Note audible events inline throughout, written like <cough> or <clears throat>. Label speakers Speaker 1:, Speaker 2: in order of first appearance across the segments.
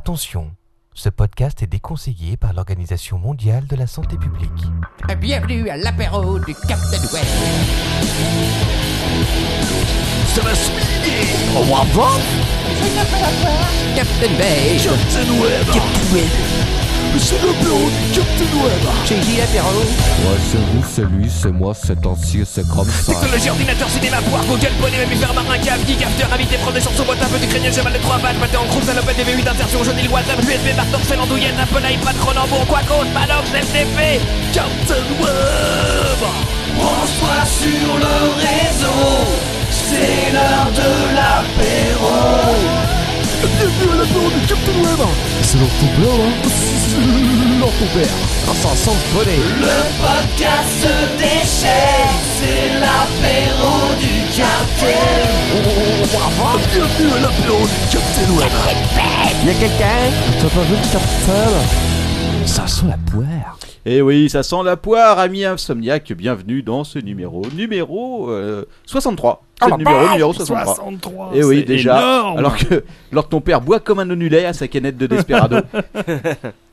Speaker 1: Attention, ce podcast est déconseillé par l'Organisation mondiale de la santé publique.
Speaker 2: Bienvenue à l'apéro du Captain Web.
Speaker 3: Ça va se miner Au revoir
Speaker 2: Captain Bay.
Speaker 3: Captain Web C'est le bureau du er Captain Web
Speaker 2: Chez qui l'apéro
Speaker 4: Moi, c'est vous, c'est lui, c'est moi, c'est ancien, c'est comme ça.
Speaker 3: Technologie, ordinateur, cinéma, poire, Google, poney, mammifère, marin, cave, geek, after, invité, prendre des chansons, boîte un peu de craigneux, cheval de trois pattes, pâté en croupe, salopette, DV8, insertion, jaune, île, WhatsApp, USB, barre d'orcelle, andouillette, Apple, iPad, Cronenbourg, Quacos, Manox, FTP, Captain Web Branche-toi sur le réseau, c'est l'heure de l'apéro Bienvenue à l'apéro du Captain Web
Speaker 4: C'est leur ton père, hein
Speaker 3: <laughs> C'est l'heure ton père
Speaker 4: Ça sent le poney.
Speaker 3: podcast se déchaîne, c'est l'apéro du Captain. Oh, bienvenue à l'apéro du Captain Web.
Speaker 4: Ça sent la poire.
Speaker 5: Eh oui, ça sent la poire, ami insomniaque. Bienvenue dans ce numéro, numéro euh, 63.
Speaker 6: Ah
Speaker 5: C'est
Speaker 6: bah,
Speaker 5: le numéro, numéro 63. Eh oui, déjà. Alors que lors ton père boit comme un onulet à sa canette de
Speaker 6: <laughs>
Speaker 5: Desperado.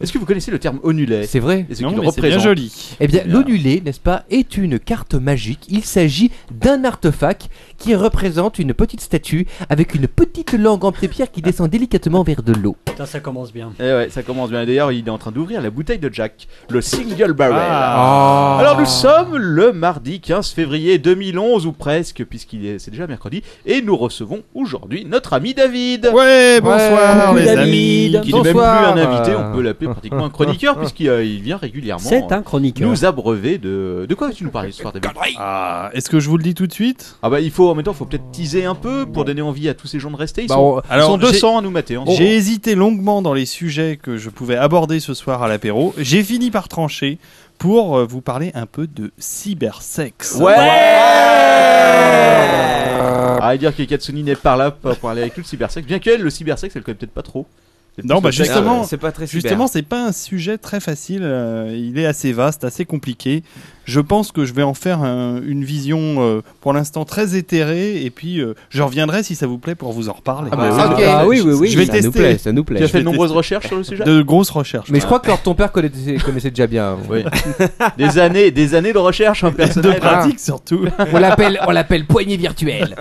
Speaker 5: Est-ce que vous connaissez le terme onulet
Speaker 1: C'est vrai
Speaker 5: Et ce
Speaker 6: Non,
Speaker 5: qu'il
Speaker 6: mais c'est bien
Speaker 5: représente
Speaker 6: joli.
Speaker 1: Eh bien,
Speaker 5: Bien.
Speaker 1: l'onulé, n'est-ce pas, est une carte magique. Il s'agit d'un artefact qui représente une petite statue avec une petite langue en pierre qui descend délicatement vers de l'eau.
Speaker 7: Putain, ça commence bien.
Speaker 5: Eh ouais, ça commence bien. D'ailleurs, il est en train d'ouvrir la bouteille de Jack, le single barrel.
Speaker 6: Ah.
Speaker 5: Alors nous sommes le mardi 15 février 2011 ou presque, puisqu'il est c'est déjà mercredi, et nous recevons aujourd'hui notre ami David.
Speaker 6: Ouais, bonsoir
Speaker 1: Ouais,
Speaker 6: les
Speaker 1: David.
Speaker 6: amis.
Speaker 5: Qui n'est même plus
Speaker 1: Bonsoir.
Speaker 5: un invité, on peut l'appeler pratiquement un
Speaker 6: Ah.
Speaker 5: chroniqueur puisqu'il euh, il vient régulièrement
Speaker 7: C'est
Speaker 5: euh,
Speaker 7: un chroniqueur.
Speaker 5: nous abreuver de... De quoi vas-tu nous parler ce soir David
Speaker 6: Ah, est-ce que je vous le dis tout de suite
Speaker 5: Ah bah il faut en même temps, faut peut-être teaser un peu pour donner envie à tous ces gens de rester. Ils
Speaker 1: Bah,
Speaker 5: sont,
Speaker 1: on-
Speaker 5: ils
Speaker 6: alors,
Speaker 5: sont
Speaker 6: j'ai-
Speaker 5: 200 à nous mater. hein.
Speaker 6: J'ai hésité longuement dans les sujets que je pouvais aborder ce soir à l'apéro. J'ai fini par trancher pour euh, vous parler un peu de cybersex.
Speaker 5: Ouais À dire que Katsuni n'est pas là pour pour aller avec tout le cybersex, bien qu'elle, le cybersex, elle connaît peut-être pas trop. C'est
Speaker 6: Non,
Speaker 5: plus
Speaker 6: bah
Speaker 5: le sexe,
Speaker 6: justement,
Speaker 5: euh,
Speaker 8: c'est pas très cyber.
Speaker 6: Justement, c'est pas un sujet très facile. euh, il est assez vaste, assez compliqué. Je pense que je vais en faire un- une vision euh, pour l'instant très éthérée. Et puis, euh, je reviendrai si ça vous plaît pour vous en reparler.
Speaker 5: Ah bah,
Speaker 1: Ah,
Speaker 5: ok.
Speaker 1: ok.
Speaker 7: Ah oui, oui, oui.
Speaker 6: Je vais
Speaker 4: ça nous
Speaker 6: tester.
Speaker 4: plaît, ça nous
Speaker 5: Tu
Speaker 4: plaît.
Speaker 5: as fait de
Speaker 6: vais
Speaker 5: nombreuses
Speaker 6: tester.
Speaker 5: recherches sur le sujet
Speaker 6: De grosses recherches.
Speaker 1: Mais je crois que leur ton père connaissait, connaissait déjà bien.
Speaker 5: Oui. des années, des années de recherche, hein, personnel.
Speaker 6: de pratique surtout.
Speaker 1: On l'appelle, on l'appelle poignée <laughs> virtuelle.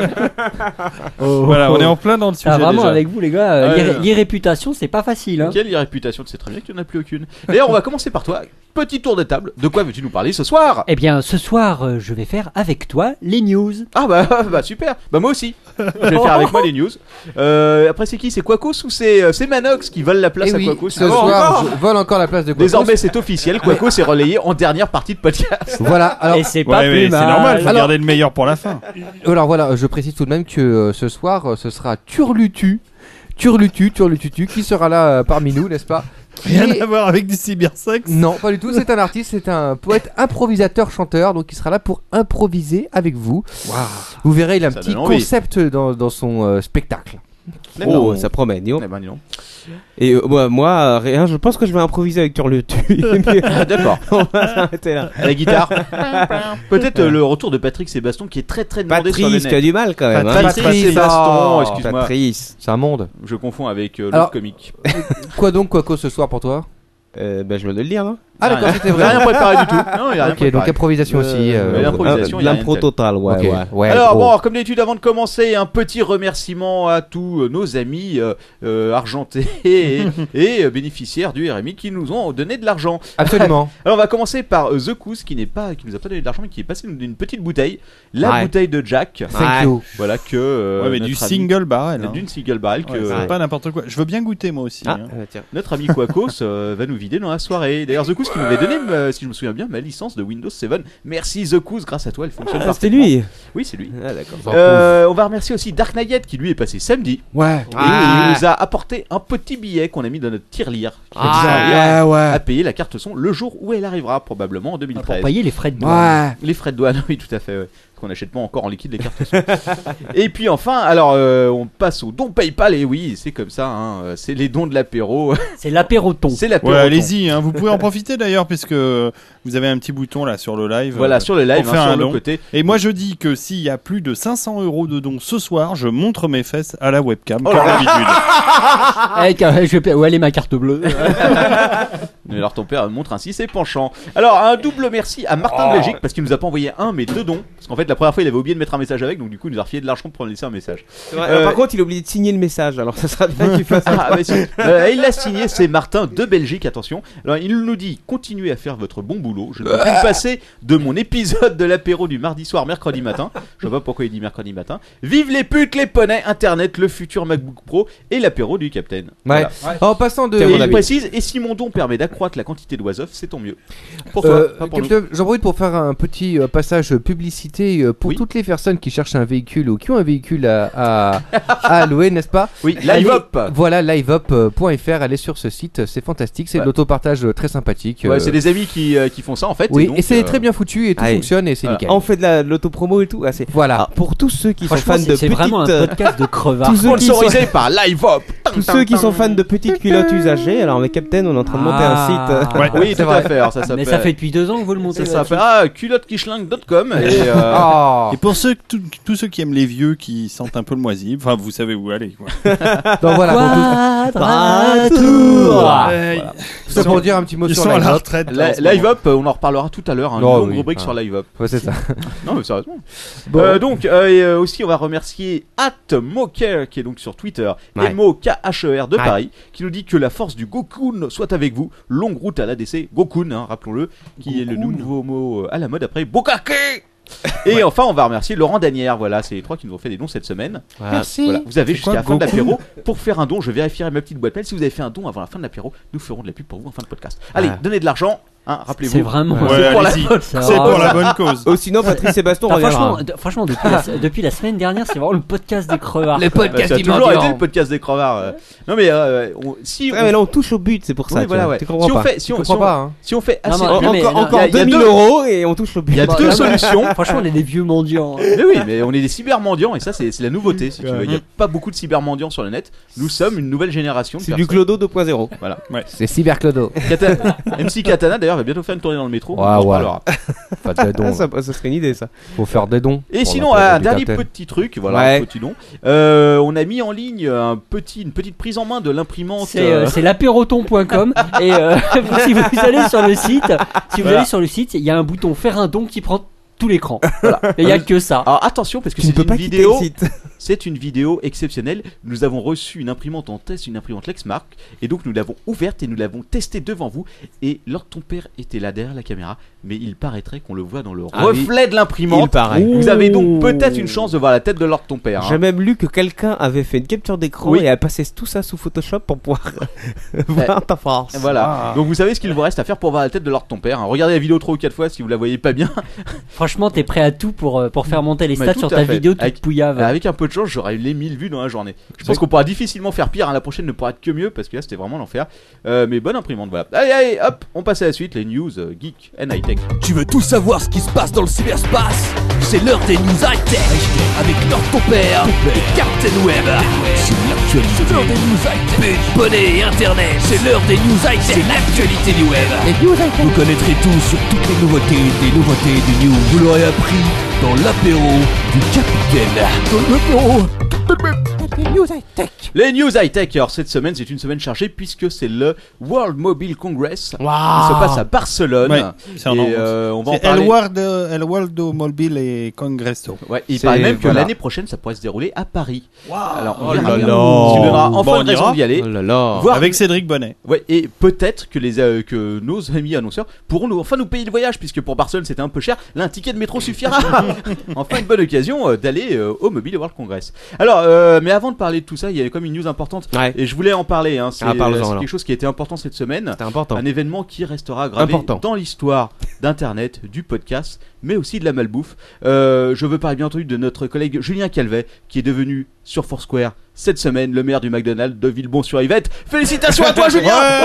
Speaker 6: voilà, on est en plein dans le sujet.
Speaker 7: Ah, vraiment,
Speaker 6: déjà.
Speaker 7: avec vous, les gars, euh,
Speaker 5: Ouais,
Speaker 7: l'irré-
Speaker 5: ouais.
Speaker 7: l'irréputation, c'est pas facile. Hein.
Speaker 5: Quelle irréputation, tu sais très bien que tu n'en as plus aucune. D'ailleurs, on va commencer par toi. Petit tour de table. De quoi veux-tu nous parler ce soir
Speaker 7: Eh bien, ce soir, euh, je vais faire avec toi les news.
Speaker 5: Ah bah, <laughs> bah super. Bah moi aussi. Je vais faire avec moi les news. Euh, après, c'est qui C'est Quacos ou c'est euh, c'est Manox qui vole la place
Speaker 1: Et
Speaker 5: à
Speaker 1: Eh oui,
Speaker 5: Quacos
Speaker 1: ce
Speaker 5: Ah,
Speaker 1: soir,
Speaker 5: encore
Speaker 1: je vole encore la place de Quacos.
Speaker 5: Désormais, c'est officiel. Quacos est relayé en dernière partie de podcast.
Speaker 1: Voilà, alors
Speaker 7: Et c'est
Speaker 6: Ouais,
Speaker 7: pas
Speaker 6: mais
Speaker 7: plus
Speaker 6: c'est
Speaker 7: mal.
Speaker 6: normal, faut
Speaker 1: Alors-
Speaker 6: garder le meilleur pour la fin.
Speaker 1: Alors voilà, je précise tout de même que euh, ce soir, euh, ce sera Turlutu, Turlutu, Turlututu, qui sera là euh, parmi nous, n'est-ce pas Qui
Speaker 6: <laughs> Rien
Speaker 1: est-
Speaker 6: à voir avec du cybersex.
Speaker 1: Non, pas du tout, c'est un artiste, c'est un poète improvisateur, chanteur, donc il sera là pour improviser avec vous. Vous verrez, il a un
Speaker 5: Ça
Speaker 1: petit
Speaker 5: donne envie.
Speaker 1: concept dans, dans son euh, spectacle.
Speaker 4: Oh, ça promet, dis donc.
Speaker 5: Eh ben, dis donc.
Speaker 4: Et euh, moi, moi, euh, rien, je pense que je vais improviser avec <laughs> Turlutu. Et puis,
Speaker 5: Ah, D'accord.
Speaker 4: on va s'arrêter là.
Speaker 5: À
Speaker 1: <laughs>
Speaker 5: la guitare. Peut-être euh, le retour de Patrick Sébaston qui est très très demandé sur le
Speaker 4: Patrice,
Speaker 5: net.
Speaker 4: qui a du mal quand même. hein.
Speaker 5: Patrick
Speaker 1: Patrice.
Speaker 5: Sébaston,
Speaker 1: Oh,
Speaker 5: excuse-moi,
Speaker 4: Patrice.
Speaker 1: C'est un monde.
Speaker 5: je confonds avec euh,
Speaker 1: Alors-
Speaker 5: l'autre comique.
Speaker 1: Quoi donc, Quaco, ce soir pour toi
Speaker 4: Euh, bah, je viens de le lire, non
Speaker 1: Ah
Speaker 5: Il a
Speaker 1: d'accord,
Speaker 5: rien-
Speaker 1: c'était
Speaker 5: Il a
Speaker 1: vrai.
Speaker 5: rien préparé
Speaker 1: <laughs>
Speaker 5: du tout. Non, il a rien
Speaker 1: Ok, donc
Speaker 5: préparé.
Speaker 1: improvisation aussi.
Speaker 5: Euh,
Speaker 1: euh,
Speaker 5: l'impro- Improvisation,
Speaker 4: Ah,
Speaker 5: il y a rien
Speaker 4: L'impro
Speaker 5: de tel.
Speaker 4: totale, ouais,
Speaker 1: ok,
Speaker 4: ouais.
Speaker 1: ouais,
Speaker 5: Alors
Speaker 1: gros.
Speaker 5: bon, comme d'habitude, avant de commencer, un petit remerciement à tous euh, nos amis euh, euh, argentés <laughs> et, et, euh, bénéficiaires du RMI qui nous ont donné de l'argent.
Speaker 1: Absolument.
Speaker 5: Alors on va commencer par euh, The Cous qui n'est pas, qui nous a pas donné de l'argent, mais qui est passé une, une petite bouteille, la
Speaker 4: Ouais.
Speaker 5: bouteille de Jack.
Speaker 1: Thank
Speaker 4: Ouais.
Speaker 1: you.
Speaker 5: Voilà que euh,
Speaker 6: Ouais, mais du
Speaker 5: notre ami-
Speaker 6: single barrel. hein.
Speaker 5: d'une single barrel que
Speaker 6: Ouais, c'est
Speaker 5: euh,
Speaker 6: pas n'importe quoi. Je veux bien goûter moi aussi.
Speaker 4: Ah,
Speaker 6: hein.
Speaker 4: euh, tiens.
Speaker 5: notre ami Quacos euh, va nous vider dans la soirée. D'ailleurs, The Cous qui m'avait donné, euh, si je me souviens bien, ma licence de Windows 7. Merci The Cous, grâce à toi, elle fonctionne.
Speaker 4: Ah, c'était
Speaker 5: parfaitement.
Speaker 4: lui.
Speaker 5: Oui, c'est lui.
Speaker 4: Ah, d'accord.
Speaker 5: Euh, on va remercier aussi Dark Knight qui lui est passé samedi.
Speaker 1: Ouais.
Speaker 5: Et
Speaker 4: Ah.
Speaker 5: il nous a apporté un petit billet qu'on a mis dans notre tirelire.
Speaker 4: Ah,
Speaker 5: à payer la carte son le jour où elle arrivera, probablement en
Speaker 7: Pour
Speaker 5: 2013.
Speaker 7: payer les frais de douane.
Speaker 1: Ouais.
Speaker 5: les frais de douane, <laughs> oui, tout à fait. ouais. Parce qu'on n'achète pas encore en liquide les cartes son. <laughs> et puis enfin, alors euh, on passe au don PayPal. Et oui, c'est comme ça, hein, euh, c'est les dons de l'apéro. <laughs>
Speaker 7: C'est l'apéroton.
Speaker 5: c'est l'apéro.
Speaker 6: Ouais, allez-y, hein, vous pouvez en profiter d'ailleurs, puisque vous avez un petit bouton là sur le live.
Speaker 5: Voilà,
Speaker 6: Euh,
Speaker 5: sur le live,
Speaker 6: pour faire
Speaker 5: hein,
Speaker 6: un
Speaker 5: sur le
Speaker 6: don.
Speaker 5: côté.
Speaker 6: Et moi je dis que s'il y a plus de 500 euros de dons ce soir, je montre mes fesses à la webcam, comme d'habitude.
Speaker 7: Avec, euh, je vais- Où elle est ma carte bleue
Speaker 5: Mais alors ton père montre ainsi ses penchants. Alors un double merci à Martin
Speaker 6: Ah.
Speaker 5: de Belgique parce qu'il nous a pas envoyé un mais deux dons. Parce qu'en fait la première fois il avait oublié de mettre un message avec donc du coup il nous a refilé de l'argent pour laisser un message. Euh,
Speaker 4: Par contre, il a oublié de signer le message, alors ça sera bien
Speaker 5: <laughs>
Speaker 4: qu'il fasse.
Speaker 5: Ah, mais si. Euh, il l'a signé, c'est Martin de Belgique, attention. Alors il nous dit continuez à faire votre bon boulot. Je ne peux
Speaker 1: <laughs>
Speaker 5: plus me passer de mon épisode de l'apéro du mardi soir, mercredi matin. Je vois pas pourquoi il dit mercredi matin. Vive les putes, les poneys, internet, le futur MacBook Pro et l'apéro du Capitaine. Voilà.
Speaker 1: En passant de.
Speaker 4: T'es
Speaker 5: Et
Speaker 4: mon
Speaker 5: il
Speaker 4: ami.
Speaker 5: précise, et si mon don permet d'accroître la quantité de oiseaux, c'est tant mieux. Pour toi,
Speaker 1: Euh,
Speaker 5: pas pour nous.
Speaker 1: Capitaine, J'en profite pour faire un petit euh, passage publicité euh, pour
Speaker 5: Oui.
Speaker 1: toutes les personnes qui cherchent un véhicule ou qui ont un véhicule à, à,
Speaker 5: <laughs>
Speaker 1: à louer, n'est-ce pas
Speaker 5: Oui, live up
Speaker 1: Allez- Voilà, liveup.fr, allez sur ce site, euh, c'est fantastique, c'est de
Speaker 5: Ouais.
Speaker 1: l'autopartage euh, très sympathique. euh,
Speaker 5: Ouais, c'est des amis qui, euh, qui font ça en fait.
Speaker 1: Oui,
Speaker 5: donc,
Speaker 1: et c'est
Speaker 5: euh,
Speaker 1: très bien foutu et tout
Speaker 4: allez.
Speaker 1: fonctionne et c'est
Speaker 5: Voilà.
Speaker 1: nickel.
Speaker 4: Ah, on fait de la- de l'autopromo et tout. Ah, c'est-
Speaker 1: Voilà.
Speaker 4: Ah, pour tous ceux qui sont
Speaker 7: Franchement,
Speaker 4: fans de
Speaker 7: c'est c'est
Speaker 4: petites,
Speaker 7: vraiment un
Speaker 4: euh,
Speaker 7: podcast de crevards.
Speaker 4: tous ceux qui sont,
Speaker 5: Sponsorisé par Live Up
Speaker 4: tous ceux qui sont fans de petites culottes usagées, alors mais Captain, on est en train de monter un <laughs> site. euh,
Speaker 7: Ah.
Speaker 6: Ouais.
Speaker 5: Oui,
Speaker 1: C'est
Speaker 5: tout à
Speaker 1: vrai.
Speaker 5: fait. alors, Ça s'appelle.
Speaker 7: Mais ça fait depuis deux ans que vous bah, le montez.
Speaker 5: Ça s'appelle
Speaker 7: là-dessus.
Speaker 5: ah, culottequichelingue.com. Et euh,
Speaker 1: Oh.
Speaker 6: Et pour ceux, tout- tous ceux qui aiment les vieux, qui sentent un peu le moisi, enfin vous savez où aller. Quoi.
Speaker 1: Donc voilà, pour tout-
Speaker 7: Quadratour
Speaker 1: Ah,
Speaker 6: Euh,
Speaker 1: tout ça pour dire un petit mot
Speaker 6: Ils
Speaker 1: sur
Speaker 6: sont à la
Speaker 1: liveup.
Speaker 6: retraite.
Speaker 5: la-
Speaker 6: là, en ce
Speaker 5: Live
Speaker 6: moment.
Speaker 5: Up, euh, on en reparlera tout à l'heure. Hein, une
Speaker 1: Non,
Speaker 5: longue
Speaker 1: oui,
Speaker 5: rubrique
Speaker 1: hein.
Speaker 5: sur Live Up.
Speaker 1: Ouais, c'est ça.
Speaker 5: <laughs> Non, mais sérieusement.
Speaker 1: Bon.
Speaker 5: Euh, donc, euh, et, euh, aussi, on va remercier Atmoker, qui est donc sur Twitter,
Speaker 4: Ouais.
Speaker 5: et Mo KHER E de Paris, qui nous dit que la force du Gokun soit avec vous. Longue route à l'ADC, Gokun, hein, rappelons-le, qui est le nouveau mot euh, à la mode
Speaker 1: <laughs>
Speaker 5: après Bokake et enfin, on va remercier Laurent Danière. Voilà, c'est les trois qui nous ont fait des dons cette semaine.
Speaker 1: Merci.
Speaker 5: Voilà, vous avez jusqu'à
Speaker 6: quoi,
Speaker 5: la fin de
Speaker 6: Gokun
Speaker 5: l'apéro pour faire un don. Je vérifierai ma petite boîte mail. Si vous avez fait un don avant la fin de l'apéro, nous ferons de la pub pour vous en fin de podcast. Allez,
Speaker 4: Ouais.
Speaker 5: donnez de l'argent. hein, Rappelez-vous.
Speaker 7: C'est vraiment.
Speaker 6: Ouais,
Speaker 5: C'est pour la
Speaker 6: allez-y.
Speaker 7: Ça
Speaker 6: C'est
Speaker 7: va.
Speaker 6: pour la bonne cause.
Speaker 4: Ou Oh, sinon, Patrice et Baston
Speaker 7: Putain,
Speaker 4: reviendra.
Speaker 7: franchement, de- franchement depuis, la, depuis la semaine dernière, c'est vraiment le podcast des crevards.
Speaker 3: Ah,
Speaker 1: Les
Speaker 5: Bah, ça
Speaker 1: podcasts
Speaker 5: a
Speaker 1: du
Speaker 5: toujours été
Speaker 1: mendiant.
Speaker 5: le podcast des crevards. euh. Non mais euh, on- si
Speaker 4: Ouais,
Speaker 5: on-
Speaker 4: Ah, mais là, on touche au but, c'est pour ça.
Speaker 5: Oui,
Speaker 4: tu
Speaker 5: voilà,
Speaker 4: vois,
Speaker 5: ouais.
Speaker 4: Tu comprends
Speaker 5: si on
Speaker 4: pas.
Speaker 5: fait, si
Speaker 1: Je
Speaker 5: on, si
Speaker 1: comprends
Speaker 5: on-
Speaker 1: pas. hein.
Speaker 5: si on fait assez
Speaker 7: mais-
Speaker 5: de
Speaker 4: En-
Speaker 5: pub-
Speaker 7: mais-
Speaker 4: encore
Speaker 7: non,
Speaker 4: encore
Speaker 5: il y a- il y a
Speaker 4: 2000
Speaker 5: deux-
Speaker 4: euros et on touche au but.
Speaker 5: il y a
Speaker 7: Bah,
Speaker 5: deux
Speaker 7: non, mais-
Speaker 5: solutions.
Speaker 7: <laughs> Franchement, on est des vieux mendiants. hein.
Speaker 5: Mais oui, mais on est des cybermendiants et ça c'est c'est la nouveauté. Si tu veux. Il n'y a pas beaucoup de cybermendiants sur le net. Nous sommes une nouvelle génération. de
Speaker 4: C'est du
Speaker 5: personnes.
Speaker 4: Clodo 2.0.
Speaker 1: C'est
Speaker 5: <laughs>
Speaker 1: Cyberclodo.
Speaker 5: Kata- MC Katana d'ailleurs va bientôt faire une tournée dans le métro.
Speaker 1: Ouais,
Speaker 5: On en
Speaker 1: ouais.
Speaker 5: parlera.
Speaker 1: Faut faire des
Speaker 4: Ah,
Speaker 1: dons.
Speaker 4: ça, ça serait une idée, ça.
Speaker 1: Faut faire des dons.
Speaker 5: Et
Speaker 1: Pour
Speaker 5: sinon,
Speaker 1: l'apéro
Speaker 5: un
Speaker 1: du
Speaker 5: dernier
Speaker 1: Capitaine.
Speaker 5: petit truc, voilà,
Speaker 4: Ouais.
Speaker 5: un petit don. Euh, on a mis en ligne euh, un petit, une petite prise en main de l'imprimante.
Speaker 7: C'est
Speaker 5: euh,
Speaker 7: euh, c'est l'apéroton.com et euh, si vous allez sur le site, si vous
Speaker 5: Voilà.
Speaker 7: allez sur le site, il y a un bouton faire un don qui prend tout l'écran. Et il y a que ça.
Speaker 5: Alors Ah, attention parce que
Speaker 4: Tu ne
Speaker 5: c'est
Speaker 4: peux
Speaker 5: une
Speaker 4: pas quitter le
Speaker 5: vidéo.
Speaker 4: site.
Speaker 5: C'est une vidéo exceptionnelle. Nous avons reçu une imprimante en test, une imprimante Lexmark, et donc nous l'avons ouverte et nous l'avons testée devant vous. Et Lord ton père était là derrière la caméra, mais il paraîtrait qu'on le voit dans le
Speaker 4: Ah oui.
Speaker 5: reflet de
Speaker 4: Il
Speaker 5: l'imprimante.
Speaker 4: paraît.
Speaker 5: Vous avez donc peut-être une chance de voir la tête de Lord ton père. hein.
Speaker 4: J'ai même lu que quelqu'un avait fait une capture d'écran
Speaker 5: Oui.
Speaker 4: et a passé tout ça sous Photoshop pour pouvoir <laughs> voir ta force.
Speaker 5: Voilà. Donc vous savez ce qu'il vous reste à faire pour voir la tête de Lord ton père. hein. Regardez la vidéo trois ou quatre fois si vous la voyez pas bien.
Speaker 7: Franchement, t'es prêt à tout pour, euh, pour faire monter les
Speaker 5: Mais
Speaker 7: stats
Speaker 5: tout
Speaker 7: sur
Speaker 5: à
Speaker 7: ta
Speaker 5: fait.
Speaker 7: vidéo toute
Speaker 5: Avec-
Speaker 6: Ah
Speaker 7: pouillave.
Speaker 6: bah.
Speaker 5: Avec un peu de chance, j'aurais eu les 1000 vues dans la journée. Je pense qu'on pourra difficilement faire pire. hein. La prochaine ne pourra être que mieux parce que là c'était vraiment l'enfer. Euh, mais bonne imprimante, voilà. Allez, allez, hop, on passe à la suite. Les news euh, geek and high tech.
Speaker 3: Tu veux tout savoir ce qui se passe dans le cyberspace C'est l'heure des news high-tech avec leur compère et Captain Web. C'est l'actualité. C'est l'heure des news high-tech. Bonnet et Internet. C'est l'heure des news high-tech. C'est l'actualité du web. Vous connaîtrez tout sur toutes les nouveautés des nouveautés du news. Vous l'aurez appris dans l'apéro du capitaine. Dans l'apéro.
Speaker 5: Les news high-tech, alors cette semaine c'est une semaine chargée puisque c'est le World Mobile Congress qui se passe à Barcelone.
Speaker 6: Ouais, c'est un
Speaker 5: et
Speaker 6: an.
Speaker 5: euh, on va en
Speaker 6: C'est
Speaker 5: parler.
Speaker 6: El Waldo, El Waldo Mobile et Congresso.
Speaker 5: Ouais, il
Speaker 4: C'est-
Speaker 5: paraît même que
Speaker 4: voilà.
Speaker 5: l'année prochaine ça pourrait se dérouler à Paris. Alors on
Speaker 6: Oh
Speaker 5: verra
Speaker 6: là
Speaker 5: bien. Ça
Speaker 6: là.
Speaker 5: nous donnera enfin
Speaker 6: Bon, on
Speaker 5: une raison
Speaker 6: ira.
Speaker 5: d'y aller.
Speaker 4: Oh là là.
Speaker 5: Voir-
Speaker 6: Avec Cédric Bonnet.
Speaker 5: Ouais, et peut-être que les euh, que nos amis annonceurs pourront nous, enfin nous payer le voyage puisque pour Barcelone c'était un peu cher. Là, un ticket de
Speaker 4: <laughs>
Speaker 5: métro suffira. enfin une bonne occasion euh, d'aller euh, au Mobile World Congress. Alors, euh, mais avant de parler de tout ça, il y avait comme une news importante
Speaker 4: Ouais,
Speaker 5: et je voulais en parler. Hein, c'est
Speaker 4: Ah, parle-en,
Speaker 5: c'est
Speaker 4: alors.
Speaker 5: quelque chose qui a été important cette semaine.
Speaker 4: c'est important.
Speaker 5: Un événement qui restera gravé
Speaker 4: Important.
Speaker 5: dans l'histoire d'Internet, du podcast, mais aussi de la malbouffe. Euh, je veux parler bien entendu de notre collègue Julien Calvet, qui est devenu sur Foursquare cette semaine le maire du McDonald's de Villebon-sur-Yvette. Félicitations à toi, Julien Ouais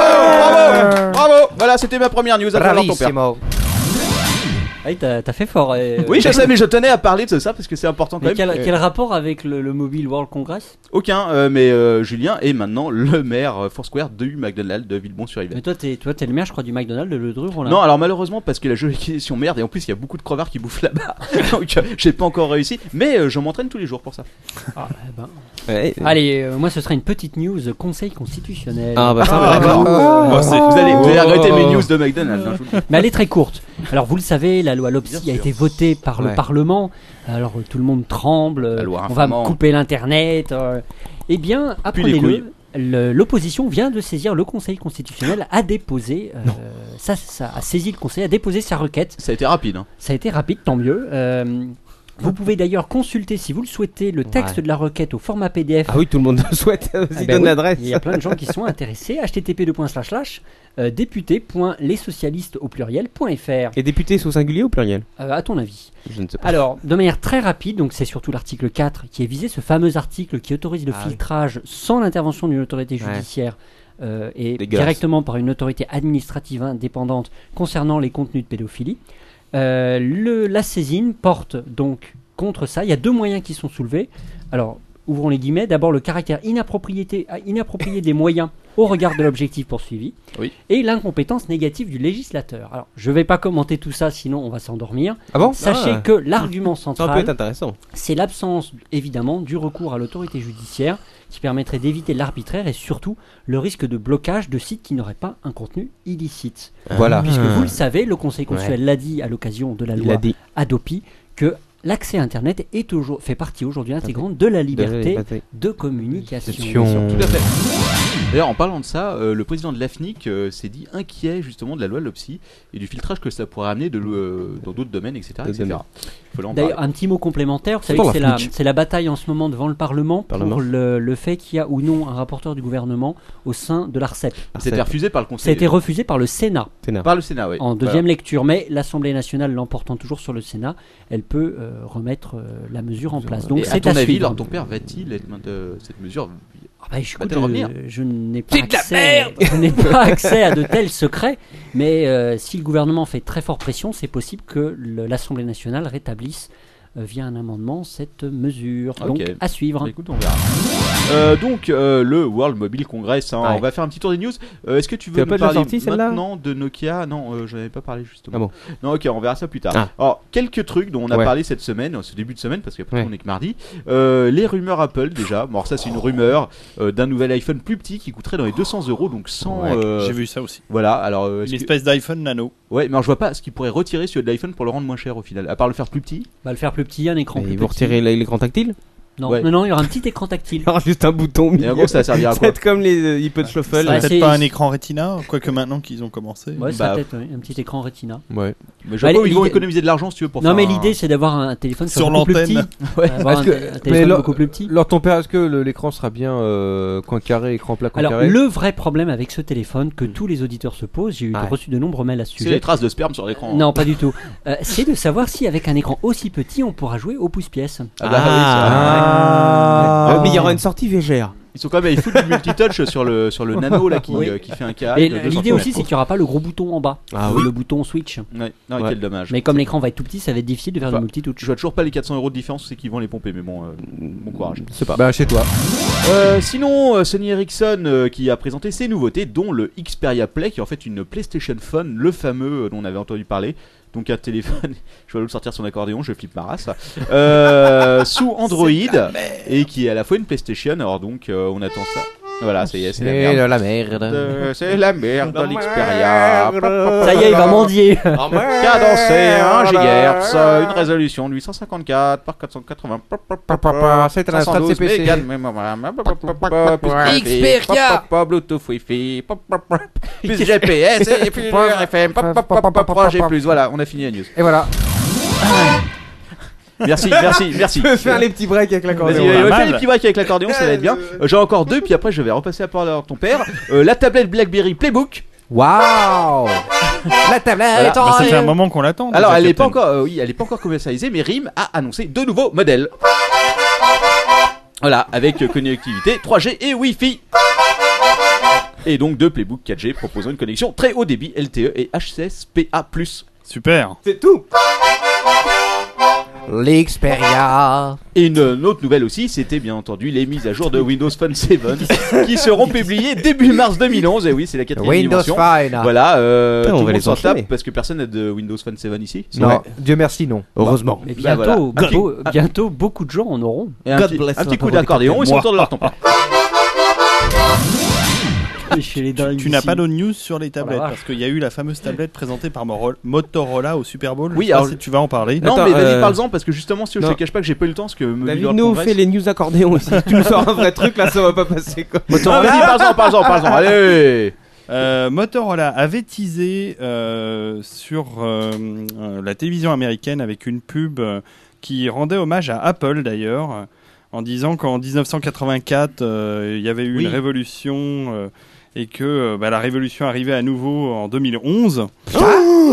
Speaker 5: Bravo, bravo, bravo Voilà, c'était ma première news. À ton père.
Speaker 1: Bravissimo.
Speaker 7: Oui, t'as t'as fait fort. eh.
Speaker 5: Oui, je sais, mais je tenais à parler de ça parce que c'est important quand
Speaker 7: Mais
Speaker 5: même.
Speaker 7: quel, quel rapport avec le, le Mobile World Congress
Speaker 5: Aucun, euh, mais euh, Julien est maintenant le maire euh, Foursquare de McDonald's de Villebon-sur-Yvette.
Speaker 7: Mais toi, t'es toi, t'es le maire, je crois, du McDonald's de Le Drure.
Speaker 5: Non, alors malheureusement, parce que la juridiction merde, et en plus il y a beaucoup de crevards qui bouffent là-bas, <laughs> donc euh, j'ai pas encore réussi, mais euh, je m'entraîne tous les jours pour ça.
Speaker 4: Ouais.
Speaker 7: Allez, euh, moi, ce serait une petite news euh, Conseil constitutionnel.
Speaker 4: Ah bah ça,
Speaker 5: Ah,
Speaker 4: d'accord.
Speaker 5: Bon, c'est- vous, allez, vous allez regretter mes news de McDonald's. hein, je vous le dis.
Speaker 7: Mais elle est très courte. Alors, vous le savez, la loi Lopsy
Speaker 5: Bien
Speaker 7: a
Speaker 5: sûr.
Speaker 7: été votée par le
Speaker 4: Ouais.
Speaker 7: Parlement. Alors, euh, tout le monde tremble. euh,
Speaker 5: La loi
Speaker 7: On va me
Speaker 5: infamante.
Speaker 7: couper l'Internet. euh. Eh bien,
Speaker 5: les
Speaker 7: apprenez-le. le- L'opposition vient de saisir le Conseil constitutionnel, a déposé, euh, ça, ça a saisi le Conseil, a déposé sa requête
Speaker 5: Ça a été rapide. Hein.
Speaker 7: Ça a été rapide, tant mieux. Euh, vous pouvez d'ailleurs consulter, si vous le souhaitez, le texte de la requête au format PDF.
Speaker 4: Ah oui, tout le monde le souhaite.
Speaker 7: Ah
Speaker 4: Vas-y,
Speaker 7: ben
Speaker 4: donne
Speaker 7: oui,
Speaker 4: l'adresse.
Speaker 7: Il y a plein de gens qui sont intéressés. http euh, député.lessocialistes au pluriel.fr.
Speaker 4: Et député sous singulier ou pluriel
Speaker 7: Euh, à ton avis
Speaker 4: Je ne sais pas.
Speaker 7: Alors, de manière très rapide, donc c'est surtout l'article 4 qui est visé, ce fameux article qui autorise le
Speaker 4: Ah oui.
Speaker 7: filtrage sans l'intervention d'une autorité
Speaker 4: Ouais.
Speaker 7: judiciaire euh, et
Speaker 4: Dégueulasse.
Speaker 7: directement par une autorité administrative indépendante concernant les contenus de pédophilie. Euh, le, la saisine porte donc contre ça. Il y a deux moyens qui sont soulevés. Alors, ouvrons les guillemets. D'abord, le caractère inappropriété- ah, inapproprié des moyens au regard de l'objectif poursuivi
Speaker 5: Oui.
Speaker 7: et l'incompétence négative du législateur. Alors, je ne vais pas commenter tout ça, sinon on va s'endormir.
Speaker 4: Ah bon
Speaker 7: Sachez
Speaker 4: Ah,
Speaker 7: que l'argument
Speaker 4: Ça peut être
Speaker 7: central,
Speaker 4: intéressant.
Speaker 7: c'est l'absence, évidemment, du recours à l'autorité judiciaire qui permettrait d'éviter l'arbitraire et surtout le risque de blocage de sites qui n'auraient pas un contenu illicite.
Speaker 4: Ah. Voilà.
Speaker 7: Puisque vous le savez, le Conseil constitutionnel l'a dit à l'occasion de Ah, la
Speaker 4: Il a
Speaker 7: loi
Speaker 4: dit.
Speaker 7: Adopi que l'accès à Internet est toujours, fait partie aujourd'hui intégrante de la
Speaker 4: Ah,
Speaker 7: liberté de communication.
Speaker 5: Tout à fait. D'ailleurs, en parlant de ça, euh, le président de l'AFNIC euh, s'est dit inquiet justement de la loi Lopsy et du filtrage que ça pourrait amener de, l'ou- euh, dans d'autres domaines, etc.
Speaker 4: D'autres
Speaker 5: etc.
Speaker 4: domaines.
Speaker 5: Faut là en parler.
Speaker 7: D'ailleurs, un petit mot complémentaire, vous savez
Speaker 4: Dans
Speaker 7: que
Speaker 4: la
Speaker 7: c'est la,
Speaker 4: flic.
Speaker 7: c'est la bataille en ce moment devant le Parlement,
Speaker 4: Parlement.
Speaker 7: pour le, le fait qu'il y a ou non un rapporteur du gouvernement au sein de l'ARCEP.
Speaker 5: C'était refusé par le
Speaker 7: E Ça a
Speaker 5: Conseil.
Speaker 7: été refusé par le Sénat
Speaker 5: Par le Sénat, oui.
Speaker 7: en deuxième lecture, mais l'Assemblée nationale l'emportant toujours sur le Sénat, elle peut euh, remettre euh, la mesure en place. Donc
Speaker 5: Donc, à
Speaker 7: c'est
Speaker 5: ton
Speaker 7: à
Speaker 5: avis,
Speaker 7: suivre.
Speaker 5: alors ton père va-t-il être main- de cette mesure
Speaker 7: Ah bah, je,
Speaker 5: Va-t-elle
Speaker 7: je-
Speaker 5: revenir
Speaker 7: je n'ai pas,
Speaker 3: C'est de la
Speaker 7: accès- <laughs> je n'ai pas accès à de tels secrets, mais euh, si le gouvernement fait très forte pression, c'est possible que le- l'Assemblée nationale rétablisse euh, via un amendement cette mesure.
Speaker 5: Ok.
Speaker 7: Donc à suivre.
Speaker 5: Bah, Écoute, on verra. Euh, donc, euh, le World Mobile Congress, hein,
Speaker 4: Ouais.
Speaker 5: on va faire un petit tour des news. Euh, Est-ce que tu veux
Speaker 4: l'as
Speaker 5: nous
Speaker 4: pas déjà
Speaker 5: parler
Speaker 4: sorti, celle-là
Speaker 5: maintenant de Nokia Non, euh, je n'avais pas parlé justement.
Speaker 4: Ah bon.
Speaker 5: Non, ok, on verra ça plus tard.
Speaker 4: Ah.
Speaker 5: Alors, quelques trucs dont on a
Speaker 4: Ouais.
Speaker 5: parlé cette semaine, euh, ce début de semaine, parce qu'après
Speaker 4: Ouais.
Speaker 5: tout, on est que mardi. Euh, les rumeurs Apple déjà. Bon, alors ça, c'est une rumeur euh, d'un nouvel iPhone plus petit qui coûterait dans les 200 euros, donc 100.
Speaker 4: Ouais,
Speaker 5: euh,
Speaker 6: J'ai vu ça aussi.
Speaker 5: Voilà, alors. euh, est-ce
Speaker 6: Une
Speaker 5: que-
Speaker 6: espèce d'iPhone nano.
Speaker 5: Ouais, mais alors, je vois pas ce qu'ils pourraient retirer sur de l'iPhone pour le rendre moins cher au final, à part le faire plus petit.
Speaker 7: On va le faire plus petit, un écran plus
Speaker 4: Ils vont
Speaker 7: petit.
Speaker 4: retirer l'écran tactile
Speaker 7: Non,
Speaker 5: Ouais.
Speaker 7: non, non, il y aura un petit
Speaker 4: <laughs>
Speaker 7: écran tactile.
Speaker 4: Non, juste un bouton. au
Speaker 5: Et
Speaker 4: milieu.
Speaker 5: en gros, ça va servir à
Speaker 4: Ça va
Speaker 5: quoi
Speaker 4: être comme les euh, iPod Shuffle.
Speaker 7: Ouais,
Speaker 6: Peut-être
Speaker 7: c'est-
Speaker 6: pas un écran Retina, quoique maintenant qu'ils ont commencé.
Speaker 7: Ouais, ça
Speaker 5: Bah,
Speaker 7: peut-être ouais, un petit écran Retina.
Speaker 4: Ouais.
Speaker 5: Mais je
Speaker 7: Bah,
Speaker 5: vois pas où ils vont
Speaker 7: l'idée-
Speaker 5: économiser de l'argent si tu veux pour
Speaker 7: Non,
Speaker 5: faire
Speaker 7: mais
Speaker 5: un-
Speaker 7: l'idée c'est d'avoir un téléphone qui soit
Speaker 6: Sur
Speaker 7: beaucoup plus
Speaker 6: l'antenne.
Speaker 7: petit. Avoir un,
Speaker 8: Est-ce que-
Speaker 7: un téléphone
Speaker 8: le-
Speaker 7: beaucoup plus petit.
Speaker 8: Lors ton père, est-ce que le- l'écran sera bien euh, coin carré, écran plat, coin
Speaker 7: Alors,
Speaker 8: carré
Speaker 7: le vrai problème avec ce téléphone que tous les auditeurs se posent, j'ai eu
Speaker 4: Ouais.
Speaker 7: reçu de nombreux mails à ce
Speaker 5: C'est les
Speaker 7: sujet.
Speaker 5: traces de sperme sur l'écran. hein.
Speaker 7: Non, pas du tout. Euh, c'est de savoir si avec un écran aussi petit, on pourra jouer au pouce-pièce.
Speaker 5: Ah bah oui, c'est vrai.
Speaker 4: Ah. Ouais, Mais il y aura une sortie VGR.
Speaker 5: Ils sont quand même, ils foutent du multitouch sur le, sur le nano là qui,
Speaker 7: Oui.
Speaker 5: euh, qui fait un carré.
Speaker 7: Et
Speaker 5: de
Speaker 7: l'idée
Speaker 5: 200
Speaker 7: aussi, c'est qu'il n'y aura pas le gros bouton en bas,
Speaker 4: Ah
Speaker 7: le bouton switch.
Speaker 5: Ouais. Non,
Speaker 4: Ouais.
Speaker 5: quel dommage.
Speaker 7: Mais comme l'écran va être tout petit, ça va être difficile de faire
Speaker 5: Enfin,
Speaker 7: du multitouch.
Speaker 5: Je vois toujours pas les 400 euros de différence, c'est qu'ils vont les pomper, mais bon, euh, bon courage.
Speaker 4: Je sais pas.
Speaker 8: Bah chez toi.
Speaker 5: Euh, sinon, euh, Sony Ericsson euh, qui a présenté ses nouveautés, dont le Xperia Play, qui est en fait une PlayStation Phone, le fameux euh, dont on avait entendu parler. Donc un téléphone, <laughs> je vais le sortir son accordéon, je flippe ma race.
Speaker 7: <laughs>
Speaker 5: Euh, sous Android et qui est à la fois une PlayStation. Alors donc, euh, on attend ça. Voilà, ça y est, c'est la merde.
Speaker 8: la merde.
Speaker 5: Euh, C'est la merde, l'Xperia.
Speaker 7: Ça y est, il
Speaker 5: Bah,
Speaker 7: va mendier.
Speaker 5: Cadencé 1 GHz, euh, une résolution de 854 par 480. pop, pop, pop, pop,
Speaker 8: C'est un stade
Speaker 5: 512
Speaker 8: CPC.
Speaker 5: mégas de mémoire, pop, pop, pop, pop, pop, plus wifi,
Speaker 2: Xperia.
Speaker 5: pop, pop, pop, Bluetooth Wi-Fi, pop, pop, pop, <laughs> plus GPS et plus FM, pop, pop, pop, pop, 3G+. plus. Voilà, on a fini la news.
Speaker 8: Et
Speaker 5: <laughs>
Speaker 8: voilà.
Speaker 5: Merci, merci, merci.
Speaker 4: Je peux faire les petits breaks avec
Speaker 5: Vas-y,
Speaker 4: l'accordéon.
Speaker 5: on va
Speaker 4: là.
Speaker 5: faire les petits breaks avec l'accordéon, ça va être bien. Euh, J'ai encore deux, puis après je vais repasser à parler à ton père. Euh, la tablette BlackBerry Playbook.
Speaker 8: Waouh La tablette
Speaker 5: Voilà.
Speaker 8: en-
Speaker 6: Bah, ça fait un moment qu'on l'attend.
Speaker 5: euh, Alors,
Speaker 6: déjà,
Speaker 5: elle n'est pas
Speaker 6: Captain.
Speaker 5: encore, euh, oui, elle est pas encore commercialisée, mais RIM a annoncé deux nouveaux modèles. Voilà, avec euh, connectivité 3G et Wi-Fi. E Et donc deux Playbook 4G proposant une connexion très haut débit LTE et HCSPA+.
Speaker 6: Super.
Speaker 4: C'est tout
Speaker 1: L'Xperia.
Speaker 5: Et une, une autre nouvelle aussi, c'était bien entendu les mises à jour de Windows Phone 7 qui seront publiées début mars 2011. Et Eh oui, c'est la quatrième
Speaker 1: Windows
Speaker 5: dimension.
Speaker 1: Phone.
Speaker 5: Voilà, euh,
Speaker 4: Putain,
Speaker 5: tout
Speaker 4: on
Speaker 5: le
Speaker 4: va
Speaker 5: monde
Speaker 4: les
Speaker 5: s'en
Speaker 4: enchaîner.
Speaker 5: tape parce que personne n'a de Windows Phone 7 ici.
Speaker 1: Non, Dieu merci, non.
Speaker 4: Heureusement.
Speaker 7: Mais
Speaker 5: Bah,
Speaker 7: bientôt,
Speaker 5: voilà.
Speaker 7: bientôt,
Speaker 5: Ah.
Speaker 7: bientôt, beaucoup de gens
Speaker 5: <laughs>
Speaker 7: en auront.
Speaker 5: Et un
Speaker 4: God
Speaker 5: petit,
Speaker 4: bless
Speaker 5: un
Speaker 4: la
Speaker 5: petit coup
Speaker 4: pauvreté
Speaker 5: d'accordéon, ils sont autour de leur temple.
Speaker 7: Chez les dingues
Speaker 6: Tu n'as
Speaker 7: ici.
Speaker 6: pas de news sur les
Speaker 5: Oh
Speaker 6: tablettes
Speaker 7: vache.
Speaker 6: parce qu'il y a eu la fameuse tablette présentée par Moro- Motorola au Super Bowl.
Speaker 5: Oui,
Speaker 6: je sais pas
Speaker 5: alors-
Speaker 6: si tu vas en parler.
Speaker 5: Non,
Speaker 4: Attends,
Speaker 5: mais vas-y,
Speaker 4: euh,
Speaker 5: parle-en parce que justement, si je
Speaker 4: non.
Speaker 5: te cache pas que j'ai pas eu le temps, parce que me
Speaker 4: Bah, David nous fait les news accordéons <laughs> aussi. tu nous sors un vrai truc là, ça va pas passer quoi.
Speaker 5: Attends, Ah, vas-y, parle-en, parle-en,
Speaker 4: Ah,
Speaker 5: parle-en. Allez
Speaker 6: Euh, Motorola avait teasé euh, sur euh, euh, la télévision américaine avec une pub euh, qui rendait hommage à Apple d'ailleurs, euh, en disant qu'en 1984, euh, il y avait eu
Speaker 5: Oui.
Speaker 6: une révolution euh, et que euh, bah, la révolution arrivait à nouveau en 2011.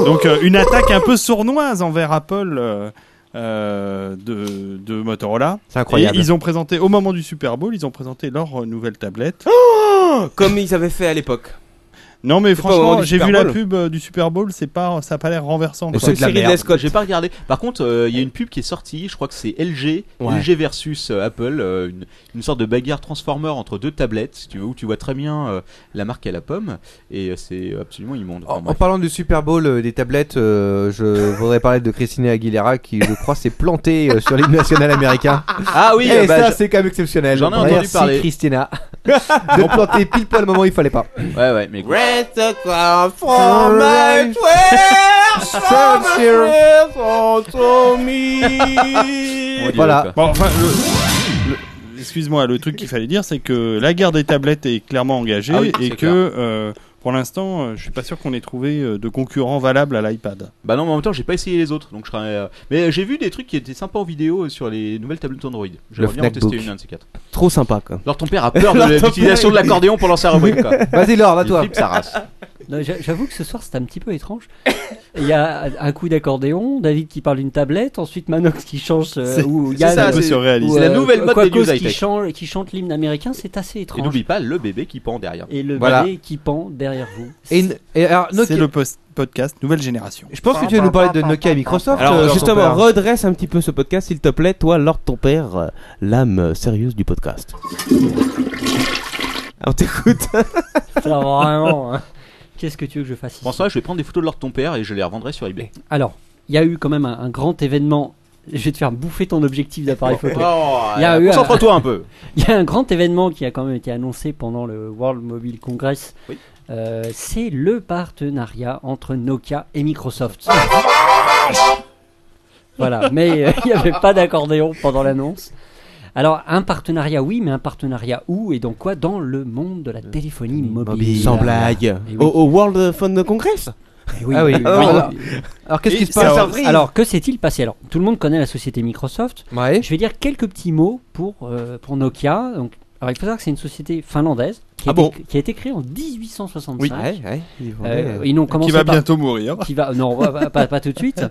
Speaker 6: Donc euh, une attaque un peu sournoise envers Apple. euh, euh, de, de Motorola.
Speaker 4: C'est
Speaker 6: Et
Speaker 4: incroyable.
Speaker 6: ils ont présenté, au moment du Super Bowl, ils ont présenté leur euh, nouvelle tablette.
Speaker 4: Comme ils avaient fait à l'époque.
Speaker 6: Non mais
Speaker 4: C'est pas au moment
Speaker 6: franchement,
Speaker 4: du
Speaker 6: j'ai
Speaker 4: Super
Speaker 6: vu la
Speaker 4: Bowl.
Speaker 6: pub euh, du Super Bowl, c'est pas, ça a pas l'air renversant.
Speaker 4: Mais
Speaker 6: quoi.
Speaker 4: c'est de la
Speaker 5: Cyril
Speaker 4: merde.
Speaker 5: Lescott, j'ai pas regardé. Par contre, euh, il y a une pub qui est sortie, je crois que c'est LG,
Speaker 4: Ouais.
Speaker 5: LG versus euh, Apple, euh, une, une sorte de bagarre transformer entre deux tablettes, si tu veux, où tu vois très bien euh, la marque à la pomme, et euh, c'est absolument immonde.
Speaker 8: En,
Speaker 1: Oh,
Speaker 5: Enfin,
Speaker 8: en
Speaker 5: bref.
Speaker 8: parlant du Super Bowl euh, des tablettes, euh, je voudrais parler de Christina Aguilera qui, je crois, s'est plantée euh, sur l'hymne national américain.
Speaker 5: Ah oui,
Speaker 8: Et
Speaker 5: euh, bah,
Speaker 8: Eh, ça,
Speaker 5: je-
Speaker 8: c'est quand même exceptionnel.
Speaker 5: j'en ai entendu
Speaker 8: Merci,
Speaker 5: parler. <laughs>
Speaker 8: Christina. de planter pile poil le moment où il fallait pas.
Speaker 5: ouais, ouais, mais gros. Oh, Mon Dieu,
Speaker 8: Voilà.
Speaker 5: quoi.
Speaker 6: Bon, enfin, le- le- excuse-moi, le truc qu'il fallait dire, c'est que la guerre des tablettes est clairement engagée
Speaker 5: Ah oui,
Speaker 6: et
Speaker 5: c'est
Speaker 6: que euh, pour l'instant, euh, je suis pas sûr qu'on ait trouvé euh, de concurrent valable à l'iPad.
Speaker 5: Bah non, mais en même temps, j'ai pas essayé les autres, donc je serais. euh, Mais j'ai vu des trucs qui étaient sympas en vidéo euh, sur les nouvelles tablettes Android. J'aimerais bien en
Speaker 4: Fnacbook.
Speaker 5: tester une, un de ces quatre.
Speaker 4: Trop sympa quoi.
Speaker 5: Alors ton père a peur de l'utilisation de l'accordéon pour lancer un rubrique, quoi.
Speaker 8: Vas-y, Laure, va
Speaker 5: Il
Speaker 8: toi.
Speaker 5: flippe sa race.
Speaker 7: Non, j'a- J'avoue que ce soir c'était un petit peu étrange. Il y a un coup d'accordéon, David qui parle d'une tablette, ensuite Manox qui change euh,
Speaker 6: C'est-
Speaker 7: ou
Speaker 5: Ah,
Speaker 6: C'est un
Speaker 7: Yann
Speaker 6: peu
Speaker 5: c'est-
Speaker 6: surréaliste.
Speaker 7: ou, euh,
Speaker 5: la nouvelle mode des
Speaker 7: Quacos
Speaker 5: news
Speaker 7: qui
Speaker 5: high-tech.
Speaker 7: change, qui chante l'hymne américain, c'est assez
Speaker 5: Et
Speaker 7: étrange.
Speaker 5: n'oublie pas le bébé qui pend derrière.
Speaker 7: Et le
Speaker 8: Voilà.
Speaker 7: balai qui pend derrière vous.
Speaker 8: Et, une- et alors,
Speaker 1: Ah,
Speaker 6: C'est
Speaker 8: Nokia-
Speaker 6: le post- podcast nouvelle génération.
Speaker 8: Je pense que tu vas nous parler de Nokia et Microsoft.
Speaker 4: Alors
Speaker 8: euh,
Speaker 4: justement,
Speaker 8: ton père.
Speaker 4: redresse un petit peu ce podcast s'il te plaît, toi, Lord ton père, euh, l'âme euh, sérieuse du podcast. On t'écoute.
Speaker 7: Alors vraiment, hein, qu'est-ce que tu veux que je fasse ici
Speaker 5: François, je vais prendre des photos de leur ton père et je les revendrai sur eBay.
Speaker 7: Alors, il y a eu quand même un, un grand événement. Je vais te faire bouffer ton objectif d'appareil photo. Ah, Il y a eu un-
Speaker 5: Oh, Concentre-toi un peu.
Speaker 7: Il y a un grand événement qui a quand même été annoncé pendant le World Mobile Congress.
Speaker 5: Oui.
Speaker 7: Euh, c'est le partenariat entre Nokia et Microsoft. voilà, mais euh, il n'y avait pas d'accordéon pendant l'annonce. Alors, un partenariat, oui, mais un partenariat où et dans quoi Dans le monde de la téléphonie mobile.
Speaker 4: Sans blague.
Speaker 7: Eh oui.
Speaker 4: Au, au World Phone Congress
Speaker 7: Eh oui.
Speaker 8: Ah oui.
Speaker 7: Eh
Speaker 8: Alors, alors, qu'est-ce qui se passe
Speaker 5: Alors,
Speaker 7: Alors, que s'est-il passé Alors, tout le monde connaît la société Microsoft.
Speaker 8: Ouais.
Speaker 7: Je vais dire quelques petits mots pour, euh, pour Nokia. Donc, alors, il faut savoir que c'est une société finlandaise qui a,
Speaker 4: Ah bon
Speaker 7: été, qui a été créée en 1865.
Speaker 4: Ouais, ouais. Ils
Speaker 7: Euh,
Speaker 4: vendaient, euh,
Speaker 7: ils n'ont commencé
Speaker 6: Qui va
Speaker 7: par-
Speaker 6: bientôt mourir.
Speaker 7: qui va- non, pas, pas- pas- pas tout de suite,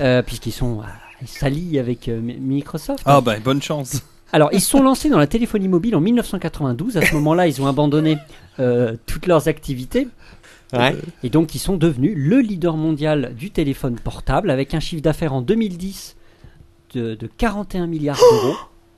Speaker 7: euh, puisqu'ils sont euh, ils s'allient avec euh, Mi- Microsoft.
Speaker 6: Ah bah bonne chance.
Speaker 7: Alors, ils se sont lancés dans la téléphonie mobile en 1992. À ce moment-là, ils ont abandonné euh, toutes leurs activités.
Speaker 4: Ouais.
Speaker 7: Et donc, ils sont devenus le leader mondial du téléphone portable avec un chiffre d'affaires en 2010 de, de 41 milliards d'euros.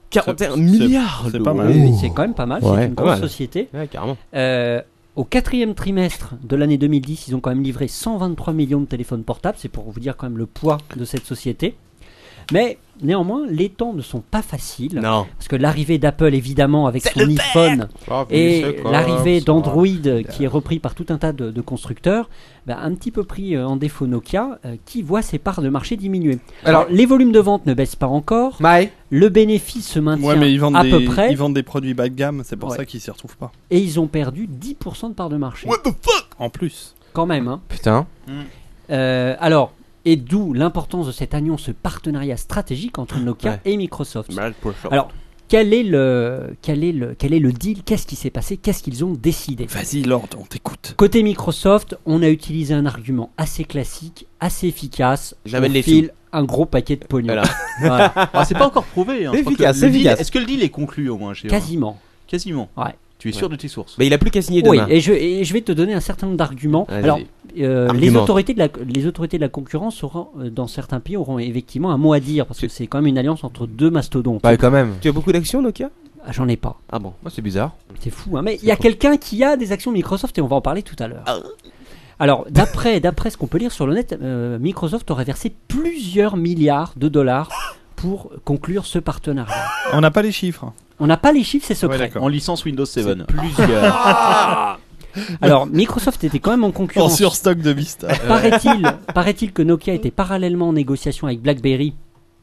Speaker 4: 41
Speaker 6: c'est-
Speaker 4: milliards
Speaker 6: c'est
Speaker 4: de
Speaker 6: pas mal.
Speaker 7: Oui,
Speaker 4: euros.
Speaker 7: oui, c'est quand même pas mal.
Speaker 4: Ouais,
Speaker 7: c'est une
Speaker 4: pas
Speaker 7: grosse
Speaker 4: mal.
Speaker 7: société.
Speaker 4: Ouais, carrément.
Speaker 7: Euh, au quatrième trimestre de l'année 2010, ils ont quand même livré 123 millions de téléphones portables. C'est pour vous dire quand même le poids de cette société. Mais néanmoins, les temps ne sont pas faciles.
Speaker 4: Non.
Speaker 7: Parce que l'arrivée d'Apple, évidemment, avec son iPhone, et l'arrivée d'Android, qui est repris par tout un tas de, de constructeurs, bah, un petit peu pris euh, en défaut Nokia, euh, qui voit ses parts de marché diminuer.
Speaker 8: Alors-
Speaker 7: Alors, les volumes de vente ne baissent pas encore.
Speaker 8: Maï,
Speaker 7: Le bénéfice se maintient
Speaker 6: Ouais mais ils vendent
Speaker 7: à
Speaker 6: des,
Speaker 7: peu près.
Speaker 6: ils vendent des produits bas de gamme, c'est pour
Speaker 7: Ouais.
Speaker 6: ça qu'ils s'y retrouvent pas.
Speaker 7: Et ils ont perdu 10% de parts de marché.
Speaker 6: En plus.
Speaker 7: Quand même, hein.
Speaker 8: putain.
Speaker 7: Euh, alors, et d'où l'importance de cette annonce, ce partenariat stratégique entre Nokia
Speaker 4: Ouais. Bah.
Speaker 7: et Microsoft. Alors, quel est le, quel est le, quel est le deal Qu'est-ce qui s'est passé Qu'est-ce qu'ils ont décidé
Speaker 6: Vas-y Lord, on t'écoute.
Speaker 7: Côté Microsoft, on a utilisé un argument assez classique, assez efficace.
Speaker 4: J'amène
Speaker 7: On
Speaker 4: les
Speaker 7: file un gros paquet de pognon.
Speaker 4: Voilà.
Speaker 7: Voilà,
Speaker 5: Ah, c'est pas encore prouvé. hein.
Speaker 4: C'est
Speaker 5: Je crois que
Speaker 4: efficace,
Speaker 5: le
Speaker 4: c'est
Speaker 5: deal-
Speaker 4: efficace.
Speaker 5: Est-ce que le deal est conclu au moins chez eux
Speaker 7: Quasiment.
Speaker 5: Quasiment.
Speaker 7: Ouais.
Speaker 5: Tu es sûr de tes sources
Speaker 4: Mais il a plus qu'à signer
Speaker 7: Oui,
Speaker 4: demain.
Speaker 7: et je, et je vais te donner un certain nombre d'arguments.
Speaker 4: Vas-y.
Speaker 7: Alors, euh, les,
Speaker 4: Argument.
Speaker 7: autorités de la, les autorités de la concurrence auront, euh, dans certains pays auront effectivement un mot à dire parce que c'est quand même une alliance entre deux mastodontes.
Speaker 8: Bah, quand même.
Speaker 4: Tu as beaucoup d'actions, Nokia
Speaker 7: Ah, J'en ai pas.
Speaker 4: Ah bon.
Speaker 8: Moi, c'est bizarre.
Speaker 7: C'est fou, hein. Mais il y a quelqu'un qui a des actions Microsoft et on va en parler tout à l'heure. Alors, d'après, d'après ce qu'on peut lire sur le net, euh, Microsoft aurait versé plusieurs milliards de dollars pour conclure ce partenariat.
Speaker 6: On n'a pas les chiffres.
Speaker 7: On n'a pas les chiffres, c'est
Speaker 6: Ouais,
Speaker 7: secret.
Speaker 6: d'accord.
Speaker 5: En licence Windows 7.
Speaker 6: Plusieurs.
Speaker 7: Alors, Microsoft était quand même en concurrence.
Speaker 6: surstock de Vista.
Speaker 7: Euh. Paraît-il, paraît-il que Nokia était parallèlement en négociation avec BlackBerry,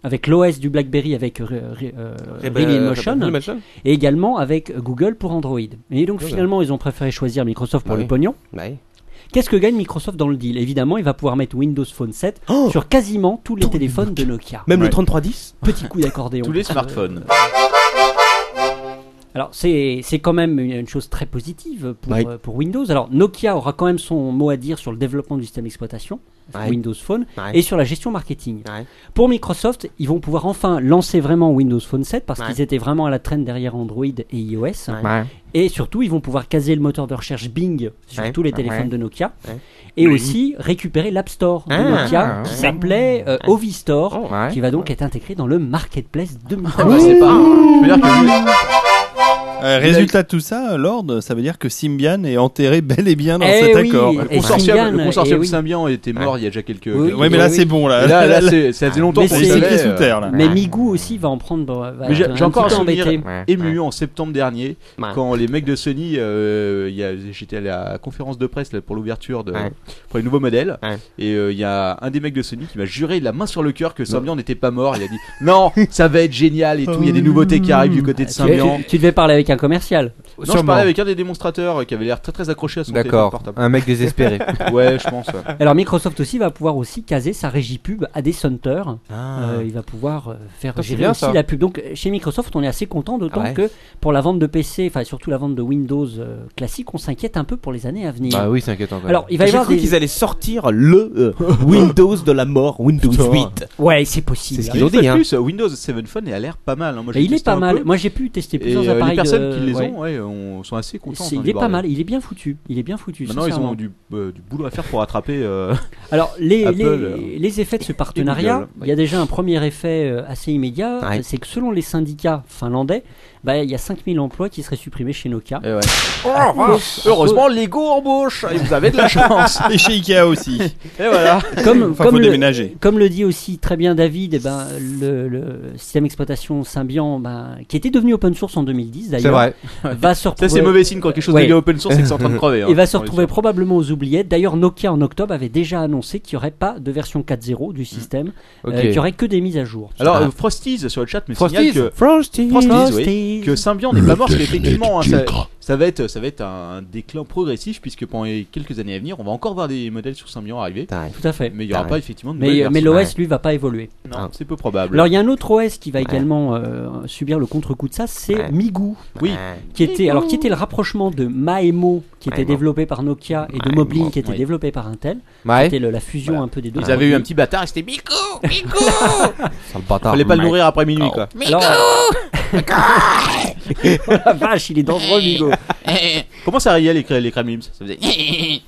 Speaker 7: avec l'OS du BlackBerry, avec euh, Re- euh, Remotion,
Speaker 4: Motion
Speaker 7: et également avec Google pour Android. Et donc
Speaker 4: Ouais.
Speaker 7: finalement, ils ont préféré choisir Microsoft pour
Speaker 4: Ah
Speaker 7: le
Speaker 4: oui.
Speaker 7: pognon.
Speaker 4: Ouais.
Speaker 7: Qu'est-ce que gagne Microsoft dans le deal Évidemment, il va pouvoir mettre Windows Phone 7 sur quasiment tous les téléphones de Nokia.
Speaker 4: Même
Speaker 6: Ouais.
Speaker 4: le 3310
Speaker 7: Petit coup
Speaker 5: <laughs>
Speaker 7: d'accordéon.
Speaker 5: Tous
Speaker 7: <laughs>
Speaker 5: les smartphones.
Speaker 7: Alors c'est c'est quand même une- une chose très positive pour,
Speaker 4: Ouais.
Speaker 7: euh, pour Windows. Alors Nokia aura quand même son mot à dire sur le développement du système d'exploitation, sur
Speaker 4: Ouais.
Speaker 7: Windows Phone,
Speaker 4: Ouais.
Speaker 7: et sur la gestion marketing.
Speaker 4: Ouais.
Speaker 7: Pour Microsoft, ils vont pouvoir enfin lancer vraiment Windows Phone 7 parce
Speaker 4: Ouais.
Speaker 7: qu'ils étaient vraiment à la traîne derrière Android et iOS.
Speaker 4: Ouais.
Speaker 7: Et surtout, ils vont pouvoir caser le moteur de recherche Bing sur
Speaker 4: Ouais.
Speaker 7: tous les téléphones
Speaker 4: Ouais.
Speaker 7: de Nokia.
Speaker 4: Ouais.
Speaker 7: Et aussi récupérer l'App Store de
Speaker 4: Ah.
Speaker 7: Nokia
Speaker 4: Ah.
Speaker 7: qui s'appelait euh, Ovistore,
Speaker 4: Oh,
Speaker 7: qui va donc être intégré dans le marketplace
Speaker 5: Ah
Speaker 7: de Microsoft.
Speaker 5: bah, c'est pas. Je veux dire que vous-
Speaker 6: Euh, résultat de tout ça, Lord, ça veut dire que Symbian est enterré bel et bien dans
Speaker 7: Eh
Speaker 6: cet
Speaker 7: oui.
Speaker 6: accord.
Speaker 5: le
Speaker 7: Et
Speaker 5: consortium,
Speaker 7: Symbian,
Speaker 5: le consortium
Speaker 7: eh oui.
Speaker 5: Symbian était mort il y a déjà quelques.
Speaker 7: Oui.
Speaker 5: quelques-
Speaker 6: Ouais, mais
Speaker 7: Eh
Speaker 6: là
Speaker 7: oui.
Speaker 6: c'est bon
Speaker 5: Et
Speaker 6: là. <laughs>
Speaker 5: Là, là, c'est- ça faisait longtemps
Speaker 7: Mais
Speaker 5: qu'on
Speaker 7: c'est-
Speaker 6: C'est pieds
Speaker 5: savait.
Speaker 6: sous
Speaker 5: euh,
Speaker 6: terre là.
Speaker 7: Mais Migou aussi va en prendre. bon, va
Speaker 5: Mais j'ai-
Speaker 7: être un
Speaker 5: j'ai encore un
Speaker 7: petit peu
Speaker 5: souvenir
Speaker 7: embêté.
Speaker 5: ému en septembre dernier
Speaker 4: Ouais.
Speaker 5: quand les mecs de Sony euh, il y a- j'étais à la conférence de presse là, pour l'ouverture de
Speaker 4: Ouais.
Speaker 5: pour les nouveaux modèles
Speaker 4: Ouais.
Speaker 5: et euh, il y a un des mecs de Sony qui m'a juré la main sur le cœur que Symbian n'était pas mort il a dit non ça va être génial et tout il y a des nouveautés qui arrivent du côté de
Speaker 7: Ah, Tu,
Speaker 5: Symbian
Speaker 7: tu- tu devais parler avec un commercial.
Speaker 5: non je parlais avec un des démonstrateurs euh, qui avait l'air très très accroché à son téléphone
Speaker 8: D'accord.
Speaker 5: portable
Speaker 8: Un mec
Speaker 5: <laughs>
Speaker 8: désespéré.
Speaker 5: ouais je pense ouais.
Speaker 7: Alors Microsoft aussi va pouvoir aussi caser sa régie pub à des centers.
Speaker 5: Ah.
Speaker 7: Euh, il va pouvoir euh, faire
Speaker 8: Ça, c'est
Speaker 7: gérer
Speaker 8: bien,
Speaker 7: aussi
Speaker 8: ça.
Speaker 7: la pub. Donc euh, chez Microsoft, on est assez content, d'autant
Speaker 4: Ah ouais.
Speaker 7: que pour la vente de PC, enfin surtout la vente de Windows euh, classique, on s'inquiète un peu pour les années à venir.
Speaker 8: Bah oui, c'est inquiétant quand même.
Speaker 7: Alors il va y
Speaker 4: J'ai
Speaker 7: avoir
Speaker 4: cru
Speaker 7: des...
Speaker 4: qu'ils allaient sortir <laughs> le euh, Windows de la mort, Windows 8.
Speaker 7: Ouais, c'est possible.
Speaker 4: C'est ce
Speaker 5: Mais
Speaker 4: qu'ils
Speaker 5: une
Speaker 4: ont
Speaker 5: fois
Speaker 4: dit,
Speaker 5: de
Speaker 4: hein.
Speaker 5: plus, euh, Windows 7 Phone a l'air pas mal hein. Moi,
Speaker 7: Mais
Speaker 5: j'ai
Speaker 7: il est
Speaker 5: testé
Speaker 7: pas
Speaker 5: un
Speaker 7: mal.
Speaker 5: peu.
Speaker 7: Moi j'ai pu tester
Speaker 5: et
Speaker 7: plusieurs
Speaker 5: euh, les
Speaker 7: appareils
Speaker 5: personnes
Speaker 7: de-
Speaker 5: qui les
Speaker 7: ouais.
Speaker 5: ont ouais, on- sont assez contentes
Speaker 7: C'est-
Speaker 5: hein,
Speaker 7: il
Speaker 5: du
Speaker 7: est pas
Speaker 5: bordel.
Speaker 7: mal, il est bien foutu. Il est bien foutu. hein.
Speaker 5: Maintenant, ils
Speaker 7: sincèrement.
Speaker 5: ont du, euh, du boulot à faire pour attraper. euh,
Speaker 7: Alors, les,
Speaker 5: Apple,
Speaker 7: les-
Speaker 5: euh,
Speaker 7: les effets de ce partenariat,
Speaker 5: Google,
Speaker 7: il y a déjà un premier effet euh, assez immédiat,
Speaker 5: Ah
Speaker 4: Ouais.
Speaker 7: euh, c'est que selon les syndicats finlandais, bah, il y a 5000 emplois qui seraient supprimés chez Nokia.
Speaker 5: <laughs> Eh ouais. Heureusement, Lego embauche et vous avez de la <laughs> chance.
Speaker 6: Et chez Ikea aussi.
Speaker 5: Et voilà. <laughs>
Speaker 7: Comme,
Speaker 6: Enfin,
Speaker 7: comme
Speaker 6: faut
Speaker 7: le,
Speaker 6: déménager.
Speaker 7: comme le dit aussi très bien David, eh ben, le, le système d'exploitation Symbian, ben, qui était devenu open source en 2010
Speaker 8: C'est
Speaker 7: d'ailleurs,
Speaker 8: vrai.
Speaker 7: va se
Speaker 5: Ça,
Speaker 7: retrouver...
Speaker 5: c'est mauvais signe quand quelque chose
Speaker 7: Ouais.
Speaker 5: devient open source et que c'est en train de crever. hein.
Speaker 7: Et va se retrouver probablement aux oubliettes. D'ailleurs, Nokia en octobre avait déjà annoncé qu'il n'y aurait pas de version 4.0 du système,
Speaker 8: Ok.
Speaker 7: euh, qu'il n'y aurait que des mises à jour.
Speaker 5: Alors,
Speaker 4: Ah.
Speaker 5: euh, Frosties sur le chat me
Speaker 8: Frosties.
Speaker 5: signale que,
Speaker 4: Frosty.
Speaker 5: Frosties, oui,
Speaker 7: Frosties.
Speaker 5: que Symbian n'est pas mort, parce qu'effectivement, hein, ça, ça va être, ça va être un déclin progressif puisque pendant les quelques années à venir, on va encore voir des modèles sur Symbian arriver,
Speaker 7: Tout à fait.
Speaker 5: mais euh, il n'y aura
Speaker 4: Ouais.
Speaker 5: pas effectivement de
Speaker 7: Mais,
Speaker 5: nouvelles
Speaker 7: mais
Speaker 5: versions.
Speaker 7: l'OS, lui, va pas évoluer.
Speaker 5: Non, c'est peu probable.
Speaker 7: Alors il y a un autre OS qui va également euh, subir le contre-coup de ça, c'est
Speaker 4: Ouais.
Speaker 7: Migou,
Speaker 5: oui,
Speaker 7: qui était alors qui était le rapprochement de Maemo, qui était
Speaker 4: Maemo.
Speaker 7: développé par Nokia, et de
Speaker 4: Maemo,
Speaker 7: Moblin, qui était
Speaker 5: oui.
Speaker 7: développé par Intel.
Speaker 8: Ouais.
Speaker 7: C'était le- la fusion
Speaker 5: Voilà.
Speaker 7: un peu des deux.
Speaker 5: ils avaient eu un
Speaker 7: produits.
Speaker 5: petit bâtard, et c'était Mico, Mico.
Speaker 8: Sale bâtard.
Speaker 5: Fallait pas le nourrir après minuit, quoi.
Speaker 2: Migo
Speaker 7: Alors, oh la vache, il est dangereux Migo.
Speaker 5: Comment ça riait les, cra- les Kremlins Ça faisait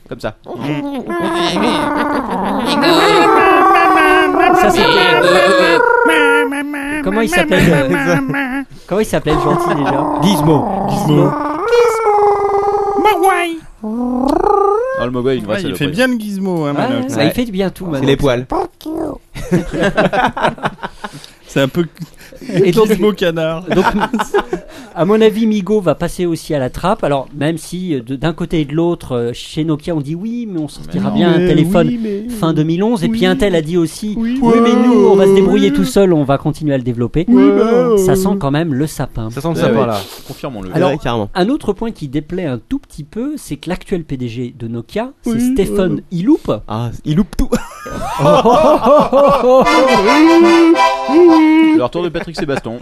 Speaker 5: comme ça.
Speaker 7: Ça c'était. euh, Comment il s'appelle euh, Comment il s'appelle gentil déjà Gizmo. Gizmo.
Speaker 5: Ah, le Mogwai, une
Speaker 6: Ouais,
Speaker 5: vraie
Speaker 6: il fait
Speaker 5: saloperie.
Speaker 6: bien le gizmo, hein,
Speaker 7: Ah,
Speaker 6: Manox.
Speaker 7: ça, il fait bien tout
Speaker 4: C'est
Speaker 7: maintenant.
Speaker 4: les poils.
Speaker 6: C'est un peu
Speaker 7: Et donc,
Speaker 6: gizmo canard.
Speaker 7: Donc, à mon avis, Migo va passer aussi à la trappe. Alors, même si euh, de- d'un côté et de l'autre, euh, chez Nokia, on dit oui, mais on sortira bien un téléphone fin 2011. Et puis Intel a dit aussi oui, bah, mais nous, on va se débrouiller tout seul, on va continuer à le développer. Ça sent quand même le sapin.
Speaker 8: Ça sent le
Speaker 5: Ouais,
Speaker 8: sapin
Speaker 5: ouais.
Speaker 8: là.
Speaker 5: Confirmons-le.
Speaker 7: Alors-
Speaker 4: Ouais, carrément.
Speaker 7: Un autre point qui déplaît un tout petit peu, c'est que l'actuel PDG de Nokia, c'est Stéphane Iloup.
Speaker 4: Ah, il loupe tout. <laughs>
Speaker 5: Le retour de Patrick Sébaston.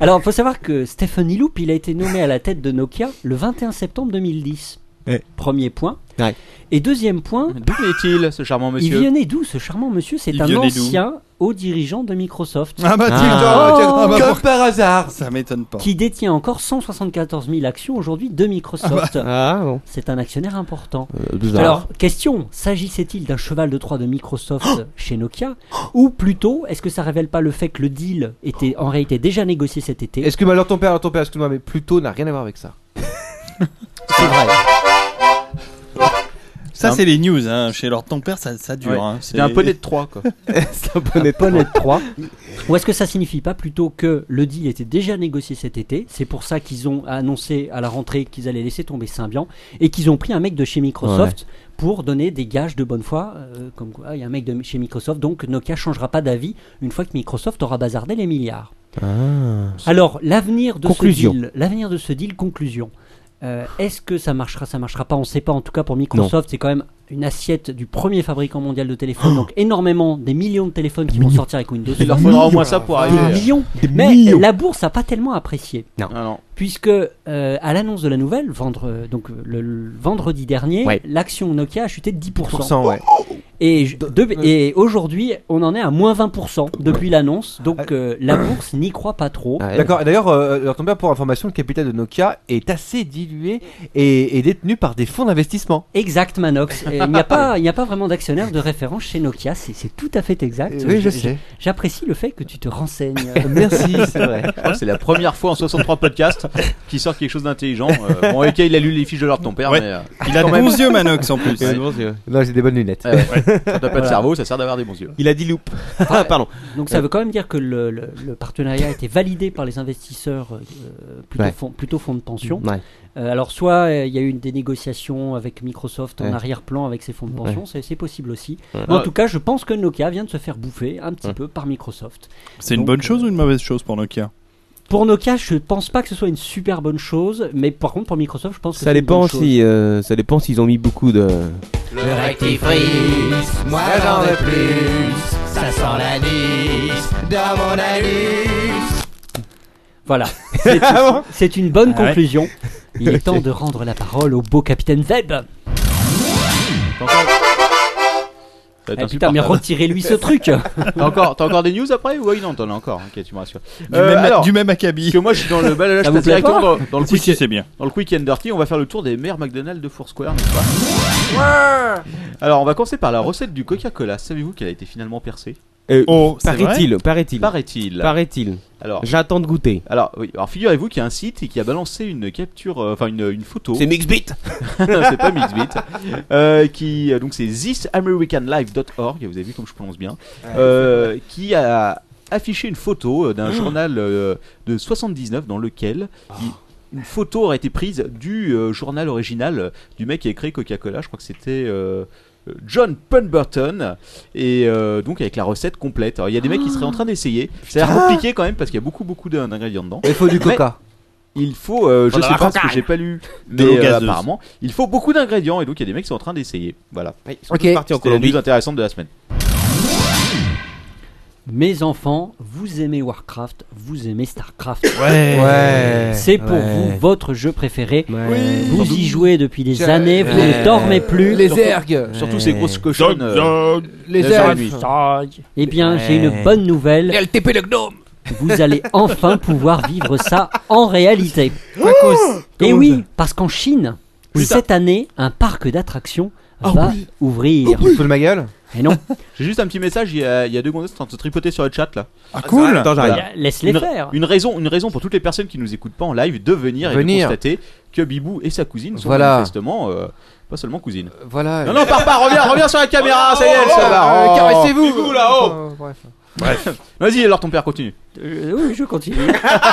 Speaker 7: Alors, faut savoir que Stéphane Iloup, il a été nommé à la tête de Nokia le 21 septembre 2010.
Speaker 4: Ouais.
Speaker 7: Premier point.
Speaker 4: Ouais.
Speaker 7: Et deuxième point,
Speaker 5: D'où venait-il, ce charmant
Speaker 7: il
Speaker 5: monsieur
Speaker 7: venait d'où ce charmant monsieur C'est
Speaker 6: Il
Speaker 7: un
Speaker 6: venait d'où
Speaker 7: ancien haut dirigeant de Microsoft
Speaker 6: Ah bah
Speaker 4: Ah.
Speaker 5: Oh,
Speaker 6: tiens, tiens, ah bah,
Speaker 8: Comme par hasard
Speaker 6: Ça m'étonne pas.
Speaker 7: qui détient encore 174 000 actions aujourd'hui de Microsoft.
Speaker 1: bah.
Speaker 4: Ah bon.
Speaker 7: C'est un actionnaire important.
Speaker 4: Euh,
Speaker 7: Alors, question, s'agissait-il d'un cheval de Troie de Microsoft chez Nokia Ou plutôt, est-ce que ça révèle pas le fait que le deal était en réalité déjà négocié cet été
Speaker 8: Excuse-moi, bah, alors ton père, alors ton père, excuse-moi, mais Pluto n'a rien à voir avec <laughs> ça.
Speaker 7: C'est vrai.
Speaker 6: Ça, c'est les news. hein. Chez leur ton père, ça, ça dure.
Speaker 5: Ouais,
Speaker 6: hein.
Speaker 5: C'était un poney de 3 quoi.
Speaker 8: C'est un poney de
Speaker 7: Poney 3. Ou est-ce que ça signifie pas plutôt que le deal était déjà négocié cet été C'est pour ça qu'ils ont annoncé à la rentrée qu'ils allaient laisser tomber Symbian et qu'ils ont pris un mec de chez Microsoft pour donner des gages de bonne foi. euh, comme quoi, il y a un mec de chez Microsoft, donc Nokia changera pas d'avis une fois que Microsoft aura bazardé les milliards.
Speaker 4: Ah. <laughs>
Speaker 7: Alors, l'avenir de
Speaker 4: Conclusion.
Speaker 7: ce deal, l'avenir de ce deal, conclusion. Euh, Est-ce que ça marchera, ça marchera pas On ne sait pas. En tout cas, pour Microsoft, c'est quand même une assiette du premier fabricant mondial de téléphones. donc énormément, des millions de téléphones qui vont sortir avec Windows.
Speaker 5: Il leur
Speaker 7: Phone.
Speaker 5: faudra au moins ça pour
Speaker 7: Des
Speaker 5: arriver.
Speaker 7: millions. Mais la bourse n'a pas tellement apprécié.
Speaker 5: Ah non.
Speaker 7: Puisque euh, à l'annonce de la nouvelle, vendre, euh, donc le, le vendredi dernier,
Speaker 4: Ouais.
Speaker 7: l'action Nokia a chuté de 10%.
Speaker 8: ouais.
Speaker 7: Et, je- de- et aujourd'hui, on en est à moins 20% depuis l'annonce. Donc euh, la bourse n'y croit pas trop.
Speaker 8: D'accord, et d'ailleurs, euh, alors ton père, pour information, le capital de Nokia est assez dilué et, et détenu par des fonds d'investissement. <laughs>
Speaker 7: Exact, Manox. Euh, Il n'y a pas, il n'y a pas vraiment d'actionnaire de référence chez Nokia. C'est c'est tout à fait exact.
Speaker 8: Oui, je
Speaker 7: J-
Speaker 8: sais.
Speaker 7: J'apprécie le fait que tu te renseignes.
Speaker 8: <laughs> Merci, c'est vrai.
Speaker 5: Je crois que c'est la première fois en 63 podcasts qu'ils sortent quelque chose d'intelligent. Euh, bon, ok, il a lu les fiches de leur de ton père,
Speaker 6: Ouais.
Speaker 5: mais euh,
Speaker 6: Il a de
Speaker 5: Quand même.
Speaker 6: bons yeux, Manox, en plus.
Speaker 5: Ouais.
Speaker 8: Non, j'ai des bonnes lunettes.
Speaker 5: euh, quand t'as pas de cerveau, ça sert d'avoir des bons yeux.
Speaker 4: Il a dit loop. Ah, Pardon.
Speaker 7: Donc ça veut quand même dire que le, le- le partenariat a été validé par les investisseurs euh, plutôt,
Speaker 4: Ouais.
Speaker 7: fonds, plutôt fonds de pension.
Speaker 4: Ouais.
Speaker 7: Euh, alors soit euh, il y a eu des négociations avec Microsoft en
Speaker 4: Ouais.
Speaker 7: arrière-plan avec ses fonds de pension, c'est- c'est possible aussi.
Speaker 4: Ouais.
Speaker 6: Ah.
Speaker 7: En tout cas, je pense que Nokia vient de se faire bouffer un petit peu par Microsoft.
Speaker 6: C'est
Speaker 7: euh,
Speaker 6: une bonne chose ou une mauvaise chose pour Nokia
Speaker 7: Pour Nokia, je pense pas que ce soit une super bonne chose, mais par contre pour Microsoft, je pense que
Speaker 4: Ça
Speaker 7: c'est une
Speaker 4: dépend
Speaker 7: bonne chose.
Speaker 4: si, euh, ça dépend s'ils ont mis beaucoup de.
Speaker 2: Le rectifrice, moi j'en veux plus. Ça sent la lisse dans mon anus.
Speaker 4: <laughs>
Speaker 7: Voilà, c'est c'est une bonne
Speaker 6: Ah ouais.
Speaker 7: conclusion. Il est temps de rendre la parole au beau capitaine Webb.
Speaker 5: T'as encore- Ça va être
Speaker 7: Ah, putain, mais
Speaker 5: insupportable.
Speaker 6: <laughs>
Speaker 7: retirez-lui ce truc
Speaker 5: T'as encore, t'as encore des news après Oui, non, t'en as encore. Ok, tu me rassures.
Speaker 6: du,
Speaker 5: Euh,
Speaker 6: même,
Speaker 5: alors,
Speaker 6: du même
Speaker 5: parce
Speaker 6: acabit.
Speaker 5: que moi, je suis dans le. Bah, là, je
Speaker 7: Ça vous
Speaker 5: passe
Speaker 7: plaît
Speaker 5: directement
Speaker 7: pas
Speaker 5: dans, dans le
Speaker 6: Si,
Speaker 5: quick,
Speaker 6: si, c'est bien.
Speaker 5: dans le Quick and Dirty. On va faire le tour des meilleurs McDonald's de Foursquare, n'est-ce pas Alors, on va commencer par la recette du Coca-Cola. Savez-vous qu'elle a été finalement percée
Speaker 4: Euh,
Speaker 6: Oh, c'est vrai
Speaker 4: paraît-il, paraît-il,
Speaker 5: Paraît-il.
Speaker 4: paraît-il.
Speaker 5: Alors,
Speaker 4: J'attends de goûter.
Speaker 5: alors, oui, alors figurez-vous qu'il y a un site et qui a balancé une capture, euh, enfin une, une photo.
Speaker 4: Mixbit.
Speaker 5: <laughs> c'est pas Mixbit. Euh, qui euh, donc c'est thisamericanlife.org. Vous avez vu comme je prononce bien. Euh, qui a affiché une photo euh, d'un journal euh, de 79 dans lequel il- une photo aurait été prise du euh, journal original euh, du mec qui a écrit Coca-Cola. Je crois que c'était euh, euh, John Pemberton et euh, donc avec la recette complète. Alors, il y a des mecs qui seraient en train d'essayer. C'est compliqué quand même parce qu'il y a beaucoup beaucoup d'in- d'ingrédients dedans.
Speaker 8: Il faut du coca.
Speaker 5: Il faut, euh, je
Speaker 6: Faudra
Speaker 5: sais
Speaker 6: la
Speaker 5: pas parce que
Speaker 6: cocagne.
Speaker 5: j'ai pas lu, mais
Speaker 6: De l'eau
Speaker 5: euh,
Speaker 6: gazeuse.
Speaker 5: apparemment, il faut beaucoup d'ingrédients et donc il y a des mecs qui sont en train d'essayer. Voilà.
Speaker 4: Ok. C'est parti en
Speaker 5: C'était la
Speaker 4: Colombie.
Speaker 5: news intéressante de la semaine.
Speaker 7: Mes enfants, vous aimez Warcraft, vous aimez Starcraft.
Speaker 8: Eh.
Speaker 6: Ouais.
Speaker 8: Ouais.
Speaker 7: C'est pour
Speaker 4: Ouais.
Speaker 7: vous votre jeu préféré.
Speaker 4: Ouais.
Speaker 7: Vous y jouez depuis des années, vous
Speaker 4: Ouais.
Speaker 7: ne dormez plus.
Speaker 1: Les ergues
Speaker 5: Surtout
Speaker 4: Ouais.
Speaker 5: ces grosses cochonnes. euh,
Speaker 1: Les
Speaker 5: Sur la nuit.
Speaker 1: elfes
Speaker 7: Eh bien,
Speaker 4: Ouais.
Speaker 7: j'ai une bonne nouvelle.
Speaker 2: LTP le gnome.
Speaker 7: Vous
Speaker 4: <laughs>
Speaker 7: allez enfin pouvoir vivre ça en réalité. Et
Speaker 4: Oh Comment
Speaker 7: oui, parce qu'en Chine, cette année, un parc d'attractions
Speaker 4: Ah
Speaker 7: va ouvrir.
Speaker 4: Oh
Speaker 8: Tu te fous de ma gueule
Speaker 7: Et non,
Speaker 5: J'ai juste un petit message, il y a, il y a deux gondesses en train de se tripoter sur le chat là.
Speaker 6: Ah, cool.
Speaker 4: Attends,
Speaker 7: Bah,
Speaker 4: j'arrive.
Speaker 7: laisse-les
Speaker 5: Une-
Speaker 7: faire.
Speaker 5: Une raison, une raison pour toutes les personnes qui nous écoutent pas en live de venir et
Speaker 8: Venir.
Speaker 5: de constater que Bibou et sa cousine sont
Speaker 8: Voilà.
Speaker 5: manifestement euh, pas seulement cousines.
Speaker 1: Euh.
Speaker 8: Voilà.
Speaker 5: Non, non, pars pas, reviens, reviens sur la caméra, ça y est, elle se barre.
Speaker 1: euh,
Speaker 5: Oh.
Speaker 8: Caressez-vous là-haut
Speaker 5: Vas-y, alors ton père continue.
Speaker 7: Euh, oui, je continue.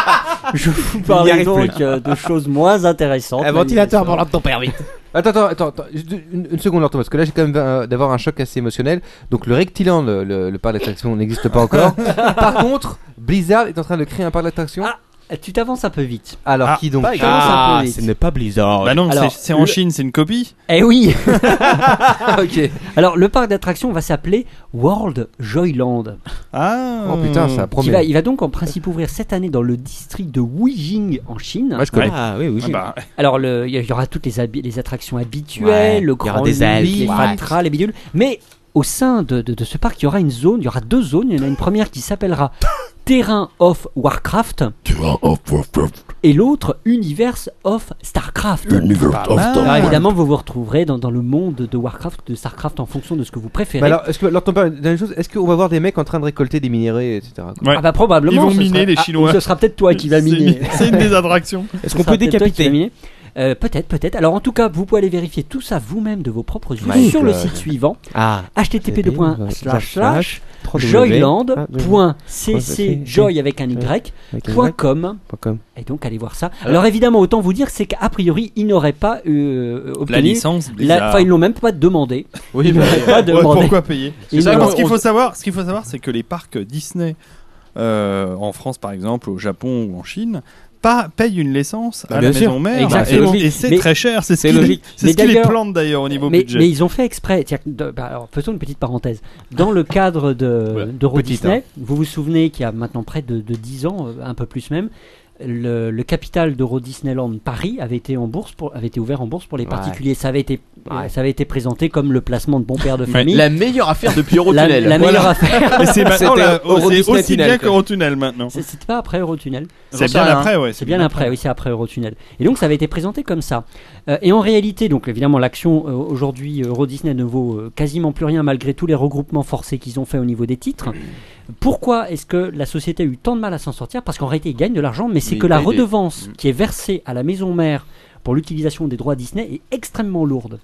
Speaker 4: <laughs>
Speaker 7: je vous parlais
Speaker 4: arrive plus.
Speaker 7: donc euh, de choses moins intéressantes.
Speaker 4: Un ventilateur
Speaker 7: manifestement.
Speaker 4: pour l'ordre de ton père, vite.
Speaker 8: Attends, attends, attends, attends, juste une, une seconde, alors, Thomas, parce que là, j'ai quand même euh, d'avoir un choc assez émotionnel. Donc, le Rectiland,
Speaker 4: <laughs>
Speaker 8: le, le, le parc d'attraction, n'existe pas encore. Par contre, Blizzard est en train de créer un parc d'attraction.
Speaker 7: Euh, Tu t'avances un peu vite.
Speaker 8: Alors,
Speaker 6: Ah,
Speaker 8: qui donc
Speaker 5: pas égal.
Speaker 7: Ah,
Speaker 4: Ah, ce n'est pas Blizzard.
Speaker 6: Bah non, c'est-
Speaker 7: Alors,
Speaker 6: c'est en
Speaker 7: le-
Speaker 6: Chine, c'est une copie.
Speaker 4: <laughs>
Speaker 7: Eh oui
Speaker 1: ok.
Speaker 7: Alors, le parc d'attractions va s'appeler World Joyland.
Speaker 6: Ah.
Speaker 8: Oh putain, ça
Speaker 7: Qui
Speaker 8: promet.
Speaker 7: va, il va donc en principe ouvrir cette année dans le district de Wuxing en Chine.
Speaker 8: Moi, je connais.
Speaker 4: Ah oui, oui.
Speaker 6: Ah bah,
Speaker 7: Alors, le- il y, aura toutes les, habi- les attractions habituelles,
Speaker 4: Ouais, il
Speaker 7: le
Speaker 4: y aura
Speaker 7: grand
Speaker 4: des elfes,
Speaker 7: lit, les
Speaker 4: ouais.
Speaker 7: fatras, les bidules. Mais au sein de, de- de ce parc, il y aura une zone, il y aura deux zones. Il y en a une première
Speaker 4: <laughs>
Speaker 7: qui s'appellera Terrain of Warcraft et l'autre Universe of Starcraft. Alors évidemment, vous vous retrouverez dans, dans le monde de Warcraft, de Starcraft en fonction de ce que vous préférez.
Speaker 8: Mais
Speaker 4: Bah,
Speaker 8: alors, est-ce que, alors, ton père, une dernière chose, est-ce qu'on va voir des mecs en train de récolter des minerais, etc. quoi
Speaker 6: Ouais.
Speaker 7: Ah bah probablement.
Speaker 6: Ils vont
Speaker 7: ce
Speaker 6: miner, les
Speaker 7: Ah,
Speaker 6: Chinois.
Speaker 7: ce sera peut-être toi qui vas
Speaker 6: c'est
Speaker 7: miner.
Speaker 6: une- <laughs> C'est une des attractions.
Speaker 4: Est-ce
Speaker 7: Ce
Speaker 4: qu'on
Speaker 7: sera
Speaker 4: peut
Speaker 7: peut-être toi qui vas
Speaker 4: décapiter
Speaker 7: miner. Euh, Peut-être, peut-être. Alors en tout cas, vous pouvez aller vérifier tout ça vous-même de vos propres yeux
Speaker 4: Mike,
Speaker 7: sur le
Speaker 4: euh,
Speaker 7: site suivant
Speaker 4: Ah. Ah,
Speaker 7: http://joyland.ccjoy avec un y point com. Et donc allez voir
Speaker 6: Euh.
Speaker 7: ça. Alors évidemment, autant vous dire, c'est qu'a priori, ils n'auraient pas euh, obtenu
Speaker 6: La licence
Speaker 7: la-
Speaker 6: Blizzard.
Speaker 7: Enfin, ils l'ont même pas demandé.
Speaker 5: Oui,
Speaker 7: Ils
Speaker 5: bah,
Speaker 7: n'auraient pas
Speaker 6: Ouais,
Speaker 7: demandé.
Speaker 6: pourquoi payer
Speaker 7: Ils
Speaker 5: ça
Speaker 7: n'auraient-
Speaker 5: qu'on-
Speaker 6: Parce qu'il faut savoir, ce qu'il faut savoir, c'est que les parcs Disney, euh, en France par exemple, au Japon ou en Chine, pas, payent une licence à
Speaker 4: Bah,
Speaker 6: la
Speaker 4: bien sûr.
Speaker 6: maison mère.
Speaker 4: Exactement.
Speaker 6: Et, et c'est
Speaker 7: Mais-
Speaker 6: très cher, c'est ce
Speaker 4: C'est
Speaker 6: qui-
Speaker 4: logique.
Speaker 6: C'est
Speaker 7: Mais
Speaker 6: ce qui les
Speaker 7: d'ailleurs-
Speaker 6: plante d'ailleurs au niveau
Speaker 7: mais,
Speaker 6: budget.
Speaker 7: mais ils ont fait exprès. C'est-à-dire que de- bah, alors, faisons une petite parenthèse. Dans le cadre de d'Euro
Speaker 8: Petite,
Speaker 7: Disney, vous vous souvenez qu'il y a maintenant près de, de 10 ans, euh, un peu plus même, le, le capital d'Euro Disneyland Paris avait été, en bourse pour, avait été ouvert en bourse pour les
Speaker 4: Ouais.
Speaker 7: particuliers. Ça avait, été, euh,
Speaker 4: Ouais.
Speaker 7: ça avait été présenté comme le placement de bon père de
Speaker 6: Ouais.
Speaker 7: famille.
Speaker 5: La meilleure affaire depuis
Speaker 7: La-
Speaker 5: Eurotunnel.
Speaker 7: la meilleure
Speaker 5: Voilà.
Speaker 7: affaire. <laughs>
Speaker 6: Et c'est maintenant
Speaker 8: C'était
Speaker 6: la-
Speaker 8: Euro
Speaker 6: c'est
Speaker 8: Disney
Speaker 6: aussi
Speaker 8: Tunnel,
Speaker 6: bien
Speaker 8: quoi.
Speaker 6: qu'Eurotunnel maintenant.
Speaker 7: C'est- C'était pas après Eurotunnel.
Speaker 5: J'en
Speaker 6: C'est
Speaker 5: sais
Speaker 6: bien
Speaker 5: rien.
Speaker 6: après, ouais.
Speaker 7: C'est bien après, oui, c'est après Eurotunnel. Et donc ça avait été présenté comme ça. Euh, et en réalité, donc évidemment, l'action euh, aujourd'hui, Euro Disney ne vaut euh, quasiment plus rien malgré tous les regroupements forcés qu'ils ont fait au niveau des titres. Pourquoi est-ce que la société a eu tant de mal à s'en sortir Parce qu'en réalité, ils gagnent de l'argent, mais c'est
Speaker 5: Mais
Speaker 7: que
Speaker 5: ils
Speaker 7: la
Speaker 5: payent des-
Speaker 7: redevance
Speaker 6: Mm.
Speaker 7: qui est versée à la maison mère pour l'utilisation des droits Disney est extrêmement lourde.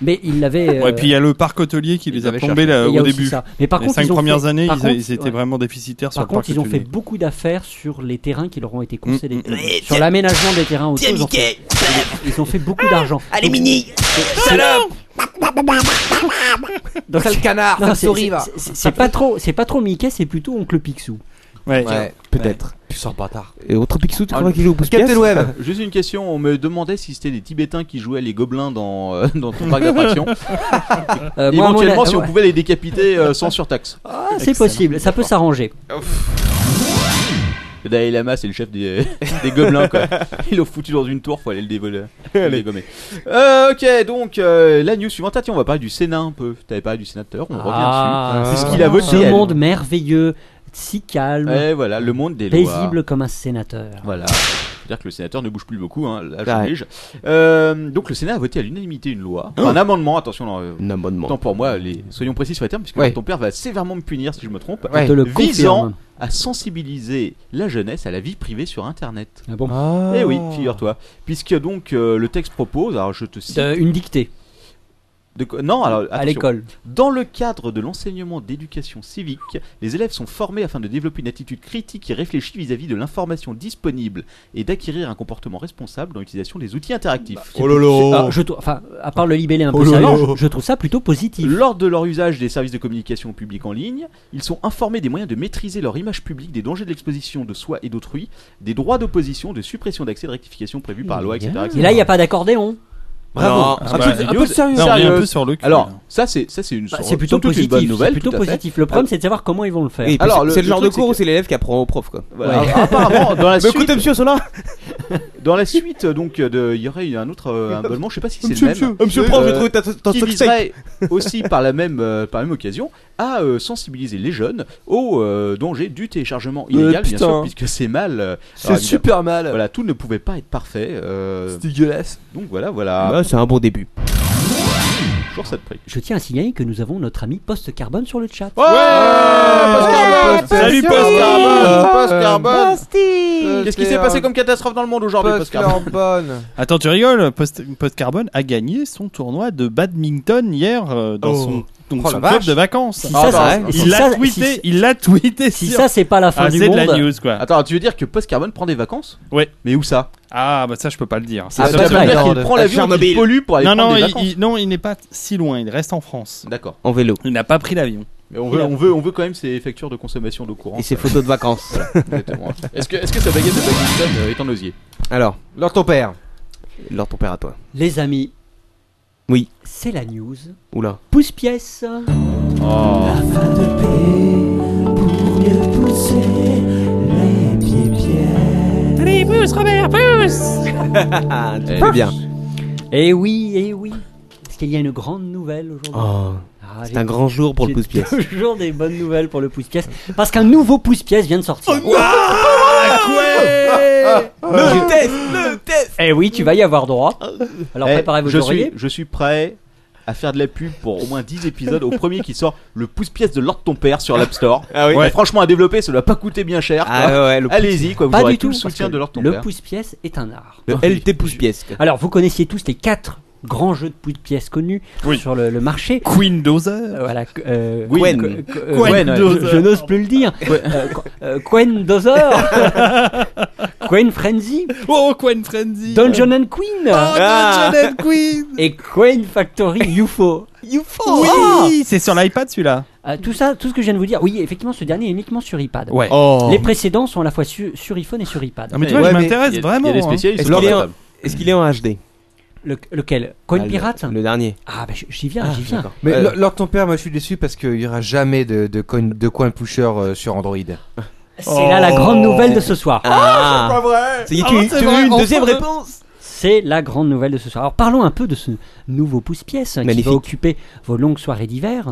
Speaker 7: Mais ils l'avaient. euh,
Speaker 6: Ouais, puis il y a le parc hôtelier qui les a
Speaker 8: avaient
Speaker 6: plombés
Speaker 7: et
Speaker 6: là,
Speaker 7: il y a
Speaker 6: au
Speaker 7: aussi
Speaker 6: début.
Speaker 7: ça. Mais par
Speaker 6: les
Speaker 7: contre,
Speaker 6: cinq
Speaker 7: ils ont
Speaker 6: premières
Speaker 7: fait-
Speaker 6: années,
Speaker 7: par
Speaker 6: ils,
Speaker 7: contre,
Speaker 6: ils étaient
Speaker 7: ouais.
Speaker 6: vraiment déficitaires sur
Speaker 7: Par
Speaker 6: le parc
Speaker 7: contre, ils ont fait
Speaker 6: hôtelier.
Speaker 7: beaucoup d'affaires sur les terrains qui leur ont été concédés.
Speaker 6: Mm,
Speaker 7: Sur l'aménagement des terrains autour. Ils ont, fait, ils ont fait beaucoup d'argent.
Speaker 6: <laughs>
Speaker 7: Allez, mini Salope
Speaker 2: Quel canard
Speaker 7: Non, c'est- c'est- c'est c'est pas trop, c'est pas trop Mickey, c'est plutôt Oncle Picsou.
Speaker 6: Ouais.
Speaker 8: Ouais, peut-être.
Speaker 2: Tu sors bâtard.
Speaker 4: Et autre Picsou, tu
Speaker 5: Ah,
Speaker 4: crois qu'il est au Bousquet
Speaker 8: Captain
Speaker 4: <laughs>
Speaker 8: Web
Speaker 5: Juste une question, on me demandait si c'était des Tibétains qui jouaient les gobelins dans, euh, <laughs> dans ton
Speaker 7: <laughs>
Speaker 5: parc d'attractions.
Speaker 7: Euh, moi, à mon
Speaker 5: Éventuellement,
Speaker 7: a-
Speaker 5: si on
Speaker 7: ouais.
Speaker 5: pouvait les décapiter euh, sans
Speaker 7: <laughs>
Speaker 5: surtaxe.
Speaker 7: Ah, c'est possible, ça peut s'arranger.
Speaker 5: Le Dalai Lama, c'est le chef des, <laughs> des gobelins, quoi. Ils l'ont foutu dans une tour, faut aller le
Speaker 7: <laughs>
Speaker 5: dévoler. le dégommer. Euh, ok, donc euh, la news suivante. Ah, tiens, on va parler du Sénat un peu. T'avais parlé du sénateur, on revient
Speaker 7: Ah,
Speaker 5: dessus. C'est ce qu'il a voté.
Speaker 7: ce
Speaker 5: elle.
Speaker 7: monde merveilleux, si calme,
Speaker 5: Ouais, Eh, voilà, le monde des lois.
Speaker 7: paisible comme un sénateur.
Speaker 5: Voilà. C'est-à-dire que le sénateur ne bouge plus beaucoup, hein. là
Speaker 4: Ouais.
Speaker 5: j'oblige. Euh, donc le Sénat a voté à l'unanimité une loi,
Speaker 7: Oh.
Speaker 5: Enfin, un amendement, attention, non, euh,
Speaker 4: Un abonnement.
Speaker 5: tant pour moi, les... soyons précis sur les termes, puisque
Speaker 8: Ouais.
Speaker 5: ton père va sévèrement me punir si je me trompe,
Speaker 7: Je te le
Speaker 5: visant
Speaker 7: confirme.
Speaker 5: à sensibiliser la jeunesse à la vie privée sur Internet.
Speaker 7: Ah bon.
Speaker 5: Eh oui, figure-toi. Puisque donc euh, le texte propose, alors je te cite...
Speaker 7: Euh, une dictée
Speaker 5: de quoi- Non, Oh, alors...
Speaker 7: à
Speaker 5: attention.
Speaker 7: l'école.
Speaker 5: Dans le cadre de l'enseignement d'éducation civique, les élèves sont formés afin de développer une attitude critique et réfléchie vis-à-vis de l'information disponible et d'acquérir un comportement responsable dans l'utilisation des outils interactifs.
Speaker 7: Oh lolo. Je trou- enfin, à part le libellé un
Speaker 5: Oh
Speaker 7: peu sérieux, je- je trouve ça plutôt positif.
Speaker 5: Lors de leur usage des services de communication au public en ligne, ils sont informés des moyens de maîtriser leur image publique, des dangers de l'exposition de soi et d'autrui, des droits d'opposition, de suppression d'accès, de rectification prévus par la loi, etc.
Speaker 7: Ah. Et là, il n'y a pas d'accordéon.
Speaker 4: ah,
Speaker 5: Bravo.
Speaker 6: Non,
Speaker 5: Un
Speaker 6: bah,
Speaker 5: peu- un peu de sérieux.
Speaker 6: Non, on est un
Speaker 7: euh,
Speaker 5: Sérieux.
Speaker 6: peu sur le cul.
Speaker 5: Alors,
Speaker 6: là.
Speaker 5: ça c'est ça c'est une
Speaker 7: Bah,
Speaker 5: somme
Speaker 7: c'est plutôt
Speaker 5: toute une
Speaker 7: positif.
Speaker 5: bonne nouvelle.
Speaker 7: c'est plutôt
Speaker 5: tout à fait.
Speaker 7: positif. Le problème, c'est de savoir comment ils vont le faire.
Speaker 5: Alors, le-
Speaker 4: c'est le
Speaker 5: le
Speaker 4: genre de
Speaker 5: truc, c'est
Speaker 4: cours où
Speaker 5: que-
Speaker 4: c'est l'élève qui apprend au prof quoi.
Speaker 5: Voilà. <laughs> Apparemment, dans la
Speaker 4: Mais
Speaker 5: suite,
Speaker 4: écoutez monsieur Sola
Speaker 5: Dans la suite, donc, euh, de- il y aurait un
Speaker 4: <laughs>
Speaker 5: autre euh, abonnement, je sais pas si c'est le même, Euh,
Speaker 4: Monsieur le prof, j'ai trouvé ta ton
Speaker 5: qui
Speaker 4: stock steak.
Speaker 5: viserait <laughs> aussi par la même, euh, par la même occasion à euh, sensibiliser les jeunes au euh, danger du téléchargement illégal, bien
Speaker 8: putain.
Speaker 5: sûr, puisque c'est mal. euh, alors,
Speaker 8: C'est super mal.
Speaker 5: Voilà, tout ne pouvait pas être parfait. euh,
Speaker 8: C'est dégueulasse.
Speaker 5: donc voilà, voilà.
Speaker 4: Bah, c'est un bon début.
Speaker 5: Toujours ça de prix.
Speaker 7: Je tiens à signaler que nous avons notre ami Post Carbone sur le chat.
Speaker 6: Pascal Salut, Pascal
Speaker 5: Euh, Qu'est-ce qui s'est passé comme catastrophe dans le monde aujourd'hui,
Speaker 4: <laughs>
Speaker 5: Pascal
Speaker 8: Carbone
Speaker 6: Attends, tu rigoles Post, Post Carbone a gagné son tournoi de badminton hier euh, dans
Speaker 8: Oh.
Speaker 6: son, donc
Speaker 8: Oh,
Speaker 6: son
Speaker 8: la
Speaker 6: club
Speaker 8: vache.
Speaker 6: de vacances.
Speaker 7: Si
Speaker 5: Ah, bah,
Speaker 7: ça,
Speaker 5: ouais.
Speaker 7: c'est- si
Speaker 6: il l'a
Speaker 7: ça-
Speaker 6: tweeté,
Speaker 7: si-
Speaker 6: il l'a tweeté
Speaker 7: Si
Speaker 6: sur-
Speaker 7: ça, c'est pas la fin
Speaker 6: Ah,
Speaker 7: du
Speaker 6: c'est de
Speaker 7: monde.
Speaker 6: la news quoi.
Speaker 5: Attends, tu veux dire que Post Carbone prend des vacances
Speaker 6: Ouais.
Speaker 5: Mais où ça
Speaker 6: Ah bah ça je peux pas le dire.
Speaker 7: Ah,
Speaker 5: Ça
Speaker 6: ça,
Speaker 7: bah,
Speaker 5: veut
Speaker 6: ça-
Speaker 7: vrai.
Speaker 5: dire qu'il
Speaker 8: Regarde,
Speaker 5: prend l'avion,
Speaker 8: à
Speaker 5: il pollue pour aller
Speaker 6: non
Speaker 5: prendre
Speaker 6: non,
Speaker 5: des
Speaker 6: il,
Speaker 5: vacances.
Speaker 6: il- non, il n'est pas si loin, il reste en France.
Speaker 5: D'accord.
Speaker 4: En vélo.
Speaker 6: Il n'a pas pris l'avion.
Speaker 5: Mais on veut, on veut, on veut quand même ces factures de consommation d'eau courante.
Speaker 4: Et ses photos de vacances.
Speaker 5: Exactement. Est-ce que, est-ce que ta baguette de Pakistan euh, est en osier
Speaker 4: Alors,
Speaker 8: Lors ton père.
Speaker 4: leur ton père à toi.
Speaker 7: Les amis.
Speaker 4: Oui.
Speaker 7: C'est la news.
Speaker 4: Oula.
Speaker 7: Pousse pièce.
Speaker 5: Oh.
Speaker 3: Allez, pousse, Robert, pousse
Speaker 4: Eh bien.
Speaker 7: Eh oui, eh oui. Parce qu'il y a une grande nouvelle aujourd'hui.
Speaker 4: Oh,
Speaker 7: Ah,
Speaker 4: c'est
Speaker 7: j'ai-
Speaker 4: un grand jour pour le pouce-pièce.
Speaker 7: J'ai <laughs> toujours des bonnes nouvelles pour le pouce-pièce. Parce qu'un nouveau pouce-pièce vient de sortir.
Speaker 6: Oh, Ah,
Speaker 4: Le test Le test
Speaker 7: Eh oui, tu vas y avoir droit. Alors
Speaker 5: Eh,
Speaker 7: préparez vos
Speaker 5: je suis,
Speaker 7: oreillers.
Speaker 5: je suis prêt à faire de la pub pour au moins 10 épisodes. Au premier qui sort le pouce-pièce de l'ordre de ton père sur l'App Store.
Speaker 4: Ah oui
Speaker 5: Et Franchement, à développer, ça ne doit pas coûter bien cher. quoi.
Speaker 4: Ah ouais, le,
Speaker 5: Allez-y, quoi, vous
Speaker 7: Pas
Speaker 5: aurez
Speaker 7: du
Speaker 5: tout,
Speaker 7: tout.
Speaker 5: le
Speaker 7: parce
Speaker 5: soutien
Speaker 7: que
Speaker 5: de l'ordre de ton
Speaker 7: Le
Speaker 5: père.
Speaker 7: pouce-pièce est un art.
Speaker 4: le LT pouce-pièce.
Speaker 7: Alors, vous connaissiez tous les quatre grands jeux de pouce-pièce connus
Speaker 6: Oui.
Speaker 7: sur le, le marché.
Speaker 6: Queen Dozer.
Speaker 7: Voilà. qu- euh,
Speaker 4: Gwen.
Speaker 7: qu- qu- euh,
Speaker 5: Gwen,
Speaker 7: je-
Speaker 5: Dozer.
Speaker 7: je n'ose plus le dire. Euh, qu- euh, Quen Dozer. Quen Frenzy.
Speaker 6: Oh, Queen Frenzy.
Speaker 7: Dungeon and Queen. Ah.
Speaker 6: Oh, Dungeon and Queen.
Speaker 7: <laughs> Et Quen Factory UFO. UFO
Speaker 6: Oui, c'est sur l'iPad celui-là.
Speaker 7: Euh, tout ça, tout ce que je viens de vous dire, oui, effectivement, ce dernier est uniquement sur iPad.
Speaker 6: Ouais.
Speaker 7: Les précédents sont à la fois su- sur iPhone et sur iPad.
Speaker 6: Ah, mais tu
Speaker 5: Ouais,
Speaker 6: vois, je
Speaker 4: mais
Speaker 5: Il y
Speaker 6: m'intéresse
Speaker 5: a-
Speaker 6: vraiment.
Speaker 5: Il y a des
Speaker 6: hein.
Speaker 5: spécialistes
Speaker 4: Est-ce
Speaker 5: autour de
Speaker 4: qu'il est
Speaker 5: la
Speaker 4: en-
Speaker 5: table.
Speaker 4: Est-ce qu'il est en HD
Speaker 7: Le- lequel Coin
Speaker 4: Ah, le-
Speaker 7: Pirate
Speaker 4: Le dernier.
Speaker 7: Ah, bah, j- j'y viens, j'y viens.
Speaker 4: d'accord.
Speaker 8: Mais
Speaker 4: Euh,
Speaker 8: Lord ton père, moi je suis déçu parce qu'il n'y aura jamais de, de, coin, de coin pusher euh, sur Android.
Speaker 7: C'est là la
Speaker 6: Oh.
Speaker 7: grande nouvelle de ce soir.
Speaker 4: Ah, c'est pas vrai Ça y est, tu, tu as eu une deuxième
Speaker 6: euh,
Speaker 4: réponse
Speaker 7: C'est la grande nouvelle de ce soir. Alors parlons un peu de ce nouveau pouce-pièce qui
Speaker 4: Magnifique.
Speaker 7: va occuper vos longues soirées d'hiver.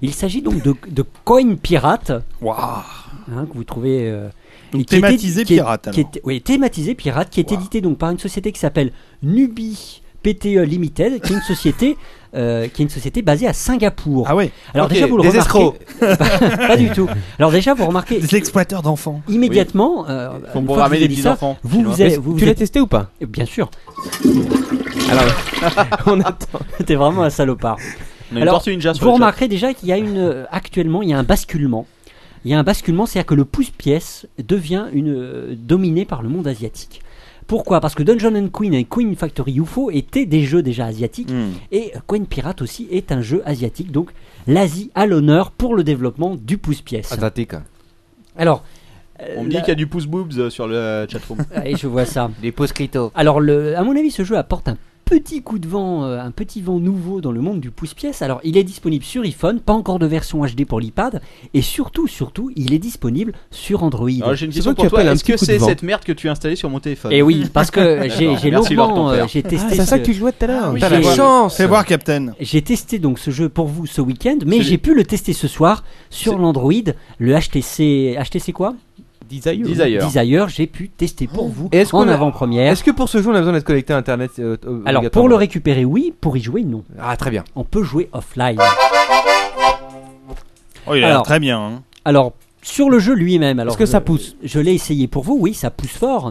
Speaker 7: Il s'agit donc de, de Coin Pirate,
Speaker 6: Waouh.
Speaker 7: hein, que vous trouvez. euh,
Speaker 6: Donc,
Speaker 7: et qui était-
Speaker 6: thématisé
Speaker 7: qui est-
Speaker 6: pirate,
Speaker 7: qui
Speaker 6: alors.
Speaker 7: était- oui, thématisé pirate, qui est édité donc par une société qui s'appelle Nubi PTE Limited, qui est une société, euh, qui est une société basée à Singapour.
Speaker 6: Ah ouais.
Speaker 7: Alors
Speaker 8: Ok,
Speaker 7: déjà vous le
Speaker 8: des escrocs.
Speaker 7: remarquez. <laughs> pas, pas du tout. Alors déjà vous remarquez
Speaker 6: Des exploiteurs d'enfants.
Speaker 7: immédiatement. euh,
Speaker 5: Faut
Speaker 7: une
Speaker 5: pour
Speaker 7: fois que
Speaker 5: ramener
Speaker 7: je vous ai
Speaker 5: des
Speaker 7: dit ça,
Speaker 5: petits-enfants,
Speaker 7: Vous vous êtes, vous,
Speaker 4: Tu
Speaker 7: vous
Speaker 4: l'as
Speaker 7: êtes-
Speaker 4: testé ou pas
Speaker 7: bien sûr. <laughs>
Speaker 4: Alors, on attend.
Speaker 7: T'es vraiment
Speaker 5: <laughs>
Speaker 7: un salopard.
Speaker 5: On a une
Speaker 7: Alors,
Speaker 5: tortue ninja sur
Speaker 7: Vous
Speaker 5: le chat.
Speaker 7: remarquerez déjà qu'il y a une euh, actuellement il y a un basculement. Il y a un basculement, c'est-à-dire que le pouce-pièce devient une euh, dominé par le monde asiatique. Pourquoi Parce que Dungeon and Queen et Queen Factory UFO étaient des jeux déjà asiatiques
Speaker 5: Mm. Hmm.
Speaker 7: et euh, Queen Pirate aussi est un jeu asiatique. Donc l'Asie à l'honneur pour le développement du pouce-pièce.
Speaker 8: Atlantique.
Speaker 7: Alors euh,
Speaker 5: On me dit
Speaker 7: la-
Speaker 5: qu'il y a du pouce boobs euh, sur le chatroom.
Speaker 7: Allez, je vois ça.
Speaker 8: Des pauses crypto.
Speaker 7: Alors, le, à mon avis, ce jeu apporte un petit coup de vent, euh, un petit vent nouveau dans le monde du pouce-pièce. Alors, il est disponible sur iPhone, pas encore de version HD pour l'iPad, et surtout, surtout, il est disponible sur Android.
Speaker 5: Alors Ah, j'ai une
Speaker 4: C'est
Speaker 5: question
Speaker 4: moi qui
Speaker 5: pour toi.
Speaker 4: appelle un
Speaker 5: Est-ce que
Speaker 4: petit coup de
Speaker 5: c'est
Speaker 4: vent.
Speaker 5: cette merde que tu as installée sur mon téléphone
Speaker 7: et Eh oui,
Speaker 5: <laughs>
Speaker 7: parce que j'ai
Speaker 5: D'accord, merci,
Speaker 7: j'ai
Speaker 5: Laure, ton
Speaker 7: longuement, euh,
Speaker 5: père.
Speaker 7: j'ai
Speaker 4: Ah,
Speaker 7: testé,
Speaker 4: c'est à ça
Speaker 7: ce-
Speaker 4: que tu jouais tout à l'heure.
Speaker 7: Oui,
Speaker 8: T'as la
Speaker 7: j'ai-
Speaker 8: chance
Speaker 6: Fais voir, Captain.
Speaker 7: j'ai testé donc ce jeu pour vous ce week-end, mais
Speaker 5: C'est-
Speaker 7: j'ai pu le tester ce soir sur
Speaker 5: C'est-
Speaker 7: l'Android, le HTC, HTC quoi
Speaker 4: Desire.
Speaker 5: Desire.
Speaker 7: Desire, j'ai pu tester
Speaker 4: Oh.
Speaker 7: pour vous
Speaker 8: Et est-ce qu'on
Speaker 7: en
Speaker 8: a-
Speaker 7: avant-première.
Speaker 8: Est-ce que pour ce jeu on a besoin d'être connecté à internet euh, euh,
Speaker 7: Alors, pour le
Speaker 8: obligatoirement
Speaker 7: récupérer, oui, pour y jouer, non.
Speaker 8: Ah, très bien.
Speaker 7: On peut jouer offline.
Speaker 6: Oh, il a l'air
Speaker 7: Alors.
Speaker 6: très bien. hein.
Speaker 7: Alors, sur le jeu lui-même, alors.
Speaker 4: Est-ce que
Speaker 7: je-
Speaker 4: ça pousse
Speaker 7: Je l'ai essayé pour vous, oui, ça pousse fort.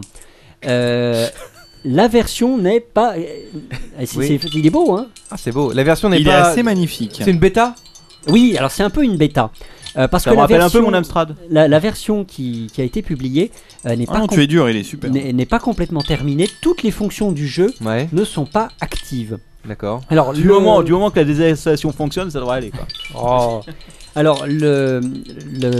Speaker 7: Euh, la version n'est pas. euh, c'est-
Speaker 8: Oui.
Speaker 7: c'est- il est beau, hein
Speaker 8: Ah, c'est beau. La version n'est
Speaker 6: Il est
Speaker 8: pas.
Speaker 6: assez magnifique.
Speaker 8: C'est une bêta
Speaker 7: Oui, alors c'est un peu une bêta. Euh, parce
Speaker 5: Ça
Speaker 7: que
Speaker 5: me
Speaker 7: la
Speaker 5: rappelle
Speaker 7: version,
Speaker 5: un peu mon Amstrad.
Speaker 7: la, la version qui, qui a été publiée euh, n'est
Speaker 6: Ah
Speaker 7: pas
Speaker 6: non,
Speaker 7: com-
Speaker 6: tu es dur, il est super.
Speaker 7: n'est- n'est pas complètement terminée. Toutes les fonctions du jeu
Speaker 8: Ouais,
Speaker 7: ne sont pas actives.
Speaker 8: d'accord.
Speaker 7: Alors,
Speaker 5: Du
Speaker 7: le-
Speaker 5: moment, du moment que la désinstallation fonctionne, ça devrait aller. Quoi.
Speaker 7: Oh. Alors, le, le,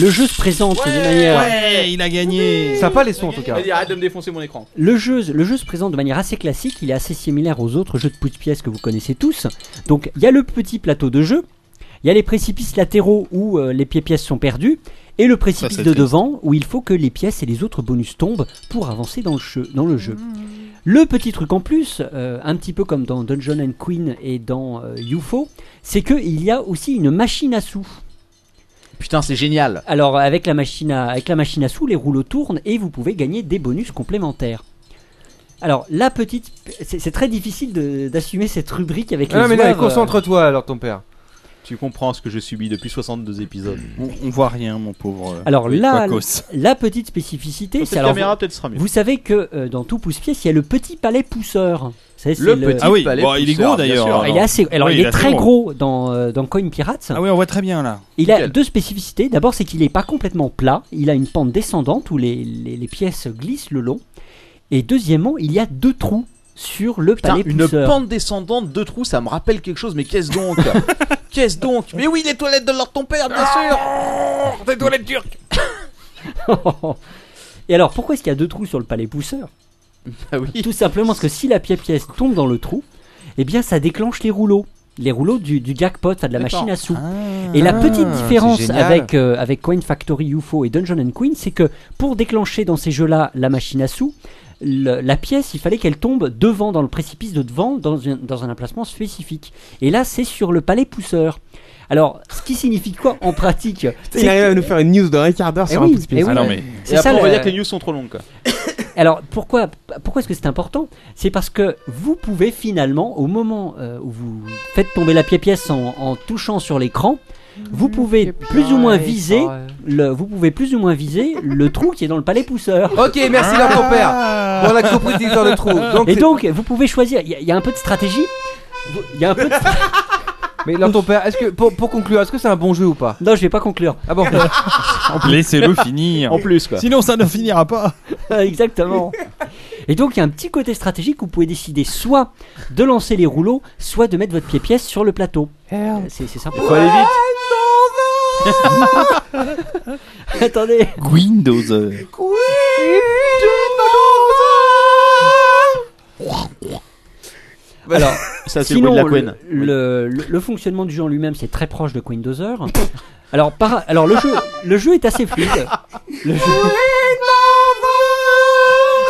Speaker 7: le jeu se présente de manière.
Speaker 6: Ouais, il a gagné.
Speaker 8: Sympa les sons en tout cas.
Speaker 5: arrête de me défoncer mon écran.
Speaker 7: Le jeu, le jeu se présente de manière assez classique, il est assez similaire aux autres jeux de pouce-pièce que vous connaissez tous. Donc il y a le petit plateau de jeu, il y a les précipices latéraux où euh, les pieds-pièces sont perdus, et le précipice
Speaker 6: c'est
Speaker 7: de
Speaker 6: triste.
Speaker 7: devant où il faut que les pièces et les autres bonus tombent pour avancer dans le jeu. Dans le, jeu. le petit truc en plus, euh, un petit peu comme dans Dungeon and Queen et dans euh, UFO, c'est qu'il y a aussi une machine à sous.
Speaker 5: Putain, c'est génial.
Speaker 7: Alors avec la machine à, avec la machine à sous, les rouleaux tournent et vous pouvez gagner des bonus complémentaires. Alors la petite, c'est c'est très difficile de- d'assumer cette rubrique avec les
Speaker 8: Ah, mais non, mais
Speaker 7: zouaves, euh,
Speaker 8: concentre-toi alors ton père.
Speaker 5: Tu comprends ce que je subis depuis 62 épisodes.
Speaker 6: On, on voit rien, mon pauvre. euh,
Speaker 7: Alors là,
Speaker 6: Quacos.
Speaker 7: la petite spécificité,
Speaker 5: Cette
Speaker 7: c'est alors
Speaker 5: caméra
Speaker 7: vous,
Speaker 5: peut-être sera mieux.
Speaker 7: vous savez que euh, dans tout pouce-pièce, il y a le petit palais pousseur. Vous savez, c'est
Speaker 5: Le petit Ah,
Speaker 6: Ah oui,
Speaker 5: palais
Speaker 6: bon, il est
Speaker 5: pousseur,
Speaker 6: gros,
Speaker 5: bien
Speaker 6: d'ailleurs,
Speaker 5: sûr.
Speaker 7: Alors, il est assez. Alors
Speaker 6: Oui,
Speaker 7: il,
Speaker 6: il
Speaker 7: est
Speaker 6: est
Speaker 7: très
Speaker 6: assez
Speaker 7: gros dans euh, dans Coin Pirates.
Speaker 6: Ah oui, on voit très bien là.
Speaker 7: Il a
Speaker 5: Nickel.
Speaker 7: deux spécificités. D'abord, c'est qu'il n'est pas complètement plat. Il a une pente descendante où les, les- les pièces glissent le long. Et deuxièmement, il y a deux trous sur le
Speaker 5: Putain,
Speaker 7: palais
Speaker 5: une
Speaker 7: pousseur.
Speaker 5: pente descendante, deux trous, ça me rappelle quelque chose, mais qu'est-ce donc Qu'est-ce donc Mais oui, les toilettes de leur ton père, bien sûr
Speaker 3: Des toilettes turques
Speaker 7: <laughs> Et alors, pourquoi est-ce qu'il y a deux trous sur le palais pousseur
Speaker 5: Ah oui.
Speaker 7: Tout simplement parce que si la pièce tombe dans le trou, eh bien ça déclenche les rouleaux. Les rouleaux du, du jackpot, enfin de la machine à sous. Et la petite différence
Speaker 8: génial.
Speaker 7: avec, euh, avec Coin Factory UFO et Dungeon and Queen, c'est que pour déclencher dans ces jeux-là la machine à sous, le- la pièce, il fallait qu'elle tombe devant, dans le précipice de devant, dans un, dans un emplacement spécifique. Et là, c'est sur le palais pousseur. Alors, ce qui signifie quoi en pratique
Speaker 4: Il arrive
Speaker 7: que-
Speaker 4: à nous faire une news dans un quart d'heure
Speaker 7: Eh
Speaker 4: sur
Speaker 7: oui,
Speaker 4: un coup de pied.
Speaker 7: eh oui.
Speaker 6: Ah non, mais
Speaker 5: Et
Speaker 7: c'est
Speaker 5: après, on va
Speaker 7: le-
Speaker 5: dire que les news sont trop longues, quoi.
Speaker 7: alors pourquoi, pourquoi est-ce que c'est important C'est parce que vous pouvez finalement, au moment euh, où vous faites tomber la pièce en, en touchant sur l'écran, vous pouvez plus ou moins viser, le, vous pouvez plus ou moins viser le trou qui est dans le palais pousseur.
Speaker 8: Ok, merci leur ton père.
Speaker 6: Ah.
Speaker 8: On a compris le disque dans le trou. Donc,
Speaker 7: Et
Speaker 5: euh,
Speaker 8: c'est-
Speaker 7: donc vous pouvez choisir. Il y, a- il y a un peu de stratégie. Vous- Il y a
Speaker 5: <laughs>
Speaker 7: un peu. de-
Speaker 8: Mais leur ton père, est-ce que pour, pour conclure, est-ce que c'est un bon jeu ou pas
Speaker 7: Non, je vais pas conclure.
Speaker 8: Ah bon <laughs>
Speaker 6: Laissez-le finir.
Speaker 5: En plus, quoi.
Speaker 6: Sinon, ça ne finira pas.
Speaker 7: <laughs> Ah, Exactement. Et donc il y a un petit côté stratégique où vous pouvez décider soit de lancer les rouleaux, soit de mettre votre pied-pièce sur le plateau. Euh, C'est c'est sympa.
Speaker 5: Faut aller vite.
Speaker 7: <laughs> Attendez.
Speaker 6: Windows.
Speaker 7: Alors,
Speaker 5: Ça, c'est le bruit
Speaker 7: sinon,
Speaker 5: de la couenne.
Speaker 7: le, le- le fonctionnement du jeu en lui-même, c'est très proche de Queen Dozer. Alors, par, alors le, jeu, le jeu est assez fluide. Le jeu,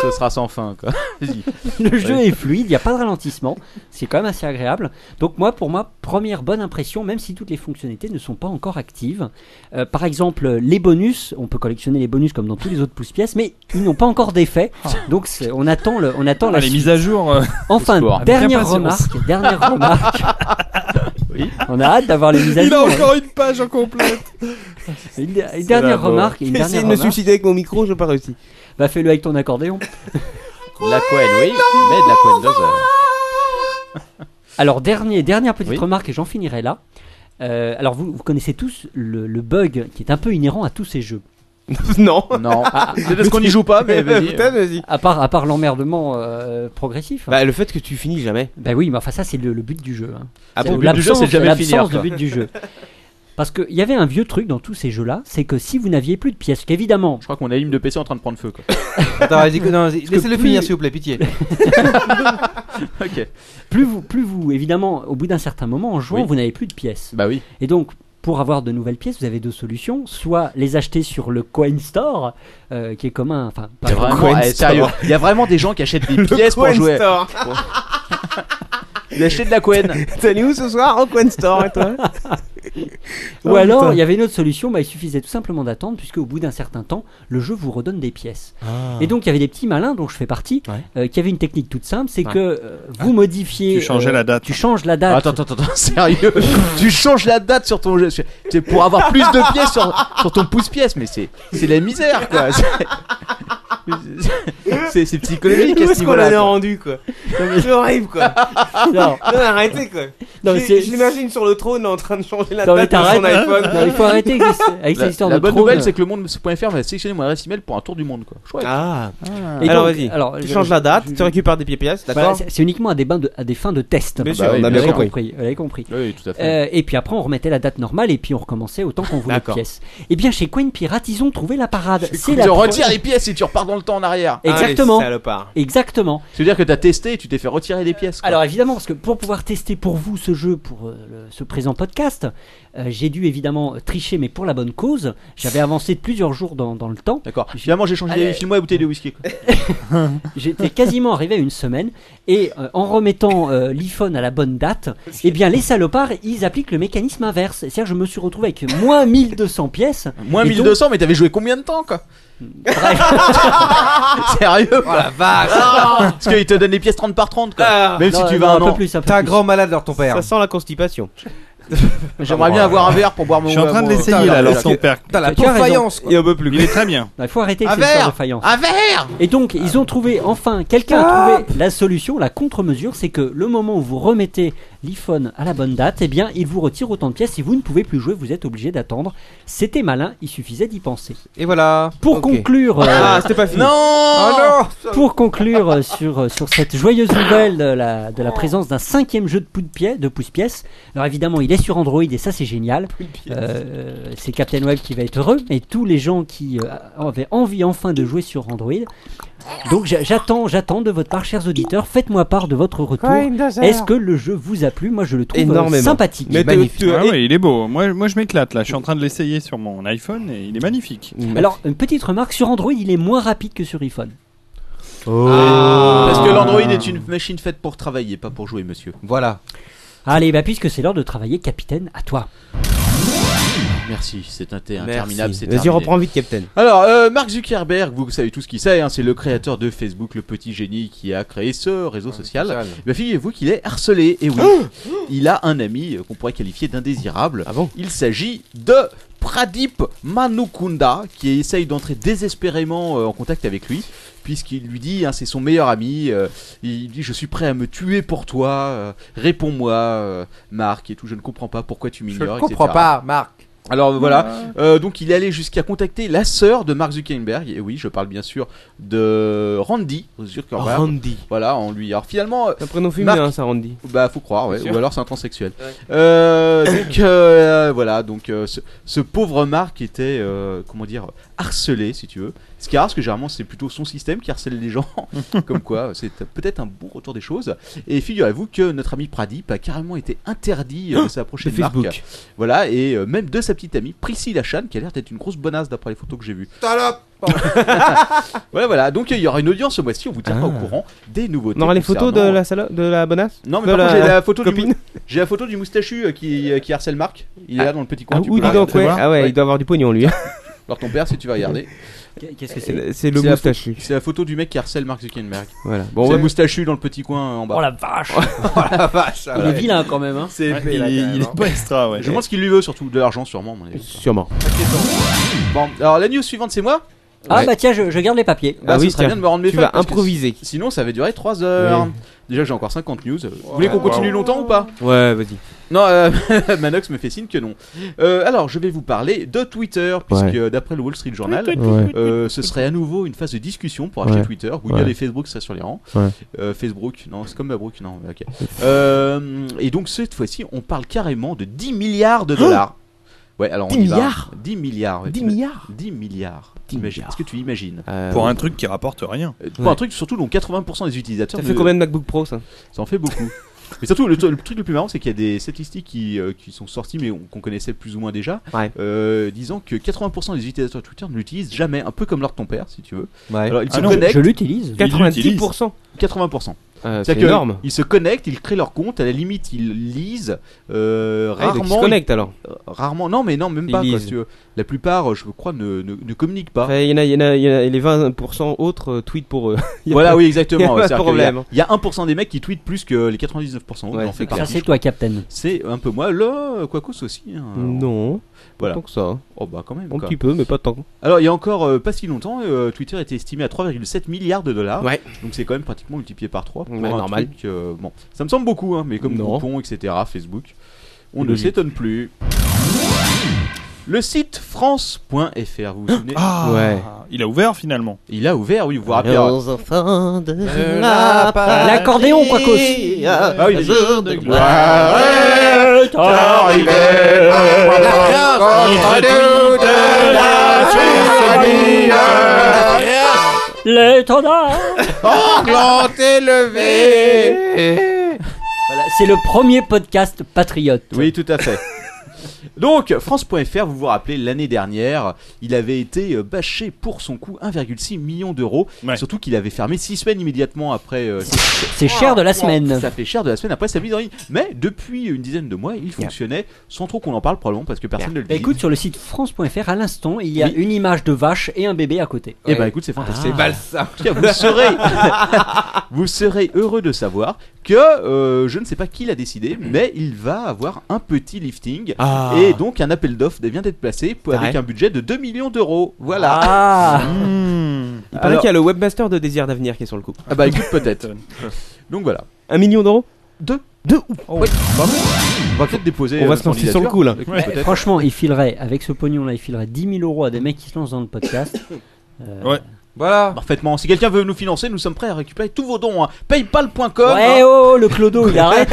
Speaker 5: Ce sera sans fin, quoi. Vas-y.
Speaker 7: le jeu est fluide, il n'y a pas de ralentissement. C'est quand même assez agréable. Donc moi, pour moi, première bonne impression, même si toutes les fonctionnalités ne sont pas encore actives. Euh, par exemple, les bonus, on peut collectionner les bonus comme dans tous les autres pouces-pièces, mais ils n'ont pas encore d'effet. Donc c'est- on attend, le, on attend
Speaker 6: Ah,
Speaker 7: la
Speaker 6: les
Speaker 7: suite.
Speaker 6: mises à jour. euh,
Speaker 7: Enfin,
Speaker 6: Espoir.
Speaker 7: dernière
Speaker 6: Avec impatience.
Speaker 7: remarque, dernière remarque. On a hâte d'avoir les mises à
Speaker 6: Il a
Speaker 7: jour.
Speaker 6: encore une page incomplète.
Speaker 7: Une, une
Speaker 4: là-bas.
Speaker 7: dernière remarque,
Speaker 4: <laughs>
Speaker 7: une
Speaker 4: J'ai essayé
Speaker 7: dernière
Speaker 4: de me
Speaker 7: remarque.
Speaker 4: suicider avec mon micro, je n'ai pas
Speaker 7: <laughs>
Speaker 4: réussi.
Speaker 7: Bah fais-le avec ton accordéon.
Speaker 5: La couenne, oui, mais de la couenne deux heures.
Speaker 7: Alors dernier, dernière petite
Speaker 5: Oui.
Speaker 7: remarque et j'en finirai là. Euh, alors vous, vous connaissez tous le, le bug qui est un peu inhérent à tous ces jeux.
Speaker 4: non.
Speaker 5: Non. C'est parce qu'on n'y joue pas, <laughs>
Speaker 7: Eh,
Speaker 5: mais vas-y.
Speaker 4: Ah, Putain, vas-y.
Speaker 7: À part, à part l'emmerdement euh, progressif. Bah,
Speaker 4: Bah, le fait que tu finis jamais.
Speaker 7: oui, mais enfin ça c'est le, le but du jeu. hein.
Speaker 5: Ah
Speaker 7: C'est
Speaker 5: bon, le but du jeu, c'est de jamais
Speaker 7: l'absence
Speaker 5: finir.
Speaker 7: de
Speaker 5: quoi.
Speaker 7: but
Speaker 5: <laughs>
Speaker 7: du jeu. Parce qu'il y avait un vieux truc dans tous ces jeux-là, c'est que si vous n'aviez plus de pièces, qu'évidemment,
Speaker 5: Je crois qu'on a une de PC en train de prendre feu, quoi.
Speaker 8: Attends, vas-y, non, vas-y, laissez-le
Speaker 7: plus-
Speaker 8: finir s'il vous plaît, <laughs> pitié.
Speaker 5: <laughs> Ok.
Speaker 7: plus vous, plus vous, évidemment, au bout d'un certain moment, en jouant,
Speaker 5: Oui.
Speaker 7: vous n'avez plus de pièces.
Speaker 5: Bah oui.
Speaker 7: Et donc, pour avoir de nouvelles pièces, vous avez deux solutions. Soit les acheter sur le Coin Store, euh, qui est commun. Enfin,
Speaker 5: Il
Speaker 7: pas-
Speaker 5: y a vraiment,
Speaker 4: Coin
Speaker 5: eh, sérieux, il y a vraiment des gens qui achètent des pièces pour
Speaker 4: Coin
Speaker 5: jouer. <laughs>
Speaker 4: Store.
Speaker 5: Ils achètent de la couenne.
Speaker 4: T'es allé où ce soir Au Coin Store, et toi
Speaker 7: Ou
Speaker 4: Oh,
Speaker 7: alors,
Speaker 4: putain.
Speaker 7: il y avait une autre solution, bah, il suffisait tout simplement d'attendre, puisque au bout d'un certain temps, le jeu vous redonne des pièces.
Speaker 4: Ah.
Speaker 7: Et donc, il y avait des petits malins, dont je fais partie, euh, qui avaient une technique toute simple c'est que euh,
Speaker 4: Ah.
Speaker 7: vous modifiez.
Speaker 6: Tu changeais
Speaker 7: euh,
Speaker 6: la date.
Speaker 7: Tu changes la date.
Speaker 5: Attends, attends, attends, attends, <laughs> sérieux. tu changes la date sur ton jeu. C'est pour avoir plus de pièces sur, sur ton pouce-pièce, mais c'est, c'est la misère, quoi. C'est, c'est- c'est psychologique
Speaker 4: Où
Speaker 5: à ce
Speaker 4: est-ce qu'on
Speaker 5: niveau-là.
Speaker 4: l'avait
Speaker 5: quoi.
Speaker 4: rendu, quoi C'est horrible, quoi
Speaker 7: <laughs> Non,
Speaker 4: Non, arrêtez, quoi
Speaker 7: non, mais
Speaker 4: J'ai-
Speaker 7: c'est-
Speaker 4: Je l'imagine sur le trône en train de changer la
Speaker 7: Non, mais
Speaker 4: date de son
Speaker 7: t'arrêtes.
Speaker 4: iPhone.
Speaker 7: non, il faut arrêter avec, ces-
Speaker 5: <laughs>
Speaker 7: avec
Speaker 5: La,
Speaker 7: cette histoire
Speaker 5: la
Speaker 7: de
Speaker 5: bonne
Speaker 7: trône.
Speaker 5: nouvelle, c'est que le monde.fr va sélectionner mon adresse email pour un tour du monde, quoi. Chouette.
Speaker 4: Ah
Speaker 7: Et
Speaker 4: Alors,
Speaker 7: donc,
Speaker 4: vas-y.
Speaker 7: alors,
Speaker 4: Tu
Speaker 7: je-
Speaker 4: changes la date,
Speaker 7: je-
Speaker 4: tu récupères des pièces,
Speaker 7: voilà,
Speaker 4: d'accord
Speaker 7: c'est c'est uniquement à des, bains de- à des fins de test. Bah
Speaker 4: Bien
Speaker 5: sûr, on a bien
Speaker 7: vous l'avez
Speaker 4: compris.
Speaker 7: Vous l'avez compris.
Speaker 5: Oui, tout à fait.
Speaker 7: Euh, et puis après, on remettait la date normale et puis on recommençait autant qu'on voulait de
Speaker 4: D'accord.
Speaker 7: pièces. Et bien, chez Coin Pirate, ils ont trouvé la parade. C'est
Speaker 5: tu
Speaker 7: la
Speaker 5: retires les pièces et tu repars dans le temps en arrière.
Speaker 7: Exactement.
Speaker 4: Ah, les salopards.
Speaker 7: Exactement.
Speaker 5: C'est-à-dire que t'as testé et tu t'es fait retirer des pièces. quoi.
Speaker 7: Alors évidemment, parce que pour pouvoir tester pour vous ce jeu, pour euh, le- ce présent podcast, euh, j'ai dû évidemment euh, tricher, mais pour la bonne cause. J'avais avancé de plusieurs jours dans, dans le temps.
Speaker 5: D'accord. Finalement, j'ai changé les films et bouteille de whisky. quoi.
Speaker 7: J'étais quasiment arrivé à une semaine. Et euh, en remettant euh, l'iPhone à la bonne date, eh bien les salopards, ils appliquent le mécanisme inverse. C'est-à-dire que je me suis retrouvé avec moins 1200 pièces.
Speaker 5: Moins
Speaker 7: Et donc-
Speaker 5: 1200, mais t'avais joué combien de temps, <laughs> quoi Sérieux
Speaker 8: Oh,
Speaker 5: quoi. Parce qu'il te donne les pièces 30 par 30, quoi.
Speaker 4: Ah.
Speaker 5: Même si
Speaker 7: Non,
Speaker 5: tu
Speaker 7: non,
Speaker 5: vas
Speaker 7: un
Speaker 5: un
Speaker 7: peu
Speaker 5: an.
Speaker 7: plus, un peu
Speaker 8: T'es un
Speaker 7: plus.
Speaker 8: grand malade leur ton père.
Speaker 4: Ça sent la constipation.
Speaker 5: J'aimerais bien avoir un verre pour boire mon
Speaker 6: Je suis en train de
Speaker 5: mon-
Speaker 6: l'essayer,
Speaker 5: Putain,
Speaker 6: là,
Speaker 5: mais
Speaker 6: alors son père.
Speaker 8: Putain, la
Speaker 7: Tu as
Speaker 8: pauvre
Speaker 7: raison.
Speaker 8: faïence quoi.
Speaker 4: Et un peu plus.
Speaker 6: Il est très bien.
Speaker 7: Il faut arrêter
Speaker 5: Un
Speaker 7: avec ces histoires
Speaker 5: verre
Speaker 7: de faïence.
Speaker 5: Un verre
Speaker 7: Et donc, ils ont trouvé, enfin, quelqu'un a trouvé la solution, la contre-mesure, c'est que le moment où vous remettez l'iPhone à la bonne date, eh bien, il vous retire autant de pièces. Si vous ne pouvez plus jouer, vous êtes obligé d'attendre. C'était malin, il suffisait d'y penser.
Speaker 8: Et voilà.
Speaker 7: Pour
Speaker 8: Ok.
Speaker 7: conclure, euh,
Speaker 4: Ah, c'était pas fini.
Speaker 5: Non
Speaker 8: Ah non
Speaker 7: pour conclure euh, sur, euh, sur cette joyeuse nouvelle de la, de la présence d'un cinquième jeu de pouce-pièce, de pouce-pièce, alors évidemment, il est mais sur Android, et ça c'est génial. Euh, c'est Captain Web qui va être heureux, et tous les gens qui euh, avaient envie enfin de jouer sur Android. Donc j'a- j'attends, j'attends de votre part, chers auditeurs, faites-moi part de votre retour. Est-ce que le jeu vous a plu Moi je le trouve euh,
Speaker 4: Énormément.
Speaker 7: sympathique.
Speaker 4: Mais
Speaker 1: magnifique.
Speaker 4: tu- tu-
Speaker 6: Ah ouais, il est beau. Moi, moi je m'éclate là. Je suis en train de l'essayer sur mon iPhone et il est magnifique.
Speaker 7: Alors, une petite remarque, sur Android, il est moins rapide que sur iPhone.
Speaker 5: Parce que l'Android est une machine faite pour travailler, pas pour jouer, monsieur.
Speaker 8: Voilà.
Speaker 7: Allez, bah puisque c'est l'heure de travailler, capitaine, à toi.
Speaker 5: Merci, c'est un thé
Speaker 4: Merci.
Speaker 5: interminable. c'est
Speaker 4: Vas-y,
Speaker 5: terminé.
Speaker 4: reprends vite, Captain.
Speaker 5: Alors, euh, Mark Zuckerberg, vous savez tout ce qu'il sait, hein, c'est le créateur de Facebook, le petit génie qui a créé ce réseau social. Bah, figurez-vous qu'il est harcelé, et oui, il a un ami euh, qu'on pourrait qualifier d'indésirable.
Speaker 4: Ah bon
Speaker 5: Il s'agit de Pradip Manukunda, qui essaye d'entrer désespérément euh, en contact avec lui, puisqu'il lui dit, hein, c'est son meilleur ami, euh, il dit, je suis prêt à me tuer pour toi, euh, réponds-moi, euh, Marc, et tout, je ne comprends pas pourquoi tu
Speaker 8: Je
Speaker 5: m'ignores,
Speaker 8: ne comprends
Speaker 5: etc..
Speaker 8: pas, Marc.
Speaker 5: Alors voilà, Euh, donc il est allé jusqu'à contacter la sœur de Mark Zuckerberg, et oui, je parle bien sûr de Randy
Speaker 4: Ah,
Speaker 5: Zuckerberg.
Speaker 1: Randy.
Speaker 5: Voilà, en lui. Alors finalement, euh,
Speaker 4: C'est un prénom féminin,
Speaker 5: Marc.
Speaker 4: ça, Randy.
Speaker 5: bah faut croire, ouais.
Speaker 4: Bien sûr.
Speaker 5: ou alors c'est un transsexuel. Euh,
Speaker 4: <coughs>
Speaker 5: donc euh, voilà, donc euh, ce, ce pauvre Marc était, euh, comment dire, harcelé si tu veux. Ce qui est rare, parce que généralement c'est plutôt son système qui harcèle
Speaker 4: <laughs>
Speaker 5: les gens, comme quoi c'est peut-être un bon retour des choses. Et figurez-vous que notre ami Pradip a carrément été interdit
Speaker 4: <gasps>
Speaker 5: euh, de s'approcher de Marc.
Speaker 4: Facebook.
Speaker 5: Voilà, et euh, même de sa petite amie Priscilla Chan, qui a l'air d'être une grosse bonasse d'après les photos que j'ai vues. <laughs> voilà, voilà, donc euh, il y aura une audience ce mois-ci, on vous tiendra
Speaker 4: Ah.
Speaker 5: au courant des nouveautés.
Speaker 4: On aura les photos de
Speaker 5: concernant-
Speaker 4: la salope, de la bonasse
Speaker 5: Non, mais
Speaker 4: de
Speaker 5: par contre, j'ai la photo du
Speaker 4: copine
Speaker 5: J'ai la photo du moustachu euh, qui, euh, qui harcèle Marc. Il est là dans le petit coin.
Speaker 4: Ah,
Speaker 5: tu
Speaker 4: oui,
Speaker 5: peux
Speaker 4: dis
Speaker 5: le
Speaker 4: donc,
Speaker 5: regarder.
Speaker 4: ouais. Ah ouais,
Speaker 5: Ouais.
Speaker 4: il doit avoir du pognon, lui.
Speaker 5: Alors ton père, si tu vas regarder,
Speaker 7: Qu'est-ce que c'est
Speaker 4: C'est c'est le
Speaker 5: C'est la
Speaker 4: moustachu.
Speaker 5: c'est la photo du mec qui harcèle Mark Zuckerberg.
Speaker 4: Voilà.
Speaker 5: Bon,
Speaker 4: Bon,
Speaker 5: c'est
Speaker 4: ouais.
Speaker 5: le moustachu dans le petit coin euh, en bas.
Speaker 7: Oh la vache
Speaker 8: Il
Speaker 4: Ah
Speaker 7: Il est vilain quand même, hein
Speaker 8: C'est
Speaker 6: Ouais, il, est, il est pas extra, ouais.
Speaker 5: Je pense qu'il lui veut surtout de l'argent, sûrement. à mon avis.
Speaker 4: Sûrement.
Speaker 5: Bon, alors la news suivante, c'est moi.
Speaker 7: Ah
Speaker 4: Ouais.
Speaker 7: bah tiens, je, je garde les papiers.
Speaker 5: Bah,
Speaker 4: Ah
Speaker 5: ce
Speaker 4: oui,
Speaker 5: serait
Speaker 4: tiens.
Speaker 5: bien de me rendre mes
Speaker 8: hein.
Speaker 4: Tu
Speaker 5: feuilles,
Speaker 4: vas
Speaker 5: parce que
Speaker 4: improviser.
Speaker 5: Sinon, ça va durer 3 heures.
Speaker 4: Ouais.
Speaker 5: Déjà, j'ai encore 50 news. Vous voulez qu'on continue longtemps ou pas
Speaker 4: Ouais, vas-y.
Speaker 5: Non, euh, <laughs> Manox me fait signe que non. Euh, alors, je vais vous parler de Twitter, puisque euh, d'après le Wall Street Journal,
Speaker 4: Ouais.
Speaker 5: Euh, ce serait à nouveau une phase de discussion pour acheter
Speaker 4: Ouais.
Speaker 5: Twitter. Ou
Speaker 4: Ouais.
Speaker 5: bien les Facebook, ça sur les rangs.
Speaker 4: Ouais.
Speaker 5: Euh, Facebook, non, c'est comme Mabrook, non, mais ok. Euh, et donc cette fois-ci, on parle carrément de 10 milliards de
Speaker 4: Oh
Speaker 5: dollars. ouais, alors on
Speaker 1: 10
Speaker 5: y va.
Speaker 1: milliards
Speaker 5: 10 milliards. ouais.
Speaker 1: 10 milliards
Speaker 5: 10 milliards.
Speaker 1: 10
Speaker 5: T'imagines-
Speaker 1: milliards.
Speaker 5: Est-ce que tu imagines
Speaker 4: Euh,
Speaker 6: Pour un truc qui rapporte rien.
Speaker 5: Euh, Pour
Speaker 4: Ouais.
Speaker 5: un truc surtout dont 80% des utilisateurs
Speaker 4: Ça
Speaker 5: ne-
Speaker 4: fait combien de MacBook Pro, ça
Speaker 5: ça en fait beaucoup. <laughs> Mais surtout, le, le truc le plus marrant, c'est qu'il y a des statistiques qui, euh, qui sont sorties, mais on- qu'on connaissait plus ou moins déjà,
Speaker 4: Ouais.
Speaker 5: euh, disant que 80% des utilisateurs de Twitter ne l'utilisent jamais, un peu comme leur ton père, si tu veux.
Speaker 8: Ouais.
Speaker 5: Alors, ils
Speaker 6: Ah
Speaker 5: se
Speaker 6: non,
Speaker 5: connectent,
Speaker 7: Je l'utilise.
Speaker 4: 90%.
Speaker 5: 80%.
Speaker 4: Euh, C'est
Speaker 5: C'est-à-dire que
Speaker 4: énorme.
Speaker 5: Ils se connectent, ils créent leur compte, à la limite ils lisent. euh,
Speaker 4: Ouais, donc ils se
Speaker 5: rarement,
Speaker 4: connectent Ah, alors.
Speaker 5: euh, rarement, non mais non, même
Speaker 4: Ils
Speaker 5: pas. Quoi,
Speaker 4: lisent.
Speaker 5: si tu veux. La plupart, euh, je crois, ne, ne, ne communiquent pas.
Speaker 4: Après, Il y en a, il y en a, il y en a- et les 20% autres euh, <laughs> tweetent pour eux. Il <laughs> y a
Speaker 5: Voilà,
Speaker 4: pas-
Speaker 5: oui,
Speaker 4: y a
Speaker 5: exactement.
Speaker 4: pas de
Speaker 5: C'est-à-dire qu'il y a-
Speaker 4: problème.
Speaker 5: Il y a 1% des mecs qui tweetent plus que les 99%.
Speaker 4: Ouais,
Speaker 5: en
Speaker 4: c'est
Speaker 5: fait,
Speaker 4: clair.
Speaker 7: Ça
Speaker 5: clair.
Speaker 7: c'est toi, Captain.
Speaker 5: C'est un peu moi, le Quaco aussi. hein.
Speaker 4: Non,
Speaker 5: Voilà.
Speaker 4: tant que ça. hein.
Speaker 5: Oh bah quand même.
Speaker 4: Un
Speaker 5: quoi.
Speaker 4: petit peu, mais pas tant.
Speaker 5: Alors il y a encore euh, pas si longtemps, euh, Twitter était estimé à 3,7 milliards de dollars.
Speaker 4: Ouais.
Speaker 5: Donc c'est quand même pratiquement multiplié par 3.
Speaker 4: Ouais, normal.
Speaker 5: truc, euh, bon, ça me semble beaucoup, hein, mais comme
Speaker 4: Non.
Speaker 5: Groupon, etc., Facebook, on ne
Speaker 4: Logique.
Speaker 5: s'étonne plus. Le site france.fr, vous vous souvenez
Speaker 6: Ah,
Speaker 4: Ouais.
Speaker 6: il a ouvert finalement.
Speaker 5: Il a ouvert, oui, vous vous rappelez. alors-
Speaker 2: enfants de
Speaker 8: la patrie,
Speaker 7: L'accordéon, quoi, cause.
Speaker 5: Ah oui,
Speaker 2: jour de
Speaker 7: L'étendard Voilà, c'est le premier podcast patriote.
Speaker 5: Oui, tout à fait. <laughs> Donc, France.fr, vous vous rappelez, l'année dernière, il avait été euh, bâché pour son coût 1,6 million d'euros.
Speaker 6: Ouais.
Speaker 5: Surtout qu'il avait fermé 6 semaines immédiatement après. euh,
Speaker 7: C'est cher de la
Speaker 4: Oh,
Speaker 7: semaine.
Speaker 5: Ça fait cher de la semaine après sa mise en ligne. Mais depuis une dizaine de mois, il fonctionnait sans trop qu'on en parle, probablement parce que personne ne le
Speaker 7: Bah,
Speaker 5: dit.
Speaker 7: écoute, sur le site france.fr, à l'instant, il y a
Speaker 5: Oui.
Speaker 7: une image de vache et un bébé à côté.
Speaker 5: Eh ben écoute,
Speaker 7: Ah.
Speaker 5: c'est fantastique.
Speaker 1: Bah,
Speaker 8: balsa.
Speaker 5: En tout cas, vous serez, <laughs> vous serez heureux de savoir que euh, je ne sais pas qui l'a décidé,
Speaker 7: Mm.
Speaker 5: mais il va avoir un petit lifting
Speaker 7: Ah.
Speaker 4: Ah.
Speaker 5: et donc un appel d'offres vient d'être placé pour- avec
Speaker 4: Ouais.
Speaker 5: un budget de 2 millions d'euros. Voilà.
Speaker 7: Ah
Speaker 6: Hmm.
Speaker 4: Il paraît
Speaker 5: Alors-
Speaker 4: qu'il y a le webmaster de Désir d'Avenir qui est sur le coup.
Speaker 5: Ah bah écoute peut-être. Donc voilà.
Speaker 4: Un million d'euros
Speaker 5: Deux.
Speaker 4: Deux ou
Speaker 5: On va peut-être déposer.
Speaker 4: On va
Speaker 5: euh,
Speaker 4: se lancer sur le
Speaker 5: candidature.
Speaker 4: coup là.
Speaker 5: Écoute,
Speaker 4: <coughs>
Speaker 5: peut-être.
Speaker 7: Franchement, il filerait, avec ce pognon-là, il filerait 10 000 euros à des mecs qui se lancent dans le podcast. Euh,
Speaker 6: Ouais.
Speaker 8: Voilà.
Speaker 5: Parfaitement. Si quelqu'un veut nous financer, nous sommes prêts à récupérer tous vos dons. hein. Paypal.com.
Speaker 7: Ouais,
Speaker 5: hein.
Speaker 7: oh, le
Speaker 4: <laughs>
Speaker 7: clodo, il arrête.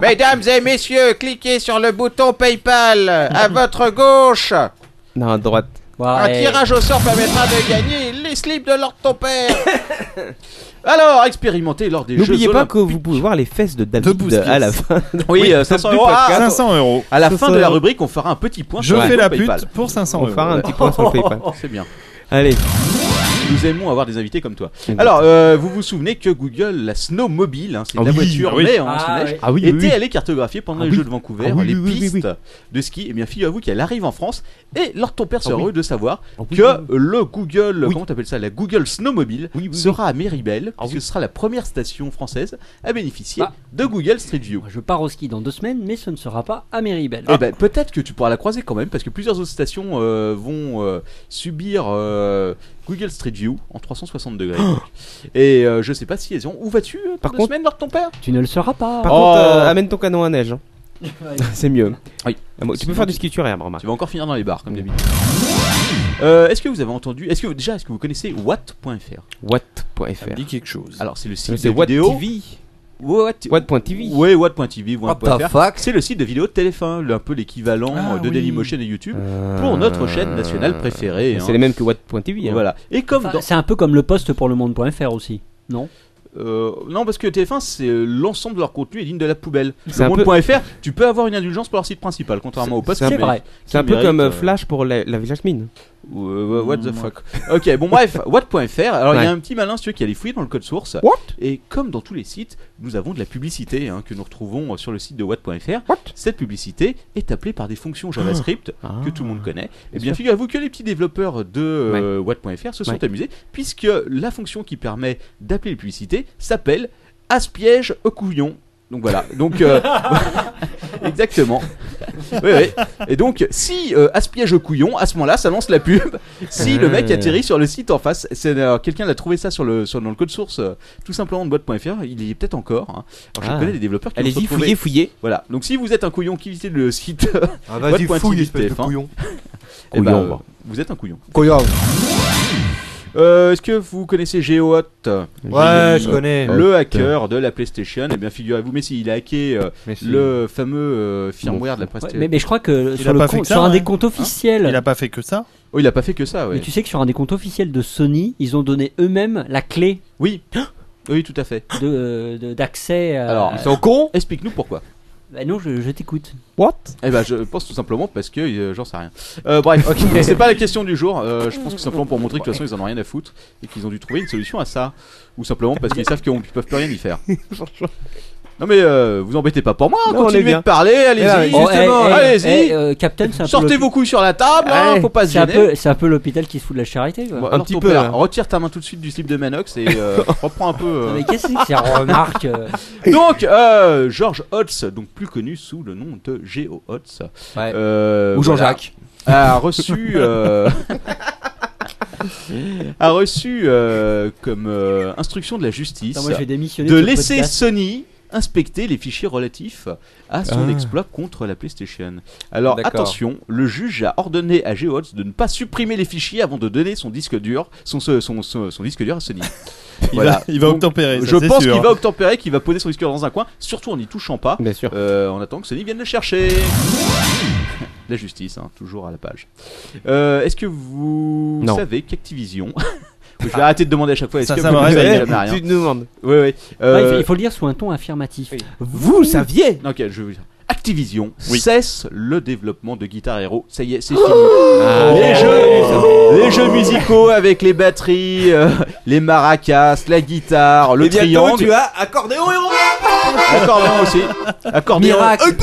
Speaker 2: Mesdames et messieurs, cliquez sur le bouton PayPal
Speaker 4: <laughs>
Speaker 2: à votre gauche.
Speaker 4: Non, à droite.
Speaker 7: Bon,
Speaker 2: Un
Speaker 7: eh,
Speaker 2: tirage au sort permettra de gagner les slips de Lord ton père.
Speaker 5: Alors, expérimentez lors des Jeux
Speaker 4: N'oubliez pas
Speaker 5: Olympiques.
Speaker 4: que vous pouvez voir les fesses de David
Speaker 6: Bousquet.
Speaker 4: à la
Speaker 5: <laughs>
Speaker 4: fin.
Speaker 5: Oui,
Speaker 4: Oui,
Speaker 5: euh, 500
Speaker 4: du
Speaker 5: euros. Ah, attends,
Speaker 6: 500 euros.
Speaker 5: à la
Speaker 4: 500
Speaker 5: fin de la
Speaker 4: euros.
Speaker 5: rubrique, on fera un petit point.
Speaker 6: Je
Speaker 5: sur le
Speaker 6: fais
Speaker 5: compte
Speaker 6: la
Speaker 5: PayPal.
Speaker 6: pute pour 500
Speaker 4: On
Speaker 6: euros.
Speaker 4: fera un petit point sur le PayPal.
Speaker 5: <laughs> C'est bien.
Speaker 4: Allez.
Speaker 5: Nous aimons avoir des invités comme toi.
Speaker 4: Exact.
Speaker 5: Alors, euh, vous vous souvenez que Google, la snowmobile, hein, c'est
Speaker 6: Ah
Speaker 5: la
Speaker 6: oui,
Speaker 5: voiture,
Speaker 6: ah oui.
Speaker 5: mais en
Speaker 7: Ah
Speaker 5: snow-neige,
Speaker 7: ouais.
Speaker 4: Ah oui,
Speaker 5: était allée cartographier pendant
Speaker 4: Ah
Speaker 5: les
Speaker 4: oui.
Speaker 5: Jeux de Vancouver
Speaker 4: Ah oui,
Speaker 5: les
Speaker 4: oui, oui, oui,
Speaker 5: pistes de ski. Et bien, figurez-vous qu'elle arrive en France. Et lors de ton père
Speaker 4: Ah
Speaker 5: sera
Speaker 4: oui.
Speaker 5: heureux de savoir
Speaker 4: Ah oui,
Speaker 5: que
Speaker 4: oui,
Speaker 5: le Google,
Speaker 4: Oui.
Speaker 5: comment t'appelles ça, la Google Snowmobile
Speaker 4: Oui, oui, oui.
Speaker 5: sera à Méribel,
Speaker 4: Ah
Speaker 5: puisque
Speaker 4: oui.
Speaker 5: ce sera la première station française à bénéficier
Speaker 7: Ah.
Speaker 5: de Google Street View.
Speaker 7: Je pars au ski dans deux semaines, mais ce ne sera pas à Méribel.
Speaker 5: Eh ben, peut-être que tu pourras la croiser quand même, parce que plusieurs autres stations euh, vont euh, subir euh, Google Street View en 360 degrés. Et euh, je sais pas si elles ont. Où vas-tu euh,
Speaker 4: Par
Speaker 5: par deux
Speaker 4: contre-
Speaker 5: semaines lors de ton père
Speaker 7: Tu ne le seras pas.
Speaker 4: Par
Speaker 5: Oh.
Speaker 4: contre, euh, amène ton canon à
Speaker 5: <laughs>
Speaker 4: neige. hein. C'est mieux.
Speaker 5: Oui.
Speaker 4: Ah, bon, Tu peux faire du ski sur herbe, remarque.
Speaker 5: Tu vas encore finir dans les bars, comme d'habitude. Mmh. Euh, est-ce que vous avez entendu Est-ce que vous- déjà, est-ce que vous connaissez Watt.fr
Speaker 6: Ça me
Speaker 4: What.fr.
Speaker 6: dit quelque chose.
Speaker 5: Alors, c'est le site
Speaker 4: C'est
Speaker 5: de vidéo.
Speaker 4: What.tv.
Speaker 5: What
Speaker 4: What.tv.
Speaker 5: Ouais, Watt.tv, Watt.fr.
Speaker 8: fuck
Speaker 5: C'est le site de vidéo de téléphone, le- un peu l'équivalent
Speaker 6: Ah,
Speaker 5: euh, de
Speaker 6: oui.
Speaker 5: Dailymotion et YouTube, pour notre chaîne nationale préférée.
Speaker 4: Euh, C'est
Speaker 5: hein.
Speaker 4: les mêmes que What.tv. hein.
Speaker 5: Voilà. Et comme
Speaker 7: Enfin,
Speaker 5: dans-
Speaker 7: Oh, C'est un peu comme le poste pour le monde.fr aussi. Non
Speaker 5: Euh, non, parce que TF1, c'est euh, l'ensemble de leur contenu est digne de la poubelle.
Speaker 4: C'est
Speaker 5: Le
Speaker 4: un peu-
Speaker 5: monde.fr, tu peux avoir une indulgence pour leur site principal, contrairement au poste.
Speaker 4: C'est
Speaker 7: C'est
Speaker 5: mais-
Speaker 7: vrai.
Speaker 4: C'est un
Speaker 5: qui
Speaker 4: peu
Speaker 5: mérite,
Speaker 4: comme euh,
Speaker 5: euh,
Speaker 4: Flash pour la, la Village Mine.
Speaker 5: Ou, euh, what the fuck. ok, bon,
Speaker 4: <laughs>
Speaker 5: bref, what.fr. Alors, il
Speaker 4: Mmh,
Speaker 5: y
Speaker 4: Ouais.
Speaker 5: a un petit malin, si tu veux, qui allait fouiller dans le code source.
Speaker 4: What
Speaker 5: Et comme dans tous les sites, nous avons de la publicité hein, que nous retrouvons euh, sur le site de what.fr.
Speaker 4: What
Speaker 5: Cette publicité est appelée par
Speaker 4: <gasps>
Speaker 5: des fonctions JavaScript que tout le monde connaît. Eh bien,
Speaker 4: Ah, sûr.
Speaker 5: figurez-vous que les petits développeurs de euh, Watt.fr se sont
Speaker 4: Ouais.
Speaker 5: amusés, puisque la fonction qui permet d'appeler les publicités s'appelle Aspiège au couillon. Donc voilà,
Speaker 4: <laughs>
Speaker 5: donc euh, <laughs> exactement. Oui, oui. Et donc, si euh, Aspiège au couillon, à ce moment-là, ça lance la pub. Si le mec
Speaker 4: Ah.
Speaker 5: atterrit sur le site en face, c'est euh, quelqu'un l'a trouvé ça sur le sur, dans le code source, euh, tout simplement de Watt.fr. Il y est peut-être encore. hein. Alors, je
Speaker 4: Ah.
Speaker 5: connais des développeurs qui l'ont
Speaker 4: Allez-y,
Speaker 5: retrouvé.
Speaker 4: fouillez, fouillez.
Speaker 5: Voilà. Donc, si vous êtes un couillon qui visite le site, <laughs>
Speaker 8: Ah, Vas-y,
Speaker 5: What.tv,
Speaker 8: fouille, espèce de
Speaker 5: TF1.
Speaker 8: couillon.
Speaker 5: eh ben,
Speaker 4: Couillon,
Speaker 5: euh,
Speaker 4: bah.
Speaker 5: vous êtes un couillon.
Speaker 8: Couillon.
Speaker 5: Euh, Est-ce que vous connaissez GeoHot
Speaker 8: Ouais, je connais.
Speaker 5: Le hacker de la PlayStation, eh bien figurez-vous, mais si il a hacké euh, le fameux euh, firmware de la
Speaker 7: Ouais,
Speaker 5: PlayStation.
Speaker 7: mais, mais je crois que
Speaker 6: a
Speaker 7: sur, le
Speaker 6: pas
Speaker 7: compte-
Speaker 6: fait que ça,
Speaker 7: sur un
Speaker 6: hein.
Speaker 7: des comptes officiels.
Speaker 6: Il a pas fait que ça.
Speaker 5: Oh, il a pas fait que ça, ouais.
Speaker 7: Mais tu sais que sur un des comptes officiels de Sony, ils ont donné eux-mêmes la clé
Speaker 5: Oui, <gasps> oui, tout à fait.
Speaker 7: de- euh, de- d'accès. à-
Speaker 5: Alors, euh,
Speaker 8: Ils sont cons
Speaker 5: Explique-nous pourquoi.
Speaker 7: Bah non, je, je t'écoute.
Speaker 4: What
Speaker 5: Eh ben, je pense tout simplement parce que euh, j'en sais rien. Euh, bref, ok, c'est pas la question du jour. Euh, je pense que simplement pour montrer que de toute façon ils en ont rien à foutre et qu'ils ont dû trouver une solution à ça, ou simplement parce qu'ils savent qu'ils peuvent plus rien y faire. Non mais euh, vous embêtez pas pour moi.
Speaker 4: Non, on est
Speaker 5: continuez
Speaker 4: bien.
Speaker 5: de parler, allez-y.
Speaker 7: Oh,
Speaker 5: justement,
Speaker 7: eh, eh,
Speaker 5: allez-y.
Speaker 7: eh, euh, Captain, c'est un peu
Speaker 5: Sortez
Speaker 7: l'hôpi-
Speaker 5: vos couilles sur la table, hein,
Speaker 4: Ouais.
Speaker 5: faut pas se
Speaker 7: C'est un
Speaker 5: gêner.
Speaker 7: peu, c'est un peu l'hôpital qui se fout de la charité. quoi.
Speaker 5: Bon,
Speaker 4: Un
Speaker 5: alors
Speaker 4: petit
Speaker 5: ton
Speaker 4: peu,
Speaker 5: père,
Speaker 7: hein.
Speaker 4: là.
Speaker 5: retire ta main tout de suite du slip de Manox et euh, reprends un peu.
Speaker 7: Non,
Speaker 5: euh.
Speaker 7: mais qu'est-ce que c'est
Speaker 5: <laughs>
Speaker 7: remarque euh,
Speaker 5: Donc, euh, George Hotz, donc plus connu sous le nom de Geo Hotz,
Speaker 8: Ouais.
Speaker 5: euh,
Speaker 8: Ou Jean-Jacques.
Speaker 5: voilà, a reçu. euh, <laughs> a reçu euh, comme euh, instruction de la justice
Speaker 7: Attends, moi, je vais démissionner
Speaker 5: de
Speaker 7: ce
Speaker 5: laisser
Speaker 7: podcast.
Speaker 5: Sony inspecter les fichiers relatifs à son
Speaker 4: Ah.
Speaker 5: exploit contre la PlayStation. Alors
Speaker 8: D'accord.
Speaker 5: attention, le juge a ordonné à GeoHots de ne pas supprimer les fichiers avant de donner son disque dur, son, son, son, son- son disque dur à Sony.
Speaker 6: <laughs> Il
Speaker 5: Voilà.
Speaker 6: va, il va
Speaker 5: Donc,
Speaker 6: obtempérer. ça,
Speaker 5: Je
Speaker 6: c'est
Speaker 5: pense
Speaker 6: sûr. hein.
Speaker 5: qu'il va obtempérer, qu'il va poser son disque dur dans un coin, surtout en n'y touchant pas,
Speaker 4: Bien
Speaker 5: <laughs>
Speaker 4: sûr.
Speaker 5: euh, en attendant que Sony vienne le chercher. <laughs> La justice, hein, toujours à la page. Euh, Est-ce que vous
Speaker 4: Non.
Speaker 5: savez qu'Activision... <laughs> Je vais arrêter de demander à chaque fois. Est-ce
Speaker 6: Ça,
Speaker 5: que
Speaker 6: ça
Speaker 5: vous
Speaker 6: m'arrive.
Speaker 5: savez
Speaker 6: Ouais,
Speaker 4: Eh,
Speaker 5: jamais Bah, rien
Speaker 4: tu te demandes.
Speaker 5: Oui, oui.
Speaker 7: Ouais, il
Speaker 5: Euh,
Speaker 7: faut- il faut le dire sous un ton affirmatif.
Speaker 4: Vous saviez
Speaker 5: Ok, je vais vous dire. Activision
Speaker 6: Oui.
Speaker 5: cesse le développement de Guitar Hero. Ça y est,
Speaker 1: Oh
Speaker 5: c'est fini.
Speaker 4: Ah,
Speaker 5: les,
Speaker 4: ouais.
Speaker 5: jeux, les jeux musicaux avec les batteries, euh, les maracas, la guitare, le
Speaker 8: Et bientôt,
Speaker 5: triangle.
Speaker 8: tu as accordéon et on
Speaker 5: Accordéon aussi. Accordéon.
Speaker 8: Miracle.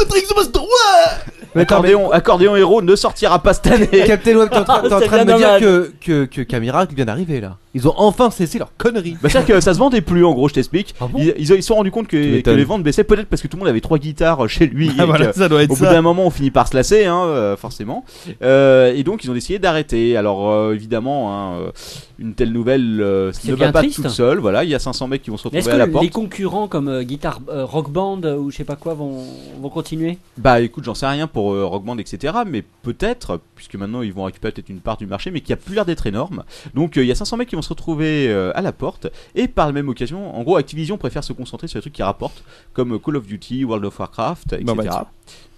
Speaker 5: Accordéon, accordéon Hero ne sortira pas cette année.
Speaker 8: Captain Web, t'es en train, t'es en
Speaker 7: C'est
Speaker 8: train de
Speaker 7: bien
Speaker 8: me dire
Speaker 7: normal.
Speaker 8: que, que, que Camiracle vient d'arriver là.
Speaker 1: Ils ont enfin cessé leur connerie.
Speaker 5: Bah, C'est-à-dire que ça se vendait plus en gros, je t'explique.
Speaker 1: Ah bon
Speaker 5: ils, ils- ils se sont rendus compte que, que
Speaker 8: m'étonnes.
Speaker 5: les ventes baissaient peut-être parce que tout le monde avait trois guitares chez lui. et
Speaker 6: Ah, voilà,
Speaker 5: que-
Speaker 6: ça doit être
Speaker 5: au bout
Speaker 6: ça.
Speaker 5: d'un moment, on finit par se lasser, hein, euh, forcément. Euh, et donc, ils ont décidé d'arrêter. Alors, euh, évidemment, hein, euh, une telle nouvelle euh,
Speaker 7: C'est
Speaker 5: ne
Speaker 7: bien
Speaker 5: va pas
Speaker 7: triste.
Speaker 5: toute seule. Voilà, il y a 500 mecs qui vont se
Speaker 7: Est-ce
Speaker 5: retrouver à la
Speaker 7: que
Speaker 5: porte.
Speaker 7: les concurrents comme euh, Guitar euh, Rock Band euh, ou je sais pas quoi vont, vont continuer
Speaker 5: Bah, écoute, j'en sais rien pour euh, Rock Band, etc. Mais peut-être, puisque maintenant ils vont récupérer peut-être une part du marché, mais qui a plus l'air d'être énorme. Donc, euh, il y a 500 mecs qui vont se retrouver euh, à la porte. Et par la même occasion, en gros, Activision préfère se concentrer sur les trucs qui rapportent, comme Call of Duty, World of Warcraft, etc.
Speaker 6: Bon, bah, tiens.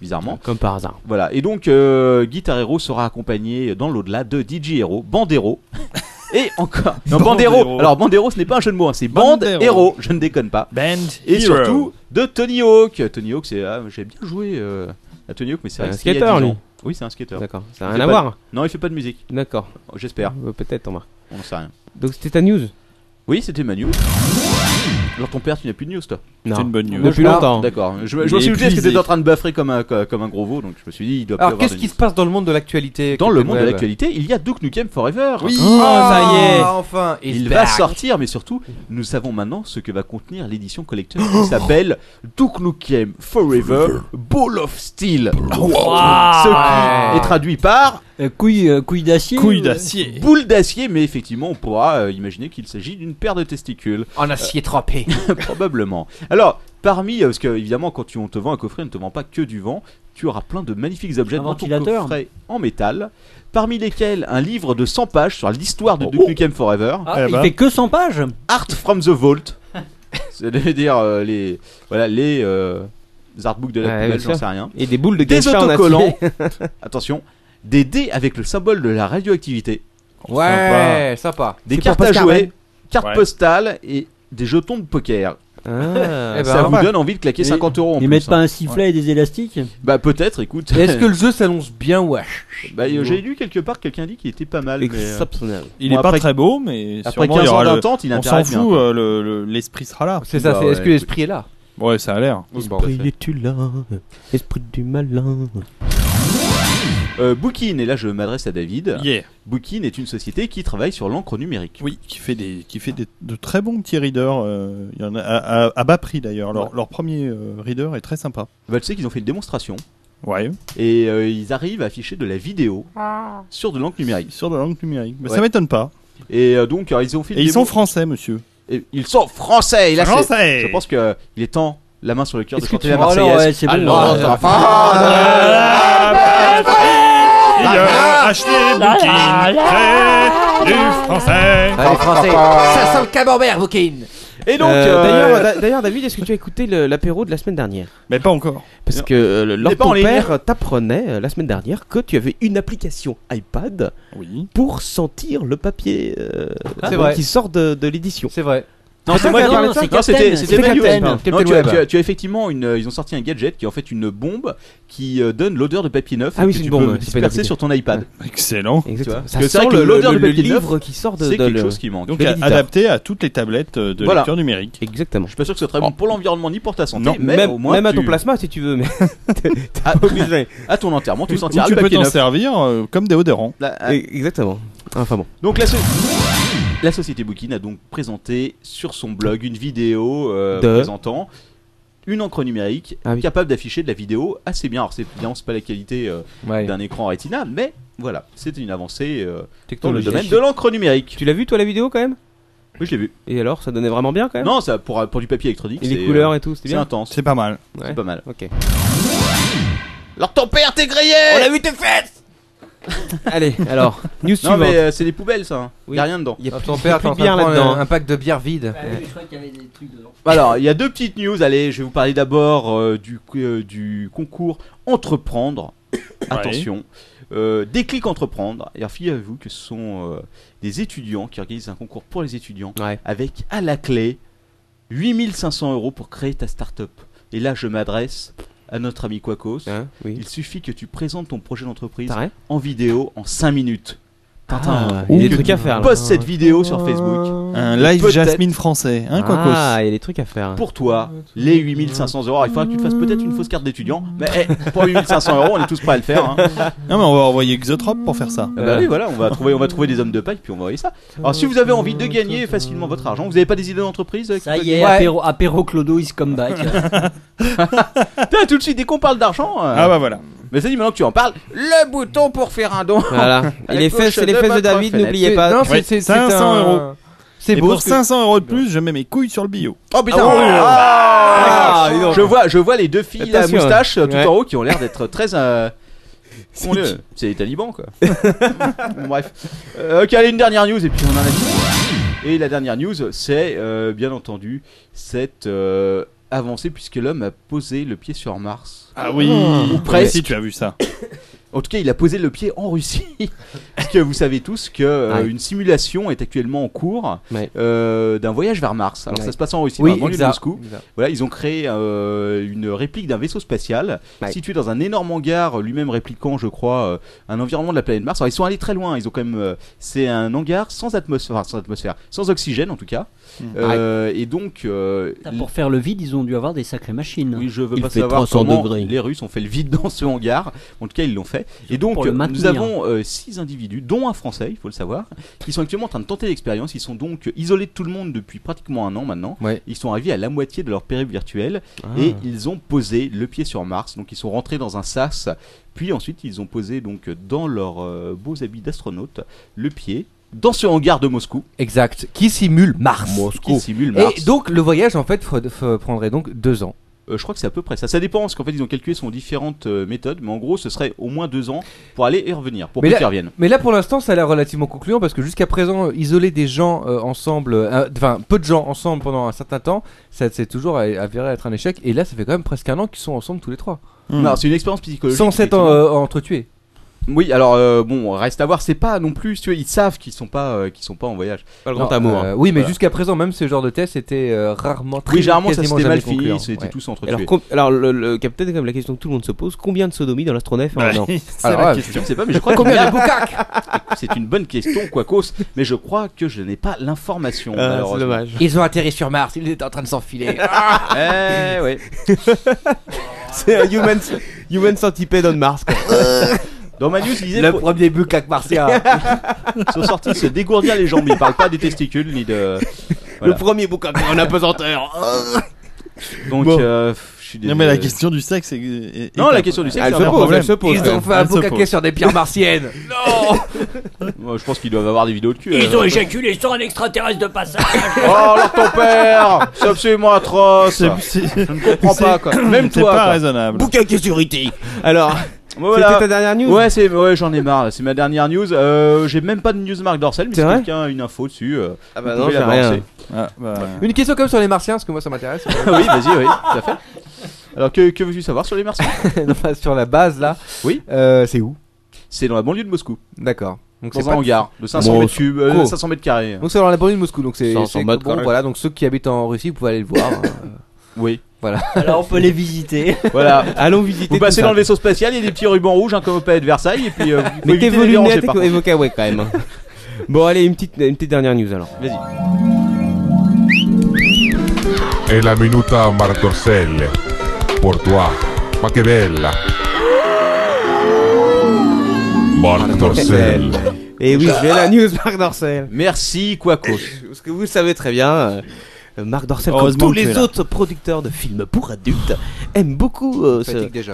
Speaker 5: Bizarrement.
Speaker 4: Comme par hasard.
Speaker 5: Voilà, et donc euh, Guitar Hero sera accompagné dans l'au-delà de DJ Hero, Bandero. Et encore, non, Bandero.
Speaker 6: Bandero.
Speaker 5: Alors Bandero, ce n'est pas un jeu de mots, hein, c'est Band
Speaker 6: Bandero.
Speaker 5: Hero, je ne déconne pas.
Speaker 6: Band
Speaker 5: Et
Speaker 6: Hero.
Speaker 5: surtout de Tony Hawk. Tony Hawk, c'est ah, j'ai bien joué euh, à Tony Hawk, mais c'est
Speaker 4: C'est
Speaker 5: vrai
Speaker 4: un
Speaker 5: que c'était il y a
Speaker 4: skater,
Speaker 5: 10 ans.
Speaker 4: lui.
Speaker 5: Oui, c'est un skater.
Speaker 4: D'accord. Ça
Speaker 5: Il
Speaker 4: n'a
Speaker 5: fait
Speaker 4: rien à
Speaker 5: pas- Ah.
Speaker 4: voir.
Speaker 5: Non, il fait pas de musique.
Speaker 4: D'accord.
Speaker 5: J'espère.
Speaker 4: Euh, Peut-être, Thomas.
Speaker 5: On n'en sait rien.
Speaker 4: Donc c'était ta news
Speaker 5: Oui, c'était ma news. Alors ton père, tu n'as plus de news, toi.
Speaker 6: C'est une bonne news.
Speaker 4: Depuis
Speaker 1: Ah,
Speaker 4: longtemps.
Speaker 5: D'accord. Je, me-
Speaker 6: Il
Speaker 5: je me
Speaker 6: est
Speaker 5: suis dit que
Speaker 6: épuisé.
Speaker 5: t'étais en train de baffrer comme un comme un gros veau, donc je me suis dit, il doit plus
Speaker 8: Alors,
Speaker 5: avoir
Speaker 8: qu'est-ce
Speaker 5: de
Speaker 8: qui
Speaker 5: news.
Speaker 8: se passe dans le monde de l'actualité
Speaker 5: dans le
Speaker 8: Captain
Speaker 5: monde de
Speaker 8: Web
Speaker 5: l'actualité, il y a Duke Nukem Forever.
Speaker 8: Oui,
Speaker 4: Oh, ça y est.
Speaker 8: Enfin, he's
Speaker 5: Il va
Speaker 8: back.
Speaker 5: sortir, mais surtout, nous savons maintenant ce que va contenir l'édition collector qui s'appelle Duke Nukem Forever Ball of Steel. Ce qui est traduit par
Speaker 7: Euh, Couille, euh, couille d'acier
Speaker 6: Couille
Speaker 7: ou-
Speaker 6: d'acier.
Speaker 5: boule d'acier, mais effectivement, on pourra euh, imaginer qu'il s'agit d'une paire de
Speaker 7: <laughs>
Speaker 5: testicules,
Speaker 1: En acier trempé.
Speaker 5: probablement. Alors, parmi, euh, parce que évidemment, quand tu, on te vend un coffret, on ne te vend pas que du vent. Tu auras plein de magnifiques objets
Speaker 7: Un
Speaker 5: dans ton
Speaker 7: ventilateur.
Speaker 5: coffret en métal, parmi lesquels un livre de 100 pages sur l'histoire de Duke Nukem Forever.
Speaker 7: Ah,
Speaker 6: Eh
Speaker 7: il
Speaker 6: ben.
Speaker 7: fait que 100 pages
Speaker 5: Art from the Vault. C'est-à-dire euh, les voilà les, euh, les artbooks de la
Speaker 4: Ouais,
Speaker 5: poubelle,
Speaker 4: bien
Speaker 5: j'en
Speaker 4: sûr.
Speaker 5: sais rien.
Speaker 4: Et des boules de
Speaker 5: Des
Speaker 4: geisha en
Speaker 5: autocollants. <laughs> Eh
Speaker 4: acier.
Speaker 5: Attention, des dés avec le symbole de la radioactivité,
Speaker 8: Ouais, sympa.
Speaker 5: des
Speaker 8: C'est
Speaker 5: cartes
Speaker 8: pour
Speaker 5: à
Speaker 8: Pascal
Speaker 5: jouer,
Speaker 8: Ren.
Speaker 5: cartes
Speaker 6: Ouais.
Speaker 5: postales et des jetons de poker.
Speaker 8: Eh
Speaker 4: Ah.
Speaker 8: ben,
Speaker 5: ça
Speaker 8: pas
Speaker 5: vous
Speaker 8: mal.
Speaker 5: donne envie de claquer
Speaker 7: Et-
Speaker 5: 50 euros en
Speaker 7: Ils
Speaker 5: plus,
Speaker 7: mettent
Speaker 5: hein.
Speaker 7: pas un sifflet et des élastiques
Speaker 5: Bah peut-être, écoute.
Speaker 1: Est-ce
Speaker 5: <laughs>
Speaker 1: que le jeu s'annonce bien wesh
Speaker 5: Bah, euh, j'ai lu quelque part quelqu'un dit qu'il était pas mal. mais, euh,
Speaker 4: Exceptionnel.
Speaker 6: Il
Speaker 5: Bon,
Speaker 6: est pas
Speaker 5: après-
Speaker 6: très beau, mais
Speaker 5: Après
Speaker 6: sûrement il y
Speaker 5: 15 ans
Speaker 6: aura le.
Speaker 5: d'attente, il
Speaker 6: On s'en
Speaker 5: intéresse bien.
Speaker 6: fout, euh, le- le- l'esprit sera là.
Speaker 8: C'est ça,
Speaker 5: Bah
Speaker 8: c'est est-ce
Speaker 5: ouais,
Speaker 8: que l'esprit est là
Speaker 6: Ouais, ça a l'air.
Speaker 8: Bon, bah,
Speaker 4: tu là Esprit du malin.
Speaker 5: Euh, Bookin, et là je m'adresse à David.
Speaker 6: Yeah.
Speaker 5: Bookin est une société qui travaille sur l'encre numérique.
Speaker 6: Oui, qui fait des, qui fait des- de très bons petits readers. euh, il y en a à, à- à bas prix d'ailleurs. Leur, leur premier euh, reader est très sympa.
Speaker 5: Bah, tu sais qu'ils ont fait une démonstration.
Speaker 6: Ouais.
Speaker 5: et euh, ils arrivent à afficher de la vidéo sur de l'encre numérique.
Speaker 6: Sur de la langue numérique. Bah,
Speaker 5: Ouais.
Speaker 6: Ça m'étonne pas.
Speaker 5: Et euh, donc alors, ils ont fait une
Speaker 6: Et ils
Speaker 5: démo-
Speaker 6: sont français, monsieur.
Speaker 5: Et ils sont français. Et là, c'est-
Speaker 6: français.
Speaker 5: je pense que euh, il est temps la main sur le cœur de
Speaker 7: Est-ce que
Speaker 5: chanter
Speaker 7: tu-
Speaker 5: la
Speaker 7: Oh non,
Speaker 5: Marseillaise. Ah,
Speaker 7: ouais, c'est bon.
Speaker 5: Alors,
Speaker 7: Ouais.
Speaker 5: ça va.
Speaker 6: Ah, Il a acheté ah, des ah, bouquins du français.
Speaker 8: Allez, français.
Speaker 1: Ça sent le camembert, Bookin
Speaker 5: Et donc
Speaker 4: Euh,
Speaker 5: euh,
Speaker 4: d'ailleurs, da- D'ailleurs, David, est-ce que tu as écouté le- l'apéro de la semaine dernière
Speaker 6: Mais pas encore.
Speaker 4: Parce
Speaker 5: Non.
Speaker 4: que euh, le-
Speaker 5: n'est
Speaker 4: leur
Speaker 5: pas en
Speaker 4: ton
Speaker 5: ligne.
Speaker 4: père t'apprenait euh, la semaine dernière que tu avais une application iPad
Speaker 6: Oui.
Speaker 4: pour sentir le papier euh,
Speaker 5: Ah,
Speaker 8: C'est vrai.
Speaker 4: qui sort de, de l'édition.
Speaker 8: C'est vrai.
Speaker 5: non, c'est
Speaker 4: moi qui ai
Speaker 7: parlé de ça.
Speaker 5: Non, c'était
Speaker 7: Captain,
Speaker 5: c'était
Speaker 7: c'est
Speaker 5: Manu.
Speaker 8: Captain,
Speaker 5: Non,
Speaker 8: Captain
Speaker 5: tu as,
Speaker 8: Web.
Speaker 5: tu as- tu as effectivement une. euh, Ils ont sorti un gadget qui est en fait une bombe qui euh, donne l'odeur de papier neuf
Speaker 4: Ah oui,
Speaker 5: que
Speaker 4: c'est
Speaker 5: tu
Speaker 4: une bombe,
Speaker 5: peux
Speaker 4: ouais, c'est pas une
Speaker 5: disperser
Speaker 4: idée.
Speaker 5: sur ton iPad.
Speaker 6: Exactement.
Speaker 5: Tu vois,
Speaker 4: Exactement.
Speaker 5: parce que c'est vrai que l'odeur du papier neuf,
Speaker 4: livre qui sort de,
Speaker 5: C'est
Speaker 4: de
Speaker 5: quelque
Speaker 4: le-
Speaker 5: chose qui manque.
Speaker 6: Donc
Speaker 4: de
Speaker 6: à-
Speaker 4: l'éditeur.
Speaker 6: adapté à toutes les tablettes euh, de
Speaker 5: Voilà.
Speaker 6: lecture numérique.
Speaker 4: Exactement.
Speaker 5: Je suis pas sûr que ce soit très bon pour l'environnement ni pour ta santé,
Speaker 6: Non,
Speaker 5: mais
Speaker 4: même
Speaker 5: au moins
Speaker 4: même à ton
Speaker 5: tu-
Speaker 4: plasma si tu veux. Mais
Speaker 5: à,
Speaker 4: obligé.
Speaker 5: à ton enterrement, tu
Speaker 6: Ou
Speaker 5: sentiras
Speaker 6: tu
Speaker 5: le
Speaker 6: peux
Speaker 5: papier
Speaker 6: t'en
Speaker 5: neuf.
Speaker 6: servir euh, comme déodorant.
Speaker 5: Là,
Speaker 4: <laughs>
Speaker 5: à-
Speaker 4: Exactement. Enfin bon.
Speaker 5: Donc la, so- la société Bookin a donc présenté sur son blog une vidéo euh,
Speaker 4: De-
Speaker 5: présentant une encre numérique
Speaker 4: Ah oui.
Speaker 5: capable d'afficher de la vidéo assez bien. Alors c'est bien, c'est pas la qualité euh,
Speaker 8: Ouais.
Speaker 5: d'un écran Retina, mais voilà, c'était une avancée euh, dans le
Speaker 4: Technologie.
Speaker 5: domaine de l'encre numérique.
Speaker 4: Tu l'as vu toi la vidéo quand même
Speaker 5: Oui, je l'ai vu.
Speaker 4: Et alors, ça donnait vraiment bien quand même
Speaker 5: Non, ça pour, euh, pour du papier électronique.
Speaker 4: Et
Speaker 5: c'est,
Speaker 4: les
Speaker 5: euh,
Speaker 4: couleurs et tout, c'était
Speaker 5: c'est
Speaker 4: bien
Speaker 5: intense,
Speaker 6: C'est pas mal.
Speaker 4: Ouais.
Speaker 5: c'est pas mal.
Speaker 4: Ok.
Speaker 5: Alors ton père t'es grillé
Speaker 4: <laughs> Allez, alors, news
Speaker 5: Non
Speaker 4: suivante.
Speaker 5: mais euh, c'est des poubelles ça,
Speaker 4: Oui.
Speaker 5: y a rien dedans.
Speaker 4: Il y a
Speaker 8: Alors, ton père, t'es en
Speaker 4: plus de
Speaker 8: train de
Speaker 4: bière
Speaker 8: prendre
Speaker 4: là-dedans.
Speaker 8: un, un pack de bière vide.
Speaker 7: je crois qu'il y avait des trucs dedans.
Speaker 5: Alors, il y a deux petites news. Allez, je vais vous parler d'abord euh, du, euh, du concours
Speaker 4: <coughs>
Speaker 5: Entreprendre. Attention. Euh, Déclic Entreprendre. Et alors, figurez-vous que ce sont euh, des étudiants qui organisent un concours pour les étudiants
Speaker 4: Ouais.
Speaker 5: avec à la clé 8500 euros pour créer ta start-up. Et là, je m'adresse à notre ami Quacos.
Speaker 4: Hein, oui.
Speaker 5: euh, Il suffit que tu présentes ton projet d'entreprise
Speaker 4: T'as rien
Speaker 5: en vidéo en 5 minutes.
Speaker 4: Tintin. Ah, Il y a des trucs à faire. là. Ah.
Speaker 5: Poste cette vidéo sur Facebook.
Speaker 6: Un live
Speaker 5: Peut-être.
Speaker 6: Jasmine français, hein, Quacos
Speaker 4: Ah, il y a des trucs à faire.
Speaker 5: Pour toi, les 8500 euros, il faudra que tu te fasses peut-être une fausse carte d'étudiant, mais eh, pour 8500 euros, on est tous prêts à le
Speaker 7: <laughs>
Speaker 5: faire. hein.
Speaker 6: Non, mais on va envoyer Exotrope pour faire ça.
Speaker 5: Ah bah oui, voilà, on va trouver, on va trouver des hommes de paille, puis on va envoyer ça. Alors, si vous avez envie de gagner facilement votre argent, vous n'avez pas des idées d'entreprise euh, qui
Speaker 7: Ça
Speaker 5: peuvent-
Speaker 7: y est,
Speaker 5: Ouais.
Speaker 7: apéro, apéro Clodo is come <laughs> back.
Speaker 5: Putain, tout de suite, dès qu'on parle d'argent, euh,
Speaker 6: Ah bah voilà.
Speaker 5: mais c'est dit maintenant que tu en parles, le bouton pour faire un don.
Speaker 4: Voilà.
Speaker 5: À
Speaker 4: Et les
Speaker 5: gauche
Speaker 4: fesses, c'est les
Speaker 5: de
Speaker 4: fesses de
Speaker 5: votre
Speaker 4: David,
Speaker 5: fenêtre.
Speaker 4: n'oubliez pas.
Speaker 8: Non, c'est-
Speaker 6: Ouais.
Speaker 8: c'est- c'est
Speaker 6: 500
Speaker 8: un-
Speaker 6: euros.
Speaker 8: C'est
Speaker 6: Et
Speaker 8: beau.
Speaker 6: pour
Speaker 8: ce que-
Speaker 6: 500 euros de plus, je mets mes couilles sur le bio.
Speaker 5: Oh putain,
Speaker 8: Ah ouais.
Speaker 5: Ah.
Speaker 8: Ah, dis donc.
Speaker 5: je, vois, je vois les deux filles à
Speaker 4: Attention, hein.
Speaker 5: moustache euh, tout
Speaker 4: Ouais.
Speaker 5: en haut qui ont l'air d'être très. euh, on est- C'est les talibans quoi. Bon, bref. Euh, ok, allez, une dernière news et puis on en a fini. Et la dernière news, c'est euh, bien entendu cette euh, avancée puisque l'homme a posé le pied sur Mars.
Speaker 6: Ah oui.
Speaker 5: Ou presque.
Speaker 6: Si tu as vu ça.
Speaker 5: En tout cas, il a posé le pied en Russie. <laughs> Parce que vous savez tous que euh,
Speaker 4: Ouais.
Speaker 5: une simulation est actuellement en cours
Speaker 4: Ouais.
Speaker 5: euh, d'un voyage vers Mars. Alors
Speaker 4: Ouais.
Speaker 5: ça se passe en Russie, dans
Speaker 8: Oui,
Speaker 5: la banlieue de
Speaker 8: exact.
Speaker 5: Moscou.
Speaker 8: Exact.
Speaker 5: Voilà, ils ont créé euh, une réplique d'un vaisseau spatial
Speaker 4: Ouais.
Speaker 5: situé dans un énorme hangar, euh, lui-même répliquant, je crois, euh, un environnement de la planète Mars. Alors, ils sont allés très loin. Ils ont quand même, euh, c'est un hangar sans atmosphère, enfin, sans atmosphère, sans oxygène en tout cas.
Speaker 6: Mm.
Speaker 5: Euh, Et donc, euh,
Speaker 7: Putain, Pour faire le vide, ils ont dû avoir des sacrées machines.
Speaker 5: oui, je veux
Speaker 2: Il
Speaker 5: pas
Speaker 2: fait
Speaker 5: savoir
Speaker 2: 300
Speaker 5: comment
Speaker 2: degrés.
Speaker 5: les Russes ont fait le vide dans ce hangar. En tout cas, ils l'ont fait. Et donc,
Speaker 7: Pour le
Speaker 5: euh, nous
Speaker 7: maintenir.
Speaker 5: avons euh, six individus, dont un Français, il faut le savoir, qui sont actuellement en train de tenter l'expérience. Ils sont donc isolés de tout le monde depuis pratiquement un an maintenant.
Speaker 8: Ouais.
Speaker 5: Ils sont arrivés à la moitié de leur périple virtuel et
Speaker 4: Et
Speaker 5: ils ont posé le pied sur Mars. Donc, ils sont rentrés dans un sas. Puis ensuite, ils ont posé donc dans leurs euh, beaux habits d'astronautes le pied dans ce hangar de Moscou
Speaker 1: Exact. Qui simule Mars.
Speaker 5: qui simule Mars.
Speaker 8: Et donc le voyage en fait f- f- prendrait donc deux ans.
Speaker 5: Euh, je crois que c'est à peu près ça. Ça dépend, parce qu'en fait, ils ont calculé sont différentes euh, méthodes, mais en gros, ce serait au moins deux ans pour aller et revenir, pour
Speaker 8: Mais
Speaker 5: qu'ils
Speaker 8: là-
Speaker 5: reviennent.
Speaker 8: Mais là pour l'instant ça a l'air relativement concluant parce que jusqu'à présent euh, isoler des gens euh, ensemble, euh, enfin peu de gens ensemble pendant un certain temps, ça s'est toujours a- avéré être un échec et là ça fait quand même presque un an qu'ils sont ensemble tous les trois.
Speaker 6: Mm.
Speaker 5: Non, c'est une expérience psychologique.
Speaker 8: Hmm. Sans s'être
Speaker 5: effectivement.
Speaker 8: euh, entretués.
Speaker 5: Oui, alors euh, bon, reste à voir. C'est pas non plus, tu vois, ils savent qu'ils sont pas, euh, qu'ils sont pas en voyage.
Speaker 4: pas le
Speaker 8: Non,
Speaker 4: grand amour. hein.
Speaker 8: euh, oui mais
Speaker 5: Voilà.
Speaker 8: jusqu'à présent même ce genre de test était euh, rarement très
Speaker 5: Oui, généralement, ça
Speaker 8: quasiment
Speaker 5: s'était mal
Speaker 8: jamais concluant.
Speaker 5: fini, c'était
Speaker 8: Ouais.
Speaker 5: tous entretués.
Speaker 4: Alors, com- alors le, le capitaine, comme la question que tout le monde se pose, combien de sodomies dans l'astronef en un an
Speaker 6: C'est
Speaker 8: Alors,
Speaker 6: la
Speaker 8: Ah, ouais,
Speaker 6: question.
Speaker 5: je sais pas, mais
Speaker 8: <laughs>
Speaker 5: je crois combien de
Speaker 7: <laughs>
Speaker 5: C'est une bonne question, quoi cause, mais je crois que je n'ai pas l'information.
Speaker 4: Ah,
Speaker 5: malheureusement.
Speaker 4: C'est dommage.
Speaker 1: Ils ont atterri sur Mars, ils étaient en train de
Speaker 4: <laughs>
Speaker 1: s'enfiler. <laughs>
Speaker 5: Eh ouais.
Speaker 4: C'est un human, human centipede on Mars. quoi.
Speaker 5: Dans ma news, ils disaient
Speaker 1: le
Speaker 5: faut-
Speaker 1: premier bucac martien.
Speaker 5: <laughs> ils sont sortis se dégourdir les jambes. Ils parlent pas des testicules ni
Speaker 8: <laughs>
Speaker 5: de. Voilà.
Speaker 4: Le premier bouquin en apesanteur.
Speaker 5: Donc,
Speaker 6: Bon.
Speaker 5: euh, je suis
Speaker 6: Non,
Speaker 5: désolé.
Speaker 6: mais la question du sexe est- est.
Speaker 5: Non,
Speaker 6: est-
Speaker 5: la question du sexe.
Speaker 4: Elle
Speaker 5: c'est
Speaker 4: se
Speaker 5: un
Speaker 4: pose,
Speaker 5: problème.
Speaker 4: elle se pose.
Speaker 1: Ils ont fait un
Speaker 6: Elle se
Speaker 1: boucaquet
Speaker 6: pose.
Speaker 1: sur des pierres martiennes.
Speaker 5: Moi, je pense qu'ils doivent avoir des vidéos de cul.
Speaker 2: Ils
Speaker 5: euh.
Speaker 2: ont éjaculé sur un extraterrestre de passage.
Speaker 5: Oh, alors ton père C'est absolument atroce
Speaker 6: C'est- c'est-
Speaker 5: Je ne comprends
Speaker 6: c'est-
Speaker 5: pas, quoi. Même
Speaker 6: C'est
Speaker 5: toi,
Speaker 6: pas
Speaker 5: quoi.
Speaker 6: raisonnable.
Speaker 2: Bouquin qui
Speaker 4: E
Speaker 2: surité.
Speaker 4: Alors,
Speaker 5: Bon, voilà.
Speaker 4: c'était ta dernière news
Speaker 5: Ouais, c'est, ouais, j'en ai marre. là. C'est ma dernière news. Euh, j'ai même pas de news Marc Dorcel, mais si
Speaker 4: C'est vrai
Speaker 5: quelqu'un a une info dessus, euh,
Speaker 4: Ah
Speaker 5: vous pouvez la balancer.
Speaker 6: Ah, bah,
Speaker 8: Une question comme sur les martiens parce que moi ça m'intéresse.
Speaker 5: Ah oui, vas-y, oui, tout à fait. Alors, que, que veux-tu savoir sur les Martiens
Speaker 8: Enfin, sur la base là.
Speaker 5: Oui.
Speaker 8: Euh, c'est où
Speaker 5: C'est dans la banlieue de Moscou,
Speaker 8: D'accord. Donc c'est
Speaker 5: dans
Speaker 8: pas
Speaker 5: un hangar de 500 mètres cubes, euh,
Speaker 8: Moscou.
Speaker 5: 500 mètres carrés.
Speaker 8: Donc c'est dans la banlieue de Moscou, donc c'est
Speaker 4: Sans-
Speaker 8: c'est
Speaker 4: sans mode,
Speaker 8: bon,
Speaker 4: correct.
Speaker 8: voilà. Donc ceux qui habitent en Russie, vous pouvez aller le
Speaker 1: <laughs>
Speaker 8: voir. hein.
Speaker 5: Oui.
Speaker 7: Alors on peut les visiter.
Speaker 5: Voilà.
Speaker 4: Allons visiter.
Speaker 5: Vous
Speaker 4: tout ça.
Speaker 5: passez dans le vaisseau spatial, il y a des petits rubans rouges, hein, comme au palais de Versailles, et puis euh, vous
Speaker 1: <laughs>
Speaker 5: pouvez
Speaker 4: Mettez
Speaker 5: éviter
Speaker 4: vos
Speaker 5: de les déranger,
Speaker 4: lunettes
Speaker 5: par
Speaker 4: et
Speaker 5: contre.
Speaker 4: évoquez ouais quand même. hein. Bon, allez, une petite, une petite dernière news alors.
Speaker 5: Vas-y.
Speaker 9: È la minuta Martorcelle. Pour toi. Ma che bella. Martorcelle.
Speaker 4: Et Eh oui, c'est la news Marc Dorcel.
Speaker 5: Merci, Quacos.
Speaker 4: Parce que vous le savez très bien, euh, Marc Dorcel, comme
Speaker 6: Heureusement
Speaker 4: tous
Speaker 6: que tu es
Speaker 4: les
Speaker 6: là.
Speaker 4: autres producteurs de films pour adultes, aime beaucoup euh, se-
Speaker 8: Fatigue déjà.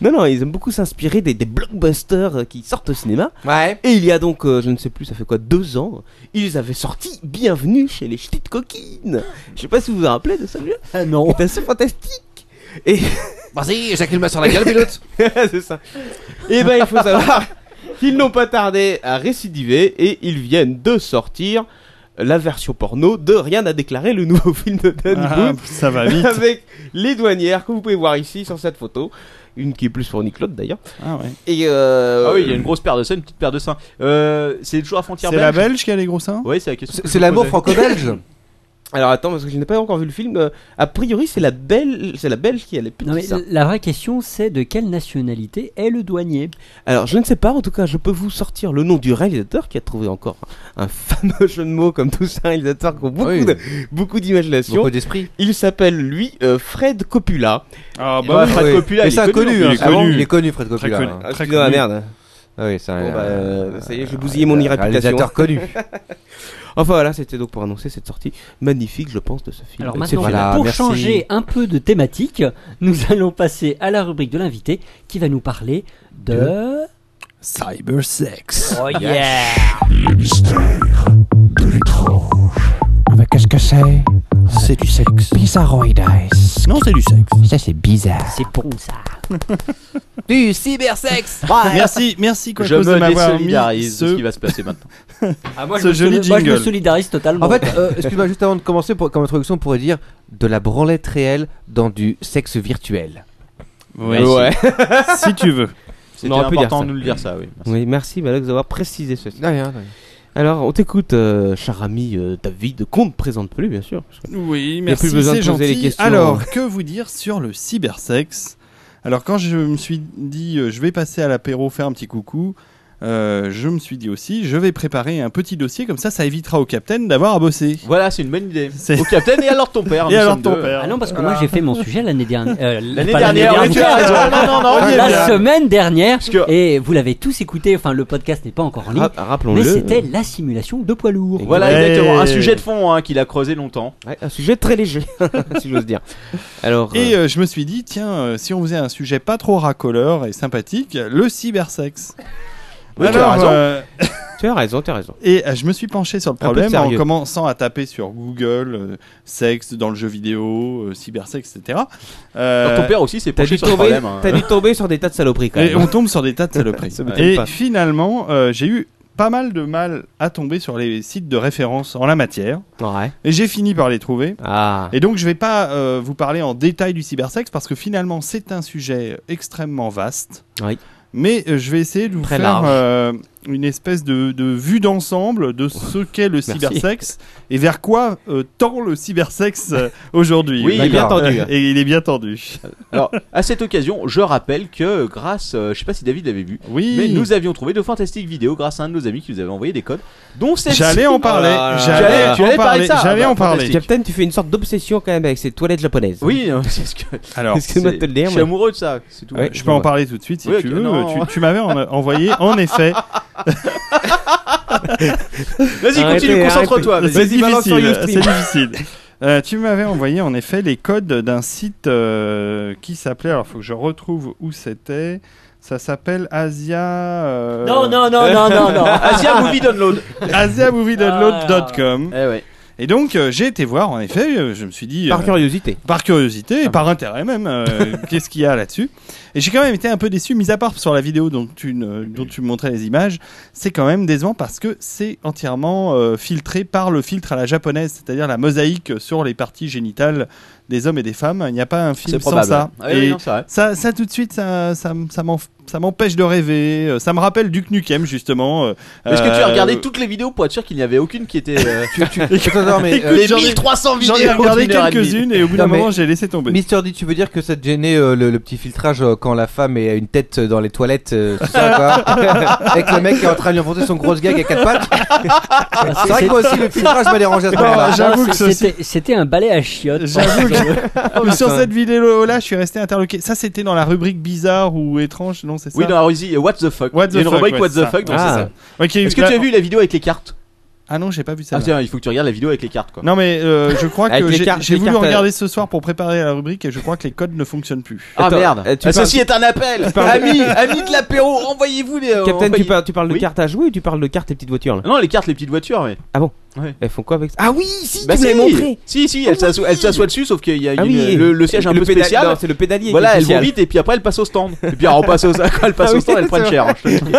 Speaker 4: Non, non, ils aiment beaucoup s'inspirer des, des blockbusters euh, qui sortent au cinéma.
Speaker 8: Ouais.
Speaker 4: Et il y a donc, euh, je ne sais plus, ça fait quoi, deux ans, ils avaient sorti Bienvenue chez les Ch'tites Coquines. Je sais pas si vous vous rappelez de celui-là.
Speaker 7: Ah non.
Speaker 4: C'est assez fantastique. Et
Speaker 1: <laughs> Vas-y, j'accule-moi sur la gueule, pilote.
Speaker 4: <laughs> c'est ça. Et ben, il faut savoir <laughs> qu'ils n'ont pas tardé à récidiver et ils viennent de sortir la version porno de Rien à déclarer, le nouveau <laughs> film de Danny
Speaker 6: ah,
Speaker 4: Boone.
Speaker 6: ça va
Speaker 4: <laughs>
Speaker 6: vite.
Speaker 4: avec les douanières que vous pouvez voir ici sur cette photo. Une qui est plus fournie que l'autre d'ailleurs.
Speaker 6: Ah ouais.
Speaker 4: Et euh...
Speaker 5: Ah oui, il y a une grosse paire de seins, une petite paire de seins. Euh, c'est toujours à frontière
Speaker 6: C'est la
Speaker 5: belge.
Speaker 6: belge qui a les gros seins
Speaker 5: Oui, c'est la question.
Speaker 8: C'est
Speaker 5: que je
Speaker 8: c'est
Speaker 1: <laughs>
Speaker 5: me
Speaker 8: l'amour
Speaker 5: posais.
Speaker 8: franco-belge.
Speaker 4: Alors attends, parce que je n'ai pas encore vu le film. euh, a priori, c'est la belle, c'est la Belge qui a les petits
Speaker 7: Non, mais
Speaker 4: seins.
Speaker 7: la vraie question, c'est de quelle nationalité est le douanier
Speaker 4: Alors je ne sais pas. En tout cas, je peux vous sortir le nom du réalisateur qui a trouvé encore un <laughs> fameux jeu de mots comme tous un réalisateur qui ont beaucoup,
Speaker 8: Oui.
Speaker 4: de- beaucoup d'imagination.
Speaker 8: Beaucoup d'esprit.
Speaker 4: Il s'appelle lui euh, Fred Coppola.
Speaker 6: Ah
Speaker 4: bah,
Speaker 6: oui.
Speaker 4: Fred
Speaker 8: oui.
Speaker 4: Coppola,
Speaker 8: Mais
Speaker 4: il
Speaker 8: c'est
Speaker 4: est
Speaker 8: un
Speaker 4: connu,
Speaker 8: connu,
Speaker 6: il
Speaker 8: hein,
Speaker 6: est
Speaker 8: c'est vraiment-
Speaker 6: connu.
Speaker 8: il est connu, Fred
Speaker 6: Très
Speaker 8: Coppola.
Speaker 6: connu.
Speaker 8: hein.
Speaker 4: Ah,
Speaker 6: Très
Speaker 4: excusez-moi,
Speaker 6: connu.
Speaker 4: merde.
Speaker 8: Ah oui, c'est un.
Speaker 4: Bon, bah,
Speaker 8: euh,
Speaker 4: ça y est, j'ai bousillé mon
Speaker 8: un
Speaker 4: irréputation.
Speaker 8: Réalisateur connu.
Speaker 4: <laughs> Enfin voilà, c'était donc pour annoncer cette sortie magnifique, je pense, de ce film.
Speaker 7: Alors
Speaker 4: C'est
Speaker 7: maintenant,
Speaker 4: voilà,
Speaker 7: pour
Speaker 4: merci.
Speaker 7: changer un peu de thématique, nous <laughs> allons passer à la rubrique de l'invité qui va nous parler de...
Speaker 6: Cybersex.
Speaker 7: Oh yeah
Speaker 2: Mais qu'est-ce que c'est C'est du sexe. Bizarroid Eyes.
Speaker 6: Non, c'est du sexe.
Speaker 2: Ça, c'est bizarre.
Speaker 7: C'est bon ça
Speaker 2: Du cybersexe
Speaker 6: Merci, merci quoi
Speaker 5: Je
Speaker 6: cause de
Speaker 5: me
Speaker 6: m'avoir mis
Speaker 5: désolidarise de ce qui
Speaker 6: ce,
Speaker 5: va se passer maintenant.
Speaker 6: ce joli
Speaker 7: Moi je me
Speaker 6: jingle.
Speaker 7: solidarise
Speaker 1: <laughs>
Speaker 7: totalement.
Speaker 1: En fait, euh, excuse-moi, juste avant de commencer, pour- comme introduction, on pourrait dire de la branlette réelle dans du sexe virtuel.
Speaker 6: Ouais.
Speaker 4: Ouais.
Speaker 6: <laughs> si tu veux.
Speaker 5: C'était
Speaker 4: aurait pu dire
Speaker 5: important
Speaker 4: ça.
Speaker 5: de nous le dire ça, oui. Merci.
Speaker 4: Oui, merci Malox d'avoir précisé ceci.
Speaker 1: Rien,
Speaker 4: Alors, on t'écoute, euh, cher ami euh, David, qu'on ne présente plus, bien sûr. parce que-
Speaker 6: Oui,
Speaker 4: merci,
Speaker 6: merci, c'est
Speaker 4: c'est
Speaker 6: gentil.
Speaker 4: gentil.
Speaker 6: Alors, que vous dire sur le cybersexe Alors, quand je me suis dit, euh, je vais passer à l'apéro, faire un petit coucou, euh, je me suis dit aussi, je vais préparer un petit dossier, comme ça, ça évitera au capitaine d'avoir à bosser.
Speaker 5: Voilà, c'est une bonne idée.
Speaker 6: C'est-
Speaker 5: Au capitaine et alors ton père. hein,
Speaker 6: Et
Speaker 5: nous
Speaker 6: alors
Speaker 5: sommes
Speaker 6: ton
Speaker 5: deux.
Speaker 6: père
Speaker 7: Ah non, parce que moi j'ai fait mon sujet l'année dernière. euh,
Speaker 5: L'année
Speaker 7: pas Ah,
Speaker 5: dernière, oui, tu as raison. Non, non, non, on y est
Speaker 7: la
Speaker 5: bien.
Speaker 7: semaine dernière,
Speaker 5: que-
Speaker 7: et vous l'avez tous écouté, enfin le podcast n'est pas encore en ligne,
Speaker 4: Ra- Rappelons-le.
Speaker 7: mais c'était la simulation de poids lourd.
Speaker 5: Voilà,
Speaker 6: Ouais.
Speaker 5: exactement. Un sujet de fond hein, qu'il a creusé longtemps.
Speaker 4: Ouais, un sujet très léger, <laughs> si j'ose dire. Alors,
Speaker 6: Et
Speaker 4: euh,
Speaker 6: euh, je me suis dit, tiens, euh, si on faisait un sujet pas trop racoleur et sympathique, le cybersexe.
Speaker 5: Oui, tu as raison.
Speaker 6: euh,
Speaker 4: tu as raison, tu as raison.
Speaker 6: Et euh, je me suis penché sur le
Speaker 4: Un peu de
Speaker 6: problème en
Speaker 4: sérieux.
Speaker 6: commençant à taper sur Google, euh, sexe dans le jeu vidéo, euh, cybersexe, etc. Euh,
Speaker 5: Alors, ton père aussi s'est
Speaker 4: T'as
Speaker 5: penché
Speaker 4: dû,
Speaker 5: sur le
Speaker 4: tomber,
Speaker 5: problème. hein.
Speaker 4: t'as dû tomber sur des tas de saloperies quand
Speaker 6: et
Speaker 4: même.
Speaker 6: on tombe sur
Speaker 4: <laughs>
Speaker 6: des tas de saloperies.
Speaker 4: Ça m'étonne
Speaker 6: et
Speaker 4: pas.
Speaker 6: finalement, euh, j'ai eu pas mal de mal à tomber sur les sites de référence en la matière.
Speaker 4: Ouais.
Speaker 6: Et j'ai fini par les trouver.
Speaker 4: Ah.
Speaker 6: Et donc, je vais pas euh, vous parler en détail du cybersexe parce que finalement, c'est un sujet extrêmement vaste.
Speaker 4: Oui.
Speaker 6: Mais euh, je vais essayer de vous
Speaker 4: Très
Speaker 6: faire
Speaker 4: large.
Speaker 6: euh, une espèce de, de vue d'ensemble de
Speaker 4: Oh,
Speaker 6: ce qu'est le cybersexe et vers quoi euh, tend le cybersexe euh, aujourd'hui.
Speaker 5: Oui, il est
Speaker 6: D'accord.
Speaker 4: bien tendu, hein.
Speaker 6: Et il est bien tendu.
Speaker 5: Alors, à cette occasion, je rappelle que grâce, euh, je sais pas si David l'avait vu,
Speaker 6: Oui.
Speaker 5: mais nous avions trouvé de fantastiques vidéos grâce à un de nos amis qui nous avait envoyé des codes, dont celle
Speaker 6: J'allais en parler.
Speaker 4: Oh là là.
Speaker 5: Tu allais-
Speaker 6: J'allais
Speaker 5: tu
Speaker 6: en
Speaker 5: allais parler
Speaker 6: parler.
Speaker 5: de ça.
Speaker 6: J'allais
Speaker 5: Ah
Speaker 6: en
Speaker 5: bah,
Speaker 6: parler.
Speaker 4: Captain, tu fais une sorte d'obsession quand même avec ces toilettes japonaises.
Speaker 5: Oui, <laughs> euh, c'est ce que.
Speaker 6: Alors,
Speaker 4: Excuse-moi de
Speaker 5: c'est-
Speaker 4: te le dire,
Speaker 5: Je suis
Speaker 4: mais-
Speaker 5: amoureux de ça, c'est tout.
Speaker 6: je peux en parler tout de suite si
Speaker 5: Oui,
Speaker 6: tu
Speaker 5: ok,
Speaker 6: veux.
Speaker 5: non. Ah,
Speaker 6: Tu, tu m'avais en- euh, envoyé,
Speaker 5: <laughs>
Speaker 6: en effet.
Speaker 5: Vas-y, continue,
Speaker 4: Arrêtez,
Speaker 5: concentre-toi.
Speaker 6: C'est
Speaker 5: vas-y.
Speaker 6: difficile. C'est difficile. Euh, tu m'avais envoyé en effet les codes d'un site euh, qui s'appelait. Alors, faut que je retrouve où c'était. Ça s'appelle Asia. euh,
Speaker 7: Non, non, non, non,
Speaker 6: <laughs>
Speaker 7: non, non.
Speaker 5: Asia Movie Download.
Speaker 7: Ah.
Speaker 6: AsiaMovieDownload.com.
Speaker 5: Eh ouais.
Speaker 6: Et donc, euh, j'ai été voir en effet. euh, Je me suis dit.
Speaker 4: Par
Speaker 6: euh,
Speaker 4: curiosité.
Speaker 6: par curiosité
Speaker 5: Ah
Speaker 6: et par intérêt
Speaker 5: <laughs>
Speaker 6: même, euh, qu'est-ce qu'il y a là-dessus. Et j'ai quand même été un peu déçu, mis à part sur la vidéo dont tu, ne- dont tu me montrais les images, c'est quand même décevant parce que c'est entièrement euh, filtré par le filtre à la japonaise, c'est-à-dire la mosaïque sur les parties génitales des hommes et des femmes. Il n'y a pas un film
Speaker 5: C'est
Speaker 6: sans
Speaker 5: probable.
Speaker 6: ça.
Speaker 5: Ah oui,
Speaker 6: Et
Speaker 5: non, c'est vrai.
Speaker 6: ça, ça tout de suite, ça, ça, m- ça m'en- ça m'empêche de rêver. Euh, Ça me rappelle Duke Nukem justement. euh,
Speaker 5: Est-ce que tu as
Speaker 6: euh,
Speaker 5: regardé toutes les vidéos pour être sûr qu'il n'y avait aucune qui était.
Speaker 6: <laughs>
Speaker 5: euh,
Speaker 1: <laughs> Attends, attends, mais.
Speaker 6: Écoute,
Speaker 1: euh,
Speaker 5: les
Speaker 6: j'en ai-
Speaker 5: 1300 vidéos
Speaker 6: J'en ai regardé
Speaker 5: d'une heure et demie.
Speaker 6: quelques-unes et au bout d'un
Speaker 1: Non, mais-
Speaker 6: moment j'ai laissé tomber.
Speaker 1: Mister D, tu veux dire que ça te gênait euh, le, le petit filtrage euh, quand la femme est à une tête dans les toilettes, euh, c'est ça quoi Avec le mec qui est en train de lui enfoncer son gros gag à quatre pattes C'est vrai que moi aussi le filtrage m'a dérangé à ce moment-là.
Speaker 6: Ah, j'avoue que ce-
Speaker 7: C'était- C'était un balai à chiottes.
Speaker 6: J'avoue
Speaker 5: <laughs>
Speaker 6: que sur cette vidéo là, je suis resté interloqué. Ça, c'était dans la rubrique bizarre ou étrange, non C'est ça
Speaker 5: Oui, dans la Russie, euh, What the fuck.
Speaker 6: What
Speaker 5: Il
Speaker 6: the
Speaker 5: y a une
Speaker 6: fuck,
Speaker 5: rubrique
Speaker 6: ouais,
Speaker 5: What
Speaker 6: c'est
Speaker 5: the fuck, donc
Speaker 4: Ah.
Speaker 5: c'est ça.
Speaker 6: Ok,
Speaker 5: Est-ce que
Speaker 6: là-
Speaker 5: tu as vu la vidéo avec les cartes
Speaker 6: Ah non, j'ai pas vu ça.
Speaker 5: Ah, tiens, il faut que tu regardes la vidéo avec les cartes, quoi.
Speaker 6: non mais euh, je crois
Speaker 4: Avec
Speaker 6: que
Speaker 4: les
Speaker 6: j'ai
Speaker 4: cartes-
Speaker 6: j'ai
Speaker 4: les
Speaker 6: voulu
Speaker 4: cartes à-
Speaker 6: regarder ce soir pour préparer la rubrique et je crois que les codes ne fonctionnent plus.
Speaker 5: Ah
Speaker 4: Attends,
Speaker 5: merde
Speaker 4: euh, tu
Speaker 5: Ah,
Speaker 4: parles-
Speaker 5: Ceci est un appel Amis, amis de l'apéro, envoyez-vous les... euh,
Speaker 4: Captain, tu
Speaker 5: envoyez-
Speaker 4: parles, tu parles
Speaker 5: Oui.
Speaker 4: de cartes à jouer ou tu parles de cartes et petites voitures là
Speaker 5: Ah Non, les cartes, les petites voitures, mais...
Speaker 4: Elles font quoi avec ça Ah oui, si,
Speaker 5: Bah
Speaker 4: tu me
Speaker 5: si
Speaker 4: l'avais montré.
Speaker 5: Si, si, elle s'assoit elle s'assoit dessus, sauf qu'il y a une-
Speaker 4: Ah oui,
Speaker 5: le, le siège un peu
Speaker 4: pédal-
Speaker 5: spécial.
Speaker 4: non, C'est le pédalier.
Speaker 5: Voilà,
Speaker 4: qui est
Speaker 5: elle vont
Speaker 4: spécial.
Speaker 5: vite et puis après elle passe au stand. Et puis alors, on passe au <laughs> quand elle passe
Speaker 4: Ah
Speaker 5: au
Speaker 4: oui,
Speaker 5: stand, elle
Speaker 4: c'est
Speaker 5: prend
Speaker 4: vrai.
Speaker 5: cher. hein, je te le dis.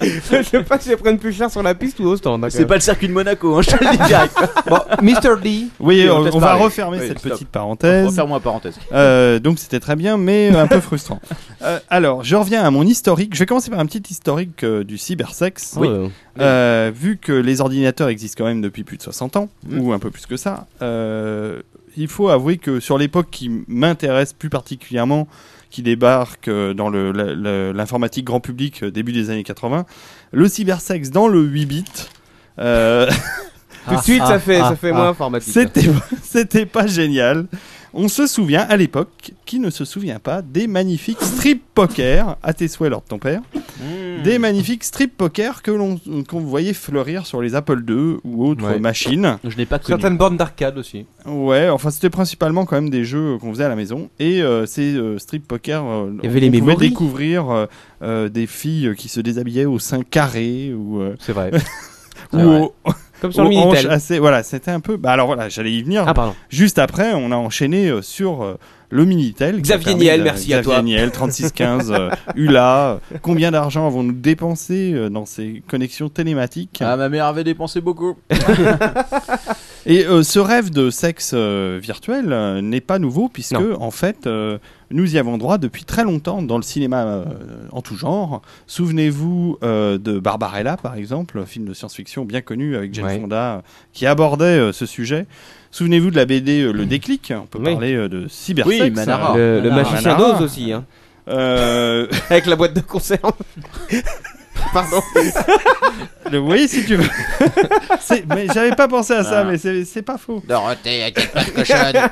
Speaker 4: je sais pas si elles prennent plus cher sur la piste ou au stand. hein, quand
Speaker 5: C'est pas le circuit de Monaco, hein, je te le dis <laughs> direct.
Speaker 1: Bon, Mister D,
Speaker 6: Oui,
Speaker 5: Oui,
Speaker 6: on,
Speaker 5: on laisse
Speaker 6: on va
Speaker 5: parler.
Speaker 6: refermer
Speaker 5: Oui,
Speaker 6: cette
Speaker 5: stop.
Speaker 6: petite
Speaker 5: On
Speaker 6: parenthèse.
Speaker 5: ferme moi parenthèse.
Speaker 6: Euh, donc c'était très bien, mais euh, un peu frustrant. Euh, alors, je reviens à mon historique. Je vais commencer par un petit historique euh, du cybersexe.
Speaker 4: même.
Speaker 6: Euh, vu que les ordinateurs existe quand même depuis plus de 60 ans, ou un peu plus que ça. Euh, il faut avouer que sur l'époque qui m'intéresse plus particulièrement, qui débarque euh, dans le- la- la- l'informatique grand public euh, début des années 80, le cybersex dans le 8 bits. euh,
Speaker 4: Tout de suite, ça fait, ça fait moins informatique.
Speaker 6: C'était, <laughs> c'était pas génial. On se souvient à l'époque, qui ne se souvient pas, des magnifiques strip poker, à tes souhaits, Lord ton père,
Speaker 4: Hmm.
Speaker 6: des magnifiques strip poker que l'on, qu'on voyait fleurir sur les Apple II ou autres
Speaker 8: Ouais.
Speaker 6: machines.
Speaker 5: Je n'ai pas
Speaker 1: Ah,
Speaker 5: connu.
Speaker 8: Certaines bornes d'arcade aussi.
Speaker 6: Ouais, enfin c'était principalement quand même des jeux qu'on faisait à la maison. Et euh, ces euh, strip poker, euh,
Speaker 4: Il y avait les
Speaker 6: on pouvait
Speaker 4: memories.
Speaker 6: découvrir euh, euh, des filles qui se déshabillaient au sein carré ou, euh,
Speaker 8: C'est
Speaker 6: <laughs>
Speaker 8: vrai.
Speaker 6: ou
Speaker 5: Ah ouais.
Speaker 6: aux-
Speaker 4: Comme sur le
Speaker 6: aux hanches
Speaker 4: Minitel.
Speaker 6: assez- Voilà, c'était un peu. Bah alors voilà, j'allais y venir.
Speaker 4: Ah, pardon.
Speaker 6: Juste après, on a enchaîné euh, sur euh, le Minitel. qui
Speaker 4: Xavier
Speaker 6: a permis
Speaker 4: Niel,
Speaker 6: de-
Speaker 4: merci à
Speaker 6: Xavier
Speaker 4: toi.
Speaker 6: Niel,
Speaker 4: <laughs>
Speaker 6: 3615, euh, ULA. euh, Combien d'argent avons-nous dépensé euh, dans ces connexions télématiques
Speaker 5: Ah, ma mère avait dépensé beaucoup.
Speaker 6: Et euh, ce rêve de sexe euh, virtuel euh, n'est pas nouveau puisque en fait euh, nous y avons droit depuis très longtemps dans le cinéma euh, en tout genre. Souvenez-vous euh, de Barbarella par exemple, un film de science-fiction bien connu avec Jane
Speaker 8: Ouais.
Speaker 6: Fonda euh, qui abordait euh, ce sujet. Souvenez-vous de la BD euh, Le Déclic, on peut
Speaker 4: Oui.
Speaker 6: parler euh, de cybersex.
Speaker 5: Oui, Manara.
Speaker 4: Le, le
Speaker 7: Ah,
Speaker 4: magicien
Speaker 6: Manara.
Speaker 4: d'Oz aussi, hein.
Speaker 6: Euh,
Speaker 4: <laughs> avec la boîte de conserve. Pardon.
Speaker 6: le- oui, si tu veux. C'est- mais j'avais pas pensé à ça, mais c'est c'est pas faux.
Speaker 2: Dorothée, inquiète pas de cochonne.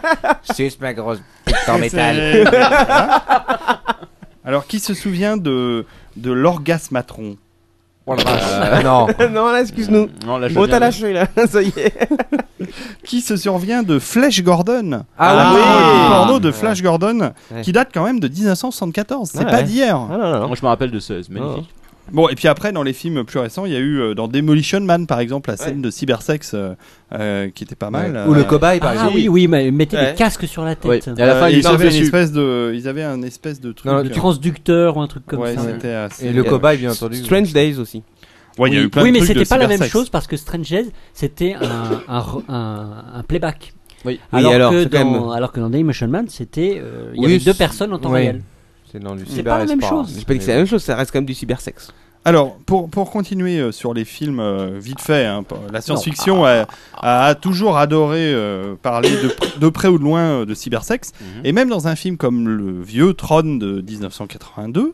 Speaker 2: Suce ma grosse pute en métal.
Speaker 6: C'est- Voilà. <laughs> Alors, qui se souvient de, de l'orgasmatron
Speaker 8: non.
Speaker 4: <laughs> Oh, Euh, <laughs> non, là, excuse-nous.
Speaker 5: Non, là, je
Speaker 4: Bon,
Speaker 5: viens
Speaker 4: t'as
Speaker 5: de-
Speaker 4: lâché, là. <laughs> Ça y est.
Speaker 6: Qui se survient de Flash Gordon
Speaker 4: Ah
Speaker 6: La
Speaker 4: oui.
Speaker 6: parole du porno de Flash Gordon,
Speaker 4: Ouais.
Speaker 6: qui date quand même de 1974. C'est
Speaker 4: Ouais,
Speaker 6: pas
Speaker 4: ouais.
Speaker 6: d'hier.
Speaker 4: Ah, non, non.
Speaker 5: Moi, je me rappelle de ce, c'est magnifique.
Speaker 6: Bon, et puis après, dans les films plus récents, il y a eu euh, dans Demolition Man, par exemple, la scène de cybersex euh, euh, qui était pas mal.
Speaker 8: Ou le
Speaker 6: Euh,
Speaker 8: cobaye par
Speaker 7: Ah
Speaker 8: exemple.
Speaker 7: oui, oui, mais mettez
Speaker 4: Ouais.
Speaker 7: des casques sur
Speaker 4: Oh.
Speaker 7: la
Speaker 5: Oui.
Speaker 7: tête.
Speaker 5: Et à la
Speaker 6: euh,
Speaker 5: fin, il
Speaker 6: ils,
Speaker 5: s'en
Speaker 6: avaient une
Speaker 5: fait dessus.
Speaker 6: espèce de, ils avaient un espèce de truc.
Speaker 8: Non,
Speaker 6: euh,
Speaker 8: le
Speaker 7: Transducteur ou un truc comme
Speaker 6: ouais,
Speaker 7: ça.
Speaker 6: c'était assez- euh,
Speaker 8: Et le cobaye bien entendu.
Speaker 4: Strange Days aussi.
Speaker 6: Ouais, il y a eu plein de
Speaker 7: oui, mais
Speaker 6: trucs de
Speaker 7: c'était pas la même
Speaker 6: cybersex.
Speaker 7: chose parce que Strange Days, c'était un, un, re- un- un playback.
Speaker 5: Oui.
Speaker 7: Alors,
Speaker 4: Oui, alors,
Speaker 7: que
Speaker 4: c'est quand
Speaker 7: dans, alors que dans Demolition Man, c'était euh, il y
Speaker 8: Oui,
Speaker 7: avait deux
Speaker 8: c'est-
Speaker 7: personnes en temps
Speaker 8: ouais.
Speaker 7: réel.
Speaker 8: C'est dans du
Speaker 7: C'est pas la même
Speaker 8: cyberespace.
Speaker 7: chose.
Speaker 4: J'ai pas dit que c'est la même chose, ça reste quand même du cybersex.
Speaker 6: Alors, pour, pour continuer euh, sur les films euh, vite fait, hein, pour- la science-fiction a, a- a toujours adoré euh, parler de, pr- de près ou de loin euh, de cybersex. Et même dans un film comme le vieux Tron de 1982,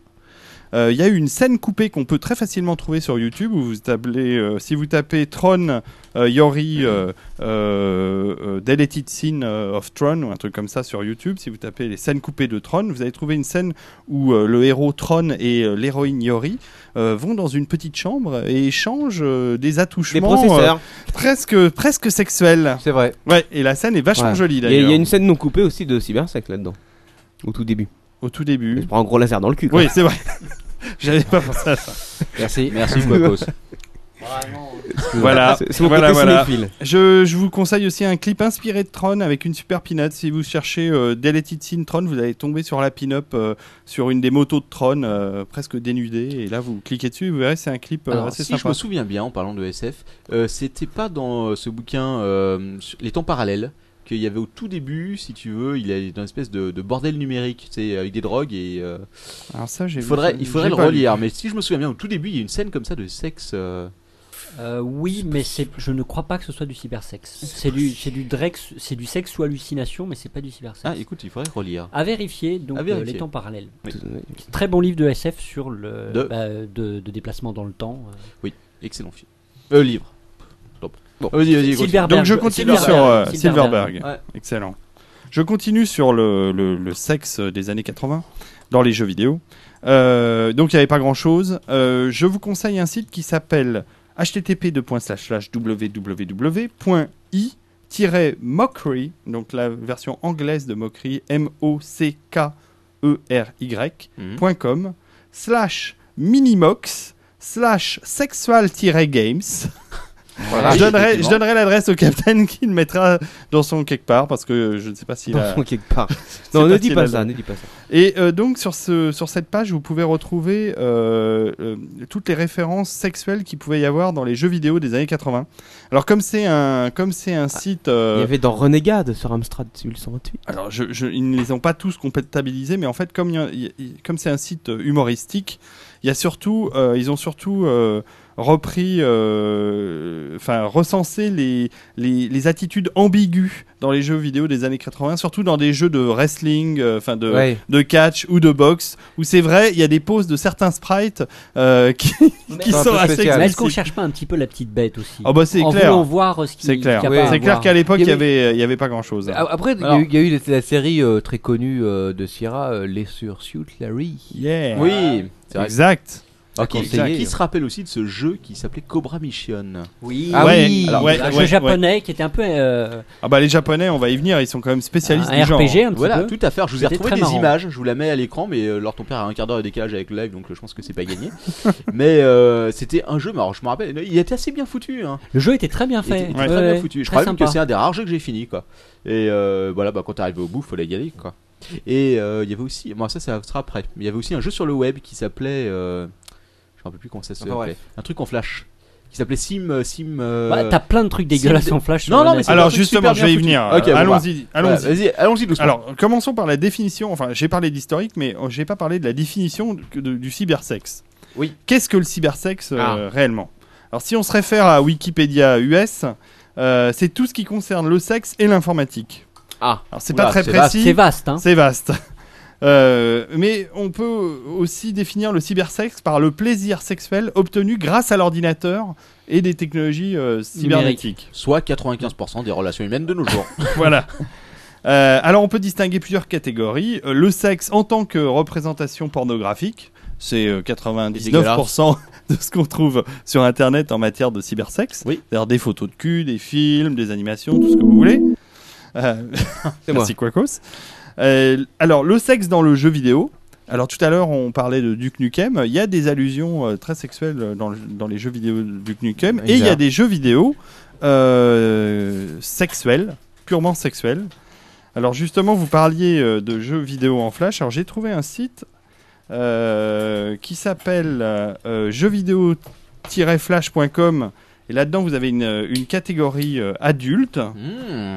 Speaker 6: euh, il y a eu une scène coupée qu'on peut très facilement trouver sur YouTube. Où vous tablez, euh, si vous tapez Tron, euh, Yori, euh, euh, euh, Deleted Scene euh, of Tron, ou un truc comme ça sur YouTube, si vous tapez les scènes coupées de Tron, vous allez trouver une scène où euh, le héros Tron et euh, l'héroïne Yori euh, vont dans une petite chambre et échangent euh, des
Speaker 4: Des
Speaker 6: attouchements
Speaker 4: processeurs.
Speaker 6: euh, presque, presque sexuels.
Speaker 8: C'est vrai.
Speaker 6: Ouais, et la scène est vachement
Speaker 4: Ouais. Il
Speaker 6: jolie
Speaker 4: y, a-
Speaker 6: d'ailleurs.
Speaker 4: il y a une scène non coupée aussi de cybersex là-dedans. Au tout début.
Speaker 6: Au tout
Speaker 4: Il
Speaker 6: début.
Speaker 4: se prend un gros laser dans le cul. quoi.
Speaker 6: Oui, c'est vrai. J'avais pas pensé à ça.
Speaker 5: Merci. Merci, Quacos.
Speaker 6: Voilà.
Speaker 4: <laughs> C'est c'est mon
Speaker 6: Voilà,
Speaker 4: côté
Speaker 6: voilà.
Speaker 4: cinéphile.
Speaker 6: Je, je vous conseille aussi un clip inspiré de Tron avec une super pin-up. Si vous cherchez euh, Deleted Scene Tron, vous allez tomber sur la pin-up euh, sur une des motos de Tron euh, presque dénudée. Et là, vous cliquez dessus, vous verrez, c'est un clip euh,
Speaker 5: Alors,
Speaker 6: assez
Speaker 5: si je
Speaker 6: sympa.
Speaker 5: me souviens bien, en parlant de SF, euh, c'était pas dans euh, ce bouquin euh, sur- Les temps parallèles qu'il y avait au tout début, si tu veux, il est dans une espèce de, de bordel numérique, tu sais, avec des drogues et euh,
Speaker 6: Alors ça, j'ai
Speaker 5: il faudrait,
Speaker 6: vu ça,
Speaker 5: il faudrait
Speaker 6: j'ai
Speaker 5: le
Speaker 6: pas lu.
Speaker 5: relire. Mais si je me souviens bien, au tout début, il y a une scène comme ça de sexe. euh,
Speaker 7: Euh, oui, mais c'est, je ne crois pas que ce soit du cybersex. C'est du, c'est du drex, c'est du sexe ou hallucination, mais c'est pas du cybersex.
Speaker 5: Ah, écoute, il faudrait relire.
Speaker 7: à vérifier, donc
Speaker 5: À
Speaker 7: euh,
Speaker 5: vérifier.
Speaker 7: les temps parallèles.
Speaker 5: Oui.
Speaker 7: Très bon livre de SF sur le
Speaker 5: De-
Speaker 7: bah, de, de déplacement dans le temps.
Speaker 6: Ah,
Speaker 7: euh.
Speaker 5: Excellent film. Euh, livre. Stop. Bon, vas-y, vas-y. continue.
Speaker 7: Silverberg.
Speaker 6: Donc je continue
Speaker 7: Silverberg.
Speaker 6: sur euh, Silverberg.
Speaker 5: Ouais.
Speaker 6: Excellent. Je continue sur le, le- le sexe des années 80 dans les jeux vidéo. Euh, donc il n'y avait pas grand chose. je vous conseille un site qui s'appelle http www.i mockery donc la version anglaise de mockery m o c k e r y
Speaker 5: Mhm.
Speaker 6: point com slash minimox slash sexual
Speaker 4: <laughs>
Speaker 6: games
Speaker 5: Voilà,
Speaker 6: je donnerai, je
Speaker 5: effectivement.
Speaker 6: donnerai l'adresse au capitaine qui le mettra dans son quelque part parce que je ne sais pas s'il a.
Speaker 4: <laughs> Dans quelque part.
Speaker 6: <laughs> c'est
Speaker 4: Non, ne
Speaker 6: pas
Speaker 4: dis
Speaker 6: si
Speaker 4: pas
Speaker 6: mal.
Speaker 4: ça, ne dis pas ça.
Speaker 6: Et euh, donc sur, ce, sur cette page, vous pouvez retrouver euh, euh, toutes les références sexuelles qu'il pouvait y avoir dans les jeux vidéo des années 80. Alors comme c'est un, comme c'est un site... euh,
Speaker 4: Ah, Il y avait dans Renegade sur Amstrad 1828.
Speaker 6: Alors, je, je- ils ne les ont pas tous comptabilisés, mais en fait, comme il y a- il y a- comme c'est un site euh, humoristique, il y a surtout, euh, ils ont surtout euh, repris, euh, enfin recensé les, les, les attitudes ambiguës dans les jeux vidéo des années 80, surtout dans des jeux de wrestling, euh, enfin de,
Speaker 8: Ouais.
Speaker 6: de catch ou de boxe, où c'est vrai, il y a des poses de certains sprites euh, <laughs> qui, qui
Speaker 8: C'est un
Speaker 6: sont
Speaker 8: peu
Speaker 6: assez
Speaker 8: spécial.
Speaker 7: Mais est-ce qu'on
Speaker 6: classiques.
Speaker 7: cherche pas un petit peu la petite bête aussi
Speaker 6: Ah bah c'est
Speaker 7: En
Speaker 6: clair,
Speaker 7: voulant voir euh, ce qui
Speaker 6: c'est clair,
Speaker 7: qu'il y
Speaker 8: Oui.
Speaker 7: a pas à
Speaker 6: c'est clair
Speaker 7: voir.
Speaker 6: qu'à l'époque il
Speaker 8: Il y
Speaker 6: y avait il y avait pas grand chose.
Speaker 8: Ah, Après, il y a eu- il y, a eu la, la série euh, très connue euh, de Sierra, euh, Les Sursuit Larry.
Speaker 6: Yeah.
Speaker 5: Oui, c'est vrai.
Speaker 6: Exact.
Speaker 5: Ah, qui,
Speaker 8: conseiller.
Speaker 5: qui se rappelle aussi de ce jeu qui s'appelait Cobra Mission
Speaker 7: Oui.
Speaker 8: Ah
Speaker 6: ouais,
Speaker 8: oui.
Speaker 6: alors, ouais,
Speaker 7: un
Speaker 6: ouais,
Speaker 7: jeu japonais qui était un peu euh,
Speaker 6: ouais. Ah bah les japonais, on va y venir, ils sont quand même spécialistes
Speaker 5: Ah,
Speaker 7: un
Speaker 6: du genre.
Speaker 7: RPG un petit
Speaker 5: hein. Voilà,
Speaker 7: peu.
Speaker 5: tout à fait. Je vous ai
Speaker 7: C'était
Speaker 5: retrouvé
Speaker 7: très
Speaker 5: des
Speaker 7: marrant.
Speaker 5: images. Je vous la mets à l'écran, mais euh, alors ton père a un quart d'heure de décalage avec le live, donc euh, je pense que c'est pas
Speaker 7: <laughs>
Speaker 5: gagné. mais euh, c'était un jeu, mais alors je me rappelle, il était assez bien foutu. Hein.
Speaker 7: Le jeu était très bien
Speaker 5: Il
Speaker 7: fait.
Speaker 5: était très
Speaker 7: Ouais,
Speaker 5: bien
Speaker 7: ouais.
Speaker 5: foutu. Je
Speaker 7: Très
Speaker 5: crois même que
Speaker 7: sympa.
Speaker 5: c'est un des rares jeux que j'ai fini, quoi. Et euh, voilà, bah, quand t'es arrivé au bout, fallait y aller, quoi. Et euh, il y avait aussi, bon ça, ça sera après. Mais il y avait aussi un jeu sur le web qui s'appelait, euh, je me rappelle plus comment ça s'appelait,
Speaker 8: Enfin, bref.
Speaker 5: un truc en flash, qui s'appelait Sim, euh, Sim. euh,
Speaker 7: Bah, T'as plein de trucs dégueulasses
Speaker 5: c'est-
Speaker 7: en flash. sur
Speaker 5: Non,
Speaker 7: le
Speaker 5: non,
Speaker 7: net.
Speaker 5: mais c'est un
Speaker 6: Alors
Speaker 5: truc
Speaker 6: justement,
Speaker 5: super
Speaker 6: je
Speaker 5: bien
Speaker 6: vais y
Speaker 5: foutu.
Speaker 6: venir.
Speaker 5: Ok, bon, bah,
Speaker 6: allons-y,
Speaker 5: voilà,
Speaker 6: allons-y.
Speaker 5: Vas-y, allons-y doucement.
Speaker 6: Alors, commençons par la définition. Enfin, j'ai parlé d'historique, mais euh, j'ai pas parlé de la définition que de- du cybersexe.
Speaker 5: Oui. Ah.
Speaker 6: Qu'est-ce que le cybersexe euh, réellement Alors, si on se réfère à Wikipédia US, euh, c'est tout ce qui concerne le sexe et l'informatique.
Speaker 5: Ah.
Speaker 6: Alors, c'est
Speaker 5: Oula,
Speaker 6: pas très
Speaker 5: c'est vaste.
Speaker 6: précis.
Speaker 7: C'est vaste. Hein.
Speaker 6: C'est vaste. <laughs> Euh, mais on peut aussi définir le cybersexe par le plaisir sexuel obtenu grâce à l'ordinateur et des technologies euh, cybernétiques.
Speaker 5: soit 95% des relations humaines de nos jours.
Speaker 6: voilà. Euh, alors on peut distinguer plusieurs catégories. Euh, le sexe en tant que représentation pornographique, c'est euh, 99% de ce qu'on trouve sur Internet en matière de cybersexe.
Speaker 5: Oui.
Speaker 6: C'est-à-dire des photos de cul, des films, des animations, tout ce que vous voulez. Euh, <laughs> merci Quacos. Euh, alors le sexe dans le jeu vidéo. Alors tout à l'heure on parlait de Duke Nukem. Il y a des allusions euh, très sexuelles euh, dans, le- dans les jeux vidéo de Duke Nukem. Et il y a des jeux vidéo euh, sexuels purement sexuel. Alors justement, vous parliez euh, de jeux vidéo en flash. Alors j'ai trouvé un site euh, qui s'appelle euh, jeuxvideo-flash.com. Et là-dedans, vous avez une, une catégorie euh, adulte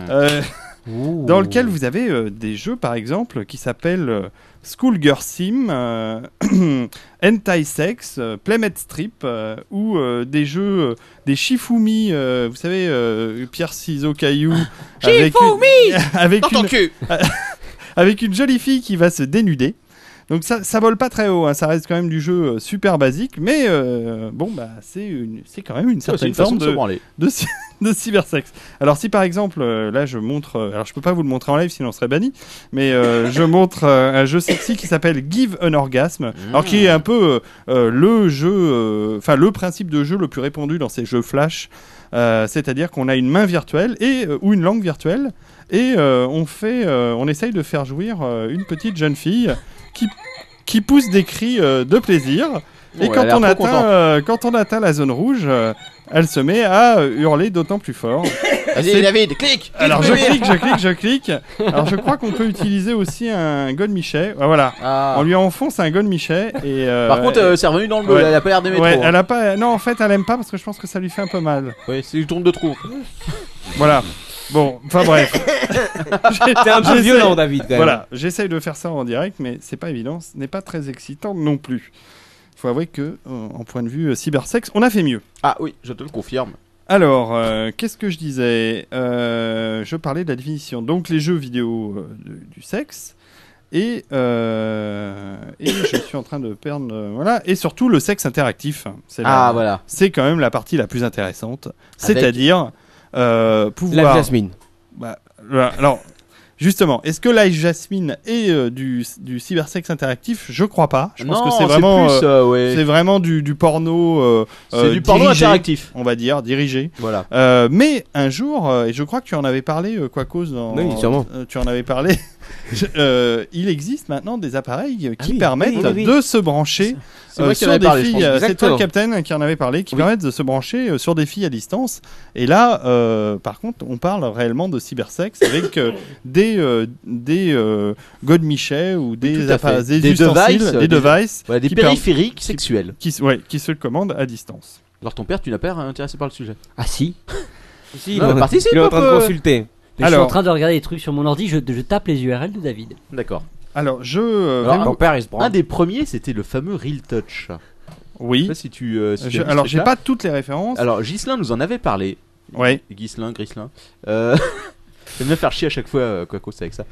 Speaker 6: euh, <laughs> dans lequel vous avez euh, des jeux, par exemple, qui s'appellent euh, Schoolgirl Sim, euh, <clears throat> Anti-Sex, euh, Playmat Strip, euh, ou euh, des jeux, euh, des Shifumi, euh, vous savez, euh, Pierre Ciseaux Caillou, avec, une, <laughs> avec, une,
Speaker 4: cul
Speaker 6: avec une jolie fille qui va se dénuder. Donc ça, ça vole pas très haut, hein, ça reste quand même du jeu euh, super basique, mais euh, bon, bah, c'est une- c'est quand même une
Speaker 5: Ça, C'est
Speaker 6: certaine
Speaker 5: une façon
Speaker 6: forme
Speaker 5: de se
Speaker 6: de,
Speaker 5: branler.
Speaker 6: de, cy- de <laughs> cybersexe. Alors si par exemple, euh, là je montre, euh, alors je peux pas vous le montrer en live sinon on serait banni, mais euh, <laughs> je montre euh, un jeu sexy qui s'appelle Give an
Speaker 5: Mmh.
Speaker 6: Orgasm, alors qui est un peu euh, euh, le jeu, euh, enfin le principe de jeu le plus répandu dans ces jeux flash, euh, c'est-à-dire qu'on a une main virtuelle et euh, ou une langue virtuelle et euh, on fait, euh, on essaye de faire jouir euh, une petite jeune fille qui qui pousse des cris euh, de plaisir. Et
Speaker 5: Bon,
Speaker 6: quand,
Speaker 5: elle a
Speaker 6: on
Speaker 5: l'air trop
Speaker 6: atteint, euh, quand on atteint la zone rouge, euh, elle se met à euh, hurler d'autant plus fort.
Speaker 4: Vas-y David, clique
Speaker 6: Alors je clique, je clique, je clique. Alors je crois qu'on peut utiliser aussi un godemichet. Ah, Voilà, on lui enfonce un godemichet et. euh,
Speaker 5: Par contre, euh, c'est revenu dans le
Speaker 6: ouais.
Speaker 5: bleu, elle a pas l'air
Speaker 6: et-
Speaker 5: d'aimer
Speaker 6: ouais,
Speaker 5: trop. hein.
Speaker 6: elle a pas. Non, en fait, elle aime pas parce que je pense que ça lui fait un peu mal.
Speaker 5: Oui, c'est une tourne de trou.
Speaker 6: Voilà. Bon, enfin
Speaker 5: <laughs>
Speaker 6: bref.
Speaker 1: T'es
Speaker 4: Ah,
Speaker 1: un peu
Speaker 6: J'essaie.
Speaker 1: violent, David, quand même.
Speaker 6: Voilà, j'essaye de faire ça en direct, mais c'est pas évident, ce n'est pas très excitant non plus. Faut avouer que, euh, en point de vue euh, cybersexe, on a fait mieux.
Speaker 5: Ah oui, je te le confirme.
Speaker 6: Alors, euh, qu'est-ce que je disais Euh, Je parlais de la définition. Donc, les jeux vidéo euh, de- du sexe. Et, euh, et je suis en train de perdre. euh, voilà. Et surtout, le sexe interactif. C'est la-
Speaker 5: Ah voilà.
Speaker 6: C'est quand même la partie la plus intéressante.
Speaker 5: Avec-
Speaker 6: C'est-à-dire euh, pouvoir.
Speaker 1: La Jasmine.
Speaker 6: Bah, voilà. alors, justement, est-ce que Live Jasmine est euh, du, du cybersexe interactif Je crois pas. Je pense
Speaker 5: Non,
Speaker 6: que c'est vraiment.
Speaker 5: plus,
Speaker 6: euh,
Speaker 5: euh, ouais.
Speaker 6: c'est vraiment du, du porno. euh,
Speaker 5: C'est
Speaker 6: euh,
Speaker 5: du porno
Speaker 6: dirigé,
Speaker 5: interactif.
Speaker 6: On va dire, dirigé.
Speaker 5: Voilà.
Speaker 6: Euh, mais un jour, euh, et je crois que tu en avais parlé, euh, quoi cause dans.
Speaker 1: Oui, sûrement.
Speaker 6: euh, tu en avais parlé. <laughs> Je- euh, il existe maintenant des appareils
Speaker 5: Ah
Speaker 6: euh, qui
Speaker 1: oui,
Speaker 6: permettent
Speaker 1: oui, oui, oui.
Speaker 6: de se brancher
Speaker 5: C'est moi
Speaker 6: euh,
Speaker 5: qui en
Speaker 6: sur
Speaker 5: avais
Speaker 6: des
Speaker 5: parlé. je
Speaker 6: filles.
Speaker 5: pense.
Speaker 6: euh, C'est toi,
Speaker 1: Exactement.
Speaker 6: le Captain, qui en avait parlé, qui permettent de se brancher euh, sur des filles à distance. Et là, euh, par contre, on parle réellement
Speaker 5: <coughs>
Speaker 6: de cybersexe avec euh, des euh, des euh, godemichets ou des
Speaker 5: tout à
Speaker 6: appa-
Speaker 5: fait. Des
Speaker 6: ustensiles,
Speaker 5: devices, euh,
Speaker 6: des
Speaker 5: des-
Speaker 6: devices
Speaker 5: Voilà, des
Speaker 6: qui, per-
Speaker 5: périphériques sexuels.
Speaker 6: qui se- ouais, qui se commandent à distance.
Speaker 5: Alors ton père, tu n'as pas l'air intéressé par le sujet.
Speaker 7: Ah si.
Speaker 1: Si,
Speaker 5: Non,
Speaker 1: il est en-
Speaker 5: mais participe hein,
Speaker 1: il est
Speaker 5: un
Speaker 1: en train
Speaker 5: peu.
Speaker 1: de consulter.
Speaker 7: Mais je suis
Speaker 6: Alors.
Speaker 7: en train de regarder des trucs sur mon ordi. Je, je tape les URL de David.
Speaker 5: D'accord.
Speaker 6: Alors, je euh,
Speaker 5: Alors,
Speaker 6: vais
Speaker 5: un-
Speaker 8: Ton père, il se prend.
Speaker 5: Un des premiers, c'était le fameux Real Touch. Je sais
Speaker 6: Oui.
Speaker 5: pas si tu. euh, si tu
Speaker 6: Je-
Speaker 5: as vu ce
Speaker 6: alors, j'ai
Speaker 5: truc-là.
Speaker 6: pas toutes les références.
Speaker 5: Alors, Ghislain nous en avait parlé.
Speaker 6: ouais.
Speaker 5: Ghislain, Grislin. Euh... <laughs> J'aime bien faire chier à chaque fois, euh, quoi c'est avec ça.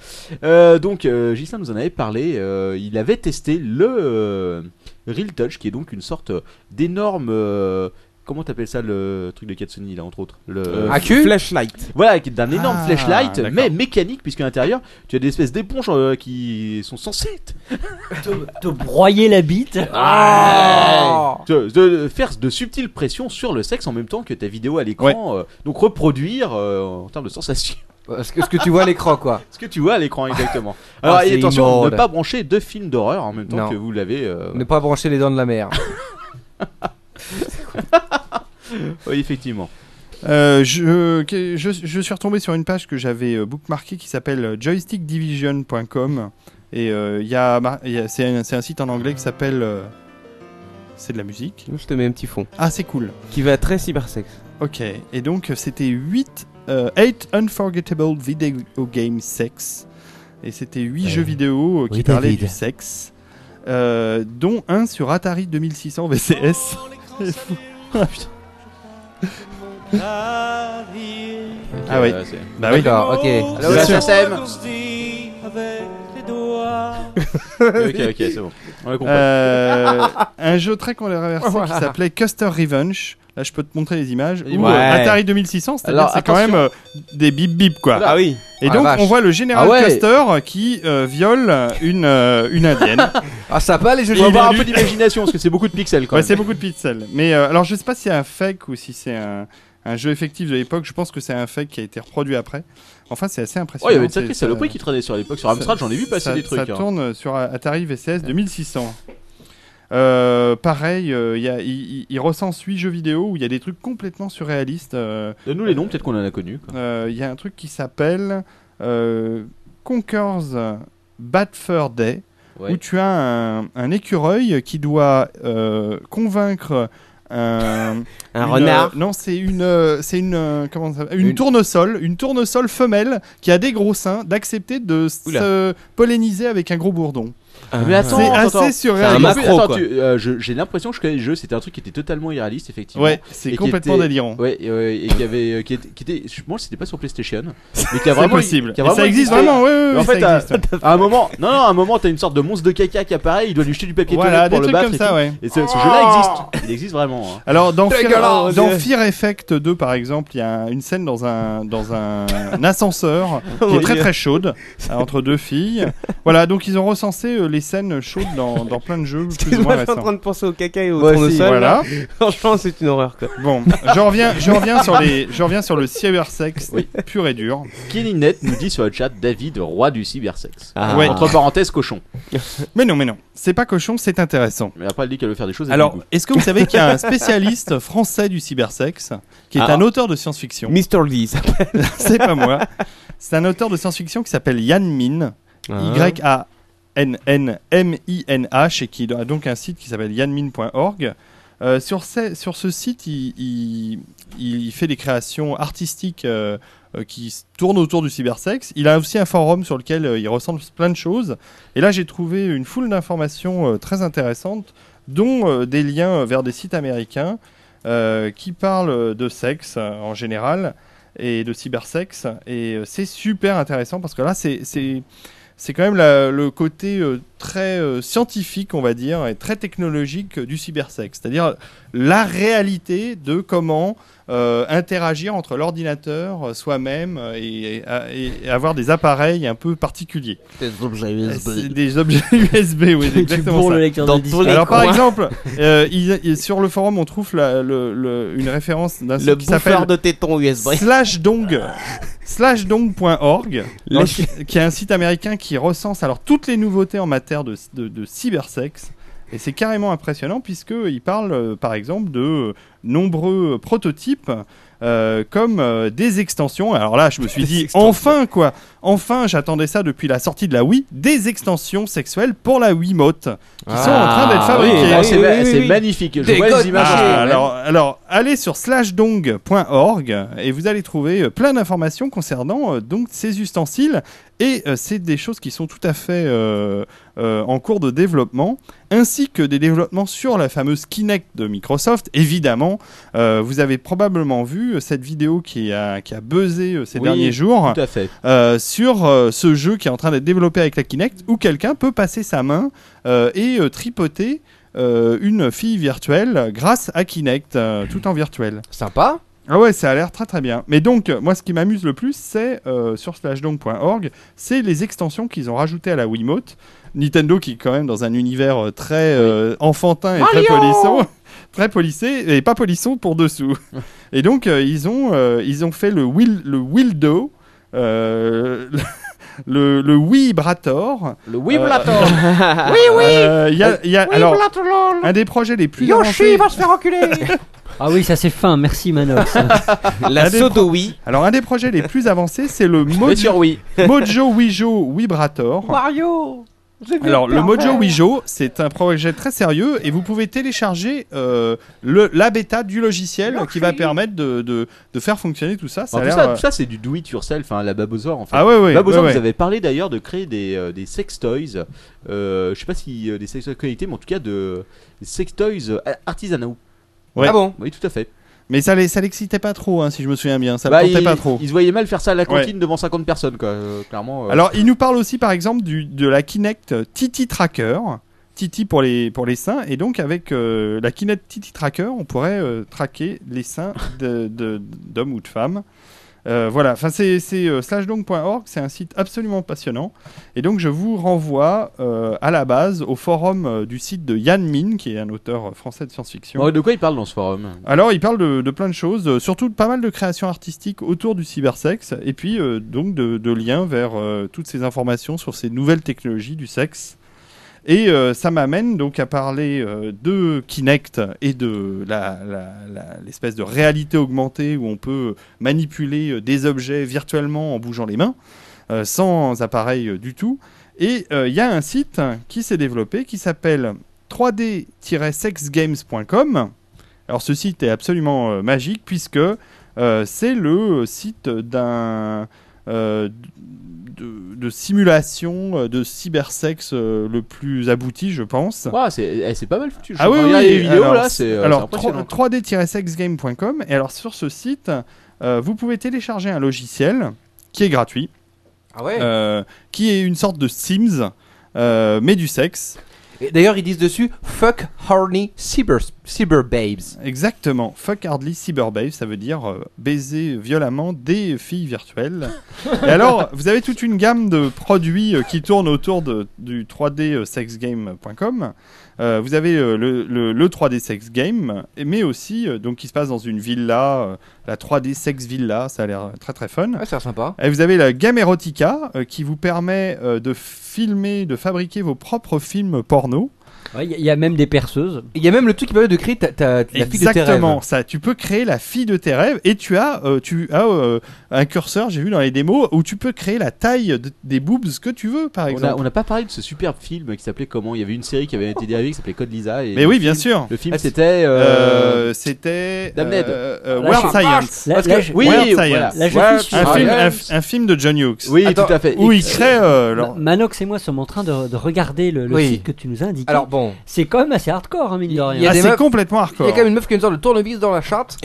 Speaker 5: Euh, donc, euh, Ghislain nous en avait parlé. euh, il avait testé le euh, Real Touch, qui est donc une sorte euh, d'énorme. euh, comment t'appelles ça le truc de Katsuni, là, entre autres le...
Speaker 6: Euh,
Speaker 1: AQ
Speaker 4: Flashlight.
Speaker 5: Voilà, qui est d'un énorme
Speaker 6: Ah,
Speaker 5: flashlight,
Speaker 6: d'accord.
Speaker 5: mais mécanique, puisqu'à l'intérieur, tu as des espèces d'éponges euh, qui sont censées te-
Speaker 7: Te broyer la bite.
Speaker 5: Ah,
Speaker 4: Oh.
Speaker 5: te- de faire de subtiles pressions sur le sexe en même temps que ta vidéo à l'écran. euh, donc, reproduire euh, en termes de sensation.
Speaker 1: Ce que, ce que tu vois à l'écran, quoi.
Speaker 5: Ce que tu vois à
Speaker 6: <laughs>
Speaker 5: l'écran exactement. Alors
Speaker 1: Ah,
Speaker 5: et
Speaker 1: c'est
Speaker 5: attention,
Speaker 1: immonde.
Speaker 5: ne pas brancher deux films d'horreur en même temps
Speaker 1: Non.
Speaker 5: que vous l'avez. euh,
Speaker 1: Ne pas brancher les dents de la mer.
Speaker 5: Oui, effectivement.
Speaker 6: Euh, je, que- je, je suis retombé sur une page que j'avais euh, bookmarkée qui s'appelle euh, joystickdivision.com. Et euh, il y a, mar- il y a- c'est un, c'est un site en anglais qui s'appelle. euh, c'est de la musique.
Speaker 4: Je te mets un petit fond.
Speaker 6: Ah, c'est cool.
Speaker 4: Qui va très cybersex.
Speaker 6: Ok. Et donc, c'était 8, euh, eight Unforgettable Video Game Sex. Et c'était 8
Speaker 2: Euh,
Speaker 6: jeux vidéo euh, qui
Speaker 2: oui,
Speaker 6: parlaient
Speaker 2: David.
Speaker 6: du sexe. euh, dont un sur Atari 2600 VCS. ah, putain. Ah oui.
Speaker 5: Euh, c'est-
Speaker 6: Bah oui.
Speaker 1: D'accord,
Speaker 4: Oh.
Speaker 1: ok.
Speaker 6: Bien sûr.
Speaker 5: ok, ok, c'est bon. On l'a compris. <laughs>
Speaker 6: Euh, un jeu très controversé qui s'appelait Custer Revenge. Là, je peux te montrer les images. Ou,
Speaker 4: Ouais.
Speaker 6: euh, Atari 2600, c'est-à-dire
Speaker 5: Alors,
Speaker 6: que c'est quand
Speaker 5: attention.
Speaker 6: même euh, des bip bip quoi.
Speaker 4: Ah oui.
Speaker 6: Et
Speaker 1: Ah,
Speaker 6: donc,
Speaker 1: la vache.
Speaker 6: on voit le général
Speaker 5: Ah ouais.
Speaker 6: Custer qui euh, viole une, euh, une indienne.
Speaker 1: Ah, sympa les jeux
Speaker 5: Il faut
Speaker 1: vidéo.
Speaker 5: avoir un
Speaker 6: il est
Speaker 5: peu
Speaker 6: nu.
Speaker 5: d'imagination parce que c'est beaucoup de pixels <laughs> quand
Speaker 6: ouais,
Speaker 5: même.
Speaker 6: c'est beaucoup de pixels. Mais euh, alors, je sais pas si c'est un fake ou si c'est un, un jeu effectif de l'époque. Je pense que c'est un fake qui a été reproduit après. Enfin, c'est assez
Speaker 5: Oh,
Speaker 6: impressionnant.
Speaker 5: il y avait une sacrée
Speaker 6: C'est- euh, ça-
Speaker 5: saloperie qui traînait sur l'époque. Sur
Speaker 6: ça-
Speaker 5: Amstrad, j'en ai vu passer
Speaker 6: ça-
Speaker 5: des trucs.
Speaker 6: Ça
Speaker 5: hein.
Speaker 6: tourne sur Atari VCS 2600. Euh, pareil, euh, il y a- il il- il recense 8 jeux vidéo où il y a des trucs complètement surréalistes. euh,
Speaker 5: Donne-nous les noms, peut-être qu'on en a connu. quoi.
Speaker 6: euh, Il y a un truc qui s'appelle euh, Conker's Bad Fur Day,
Speaker 5: Ouais.
Speaker 6: où tu as un, un écureuil qui doit euh, convaincre un,
Speaker 4: Un
Speaker 6: une,
Speaker 4: renard.
Speaker 6: euh, non, c'est une, euh, c'est une, euh, comment ça s'appelle une,
Speaker 1: Une-
Speaker 6: tournesol, une tournesol femelle qui a des gros seins, d'accepter de se polliniser avec euh, un gros bourdon.
Speaker 4: Mais
Speaker 6: C'est assez
Speaker 5: Ah,
Speaker 4: un
Speaker 5: mais en
Speaker 6: surréaliste.
Speaker 5: plus,
Speaker 4: macro,
Speaker 5: attends,
Speaker 4: quoi.
Speaker 5: tu- euh, je- J'ai l'impression que je connais le jeu. C'était un truc qui était totalement irréaliste, effectivement.
Speaker 6: Ouais, c'est
Speaker 5: Et qui
Speaker 6: complètement
Speaker 5: était-
Speaker 6: délirant.
Speaker 5: Ouais, et, euh, et qui avait, euh, qui était, qui était- je pense, que c'était pas sur PlayStation, mais qui a
Speaker 6: C'est
Speaker 5: vraiment,
Speaker 6: possible.
Speaker 5: qui a
Speaker 6: Et ça existe
Speaker 5: existé.
Speaker 6: vraiment, ouais, ouais,
Speaker 5: Mais
Speaker 6: ouais,
Speaker 5: en
Speaker 6: ça
Speaker 5: fait, à,
Speaker 6: existe.
Speaker 5: à un moment, non, non, à un moment, t'as une sorte de monstre de caca qui apparaît, il doit lui jeter du papier
Speaker 6: Voilà,
Speaker 5: toilette
Speaker 6: des
Speaker 5: pour le
Speaker 6: trucs
Speaker 5: battre.
Speaker 6: comme
Speaker 5: et
Speaker 6: ça,
Speaker 5: tout.
Speaker 6: ouais.
Speaker 5: Et ce, ce jeu-là existe, il existe vraiment. hein.
Speaker 6: Alors dans, Fear,
Speaker 1: Dégueulasse.
Speaker 6: dans Fear Effect 2 par exemple, il y a une scène dans un dans un
Speaker 5: <laughs>
Speaker 6: ascenseur
Speaker 5: Oh
Speaker 6: qui est très très chaude euh, entre deux filles. Voilà, donc ils ont recensé euh, les scènes chaudes dans, dans plein de jeux plus ou
Speaker 4: Excuse-moi, <laughs> je
Speaker 6: moins
Speaker 4: suis en
Speaker 6: récents.
Speaker 4: train de penser au caca et au
Speaker 1: Moi aussi.
Speaker 4: tournesol. là.
Speaker 6: Voilà.
Speaker 4: <laughs> Franchement, c'est une horreur quoi.
Speaker 6: Bon, je reviens je reviens sur les je reviens sur le cybersex
Speaker 5: Oui.
Speaker 6: pur et dur.
Speaker 5: Kinlinet nous dit sur le chat David, roi du cybersex.
Speaker 4: Ah.
Speaker 6: Ouais.
Speaker 5: Entre parenthèses, cochon.
Speaker 6: Mais non mais non, c'est pas cochon, c'est intéressant.
Speaker 5: Mais après, elle dit qu'elle veut faire des choses. avec
Speaker 6: Alors,
Speaker 5: du goût.
Speaker 6: est-ce que vous savez qu'il y a un spécialiste français du cybersex qui est
Speaker 5: Ah.
Speaker 6: un auteur
Speaker 5: <laughs>
Speaker 6: de science-fiction
Speaker 4: Mr. Lee, ça.
Speaker 6: C'est pas moi. C'est un auteur de science-fiction qui s'appelle Yann Min.
Speaker 4: Ah.
Speaker 6: Y-A-N-N-M-I-N-H et qui a donc un site qui s'appelle yanmin.org. Euh, sur, ce, sur ce site, il, il- il fait des créations artistiques euh, euh, qui s- tournent autour du cybersex. Il a aussi un forum sur lequel euh, il ressemble plein de choses. Et là, j'ai trouvé une foule d'informations euh, très intéressantes, dont euh, des liens euh, vers des sites américains euh, qui parlent de sexe euh, en général et de cybersex. Et euh, c'est super intéressant parce que là, c'est- c'est c'est quand même la- le côté euh, très euh, scientifique, on va dire, et très technologique euh, du cybersex. C'est-à-dire la réalité de comment euh, interagir entre l'ordinateur, euh, soi-même, euh, et, et- et avoir des appareils un peu particuliers. Ah, Euh, C'est Des objets <laughs>
Speaker 4: <laughs>
Speaker 6: USB. oui, c'est
Speaker 7: <laughs> tu
Speaker 6: exactement
Speaker 7: bourres
Speaker 6: ça.
Speaker 7: le lecteur
Speaker 4: Dans
Speaker 7: de disque.
Speaker 4: tous les
Speaker 6: Alors par
Speaker 4: coins.
Speaker 6: exemple, euh, il- il- sur le forum, on trouve la- le- le- une référence d'un
Speaker 4: Le
Speaker 6: site qui s'appelle
Speaker 4: bouffeur de tétons USB.
Speaker 6: Slashdong. Slashdong.org,
Speaker 4: Les-
Speaker 6: donc, qui- qui est un site américain qui recense alors toutes les nouveautés en matière de, de, de cybersex. Et c'est carrément impressionnant puisque il parle euh, par exemple de nombreux prototypes. euh, comme euh, des extensions. Alors là, je me suis dit, enfin quoi, enfin j'attendais ça depuis la sortie de la Wii, des extensions sexuelles pour la Wiimote, qui sont en train d'être
Speaker 5: Ah oui,
Speaker 6: fabriquées.
Speaker 4: bah,
Speaker 5: là, c'est
Speaker 1: oui,
Speaker 5: ma-
Speaker 1: oui,
Speaker 5: c'est
Speaker 1: oui.
Speaker 5: magnifique. Je
Speaker 1: Des
Speaker 5: vois
Speaker 1: codes
Speaker 5: les images.
Speaker 6: Ah,
Speaker 5: en ce moment.
Speaker 6: alors, alors, allez sur slashdong.org et vous allez trouver euh, plein d'informations concernant euh, donc ces ustensiles et euh, c'est des choses qui sont tout à fait euh, euh, en cours de développement ainsi que des développements sur la fameuse Kinect de Microsoft. Évidemment, euh, vous avez probablement vu euh, cette vidéo qui a, qui a buzzé euh, ces
Speaker 5: Oui,
Speaker 6: derniers jours
Speaker 5: Tout à fait.
Speaker 6: euh, sur euh, ce jeu qui est en train d'être développé avec la Kinect, où quelqu'un peut passer sa main euh, et euh, tripoter euh, une fille virtuelle grâce à Kinect, euh, tout en virtuel.
Speaker 1: Sympa.
Speaker 6: Ah ouais, ça a l'air très très bien. Mais donc, euh, moi, ce qui m'amuse le plus, c'est euh, sur slashdong.org, c'est les extensions qu'ils ont rajoutées à la Wiimote. Nintendo qui est quand même dans un univers euh, très euh, enfantin et très polisson, <laughs> très polissé et pas polisson pour dessous. et donc, euh, ils ont euh, ils ont fait le Will le Wildo. euh, <laughs> le, le Wibrator.
Speaker 5: Le Wimblator.
Speaker 6: Euh, il y a- il y a- alors, un des projets les plus avancés.
Speaker 1: se faire enculer.
Speaker 4: <laughs>
Speaker 7: Ah oui, ça c'est fin,
Speaker 5: <laughs>
Speaker 7: merci Manox.
Speaker 4: La <laughs>
Speaker 6: Un des
Speaker 4: Sodowi.
Speaker 6: Alors, un des projets les plus avancés, c'est le
Speaker 5: Mais
Speaker 6: Mojo,
Speaker 5: sur oui.
Speaker 6: Mojo Wijo Wibrator.
Speaker 1: Mario.
Speaker 6: Alors, le Mojo Wijo, c'est un projet très sérieux et vous pouvez télécharger euh, le, la bêta du logiciel qui va permettre de, de, de faire fonctionner tout ça. Ça
Speaker 5: Enfin,
Speaker 6: a
Speaker 5: Bah, tout,
Speaker 6: l'air,
Speaker 5: ça,
Speaker 6: euh,
Speaker 5: tout ça, c'est du do it yourself, hein, la Babozor en fait.
Speaker 6: Ah ouais, ouais.
Speaker 5: Babozor,
Speaker 6: ouais,
Speaker 5: vous
Speaker 6: ouais.
Speaker 5: avez parlé d'ailleurs de créer des, euh, des sex toys. Euh, je sais pas si euh, des sex toys connectés, mais en tout cas de des sex toys euh, artisanaux.
Speaker 6: Ouais.
Speaker 1: Ah bon
Speaker 5: Oui, tout à fait.
Speaker 6: Mais ça, les- ça l'excitait pas trop, hein, si je me souviens bien. Ça
Speaker 5: Bah,
Speaker 6: le tentait
Speaker 5: il-
Speaker 6: pas trop.
Speaker 5: Ils se voyaient mal faire ça à la
Speaker 6: Ouais.
Speaker 5: cantine devant 50 personnes, quoi. euh, clairement. euh.
Speaker 6: Alors, il nous parle aussi, par exemple, du, de la Kinect Titi Tracker. Titi pour les, pour les seins. Et donc, avec euh, la Kinect Titi Tracker, on pourrait euh, traquer les seins de- de- d'hommes ou de femmes. Euh, voilà, enfin, c'est c'est, euh, slashdong.org, c'est un site absolument passionnant. Et donc, je vous renvoie euh, à la base au forum euh, du site de Yann Min, qui est un auteur euh, français de science-fiction.
Speaker 5: Bon, de quoi ils parlent dans ce forum
Speaker 6: Alors, il parle de, de plein de choses, euh, surtout de pas mal de créations artistiques autour du cybersexe, et puis euh, donc de, de liens vers euh, toutes ces informations sur ces nouvelles technologies du sexe. Et euh, ça m'amène donc à parler euh, de Kinect et de la- la- la- l'espèce de réalité augmentée où on peut manipuler euh, des objets virtuellement en bougeant les mains, euh, sans appareil euh, du tout. Et euh, il y a un site qui s'est développé qui s'appelle 3d-sexgames.com. Alors ce site est absolument euh, magique puisque euh, c'est le site d'un euh, de, de simulation euh, de cybersexe euh, le plus abouti, je pense.
Speaker 5: Ouah, c'est eh, c'est pas mal foutu. Je
Speaker 6: Ah oui,
Speaker 5: regarde
Speaker 6: oui,
Speaker 5: les vidéos
Speaker 6: alors,
Speaker 5: là, c'est euh, c'est
Speaker 6: Alors,
Speaker 5: impressionnant.
Speaker 6: 3d-sexgame.com. Et alors, sur ce site, euh, vous pouvez télécharger un logiciel qui est gratuit,
Speaker 1: Ah ouais.
Speaker 6: euh, qui est une sorte de Sims, euh, mais du sexe.
Speaker 1: Et D'ailleurs, ils disent dessus fuck horny cyber cyber babes.
Speaker 6: Exactement. Fuck hardly cyberbave, ça veut dire euh, baiser violemment des filles virtuelles. Et alors, vous avez toute une gamme de produits euh, qui tournent autour de, du euh, 3dsexgame.com. Euh, vous avez euh, le, le- le 3D Sex Game, et- mais aussi, euh, donc, qui se passe dans une villa, euh, la 3D Sex Villa, ça a l'air très très fun.
Speaker 1: Ouais, c'est sympa.
Speaker 6: Et Eh, vous avez la gamme erotica euh, qui vous permet euh, de filmer, de fabriquer vos propres films porno.
Speaker 7: Ouais, Il y, a- il y a même des perceuses.
Speaker 1: Il y a même le truc qui permet de créer ta, ta- la fille de tes rêves.
Speaker 6: Exactement, ça. Tu peux créer la fille de tes rêves et tu as, euh, tu as euh, un curseur, j'ai vu dans les démos, où tu peux créer la taille de- des boobs que tu veux, par
Speaker 5: On a-
Speaker 6: exemple.
Speaker 5: on n'a pas parlé de ce superbe film qui s'appelait comment Il y avait une série qui avait été dérivée qui s'appelait Code Lisa. Et
Speaker 6: Mais
Speaker 5: le
Speaker 6: oui,
Speaker 5: film-
Speaker 6: bien sûr. Ah,
Speaker 5: Le film c'était. euh,
Speaker 6: Euh, C'était
Speaker 5: Damned.
Speaker 6: euh, euh,
Speaker 7: La Ah,
Speaker 6: World
Speaker 7: chute.
Speaker 6: Science.
Speaker 7: Là,
Speaker 5: parce
Speaker 7: là,
Speaker 5: que-
Speaker 7: je-
Speaker 5: oui,
Speaker 6: World
Speaker 5: voilà.
Speaker 6: Science.
Speaker 7: là, je
Speaker 5: World
Speaker 7: suis
Speaker 6: Un
Speaker 7: sûr.
Speaker 6: film, un,
Speaker 5: Science.
Speaker 6: un film de John Hughes.
Speaker 5: Oui,
Speaker 1: Attends,
Speaker 5: tout à fait.
Speaker 6: Où
Speaker 5: Et-
Speaker 6: il crée. euh, leur-
Speaker 7: Ma- Manox et moi sommes en train de, de regarder le, le
Speaker 1: Oui.
Speaker 7: site que tu nous as indiqué.
Speaker 1: Alors bon,
Speaker 7: c'est quand même assez hardcore, hein, mine de
Speaker 1: il y a
Speaker 7: rien.
Speaker 6: Ah,
Speaker 1: des
Speaker 6: c'est
Speaker 1: meufs-
Speaker 6: complètement
Speaker 1: il
Speaker 6: hardcore.
Speaker 1: y a quand même une meuf qui a une sorte de tournevis dans la charte.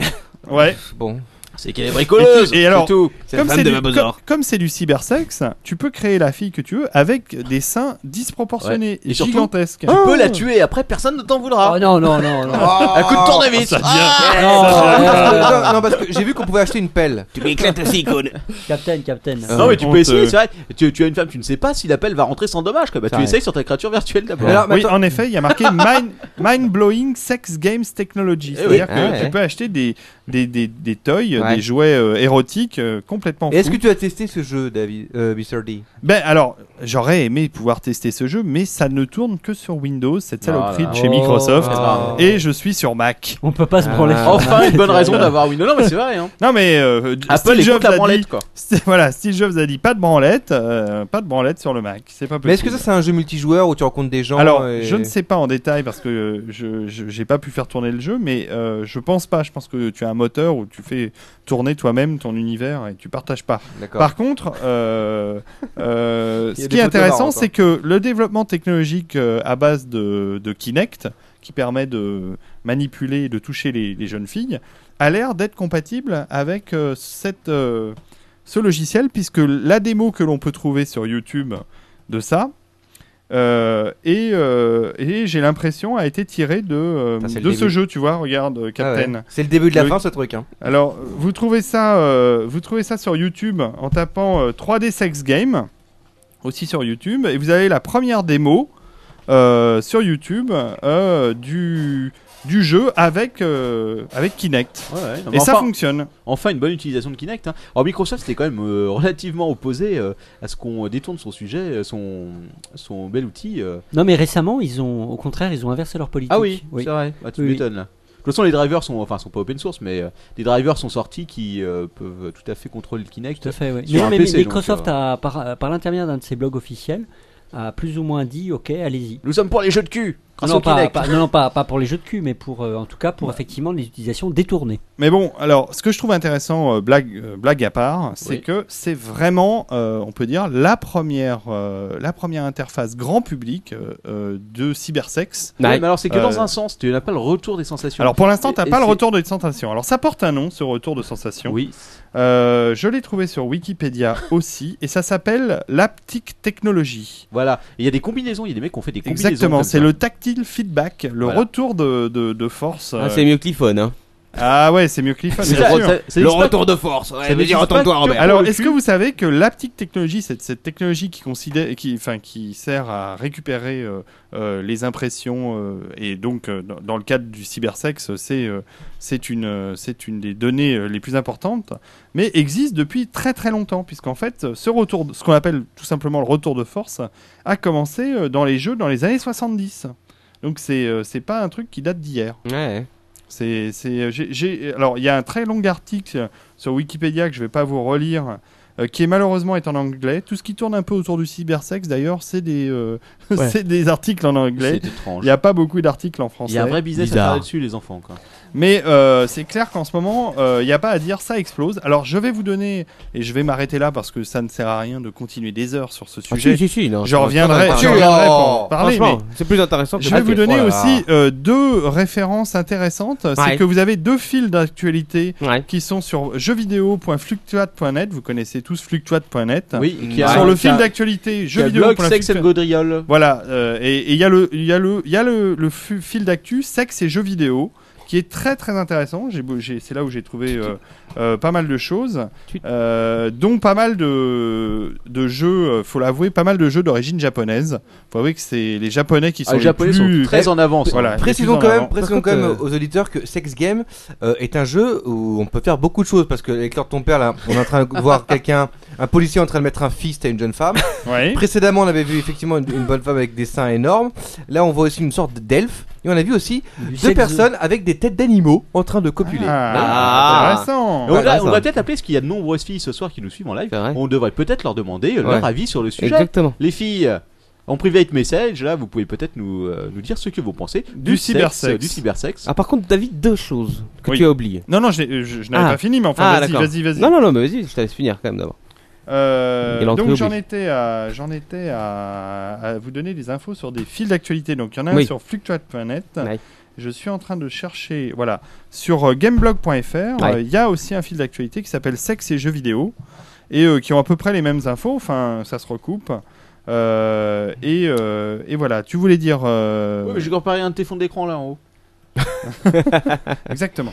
Speaker 6: Ouais.
Speaker 1: Bon.
Speaker 3: C'est qu'elle est bricoleuse
Speaker 6: Et alors,
Speaker 3: c'est tout. C'est la
Speaker 6: Comme
Speaker 3: femme
Speaker 6: c'est
Speaker 3: de
Speaker 6: du,
Speaker 3: Babozor.
Speaker 6: comme- comme c'est du cybersexe, tu peux créer la fille que tu veux avec des seins disproportionnés,
Speaker 5: Ouais. Et surtout-
Speaker 6: gigantesques.
Speaker 1: Ah.
Speaker 5: Tu peux la tuer après personne ne t'en voudra.
Speaker 7: Oh non, non, non,
Speaker 5: <laughs>
Speaker 7: non.
Speaker 5: Un coup de tournevis. Ah,
Speaker 6: <laughs>
Speaker 7: Non,
Speaker 1: <laughs> non,
Speaker 7: non, non,
Speaker 1: parce que- non, parce que j'ai vu qu'on pouvait acheter une pelle.
Speaker 3: Tu m'éclates aussi, icône.
Speaker 7: Captain, Captain.
Speaker 5: Ah, non mais tu peux
Speaker 6: Honte,
Speaker 5: essayer,
Speaker 6: euh.
Speaker 5: c'est vrai. Tu, tu as une femme, tu ne sais pas si l'appel va rentrer sans dommage. Quoi. Bah,
Speaker 1: Ça
Speaker 5: tu
Speaker 1: arrive.
Speaker 5: essayes sur ta créature virtuelle d'abord.
Speaker 1: Alors, mais
Speaker 6: Oui,
Speaker 1: attends-
Speaker 6: en effet, il y
Speaker 1: <laughs>
Speaker 6: a marqué Mind, Mind Blowing Sex Games Technology.
Speaker 5: Eh oui.
Speaker 6: C'est-à-dire
Speaker 1: Ah
Speaker 6: que
Speaker 1: ouais.
Speaker 6: tu peux acheter des, des, des, des toys
Speaker 1: Ouais.
Speaker 6: des jouets euh, érotiques euh, complètement
Speaker 1: Et Est-ce
Speaker 6: fous.
Speaker 1: que tu as testé ce jeu, David, euh, Mr. D
Speaker 6: Ben alors, j'aurais aimé pouvoir tester ce jeu, mais ça ne tourne que sur Windows, cette saloperie
Speaker 5: Voilà.
Speaker 6: de chez Microsoft.
Speaker 1: Oh.
Speaker 6: Et je suis sur Mac.
Speaker 7: On peut pas se branler.
Speaker 1: Ah.
Speaker 7: sur
Speaker 5: Enfin,
Speaker 7: Mac.
Speaker 5: une bonne
Speaker 7: <laughs>
Speaker 5: raison d'avoir Windows. Non, mais c'est vrai. Hein.
Speaker 6: Non mais euh,
Speaker 5: Apple
Speaker 6: Steve
Speaker 5: est contre
Speaker 6: Jobs
Speaker 5: la
Speaker 6: a dit,
Speaker 5: branlette, quoi.
Speaker 6: <laughs> voilà, Steve Jobs a dit pas de branlette, euh, pas de branlette sur le Mac, c'est pas possible.
Speaker 1: Mais est-ce que ça, c'est un jeu multijoueur où tu rencontres des gens
Speaker 6: Alors,
Speaker 1: et-
Speaker 6: je ne sais pas en détail parce que euh, je je- j'ai pas pu faire tourner le jeu, mais euh, je pense pas. Je pense que tu as un moteur où tu fais tourner toi-même ton univers et tu partages pas.
Speaker 1: D'accord. Ah
Speaker 6: Par contre,
Speaker 1: <laughs>
Speaker 6: euh, euh,
Speaker 1: Il y a des
Speaker 6: ce qui est
Speaker 1: photos
Speaker 6: intéressant,
Speaker 1: marrantes, hein.
Speaker 6: c'est que le développement technologique euh, à base de, de Kinect, qui permet de manipuler et de toucher les, les jeunes filles, a l'air d'être compatible avec euh, cette, euh, ce logiciel, puisque la démo que l'on peut trouver sur YouTube de ça, euh, et, euh, et j'ai l'impression a été tirée de, euh,
Speaker 1: Ça, c'est le
Speaker 6: de ce
Speaker 1: début.
Speaker 6: jeu, tu vois, regarde, euh,
Speaker 1: Ah ouais.
Speaker 6: Captain.
Speaker 1: C'est le début de la
Speaker 6: Le-
Speaker 1: fin, ce truc. Hein.
Speaker 6: Alors, vous trouvez ça, euh, vous trouvez ça sur YouTube en tapant euh, 3D Sex Game, aussi sur YouTube, et vous avez la première démo euh, sur YouTube euh, du, du jeu avec, euh, avec Kinect.
Speaker 5: Ouais, ouais. Non, mais
Speaker 6: Et ça
Speaker 5: enfin,
Speaker 6: fonctionne.
Speaker 5: enfin, une bonne utilisation de Kinect. Hein. Alors, Microsoft, c'était quand même euh, relativement opposé euh, à ce qu'on détourne son sujet, euh, son, son bel outil. euh.
Speaker 7: Non, mais récemment, ils ont, au contraire, ils ont inversé leur politique.
Speaker 5: Ah oui, c'est vrai. Ah, tu
Speaker 7: Oui, oui.
Speaker 5: m'étonnes là. De toute façon, les drivers sont, enfin, sont pas open source, mais euh, des drivers sont sortis qui euh, peuvent tout à fait contrôler le Kinect.
Speaker 7: Tout à fait, oui.
Speaker 5: Sur
Speaker 7: Mais,
Speaker 5: un
Speaker 7: mais
Speaker 5: PC, donc,
Speaker 7: Microsoft, a, par, par l'intermédiaire d'un de ses blogs officiels, a plus ou moins dit Ok, allez-y.
Speaker 5: Nous sommes pour les jeux de cul. Grâce
Speaker 7: Non,
Speaker 5: au
Speaker 7: pas,
Speaker 5: Kinect.
Speaker 7: pas- non, non, pas, pas pour les jeux de cul, mais pour, euh, en tout cas pour effectivement les utilisations détournées.
Speaker 6: Mais bon, alors, ce que je trouve intéressant, euh, blague, euh, blague à part, c'est
Speaker 5: Oui.
Speaker 6: que c'est vraiment, euh, on peut dire, la première, euh, la première interface grand public euh, euh, de cybersex.
Speaker 4: Ouais.
Speaker 5: Ouais, mais alors c'est que
Speaker 6: Euh,
Speaker 5: dans un sens, tu n'as pas le retour des sensations.
Speaker 6: Alors pour l'instant, t'as
Speaker 5: Et- et
Speaker 6: pas le
Speaker 5: c'est-
Speaker 6: retour de sensation. Alors ça porte un nom, ce retour de sensation.
Speaker 5: oui,
Speaker 6: Euh, je l'ai trouvé sur Wikipédia <laughs> aussi, et ça s'appelle l'aptique technologie.
Speaker 5: voilà. Et Il y a des combinaisons, il y a des mecs qui ont fait des combinaisons.
Speaker 6: Exactement,
Speaker 5: comme
Speaker 6: c'est
Speaker 5: ça.
Speaker 6: le tactile feedback, le
Speaker 5: Voilà.
Speaker 6: retour de, de, de force. euh.
Speaker 4: Ah, c'est mieux que l'iPhone. Hein.
Speaker 6: Ah ouais, c'est mieux que l'iPhone.
Speaker 5: C'est
Speaker 6: bien
Speaker 5: ça,
Speaker 6: sûr.
Speaker 5: ça- ça
Speaker 4: Le
Speaker 5: n'existe pas
Speaker 4: retour de force.
Speaker 5: Ça
Speaker 4: Ouais, vas-y,
Speaker 5: n'existe
Speaker 4: retourne-toi,
Speaker 5: pas
Speaker 4: Robert.
Speaker 6: Alors, est-ce que vous savez que l'aptique technologie, cette, cette technologie qui, considère, qui, enfin, qui sert à récupérer euh, euh, les impressions, euh, et donc euh, dans, dans le cadre du cybersexe, c'est euh, c'est une, euh, c'est une des données euh, les plus importantes, mais existe depuis très très longtemps, puisqu'en fait, euh, ce retour, de- ce qu'on appelle tout simplement le retour de force, a commencé euh, dans les jeux dans les années 70. Donc, c'est euh, c'est pas un truc qui date d'hier.
Speaker 4: Ouais.
Speaker 6: C'est, c'est, j'ai, j'ai- alors, il y a un très long article sur Wikipédia que je ne vais pas vous relire, euh, qui est malheureusement est en anglais. Tout ce qui tourne un peu autour du cybersexe, d'ailleurs, c'est des, euh, <laughs>
Speaker 5: Ouais.
Speaker 6: c'est des articles en anglais.
Speaker 5: C'est étrange.
Speaker 6: Il n'y a pas beaucoup d'articles en français.
Speaker 5: Il y a un vrai business à
Speaker 4: Bizarre.
Speaker 5: faire là-dessus, les enfants. Quoi.
Speaker 6: Mais euh, c'est clair qu'en ce moment, euh, il n'y a pas à dire ça explose. Alors, je vais vous donner, et je vais m'arrêter là parce que ça ne sert à rien de continuer des heures sur ce
Speaker 4: Ah, si,
Speaker 6: sujet.
Speaker 4: si, si, non.
Speaker 6: je reviendrai,
Speaker 1: Ah,
Speaker 6: je reviendrai pour en
Speaker 1: oh,
Speaker 6: parler. mais-
Speaker 4: Franchement, c'est plus intéressant que
Speaker 6: Je vais
Speaker 4: le
Speaker 6: vous
Speaker 4: papier.
Speaker 6: donner
Speaker 4: Oh là là.
Speaker 6: aussi euh, deux références intéressantes. C'est
Speaker 4: Ouais.
Speaker 6: que vous avez deux fils d'actualité
Speaker 4: Ouais.
Speaker 6: qui sont sur jeuxvideo.fluctuate.net. Vous connaissez tous fluctuate.net.
Speaker 5: Oui, et qui
Speaker 6: Sur
Speaker 5: a
Speaker 6: le
Speaker 5: qui
Speaker 6: fil
Speaker 5: a-
Speaker 6: d'actualité
Speaker 5: qui a le blog Sex and
Speaker 6: jeuxvideo.fluctuate.
Speaker 5: Gaudriol.
Speaker 6: Voilà. euh, et et il y a le, il y a le, il y a le, le fu- fil d'actu sexe et jeux vidéo qui est très très intéressant. J'ai beau- j'ai- C'est là où j'ai trouvé euh, euh, pas mal de choses, euh, dont pas mal de, de jeux, euh, faut l'avouer, pas mal de jeux d'origine japonaise. faut avouer que c'est les japonais qui sont
Speaker 5: Ah, les japonais
Speaker 6: plus...
Speaker 5: sont très en avance. hein.
Speaker 6: Voilà.
Speaker 1: Précisons quand
Speaker 6: les plus en
Speaker 1: même,
Speaker 6: avant.
Speaker 1: précisons
Speaker 4: Par
Speaker 1: quand
Speaker 4: contre,
Speaker 1: même
Speaker 4: euh,
Speaker 1: aux auditeurs que Sex Game euh, est un jeu où on peut faire beaucoup de choses parce que avec l'heure de ton père là, on est en train de voir quelqu'un, un policier en train de mettre un fist à une jeune femme.
Speaker 6: Ouais.
Speaker 1: Précédemment, on avait vu effectivement une, une bonne femme avec des seins énormes. Là, on voit aussi une sorte d'elfe et on a vu aussi deux personnes avec des têtes d'animaux en train de copuler.
Speaker 6: Ah, intéressant.
Speaker 5: Et On,
Speaker 1: Ouais,
Speaker 5: va-
Speaker 1: là,
Speaker 5: on
Speaker 1: ça.
Speaker 5: va peut-être appeler, parce qu'il y a de nombreuses filles ce soir qui nous suivent en live.
Speaker 4: C'est vrai.
Speaker 5: On devrait peut-être leur demander euh, leur
Speaker 1: Ouais.
Speaker 5: avis sur le sujet.
Speaker 4: Exactement.
Speaker 5: Les filles, euh, en private message, là, vous pouvez peut-être nous, euh, nous dire ce que vous pensez
Speaker 6: Du
Speaker 5: sexe,
Speaker 6: cybersexe.
Speaker 5: Du cybersexe.
Speaker 4: Ah, par contre, David, deux choses que
Speaker 6: Oui.
Speaker 4: tu as oubliées.
Speaker 6: Non, non, je, l'ai- je- je n'avais
Speaker 4: Ah.
Speaker 6: pas fini, mais enfin,
Speaker 4: Ah,
Speaker 6: vas-y,
Speaker 4: d'accord.
Speaker 6: vas-y, vas-y.
Speaker 4: Non, non, non, mais vas-y, je te laisse finir quand même d'abord.
Speaker 6: Euh,
Speaker 4: Et l'entrée
Speaker 6: donc
Speaker 4: au
Speaker 6: j'en
Speaker 4: but.
Speaker 6: étais à, j'en étais à, à vous donner des infos sur des fils d'actualité. Donc il y en a un
Speaker 4: Oui.
Speaker 6: sur fluctuate.net.
Speaker 4: Ouais.
Speaker 6: Je suis en train de chercher, voilà, sur euh, gameblog.fr, euh, il
Speaker 4: Ouais.
Speaker 6: y a aussi un fil d'actualité qui s'appelle Sexe et jeux vidéo et euh, qui ont à peu près les mêmes infos. Enfin, ça se recoupe. Euh, et, euh, et voilà, tu voulais dire euh,
Speaker 5: Oui, mais j'ai comparé un de tes fonds d'écran là en haut.
Speaker 6: exactement.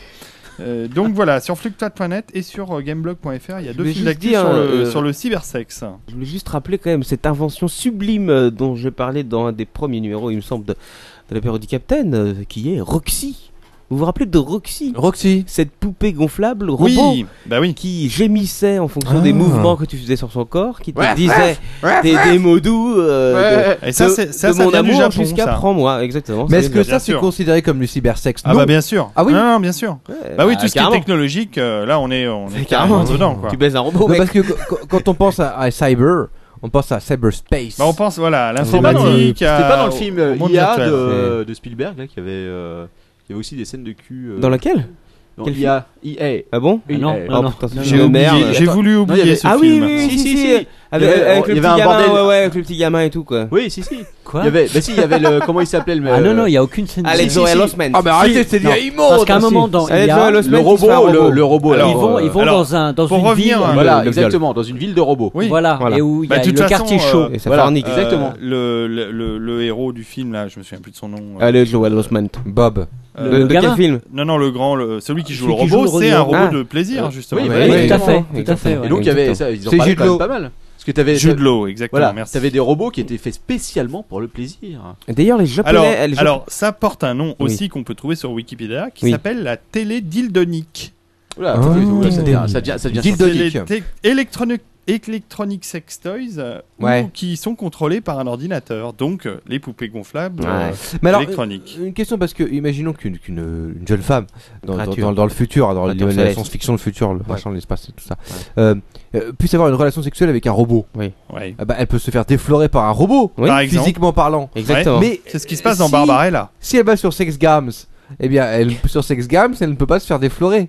Speaker 6: Euh, donc <laughs> voilà, sur fluctuate.net et sur euh, gameblog.fr, il y a deux
Speaker 4: voulais
Speaker 6: fils
Speaker 4: juste
Speaker 6: d'actu
Speaker 4: dire,
Speaker 6: sur, le-
Speaker 4: euh,
Speaker 6: sur le cybersexe.
Speaker 4: Je voulais juste rappeler quand même cette invention sublime euh, dont je parlais dans un des premiers numéros, il me semble, de, de la période du Captain, euh, qui est Roxy. Vous vous rappelez de Roxy
Speaker 8: Roxy.
Speaker 4: Cette poupée gonflable, robot,
Speaker 6: Oui, bah oui.
Speaker 4: qui gémissait en fonction
Speaker 8: Ah.
Speaker 4: des mouvements que tu faisais sur son corps, qui te disait des, des mots doux euh, de-
Speaker 6: Et ça,
Speaker 4: de-
Speaker 6: c'est- ça,
Speaker 4: de
Speaker 6: ça
Speaker 4: mon
Speaker 6: vient du
Speaker 4: amour
Speaker 6: Japon,
Speaker 4: jusqu'à
Speaker 6: ça.
Speaker 4: prends-moi, exactement.
Speaker 1: Mais
Speaker 4: c'est
Speaker 1: est-ce que
Speaker 6: bien
Speaker 1: ça c'est
Speaker 6: sûr.
Speaker 1: considéré comme du cybersexe
Speaker 6: Ah
Speaker 1: Non.
Speaker 6: bah bien sûr.
Speaker 1: Ah oui.
Speaker 6: Non, non, bien sûr.
Speaker 4: Ouais,
Speaker 6: Bah oui, tout ce qui est
Speaker 4: carrément.
Speaker 6: technologique, euh, là on est, on est
Speaker 4: C'est
Speaker 6: carrément
Speaker 4: carrément.
Speaker 6: dedans quoi.
Speaker 4: Tu baises un robot,
Speaker 1: Non,
Speaker 4: mec.
Speaker 1: parce que qu- qu- quand on pense à, à cyber, on pense à cyberspace.
Speaker 6: Bah on pense voilà à
Speaker 5: C'était pas dans le,
Speaker 6: l'informatique.
Speaker 5: c'était
Speaker 6: à-
Speaker 5: pas dans le
Speaker 6: au-
Speaker 5: film
Speaker 6: au
Speaker 5: euh,
Speaker 6: monde
Speaker 5: IA
Speaker 6: virtuel.
Speaker 5: de, de Spielberg là, qui avait, euh, il y avait aussi des scènes de cul. euh,
Speaker 4: Dans laquelle
Speaker 5: dans
Speaker 4: quel
Speaker 5: IA, IA.
Speaker 4: Ah bon
Speaker 7: Ah non,
Speaker 5: Eh,
Speaker 7: non,
Speaker 4: oh,
Speaker 7: non,
Speaker 4: putain,
Speaker 7: non,
Speaker 4: j'ai
Speaker 6: J'ai
Speaker 4: une
Speaker 6: oublié-
Speaker 4: merde.
Speaker 6: j'ai voulu
Speaker 5: Non, il y
Speaker 6: oublier
Speaker 5: avait-
Speaker 6: ce
Speaker 4: Ah oui,
Speaker 6: film.
Speaker 4: oui, oui, si,
Speaker 5: Si, si,
Speaker 4: si,
Speaker 5: si.
Speaker 4: Avec,
Speaker 5: Il y avait-
Speaker 4: avec le
Speaker 5: il y
Speaker 4: petit
Speaker 5: avait un
Speaker 4: gamin,
Speaker 5: bordel.
Speaker 4: ouais, ouais, avec le petit gamin et tout, quoi.
Speaker 5: Oui, si, si.
Speaker 7: Quoi
Speaker 5: Il y avait, euh, bah si, il y avait le, comment il s'appelait le.
Speaker 7: Ah non, non, il n'y a aucune scène de
Speaker 4: Alex
Speaker 7: Si, si,
Speaker 4: Zoé
Speaker 7: si.
Speaker 4: Losman.
Speaker 1: Ah bah arrêtez, c'est
Speaker 7: Non,
Speaker 1: des
Speaker 7: Parce qu'à un
Speaker 1: immondes,
Speaker 7: moment dans
Speaker 4: Alex
Speaker 7: IA,
Speaker 4: Zoé Losman,
Speaker 5: le
Speaker 4: il se fait un
Speaker 5: robot, le, le robot. là,
Speaker 7: ils
Speaker 6: Alors,
Speaker 7: vont,
Speaker 5: euh,
Speaker 7: ils vont
Speaker 6: alors,
Speaker 7: dans un dans
Speaker 6: pour
Speaker 7: une
Speaker 6: revenir,
Speaker 7: ville,
Speaker 6: hein,
Speaker 5: Voilà,
Speaker 1: le- le viol.
Speaker 5: exactement, dans une ville de robots.
Speaker 6: Oui.
Speaker 7: voilà,
Speaker 1: Voilà.
Speaker 7: et où il y a
Speaker 6: Bah, de
Speaker 7: le
Speaker 6: toute façon,
Speaker 7: quartier chaud.
Speaker 6: euh,
Speaker 4: Et ça
Speaker 5: Voilà.
Speaker 4: fait un nick.
Speaker 5: Euh,
Speaker 4: Exactement.
Speaker 6: Le, le, le, le héros du film là, je me souviens plus de son nom. euh,
Speaker 4: Allez, Joel Osment.
Speaker 1: Bob.
Speaker 6: euh,
Speaker 4: De, de quel
Speaker 7: gamin.
Speaker 4: film
Speaker 6: Non, non, le grand, le- celui qui joue
Speaker 7: Celui
Speaker 6: le
Speaker 7: qui joue
Speaker 6: robot,
Speaker 7: le
Speaker 6: c'est un
Speaker 7: robot.
Speaker 6: robot
Speaker 4: Ah.
Speaker 6: de plaisir,
Speaker 5: Oui,
Speaker 6: justement.
Speaker 5: oui,
Speaker 6: Bah,
Speaker 5: oui,
Speaker 6: oui.
Speaker 7: Oui, tout à fait,
Speaker 1: exactement.
Speaker 7: tout à fait.
Speaker 5: Et
Speaker 7: ouais.
Speaker 5: donc il y avait ça, ils en
Speaker 1: C'est
Speaker 5: parlaient
Speaker 1: Jude
Speaker 5: quand même
Speaker 1: Law.
Speaker 5: pas mal. Parce que t'avais.
Speaker 6: Jude
Speaker 5: t'avais-
Speaker 6: Law, exactement.
Speaker 5: Voilà,
Speaker 6: merci.
Speaker 5: t'avais des robots qui étaient faits spécialement pour le plaisir.
Speaker 4: D'ailleurs, les Japonais.
Speaker 6: Alors,
Speaker 4: les Japonais-
Speaker 6: alors, ça porte un nom
Speaker 4: Oui.
Speaker 6: aussi qu'on peut trouver sur Wikipédia qui
Speaker 4: Oui.
Speaker 6: s'appelle la télé dildonique.
Speaker 5: Oula,
Speaker 1: Ah.
Speaker 5: oui, ça devient, ça devient, ça devient
Speaker 1: Dildo- Dildonique.
Speaker 6: Télé- té- Electronic, electronic sex toys euh, ou-
Speaker 1: Ouais.
Speaker 6: qui sont contrôlés par un ordinateur, donc euh, les poupées gonflables euh,
Speaker 1: Mais alors, euh,
Speaker 6: électroniques.
Speaker 1: Une question parce que imaginons qu'une qu'une, euh, une jeune femme dans, dans,
Speaker 4: Créature.
Speaker 1: dans- dans le futur, dans
Speaker 4: Créature
Speaker 1: le- la
Speaker 4: céleste.
Speaker 1: science-fiction, le futur, le machin, l'espace et tout ça, euh, euh, puisse avoir une relation sexuelle avec un robot.
Speaker 6: Ouais.
Speaker 1: Ah bah, elle peut se faire déflorer par un robot,
Speaker 4: Oui,
Speaker 6: Par exemple, Oh.
Speaker 1: physiquement parlant.
Speaker 4: Exactement.
Speaker 1: Mais
Speaker 6: c'est ce qui se passe dans
Speaker 1: si-
Speaker 6: Barbarella.
Speaker 1: si elle va sur Sex Games, eh bien, elle, sur Sex Games, elle ne peut pas se faire déflorer.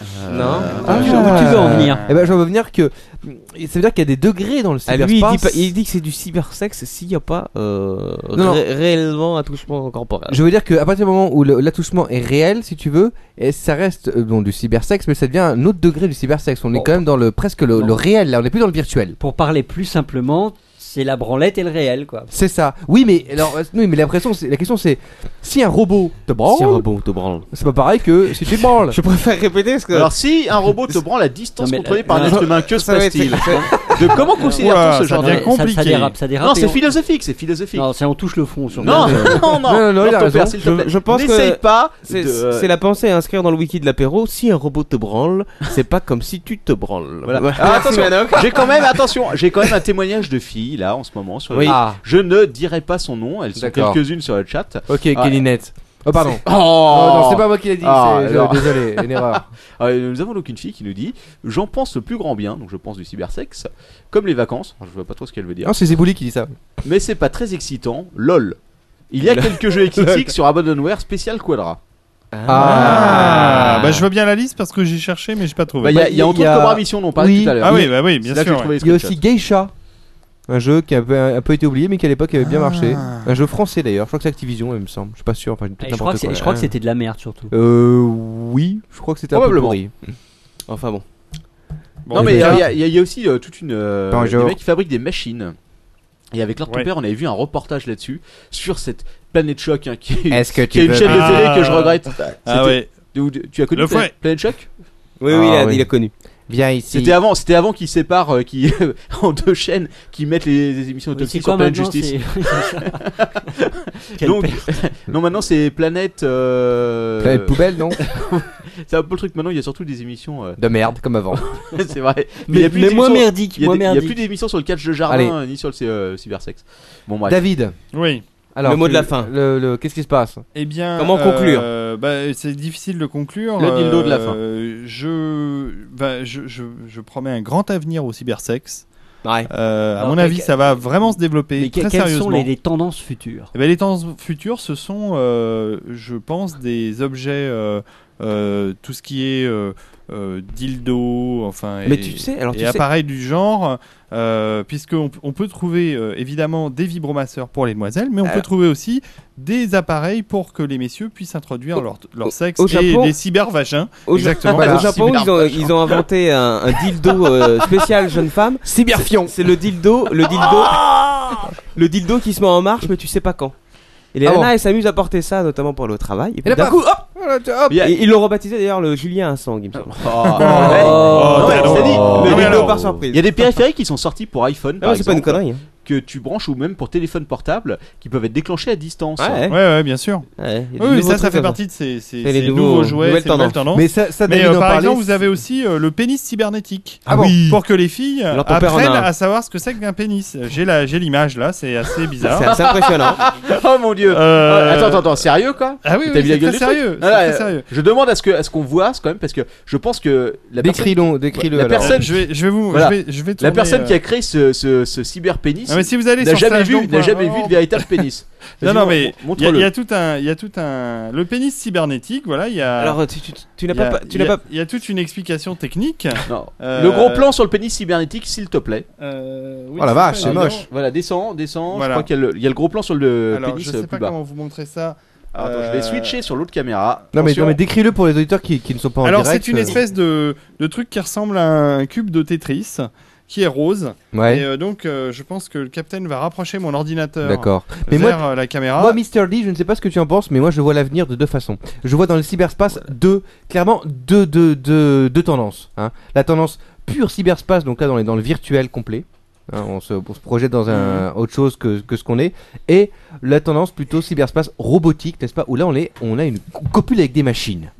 Speaker 1: Ah,
Speaker 4: Non.
Speaker 7: Où tu veux en venir
Speaker 1: Eh ben, je veux venir que ça veut dire qu'il y a des degrés dans le
Speaker 4: Ah, lui, il dit,
Speaker 1: cyberspace.
Speaker 4: pas- il dit que c'est du cybersexe s'il n'y a pas euh,
Speaker 1: Non, non.
Speaker 4: ré- réellement un touchement corporel.
Speaker 1: Je veux dire qu'à partir du moment où le- l'attouchement est réel, si tu veux, et ça reste euh, bon du cybersexe, mais ça devient un autre degré du cybersexe. On est
Speaker 4: Oh.
Speaker 7: Bon.
Speaker 1: quand même dans le presque le,
Speaker 7: Bon.
Speaker 1: le réel, là, on n'est plus dans le virtuel.
Speaker 7: Pour parler plus simplement, c'est la branlette et le réel, quoi.
Speaker 1: C'est ça. Oui, mais alors, euh, oui, mais la question, c'est la question, c'est si un robot te
Speaker 4: Si un
Speaker 1: branle,
Speaker 4: robot te branle.
Speaker 1: c'est pas pareil que si tu te branles.
Speaker 4: Je préfère répéter parce que.
Speaker 5: Alors si un robot te prend la distance
Speaker 7: Non, mais,
Speaker 5: contrôlée par un
Speaker 7: non.
Speaker 5: être humain, que se passe-t-il
Speaker 4: <laughs>
Speaker 5: <laughs> De comment
Speaker 6: Ouah,
Speaker 5: considère-t-on ce
Speaker 6: ça
Speaker 5: genre
Speaker 6: devient
Speaker 5: de
Speaker 7: Ouais,
Speaker 6: con. compliqué.
Speaker 7: Ça, ça dérape, ça dérape.
Speaker 5: Non,
Speaker 7: et
Speaker 5: c'est
Speaker 7: on-
Speaker 5: philosophique, c'est philosophique.
Speaker 7: Non, c'est on touche le fond sur
Speaker 5: Non, non, non,
Speaker 1: non, non, il a
Speaker 5: Lord Topper,
Speaker 1: raison.
Speaker 5: s'il te plaît.
Speaker 4: Je- je pense que-
Speaker 5: N'essaye pas.
Speaker 4: C'est
Speaker 5: de- euh,
Speaker 4: c'est la pensée à inscrire dans le wiki de l'apéro. Si un robot te branle, c'est pas comme si tu te branles.
Speaker 5: Voilà.
Speaker 4: Voilà.
Speaker 5: Ah, attention, j'ai quand même attention, j'ai quand même un témoignage de fille là en ce moment sur le-
Speaker 4: Oui.
Speaker 1: Ah,
Speaker 5: Je ne dirai pas son nom, elles sont
Speaker 1: D'accord.
Speaker 5: quelques-unes sur le chat.
Speaker 1: ok, Kélinette. Oh pardon.
Speaker 5: Oh,
Speaker 1: Oh, non, c'est pas moi qui l'ai dit.
Speaker 5: Ah,
Speaker 1: c'est- je-
Speaker 5: alors.
Speaker 1: désolé, une erreur.
Speaker 5: Ah, et nous avons donc une fille qui nous dit J'en pense le plus grand bien, donc je pense du cybersexe, comme les vacances, Alors, je vois pas trop ce qu'elle veut
Speaker 1: <laughs>
Speaker 5: dire,
Speaker 1: Non, c'est Zebouli qui dit ça.
Speaker 5: mais c'est pas très excitant, lol. Il y a quelques
Speaker 1: <laughs>
Speaker 5: jeux exotiques sur Abandonware spécial Quadra.
Speaker 6: Ah, bah, je veux bien la liste parce que j'ai cherché mais j'ai pas
Speaker 5: Bah,
Speaker 6: trouvé.
Speaker 5: Il y a,
Speaker 1: Bah,
Speaker 5: il y a entre
Speaker 1: il y a-
Speaker 5: autres Cobra Mission, dont on parlait
Speaker 1: Oui.
Speaker 5: tout à l'heure.
Speaker 6: ah oui, bah oui,
Speaker 5: C'est
Speaker 6: bien
Speaker 5: là que j'ai
Speaker 6: sûr.
Speaker 5: trouvé les
Speaker 1: Il y a
Speaker 5: screenshots.
Speaker 1: aussi Geisha. Un jeu qui avait un peu été oublié mais qui à l'époque avait bien marché. Un jeu français d'ailleurs, je crois que c'est Activision, il me semble. Je suis pas sûr, enfin,
Speaker 7: Ah,
Speaker 1: peut-être
Speaker 7: et je crois que
Speaker 1: n'importe
Speaker 7: c'est-
Speaker 1: quoi.
Speaker 7: je crois que c'était de la merde surtout.
Speaker 1: Euh, oui, je crois que c'était un peu
Speaker 5: Probablement.
Speaker 1: pourri.
Speaker 4: Enfin bon.
Speaker 6: Bon,
Speaker 5: Non, mais
Speaker 6: les
Speaker 5: euh,
Speaker 6: gars,
Speaker 5: il y a- il y, a- il y a aussi euh, toute une. euh,
Speaker 1: Bonjour.
Speaker 5: des mecs qui fabriquent des machines. Et avec leur
Speaker 6: Ouais.
Speaker 5: père, on avait vu un reportage là-dessus, sur cette planète choc, hein, qui est,
Speaker 1: Est-ce que
Speaker 5: qui est une chaîne de
Speaker 6: Ah.
Speaker 5: télé que je regrette.
Speaker 6: Ah
Speaker 5: C'était-
Speaker 6: ouais.
Speaker 5: Ou de- Tu as connu
Speaker 6: Le
Speaker 5: Planet,
Speaker 6: fouet.
Speaker 5: Planet Shock
Speaker 4: Oui,
Speaker 1: Ah,
Speaker 4: oui, il a,
Speaker 1: oui.
Speaker 4: il a connu.
Speaker 1: Viens ici.
Speaker 5: C'était avant, c'était avant qu'ils séparent, euh, qui <laughs> en deux chaînes, qui mettent les, les émissions
Speaker 7: Oui, C'est
Speaker 5: automatiques
Speaker 7: quoi
Speaker 5: sur Planet
Speaker 7: maintenant
Speaker 5: Justice.
Speaker 7: c'est- Quelle
Speaker 5: Donc,
Speaker 7: perte.
Speaker 5: <laughs> non, maintenant c'est Planète.
Speaker 1: La
Speaker 5: euh,
Speaker 1: poubelle, non
Speaker 5: C'est un peu le truc. Maintenant, il y a surtout des émissions. euh, <laughs>
Speaker 1: De merde, comme avant.
Speaker 5: c'est vrai. il y
Speaker 7: Mais
Speaker 5: a plus
Speaker 7: mais moins
Speaker 5: d'émissions-
Speaker 7: merdique,
Speaker 5: Il y a
Speaker 7: moins
Speaker 5: des- il y a
Speaker 7: merdique.
Speaker 5: plus d'émissions sur le catch de jardin
Speaker 1: Allez.
Speaker 5: euh, ni sur le cy- euh, cybersexe. Bon
Speaker 1: <laughs>
Speaker 5: bref.
Speaker 1: David,
Speaker 6: Oui.
Speaker 1: alors.
Speaker 4: Le mot
Speaker 1: tu-
Speaker 4: de la fin.
Speaker 1: Le, le- Qu'est-ce qui se passe
Speaker 6: Eh bien,
Speaker 4: Comment
Speaker 6: euh, bah, C'est difficile de conclure.
Speaker 5: Le dildo de la fin.
Speaker 6: Euh, Je, bah, je, je, je promets un grand avenir au cybersexe.
Speaker 4: Ouais.
Speaker 6: Euh, à
Speaker 7: Alors,
Speaker 6: mon
Speaker 7: mais
Speaker 6: avis,
Speaker 7: que-
Speaker 6: ça va vraiment se développer
Speaker 7: Mais que-
Speaker 6: très
Speaker 7: quelles sont
Speaker 6: sérieusement.
Speaker 7: les les tendances futures
Speaker 6: Eh ben, les temps futurs, ce sont, euh, je pense, des objets, euh, euh, tout ce qui est euh, euh, dildo, enfin. et-
Speaker 4: Mais tu sais, alors tu
Speaker 6: et
Speaker 4: sais.
Speaker 6: appareils du genre, euh, puisqu'on on peut trouver euh, évidemment des vibromasseurs pour les demoiselles, mais on peut
Speaker 4: Alors-
Speaker 6: trouver aussi des appareils pour que les messieurs puissent introduire
Speaker 4: Au-
Speaker 6: leur, leur
Speaker 4: au-
Speaker 6: sexe
Speaker 4: au
Speaker 6: et
Speaker 4: Japon-
Speaker 6: des cybervagins.
Speaker 4: Au,
Speaker 6: Exactement,
Speaker 4: Japon-
Speaker 6: voilà.
Speaker 4: au Japon, ils ont, ils ont inventé un, un dildo euh, spécial jeune femme.
Speaker 1: Cyberfion
Speaker 4: C'est le dildo, le dildo,
Speaker 6: Ah
Speaker 4: le dildo qui se met en marche, mais tu sais pas quand. Et les
Speaker 1: Ah
Speaker 4: nanas,
Speaker 1: bon
Speaker 4: elles s'amusent à porter ça, notamment pour le travail. Et, puis
Speaker 1: Et là,
Speaker 4: d'un
Speaker 6: bah,
Speaker 1: par
Speaker 4: coup,
Speaker 1: coup, hop voilà, tu- hop.
Speaker 5: Il y a-
Speaker 4: et ils l'ont rebaptisé d'ailleurs le Julien à sang, il me semble.
Speaker 5: Oh.
Speaker 6: Oh,
Speaker 5: non,
Speaker 6: dis
Speaker 5: mais
Speaker 6: donc.
Speaker 5: c'est dit,
Speaker 6: Non,
Speaker 5: le
Speaker 6: mais
Speaker 5: dildo
Speaker 6: alors,
Speaker 4: par
Speaker 5: Ah Il y
Speaker 4: surprise.
Speaker 5: a des périphériques qui sont sortis pour iPhone.
Speaker 4: Ah
Speaker 5: par
Speaker 4: ouais, c'est pas une
Speaker 5: exemple.
Speaker 4: connerie. hein.
Speaker 5: que tu branches ou même pour téléphone portable qui peuvent être déclenchés à distance.
Speaker 4: Ouais.
Speaker 6: Ouais, ouais, bien sûr.
Speaker 4: Ouais, il y a des
Speaker 6: Oui, oui,
Speaker 4: nouveaux
Speaker 6: ça, ça
Speaker 4: trucs
Speaker 6: fait
Speaker 4: comme
Speaker 6: partie de ces, ces-
Speaker 4: C'est les
Speaker 6: ces
Speaker 4: nouveaux-
Speaker 6: nouveaux jouets,
Speaker 4: nouvelles
Speaker 6: ces nouvelles
Speaker 4: tendances.
Speaker 6: tendances.
Speaker 1: Mais ça, ça
Speaker 6: Mais
Speaker 1: David
Speaker 6: euh,
Speaker 1: en
Speaker 6: par
Speaker 1: parlait,
Speaker 6: exemple, vous
Speaker 1: c'est-
Speaker 6: avez aussi euh, le pénis cybernétique.
Speaker 1: Ah bon
Speaker 6: Pour que les filles euh,
Speaker 4: Alors, ton père en a
Speaker 6: apprennent
Speaker 4: un.
Speaker 6: à savoir ce que c'est qu'un pénis. J'ai la, j'ai l'image là, c'est assez
Speaker 4: ça.
Speaker 6: bizarre.
Speaker 4: C'est assez impressionnant.
Speaker 5: <laughs> oh mon dieu
Speaker 6: Euh,
Speaker 5: Attends, attends, attends, sérieux quoi
Speaker 6: Ah oui,
Speaker 5: T'as vu
Speaker 6: oui, c'est
Speaker 5: la gueule
Speaker 6: très
Speaker 5: du truc
Speaker 6: sérieux.
Speaker 5: Ah là,
Speaker 6: c'est
Speaker 5: euh,
Speaker 6: très sérieux.
Speaker 5: Je demande à ce que à ce qu'on voit c'est quand même parce que je pense que la personne,
Speaker 1: Décris-le, décris-le.
Speaker 5: La
Speaker 1: alors.
Speaker 5: personne-
Speaker 6: Euh, Je vais, je vais vous,
Speaker 5: Voilà.
Speaker 6: je vais, je vais
Speaker 5: la
Speaker 6: tourner,
Speaker 5: personne qui
Speaker 6: euh,
Speaker 5: a créé ce, ce, ce cyberpénis
Speaker 6: non, Ah, mais si vous allez
Speaker 5: n'a
Speaker 6: sur
Speaker 5: jamais vu,
Speaker 6: Slashdot,
Speaker 5: n'a jamais vu
Speaker 6: oh,
Speaker 5: de véritable pénis.
Speaker 6: Non,
Speaker 5: Vas-y,
Speaker 6: non,
Speaker 5: mon-
Speaker 6: mais il y, a-
Speaker 5: montre-le.
Speaker 6: il y a tout un, il y a tout un, le pénis cybernétique, voilà, il y a.
Speaker 4: Alors, tu, tu- tu n'as
Speaker 6: il y a-
Speaker 4: pas, tu
Speaker 6: il y
Speaker 4: n'as
Speaker 6: a-
Speaker 4: pas.
Speaker 6: Il y a toute une explication technique.
Speaker 5: Non.
Speaker 6: Euh,
Speaker 5: Le gros plan sur le pénis cybernétique, s'il te plaît.
Speaker 6: euh, oui,
Speaker 1: Oh la
Speaker 6: c'est
Speaker 1: vache,
Speaker 6: pas
Speaker 1: c'est
Speaker 6: évident.
Speaker 1: moche.
Speaker 5: Voilà, descends, descends.
Speaker 6: Voilà.
Speaker 5: Je crois qu'il y, a le- il y a le gros plan sur le
Speaker 6: Alors,
Speaker 5: pénis
Speaker 6: je
Speaker 5: euh,
Speaker 6: sais
Speaker 5: plus
Speaker 6: pas
Speaker 5: bas.
Speaker 6: comment vous montrer ça.
Speaker 5: Alors, Ah, attends, je vais
Speaker 6: Euh,
Speaker 5: switcher sur l'autre caméra.
Speaker 1: Non mais, non,
Speaker 5: Attention.
Speaker 1: mais décris-le pour les auditeurs qui, qui ne sont pas en
Speaker 6: Alors,
Speaker 1: direct.
Speaker 6: c'est une
Speaker 1: euh.
Speaker 6: espèce de, de truc qui ressemble à un cube de Tetris qui est rose. Et
Speaker 1: Ouais,
Speaker 6: euh, donc, euh, je pense que le capitaine va rapprocher mon ordinateur
Speaker 1: d'accord. Mais
Speaker 6: vers
Speaker 1: moi,
Speaker 6: euh, la caméra.
Speaker 1: Moi, Mr. D, je ne sais pas ce que tu en penses, mais moi, je vois l'avenir de deux façons. Je vois dans le cyberspace deux, clairement, deux, deux, deux, deux tendances. hein. La tendance pure cyberspace, donc là, dans, les- dans le virtuel complet. hein, on, se, on se projette dans un autre chose que, que ce qu'on est. Et la tendance plutôt cyberspace robotique, n'est-ce pas Où là, on, est, on a une copule avec des machines.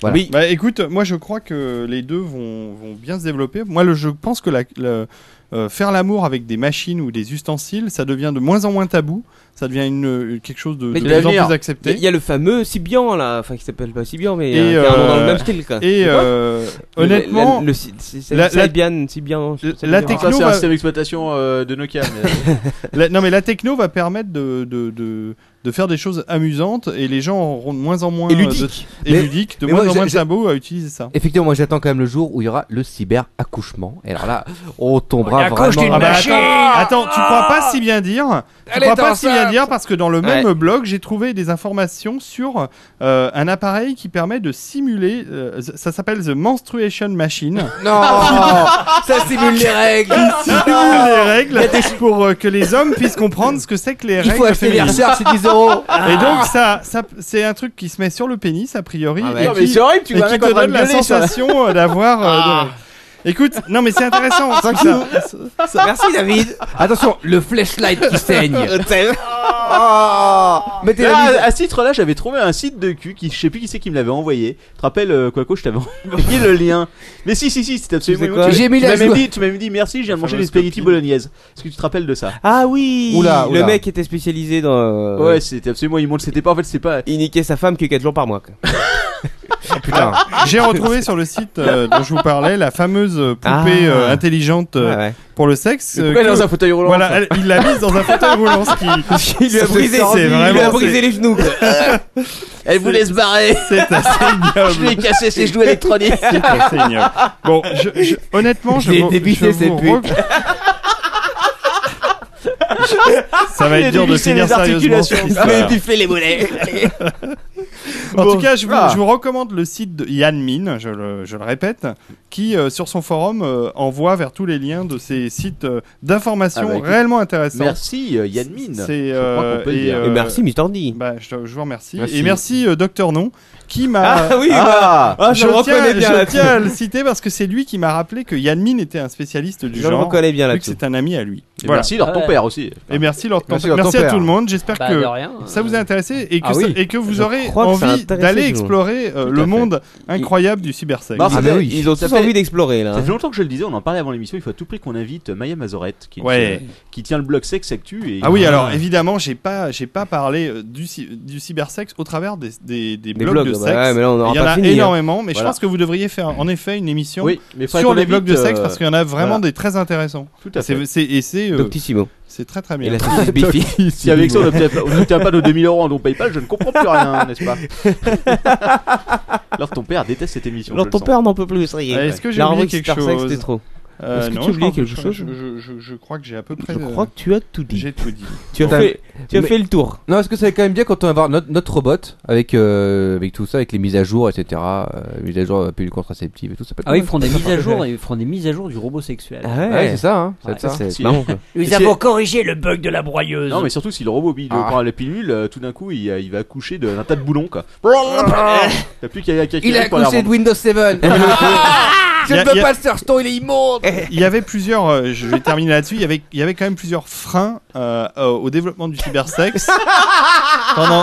Speaker 1: Voilà.
Speaker 4: Oui.
Speaker 6: Bah, écoute, moi je crois que les deux vont, vont bien se développer. Moi le- je pense que la- le- euh, faire l'amour avec des machines ou des ustensiles, ça devient de moins en moins tabou. Ça devient une, euh, quelque chose de, de
Speaker 4: Mais de
Speaker 6: plus en
Speaker 4: l'avenir. Il y a-
Speaker 6: plus
Speaker 4: il
Speaker 6: accepté.
Speaker 4: y a le fameux Sibian là, enfin qui s'appelle pas Sibian, mais
Speaker 6: Et,
Speaker 4: euh, qui a un nom dans le
Speaker 6: euh,
Speaker 4: même style quoi.
Speaker 6: Et
Speaker 4: C'est quoi
Speaker 6: euh,
Speaker 4: Le-
Speaker 6: honnêtement,
Speaker 4: le, le, si- c'est- c'est-
Speaker 6: la- la-
Speaker 4: Sibian, Sibian, je-
Speaker 6: la-
Speaker 4: ça veut
Speaker 6: la
Speaker 4: dire-
Speaker 5: Ah,
Speaker 6: technique-
Speaker 5: ça, c'est un
Speaker 6: Techno, bah-
Speaker 5: <laughs> système d'exploitation euh, de Nokia. <laughs> mais-
Speaker 6: la- non mais la techno va permettre de, de, de- de faire des choses amusantes et les gens auront de moins en moins
Speaker 4: Et
Speaker 6: euh,
Speaker 4: ludique.
Speaker 6: de, et
Speaker 1: Mais-
Speaker 6: ludiques, de
Speaker 1: mais
Speaker 6: moins
Speaker 1: moi,
Speaker 6: en moins
Speaker 1: j'ai-
Speaker 6: tabou à utiliser ça.
Speaker 1: Effectivement, moi, j'attends quand même le jour où il y aura le cyber-accouchement. Et alors là, on tombera vraiment...
Speaker 6: Ah bah attends, attends, tu crois pas si bien dire Tu crois pas si bien dire parce que dans le même blog, j'ai trouvé des informations sur euh, un appareil qui permet de simuler. euh, ça s'appelle The Menstruation
Speaker 5: <laughs>
Speaker 6: Machine.
Speaker 1: Non Ça simule les règles
Speaker 6: qui simule les règles pour euh, que les hommes puissent comprendre ce que c'est Ah. que les
Speaker 1: Il
Speaker 6: règles.
Speaker 1: faut acheter les
Speaker 6: féminines.
Speaker 1: recherches, c'est 10 euros
Speaker 5: Ah.
Speaker 6: Et donc ça, ça c'est un truc qui se met sur le pénis a priori.
Speaker 1: Ah ouais.
Speaker 6: et
Speaker 5: Non,
Speaker 6: qui-
Speaker 5: mais c'est horrible, tu
Speaker 6: et
Speaker 5: vois un
Speaker 6: qui
Speaker 5: mec
Speaker 6: te
Speaker 5: en train
Speaker 6: donne
Speaker 5: de
Speaker 6: la
Speaker 5: gueuler Ah. sur la-
Speaker 6: sensation euh, d'avoir. euh, de- Écoute, non mais c'est intéressant. tout ça.
Speaker 1: Merci David. <laughs> Attention, le flashlight qui <laughs> saigne. oh Mettez la
Speaker 5: Ah,
Speaker 1: mise.
Speaker 5: à ce titre-là, j'avais trouvé un site de cul qui, je sais plus qui c'est qui me l'avait envoyé. Tu te rappelles, euh, Quaco, je t'avais <laughs> envoyé le lien. Mais si, si, si, c'était absolument.
Speaker 1: C'est quoi
Speaker 5: tu-
Speaker 1: J'ai mis
Speaker 5: tu
Speaker 1: la
Speaker 5: m'as même
Speaker 1: joie.
Speaker 5: dit, tu m'as même dit merci, je viens de manger des
Speaker 6: fameuse
Speaker 5: spaghettis
Speaker 6: copine.
Speaker 5: bolognaises. Est-ce que tu te rappelles de ça
Speaker 4: Ah oui.
Speaker 1: Oula, oula.
Speaker 4: Le mec était spécialisé dans. euh,
Speaker 5: Ouais, c'était absolument immonde. C'était pas, en fait, c'est pas.
Speaker 4: Il niquait sa femme que 4 jours par mois. quoi.
Speaker 1: Putain.
Speaker 6: J'ai retrouvé sur le
Speaker 4: <laughs>
Speaker 6: site euh, dont je vous parlais la fameuse poupée
Speaker 4: Ah.
Speaker 6: euh, intelligente euh,
Speaker 4: Ouais, ouais.
Speaker 6: pour le sexe. euh,
Speaker 5: Pourquoi elle est
Speaker 6: que-
Speaker 5: dans un fauteuil roulant
Speaker 6: Voilà, elle- il l'a mise dans un fauteuil roulant, ce qui
Speaker 4: <laughs> Il lui a
Speaker 6: Ça,
Speaker 4: brisé,
Speaker 6: c'est
Speaker 4: il lui a
Speaker 6: vraiment-
Speaker 4: brisé
Speaker 6: c'est-
Speaker 4: les genoux. quoi.
Speaker 5: Elle voulait se <laughs> barrer.
Speaker 6: c'est assez
Speaker 5: Je lui ai
Speaker 6: ignoble.
Speaker 5: cassé ses joues électroniques. <laughs>
Speaker 6: C'est assez ignoble. Bon, je- je- honnêtement, je
Speaker 1: J'ai
Speaker 6: vous,
Speaker 1: débité
Speaker 6: je
Speaker 1: ces
Speaker 6: vous
Speaker 1: putes.
Speaker 5: <laughs>
Speaker 6: re- Ça va
Speaker 5: J'ai
Speaker 6: être dur de
Speaker 5: dévissé
Speaker 6: finir
Speaker 5: les
Speaker 6: sérieusement cette
Speaker 5: articulations.
Speaker 6: histoire.
Speaker 4: fais les mollets.
Speaker 6: En tout cas, je vous,
Speaker 5: Ah.
Speaker 6: je vous recommande le site de Yann Min, je le, je le répète, qui euh, sur son forum euh, envoie vers tous les liens de ces sites euh, d'information
Speaker 5: Ah bah, écoute,
Speaker 6: réellement intéressants.
Speaker 5: Merci, euh, Yann Mine.
Speaker 6: C'est,
Speaker 5: Je crois
Speaker 6: euh,
Speaker 5: qu'on peut le
Speaker 6: et,
Speaker 5: dire.
Speaker 6: euh,
Speaker 4: Et merci, Mr. D.
Speaker 6: Bah, je, te- je vous remercie.
Speaker 5: Merci.
Speaker 6: Et merci, euh, Docteur Non, qui m'a.
Speaker 4: Ah oui, bah,
Speaker 5: Ah
Speaker 4: ah, je
Speaker 6: je
Speaker 4: le
Speaker 6: tiens,
Speaker 4: reconnais bien
Speaker 6: je
Speaker 4: là-dessus.
Speaker 6: tiens à le citer parce que c'est lui qui m'a rappelé que Yann Min était un spécialiste du
Speaker 4: Je le
Speaker 6: genre.
Speaker 4: reconnais bien
Speaker 6: Vu que
Speaker 4: là-dessus.
Speaker 6: c'est un ami à lui.
Speaker 5: Et
Speaker 6: Voilà.
Speaker 5: Merci, leur ton
Speaker 1: Ah
Speaker 7: Ouais.
Speaker 5: père aussi.
Speaker 6: Et merci, Lord
Speaker 1: Merci,
Speaker 6: Merci,
Speaker 1: Lord
Speaker 6: merci à
Speaker 1: Tempère.
Speaker 6: tout le monde. J'espère
Speaker 7: Bah,
Speaker 6: que
Speaker 7: de rien.
Speaker 6: ça vous a intéressé et que,
Speaker 4: hein. Ah
Speaker 6: ça-
Speaker 4: oui.
Speaker 6: et que vous
Speaker 4: Je
Speaker 6: aurez
Speaker 4: crois que ça a
Speaker 6: envie
Speaker 4: intéressé
Speaker 6: d'aller
Speaker 4: tout le monde.
Speaker 6: explorer euh,
Speaker 5: Tout à
Speaker 6: le
Speaker 5: fait.
Speaker 6: monde incroyable du cybersex.
Speaker 5: Marc,
Speaker 1: Ah,
Speaker 5: ça
Speaker 1: bah
Speaker 5: fait-
Speaker 1: oui.
Speaker 4: Ils ont
Speaker 5: ça
Speaker 4: tous
Speaker 5: fait-
Speaker 4: envie d'explorer
Speaker 1: Ah.
Speaker 4: là. hein.
Speaker 5: Ça fait longtemps que je le disais, on en parlait avant l'émission, il faut à tout prix qu'on invite Maya Mazorette, qui,
Speaker 6: Ouais.
Speaker 5: qui, qui tient le blog Sex Actu. Et
Speaker 6: Ah oui, alors évidemment, j'ai pas, j'ai pas parlé euh, du, cy- du cybersex au travers des, des,
Speaker 4: Des
Speaker 6: des blogs,
Speaker 4: blogs,
Speaker 6: de
Speaker 4: bah
Speaker 6: sexe.
Speaker 4: ouais, mais là on
Speaker 6: Et
Speaker 4: aura
Speaker 6: Il y en
Speaker 4: pas
Speaker 6: a
Speaker 4: fini. hein.
Speaker 6: énormément, mais
Speaker 5: Voilà.
Speaker 6: je pense que vous devriez faire en effet une émission
Speaker 5: oui, mais faudrait
Speaker 6: sur
Speaker 5: qu'on
Speaker 6: les blogs de
Speaker 5: invite,
Speaker 6: sexe
Speaker 5: euh,
Speaker 6: parce qu'il y en a vraiment
Speaker 5: voilà.
Speaker 6: des très intéressants.
Speaker 5: Tout à fait.
Speaker 6: C'est, c'est- et c'est, euh,
Speaker 4: Doctissimo.
Speaker 6: c'est très très
Speaker 4: Et
Speaker 6: bien. <laughs>
Speaker 4: la saucisse Bifi.
Speaker 5: Si avec ça on n'obtient pas- on n'obtient pas nos 2000 euros en don PayPal, je ne comprends plus
Speaker 6: <laughs>
Speaker 5: rien, n'est-ce pas Alors ton père déteste cette émission.
Speaker 4: Alors
Speaker 5: je
Speaker 4: ton
Speaker 5: le
Speaker 4: père n'en peut plus, ça y
Speaker 6: Ah,
Speaker 4: est.
Speaker 6: est-ce que j'ai
Speaker 4: La
Speaker 6: oublié
Speaker 4: rubrique
Speaker 6: quelque
Speaker 4: Star Sex,
Speaker 6: chose
Speaker 4: c'était trop.
Speaker 6: Euh,
Speaker 4: Est-ce que
Speaker 6: non,
Speaker 4: tu oublies
Speaker 6: je pense-
Speaker 4: quelque
Speaker 6: je-
Speaker 4: chose
Speaker 6: je, je- je- je crois que j'ai à peu près.
Speaker 4: Je
Speaker 6: euh,
Speaker 4: crois que tu as tout dit.
Speaker 6: j'ai tout dit.
Speaker 4: Tu as
Speaker 1: Putain.
Speaker 4: fait tu as
Speaker 1: Mais-
Speaker 4: fait le tour.
Speaker 1: Non, est-ce que ça va quand même bien quand on va avoir notre, notre robot avec, euh, avec tout ça, avec les mises à jour, etc. Euh, mises à jour, euh, pilule contraceptive et tout ça. peut être
Speaker 7: Ah oui, ils
Speaker 1: pas
Speaker 7: feront des
Speaker 1: mal.
Speaker 7: mises à jour, ils feront des mises à jour du robot
Speaker 4: Ah
Speaker 7: sexuel.
Speaker 1: Ouais, c'est ça, hein. ça va
Speaker 6: Ah,
Speaker 7: Ouais,
Speaker 1: être
Speaker 4: Ça,
Speaker 1: ça.
Speaker 4: c'est
Speaker 5: Si.
Speaker 4: marrant quoi.
Speaker 5: Et
Speaker 7: Nous
Speaker 5: c'est-
Speaker 7: avons corrigé le bug de la broyeuse.
Speaker 5: Non mais surtout si le robot il
Speaker 1: Ah.
Speaker 5: prend la pilule, euh, tout d'un coup il, euh, il va accoucher de- d'un tas de boulons
Speaker 6: <laughs>
Speaker 5: quoi. T'as plus qu'à qu'à- qu'à-
Speaker 1: Il a
Speaker 5: pour la
Speaker 1: accouché de
Speaker 5: rendre.
Speaker 6: <laughs>
Speaker 1: Windows 7 Je
Speaker 6: Y a-
Speaker 1: ne veux
Speaker 6: y a-
Speaker 1: pas le Surgeton, il est immonde
Speaker 6: il y avait plusieurs. euh, je vais terminer là-dessus. Il y avait, il y avait quand même plusieurs freins euh, euh, au développement
Speaker 4: <laughs>
Speaker 6: du cybersex. Pendant,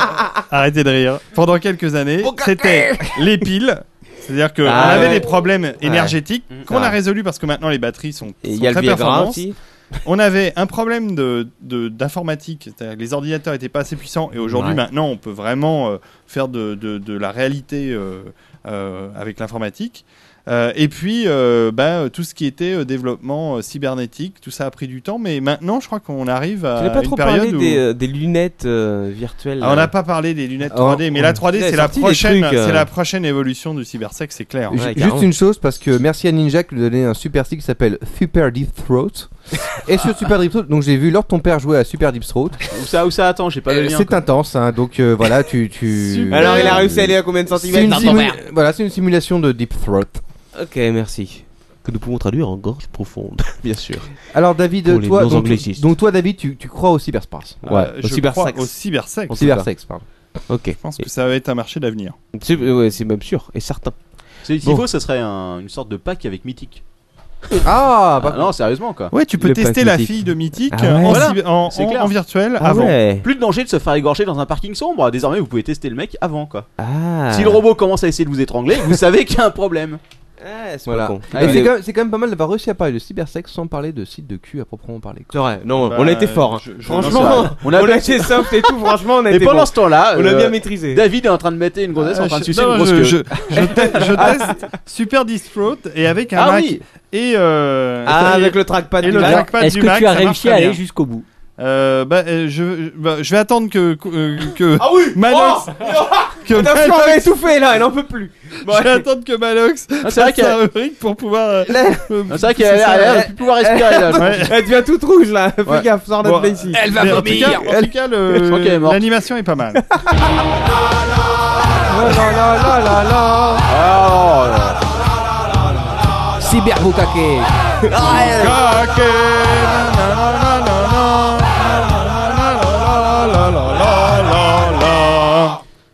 Speaker 6: arrêtez de rire. Pendant quelques années, c'était les piles. C'est-à-dire qu'on
Speaker 4: Ah
Speaker 6: avait
Speaker 4: ouais.
Speaker 6: des problèmes énergétiques qu'on
Speaker 4: Ah.
Speaker 6: a résolus parce que maintenant les batteries sont,
Speaker 4: Et il
Speaker 6: sont
Speaker 4: y a le
Speaker 6: très
Speaker 4: Viagra
Speaker 6: performantes.
Speaker 4: aussi.
Speaker 6: On avait un problème de- de- d'informatique, c'est-à-dire que les ordinateurs n'étaient pas assez puissants et aujourd'hui
Speaker 4: Ouais.
Speaker 6: maintenant on peut vraiment euh, faire de, de- de la réalité euh, euh, avec l'informatique. Euh, et puis euh, bah, tout ce qui était euh, développement euh, cybernétique, tout ça a pris du temps, mais maintenant je crois qu'on arrive à
Speaker 4: Tu n'as pas
Speaker 6: une
Speaker 4: trop
Speaker 6: période
Speaker 4: parlé
Speaker 6: où...
Speaker 4: des, euh, des lunettes euh, virtuelles.
Speaker 6: Ah, on n'a pas parlé des lunettes
Speaker 1: Alors,
Speaker 6: 3D, mais la 3D
Speaker 4: il a
Speaker 6: c'est la,
Speaker 4: sorti des
Speaker 6: prochaine-
Speaker 4: trucs, euh.
Speaker 6: c'est la prochaine évolution du cybersex, c'est clair.
Speaker 4: Ouais,
Speaker 1: Ju-
Speaker 4: carrément.
Speaker 1: Juste une chose, parce que merci à Ninja qui nous donnait un super stick qui s'appelle Super Deep Throat. et sur Super Deep Throat, donc j'ai vu lors de ton père jouer à Super Deep Throat.
Speaker 5: Ou ça, ou ça, attends, j'ai
Speaker 6: Euh,
Speaker 5: pas le lien.
Speaker 1: Euh, C'est intense, hein, donc euh, voilà,
Speaker 4: <laughs>
Speaker 1: tu. tu...
Speaker 4: Super. Alors, il a réussi à aller à combien de
Speaker 1: C'est
Speaker 4: centimètres
Speaker 1: une,
Speaker 4: dans ton
Speaker 1: simu-
Speaker 4: verre
Speaker 1: voilà, c'est une simulation de Deep Throat.
Speaker 4: Ok, merci. Que nous pouvons traduire en gorge profonde, bien sûr.
Speaker 1: Alors, David,
Speaker 4: Pour Oh, les
Speaker 1: toi. Donc,
Speaker 4: non-anglicistes.
Speaker 1: donc toi, David, tu, tu crois au cyberspace
Speaker 6: Euh,
Speaker 4: Ouais, au
Speaker 6: je
Speaker 4: cybersex.
Speaker 6: crois au cybersex.
Speaker 4: En
Speaker 1: Au
Speaker 4: tout cas.
Speaker 1: cybersexe, pardon.
Speaker 4: Ok.
Speaker 6: Je pense que ça va être un marché d'avenir.
Speaker 4: <laughs> C'est ouais, c'est même sûr et certain.
Speaker 5: C'est
Speaker 4: Bon.
Speaker 5: S'il faut, ça serait un- une sorte de pack avec Mythique.
Speaker 1: Ah,
Speaker 5: Ah, non, sérieusement, quoi.
Speaker 6: Ouais, tu peux
Speaker 4: Le
Speaker 6: tester
Speaker 4: pack
Speaker 6: la
Speaker 4: mythique.
Speaker 6: fille de Mythique
Speaker 4: Ah
Speaker 6: euh,
Speaker 4: ouais.
Speaker 6: en,
Speaker 5: Voilà,
Speaker 6: cyber- en-
Speaker 5: c'est
Speaker 6: en-
Speaker 5: clair.
Speaker 6: en virtuel
Speaker 4: Ah
Speaker 6: avant.
Speaker 4: ouais.
Speaker 5: Plus de danger de se faire égorger dans un parking sombre. Désormais, vous pouvez tester le mec avant, quoi.
Speaker 4: Ah.
Speaker 5: Si le robot commence à essayer de vous étrangler, vous savez qu'il y a un problème.
Speaker 4: Ah, c'est
Speaker 1: Voilà.
Speaker 4: pas con.
Speaker 5: Ah,
Speaker 1: Et
Speaker 5: il
Speaker 1: c'est
Speaker 5: est-
Speaker 1: quand, même- c'est quand même pas mal d'avoir réussi à parler de cybersexe sans parler de site de cul à proprement parler. quoi.
Speaker 4: C'est vrai. Non,
Speaker 6: Bah,
Speaker 4: on a été fort. hein.
Speaker 6: je- je-
Speaker 4: franchement,
Speaker 6: non, <laughs>
Speaker 5: c'est vrai.
Speaker 4: on,
Speaker 5: On
Speaker 4: a
Speaker 5: a-
Speaker 4: été soft et tout. Franchement, on a
Speaker 1: Ah,
Speaker 5: Et
Speaker 4: été.
Speaker 5: pendant
Speaker 4: bon.
Speaker 5: ce temps-là,
Speaker 4: On a
Speaker 5: euh,
Speaker 4: bien maîtrisé.
Speaker 5: David est en train de mater une grossesse,
Speaker 6: Ah,
Speaker 5: en train de
Speaker 6: je-
Speaker 5: sucer
Speaker 6: non,
Speaker 5: une grosse
Speaker 6: je,
Speaker 5: queue.
Speaker 6: je, je te- je teste Super Distraught et avec un
Speaker 5: Ah
Speaker 6: Mac
Speaker 5: oui
Speaker 6: et, euh,
Speaker 4: Ah,
Speaker 6: et-
Speaker 4: avec le trackpad.
Speaker 6: et
Speaker 4: du
Speaker 6: le
Speaker 4: Mac.
Speaker 6: trackpad
Speaker 7: Est-ce
Speaker 6: du
Speaker 7: que
Speaker 6: Mac,
Speaker 7: tu as
Speaker 6: ça marche
Speaker 7: réussi
Speaker 6: très
Speaker 7: à
Speaker 6: bien.
Speaker 7: aller jusqu'au bout
Speaker 6: Euh, bah, euh, je, je- bah, je vais attendre que que, euh, que
Speaker 4: Ah oui.
Speaker 6: Manox, que
Speaker 4: Attention, Ah, on
Speaker 6: Manox-
Speaker 4: va étouffer là. Elle en peut plus. Bon,
Speaker 6: je vais attendre que Manox
Speaker 5: Ah, C'est vrai
Speaker 6: fasse
Speaker 5: qu'elle
Speaker 6: sa
Speaker 5: ah,
Speaker 6: rubrique pour pouvoir. euh, euh,
Speaker 5: c'est vrai qu'elle a l'air- elle a l'air de plus pouvoir respirer là.
Speaker 6: Ouais.
Speaker 4: Elle devient toute rouge là. Fais
Speaker 6: Ouais.
Speaker 4: gaffe, sors
Speaker 6: Bon,
Speaker 4: notre ici.
Speaker 3: Elle va
Speaker 6: mais en tout cas,
Speaker 3: vomir.
Speaker 6: en tout cas, le-
Speaker 5: Je crois qu'elle est morte.
Speaker 6: l'animation est pas mal.
Speaker 1: Cyberbukake
Speaker 4: Ah,
Speaker 6: Ah,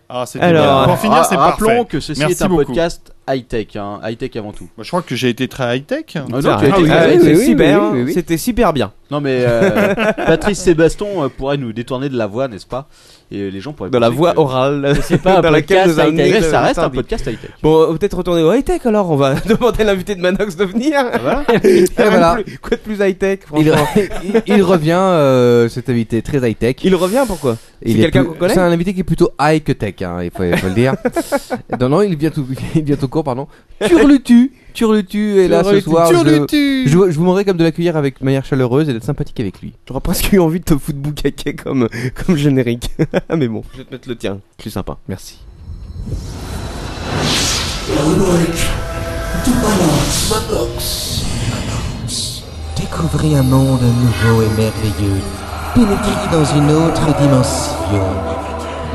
Speaker 6: Alors, c'était
Speaker 4: Alors,
Speaker 6: bien. <laughs> pour finir, c'est
Speaker 5: Rappelons
Speaker 6: parfait.
Speaker 5: que ceci
Speaker 6: Merci
Speaker 5: est un
Speaker 6: beaucoup.
Speaker 5: podcast high-tech, hein, high-tech avant tout.
Speaker 6: Moi, je crois que j'ai été très high-tech.
Speaker 5: Ah, non,
Speaker 4: Ah,
Speaker 5: tu as été-
Speaker 4: oui,
Speaker 5: ah,
Speaker 4: oui,
Speaker 5: oui.
Speaker 4: c'est
Speaker 1: oui,
Speaker 4: cyber,
Speaker 1: oui, oui, oui.
Speaker 4: C'était cyber bien.
Speaker 5: Non mais euh, Patrice Sébaston euh, pourrait nous détourner de la voix, n'est-ce pas Et euh, les gens pourraient
Speaker 4: Dans la
Speaker 5: penser
Speaker 4: voix
Speaker 5: que-
Speaker 4: orale.
Speaker 7: C'est pas un
Speaker 4: dans laquelle
Speaker 7: podcast
Speaker 4: nous a amené
Speaker 7: high-tech.
Speaker 5: Mais
Speaker 4: le-
Speaker 5: ça reste un
Speaker 4: Tardy.
Speaker 5: podcast high-tech.
Speaker 4: Bon, on va peut-être retourner au high-tech alors, on va <laughs> demander à l'invité de Manox de venir. <laughs>
Speaker 5: Voilà.
Speaker 1: Et
Speaker 4: Même
Speaker 1: voilà,
Speaker 4: plus- quoi de plus high-tech,
Speaker 1: il,
Speaker 4: franchement
Speaker 1: il- il revient, euh, cet invité très high-tech.
Speaker 4: Il revient pourquoi
Speaker 1: Il
Speaker 4: C'est
Speaker 1: est
Speaker 4: quelqu'un
Speaker 1: plus-
Speaker 4: qu'on connaît
Speaker 1: C'est un invité qui est plutôt high que tech, hein, il faut, il faut le
Speaker 4: <laughs>
Speaker 1: dire. non, non, il vient tout, il vient tout court, pardon. Turlutu, Turlutu est là ce soir. Turlutu je, je vous demanderai comme de l'accueillir avec de manière chaleureuse et d'être sympathique avec lui.
Speaker 4: J'aurais presque eu envie de te foutre boucaquet comme, comme générique. <laughs> Mais bon, je vais te mettre le tien, plus sympa.
Speaker 1: Merci.
Speaker 2: Découvrez un monde nouveau et merveilleux. Pénétrez dans une autre dimension.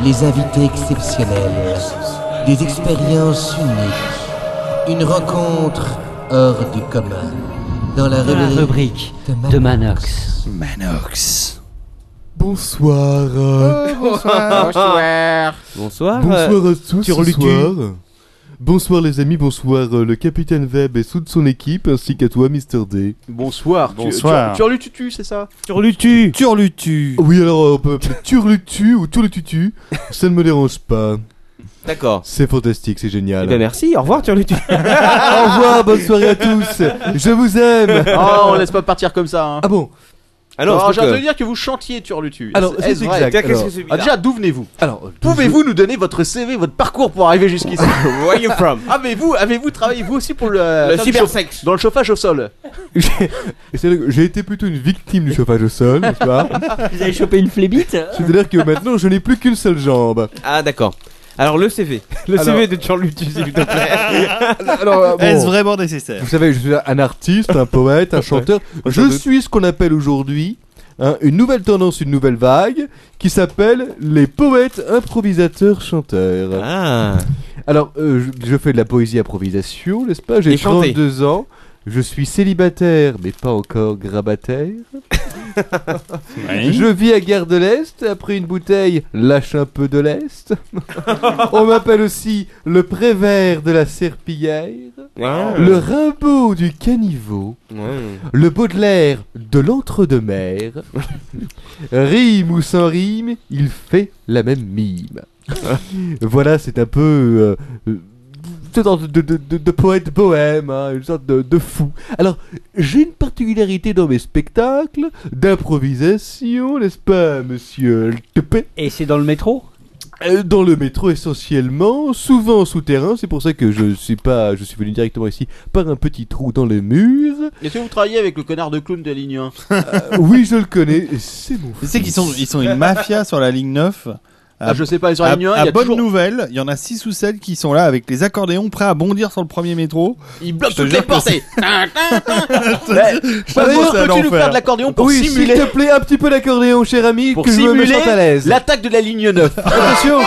Speaker 2: Les invités exceptionnels. Des expériences uniques. Une rencontre hors du commun. Dans la
Speaker 7: Dans la
Speaker 2: rubrique
Speaker 7: rubrique
Speaker 2: de Manox.
Speaker 7: de Manox.
Speaker 9: Bonsoir.
Speaker 4: euh,
Speaker 6: Euh, <laughs>
Speaker 4: Bonsoir. euh,
Speaker 9: Bonsoir à tous ce
Speaker 4: Turlutu.
Speaker 9: soir. Bonsoir les amis, bonsoir euh, le capitaine Webb et toute son équipe, ainsi qu'à toi Mr. D.
Speaker 5: Bonsoir. Tu-
Speaker 6: Bonsoir.
Speaker 5: Tu, tu, hurles, tu tues, c'est ça
Speaker 4: Turlutu.
Speaker 6: Turlutu.
Speaker 9: Oui alors euh, on peut m'appeler Turlutu ou Turlututu, ça ne me dérange pas.
Speaker 4: D'accord.
Speaker 9: C'est fantastique, c'est
Speaker 4: Eh
Speaker 9: génial.
Speaker 4: ben merci, au revoir Turlutu.
Speaker 9: Au revoir, bonne soirée à tous, je vous aime.
Speaker 5: Oh, on laisse pas partir comme ça. Hein.
Speaker 9: Ah bon,
Speaker 5: Alors,
Speaker 4: surtout
Speaker 5: j'ai entendu
Speaker 4: que-
Speaker 5: dire que vous chantiez Turlutu.
Speaker 9: alors
Speaker 5: Est-ce
Speaker 9: c'est
Speaker 5: vrai
Speaker 9: exact.
Speaker 4: Tiens, qu'est-ce
Speaker 9: alors.
Speaker 4: que c'est
Speaker 5: Ah,
Speaker 4: bizarre
Speaker 5: déjà, d'où venez-vous
Speaker 9: Alors, euh,
Speaker 5: Pouvez-vous nous donner votre CV, votre parcours pour arriver jusqu'ici
Speaker 4: Where you <laughs> from
Speaker 5: Avez-vous avez-vous travaillé vous aussi pour le,
Speaker 4: Le
Speaker 5: faire du chauffe-
Speaker 4: cybersex.
Speaker 5: dans le chauffage au sol
Speaker 9: Et c'est là que J'ai été plutôt une victime du chauffage au sol, n'est-ce pas
Speaker 7: Vous avez chopé une flébite
Speaker 9: C'est-à-dire que maintenant, je n'ai plus qu'une seule jambe.
Speaker 4: Ah d'accord. Alors le CV. Le
Speaker 9: Alors-
Speaker 4: CV de Turlutu s'il te plaît. <laughs>
Speaker 9: Alors, euh, bon,
Speaker 6: Est-ce vraiment nécessaire
Speaker 9: vous savez, je suis un artiste, un
Speaker 4: <laughs>
Speaker 9: poète, un chanteur. Je suis ce qu'on appelle aujourd'hui hein, une nouvelle tendance, une nouvelle vague, qui s'appelle les poètes improvisateurs chanteurs.
Speaker 4: Ah.
Speaker 9: Alors, euh, je, je fais de la poésie improvisation, n'est-ce pas
Speaker 4: Et
Speaker 9: J'ai
Speaker 4: chanter.
Speaker 9: 32 ans.
Speaker 1: Je suis célibataire, mais pas encore grabataire.
Speaker 6: Oui.
Speaker 1: Je vis à Gare de l'Est, après une bouteille, lâche un peu de l'Est. On m'appelle aussi le prévert de la serpillière, le Rimbaud du caniveau, le Baudelaire de l'entre-deux-mer. Rime ou sans rime, il fait la même mime. voilà, c'est un peu... euh, euh, une sorte de, de, de- de poète bohème, hein, une sorte de- de fou. Alors, j'ai une particularité dans mes spectacles d'improvisation, n'est-ce pas, monsieur Altepé
Speaker 7: Et c'est dans le métro
Speaker 1: Euh, Dans le métro essentiellement, souvent souterrain, c'est pour ça que je suis pas, je suis venu directement ici par un petit trou dans le mur.
Speaker 5: Est-ce que vous travaillez avec le connard de clown de la ligne 1
Speaker 1: Euh, oui, je le connais, c'est mon
Speaker 6: Tu sais qu'ils sont, ils sont une mafia sur la ligne 9.
Speaker 5: ah, Je sais pas, sur la
Speaker 6: à,
Speaker 5: ligne 1,
Speaker 6: à
Speaker 5: il y a
Speaker 6: bonne
Speaker 5: toujours...
Speaker 6: nouvelle, il y en a 6 ou 7 qui sont là avec les accordéons prêts à bondir sur le premier métro.
Speaker 5: Il bloque
Speaker 6: Je te
Speaker 5: toutes
Speaker 6: jure
Speaker 5: les
Speaker 6: que
Speaker 5: portes.
Speaker 6: c'est-
Speaker 5: et- Tin, tin, tin. Ouais, Par
Speaker 6: pense
Speaker 5: contre,
Speaker 6: à
Speaker 5: peux-tu nous
Speaker 6: l'enfer.
Speaker 5: faire de l'accordéon pour
Speaker 1: Oui, s'il
Speaker 5: simuler
Speaker 1: te plaît, un petit peu l'accordéon, cher ami,
Speaker 5: Pour
Speaker 1: que je me
Speaker 5: simuler
Speaker 1: sente à l'aise.
Speaker 5: L'attaque de la ligne 9.
Speaker 1: Attention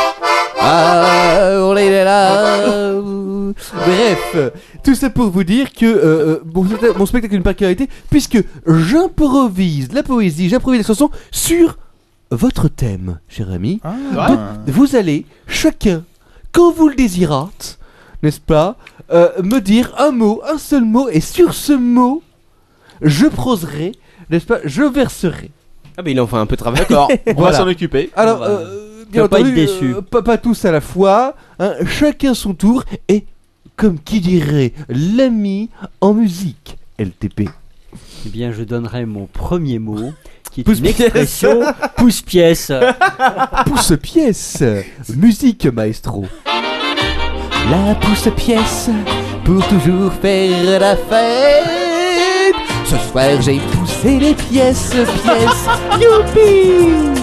Speaker 1: Ah, on est là Bref, tout ça pour vous dire que euh, euh, mon, spectacle- mon spectacle a une particularité, puisque j'improvise la poésie, j'improvise les chansons sur votre thème, cher ami.
Speaker 6: Ah.
Speaker 1: Donc,
Speaker 6: euh,
Speaker 1: vous allez, chacun, quand vous le désirate, n'est-ce pas, euh, me dire un mot, un seul mot, et sur ce mot, je proserai, n'est-ce pas, je verserai.
Speaker 9: Ah, mais il en fait un peu travail.
Speaker 5: D'accord, on
Speaker 1: Voilà.
Speaker 5: va s'en occuper.
Speaker 1: Alors,
Speaker 7: Bah,
Speaker 1: euh, bien
Speaker 7: faut pas
Speaker 1: entendu,
Speaker 7: être déçu.
Speaker 1: euh, pas, pas tous à la fois, hein, chacun son tour, et comme qui dirait l'ami en musique, LTP.
Speaker 7: Eh bien, je donnerai mon premier mot, qui est une
Speaker 1: Pousse-pièce.
Speaker 7: expression pousse-pièce. Ah,
Speaker 1: Pousse-pièce, musique maestro. La pousse-pièce, pour toujours faire la fête. Ce soir j'ai poussé les pièces, pièces, youpi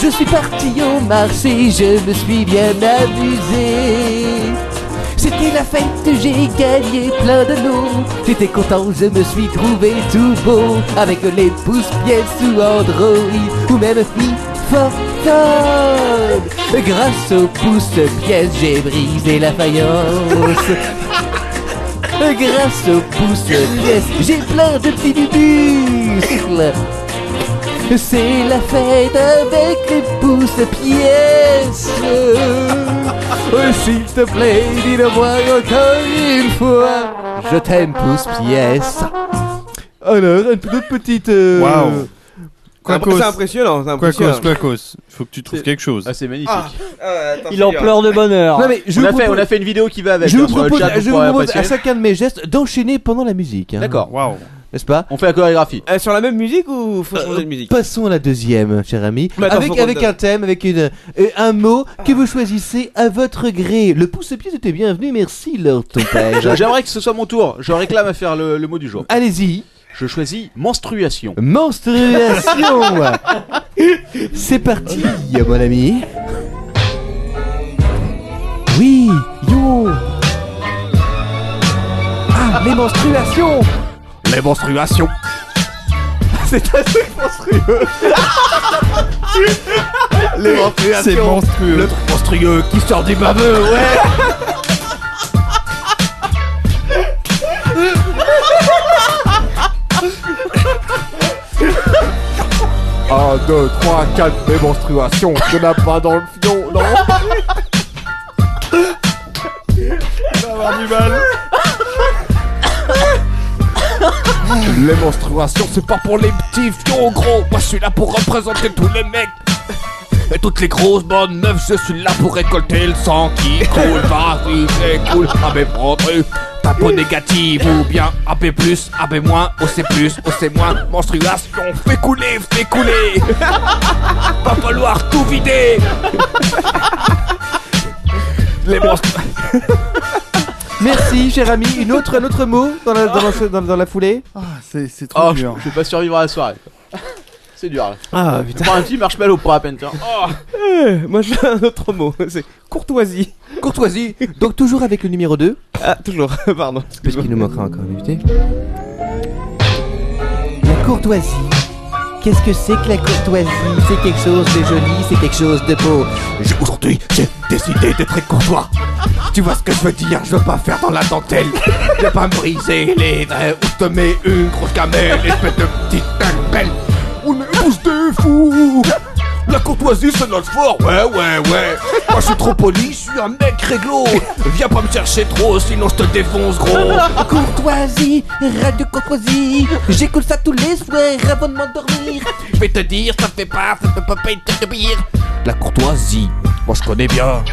Speaker 1: Je suis parti au marché, je me suis bien amusé. C'était la fête, j'ai gagné plein de lots. J'étais content, je me suis trouvé tout beau. Avec les pouces-pièces ou Android, ou même iPhone. Grâce aux pouces-pièces, j'ai brisé la faïence. Grâce aux pouces-pièces, j'ai plein de petits muscles. C'est la fête avec les pouces-pièces. Oh, S'il te plaît, dis-le-moi encore une fois. Je t'aime, pouce-pièce. Alors, une toute petite. euh,
Speaker 6: Waouh.
Speaker 9: Impr-
Speaker 6: Quacos,
Speaker 9: C'est impressionnant, c'est impressionnant.
Speaker 6: Quacos, Quacos, faut que tu trouves quelque chose.
Speaker 5: Ah, c'est magnifique.
Speaker 7: Il en pleure de bonheur.
Speaker 1: Non, mais je
Speaker 5: on,
Speaker 1: vous
Speaker 5: a fait,
Speaker 1: propose-
Speaker 5: on a fait une vidéo qui va avec.
Speaker 1: je vous
Speaker 5: hein, sur le
Speaker 1: propose,
Speaker 5: chat,
Speaker 1: je vous
Speaker 5: pourrez
Speaker 1: propose à
Speaker 5: apprécier.
Speaker 1: chacun de mes gestes d'enchaîner pendant la musique. hein.
Speaker 5: D'accord.
Speaker 6: Waouh.
Speaker 1: N'est-ce pas
Speaker 5: On fait la chorégraphie.
Speaker 9: Euh, sur la même musique ou faut changer de musique
Speaker 1: Passons à la deuxième, cher ami.
Speaker 9: Mais attends, faut
Speaker 1: avec
Speaker 9: qu'on
Speaker 1: avec
Speaker 9: donne-
Speaker 1: un thème, avec une, euh, un mot que vous choisissez à votre gré. Le pouce-pied était bienvenu, merci, Lord ton
Speaker 9: <laughs>
Speaker 1: père.
Speaker 5: Je- J'aimerais que ce soit mon tour. Je réclame à faire le, le mot du jour.
Speaker 1: Allez-y.
Speaker 5: Je choisis menstruation.
Speaker 9: <laughs>
Speaker 1: Menstruation C'est parti, mon ami. Oui, yo Ah, les menstruations
Speaker 5: Les menstruations.
Speaker 1: C'est assez monstrueux Les menstruations
Speaker 6: C'est monstrueux.
Speaker 1: truc monstrueux qui sort du baveux,
Speaker 5: Oh,
Speaker 1: ouais Un, deux, trois, quatre, mes menstruations, tu n'as pas dans le fion, non
Speaker 3: Les menstruations, c'est pas pour les petits fions, gros. Moi, je suis là pour représenter tous les mecs. Et toutes les grosses bandes neuves, je suis là pour récolter le sang qui coule. Vas-y, cool. AB vendu. Tapo négative ou bien AB, AB-, OC, OC-, menstruation. Fais couler, fais couler. Pas falloir tout vider. Les menstruations.
Speaker 1: Merci, cher ami. Une autre, un autre mot dans la, dans la- dans- dans la foulée
Speaker 6: C'est c'est trop
Speaker 5: Oh, je,
Speaker 6: dur.
Speaker 5: je vais pas survivre à la soirée. C'est dur. Là.
Speaker 9: Ah
Speaker 5: Je prends un petit marshmallow pour la peine. tiens. Oh,
Speaker 9: putain, moi j'ai un autre mot, c'est courtoisie.
Speaker 1: Courtoisie. Donc, toujours avec le numéro 2.
Speaker 9: Ah, toujours, pardon.
Speaker 1: Puisqu'il nous manquera encore un invité. La courtoisie. Qu'est-ce que c'est que la courtoisie C'est quelque chose de joli, c'est quelque chose de beau.
Speaker 3: J'ai- Aujourd'hui, j'ai décidé d'être courtois. Tu vois ce que je veux dire, je veux pas faire dans la dentelle. Je veux pas me briser les draps ou je te mets une grosse camelle, espèce de petite belle. On est tous des fous. La courtoisie, c'est notre fort, ouais, ouais, ouais. Moi, je suis trop poli, je suis un mec réglo. Viens pas me chercher trop, sinon je te défonce, gros.
Speaker 9: <laughs> Courtoisie, radio courtoisie, j'écoute ça tous les soirs avant de m'endormir.
Speaker 3: Je vais te dire, ça fait pas, ça peut pas être de pire. La courtoisie, moi je connais bien.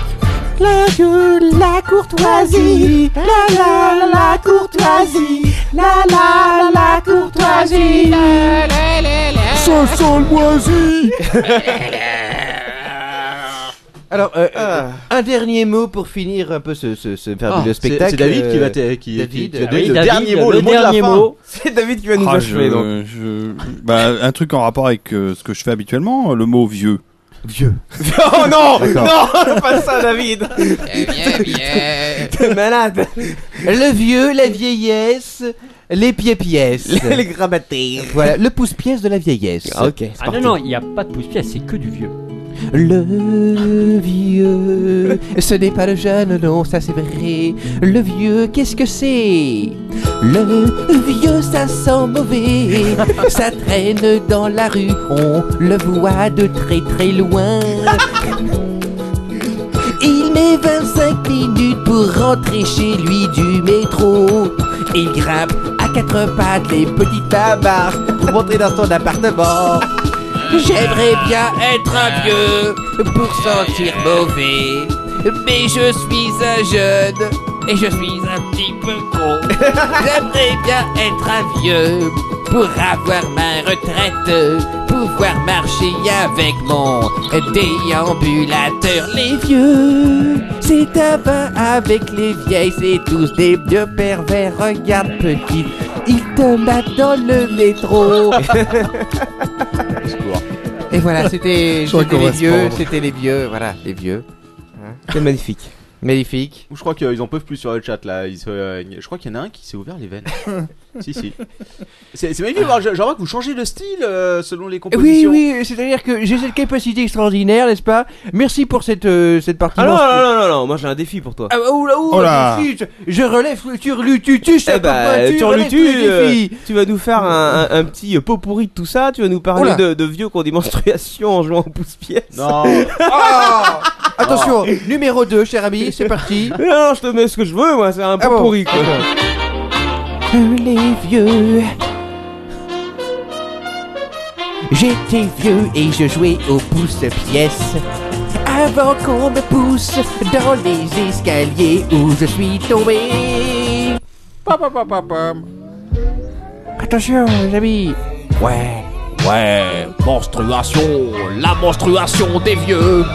Speaker 9: La gueule, la courtoisie, la la la la courtoisie, la la la la courtoisie.
Speaker 3: Ça sent le moisi
Speaker 4: Alors, euh, euh, Ah, un dernier mot pour finir un peu ce, ce, ce
Speaker 5: Ah,
Speaker 4: fabuleux spectacle.
Speaker 1: C'est David qui va
Speaker 4: euh,
Speaker 1: te- qui- qui- qui
Speaker 4: David,
Speaker 1: va
Speaker 4: ah
Speaker 1: donner
Speaker 4: oui,
Speaker 1: le
Speaker 7: David,
Speaker 1: dernier mot,
Speaker 7: le
Speaker 1: le, mot de la
Speaker 7: dernier
Speaker 1: fin.
Speaker 7: mot.
Speaker 4: C'est David qui va nous
Speaker 6: Ah,
Speaker 4: achever
Speaker 6: je-
Speaker 4: donc.
Speaker 6: je- bah, un truc en rapport avec euh, ce que je fais habituellement, le mot vieux. <laughs>
Speaker 4: Oh non Non Pas ça, David T'es malade
Speaker 9: Le vieux, la vieillesse, les pieds-pièces.
Speaker 1: <laughs>
Speaker 4: Les grammataires
Speaker 9: Voilà, le pouce-pièce de la vieillesse.
Speaker 4: Ok.
Speaker 7: Ah non, non, il n'y a pas de pouce-pièce, c'est que du vieux.
Speaker 9: Le vieux, ce n'est pas le jeune, non, ça c'est vrai. Le vieux, qu'est-ce que c'est Le vieux, ça sent mauvais. Ça traîne dans la rue, on le voit de très très loin. Il met 25 minutes pour rentrer chez lui du métro. Il grimpe à quatre pattes les petits tabards pour monter dans son appartement. J'aimerais bien être un vieux pour sentir mauvais. Mais je suis un jeune et je suis un petit peu con. J'aimerais bien être un vieux pour avoir ma retraite, pouvoir marcher avec mon déambulateur. Les vieux, c'est un bain avec les vieilles, c'est tous des vieux pervers. Regarde petit, ils te battent dans le métro. <laughs> Et voilà, c'était c'était les vieux, c'était les vieux, voilà, les vieux.
Speaker 4: C'est magnifique. Magnifique.
Speaker 5: Je crois qu'ils en peuvent plus sur le chat là. Ils se- euh, Je crois qu'il y en a un qui s'est ouvert
Speaker 4: <laughs>
Speaker 5: les veines. si, si. C'est c'est magnifique. alors, je- J'aimerais que vous changez de style euh, selon les
Speaker 4: Ah. Oui,
Speaker 5: compositions.
Speaker 4: oui, c'est-à-dire que j'ai cette capacité extraordinaire, n'est-ce pas Merci pour cette, euh, cette partie.
Speaker 1: Ah non, non, non, non, non, moi j'ai un défi pour toi.
Speaker 4: Ah, oh là, oh,
Speaker 6: Oh là.
Speaker 4: je, suis- je, je relève le turlututu,
Speaker 1: Eh
Speaker 4: chapeau
Speaker 1: bah,
Speaker 4: pointu,
Speaker 1: Turlutu,
Speaker 4: relève tous les
Speaker 1: euh,
Speaker 4: défis.
Speaker 1: tu vas nous faire un, un- un petit euh, pot pourri de tout ça, tu vas nous parler
Speaker 4: Oula.
Speaker 1: de, de vieux qui ont des menstruations en jouant au pouce-pièce.
Speaker 5: Non,
Speaker 4: Ah Attention, numéro 2, cher ami, c'est parti.
Speaker 1: Mais Non, non, je te mets ce que je veux, moi, c'est un pot
Speaker 4: Ah bon.
Speaker 1: pourri quoi.
Speaker 9: Les vieux. J'étais vieux et je jouais au pouce-pièce. Avant qu'on
Speaker 3: e
Speaker 9: me pousse dans les escaliers où je suis tombé. Pa, pa, pa, pa, pam. Attention, les amis. Ouais.
Speaker 3: Ouais, menstruation, la menstruation des vieux.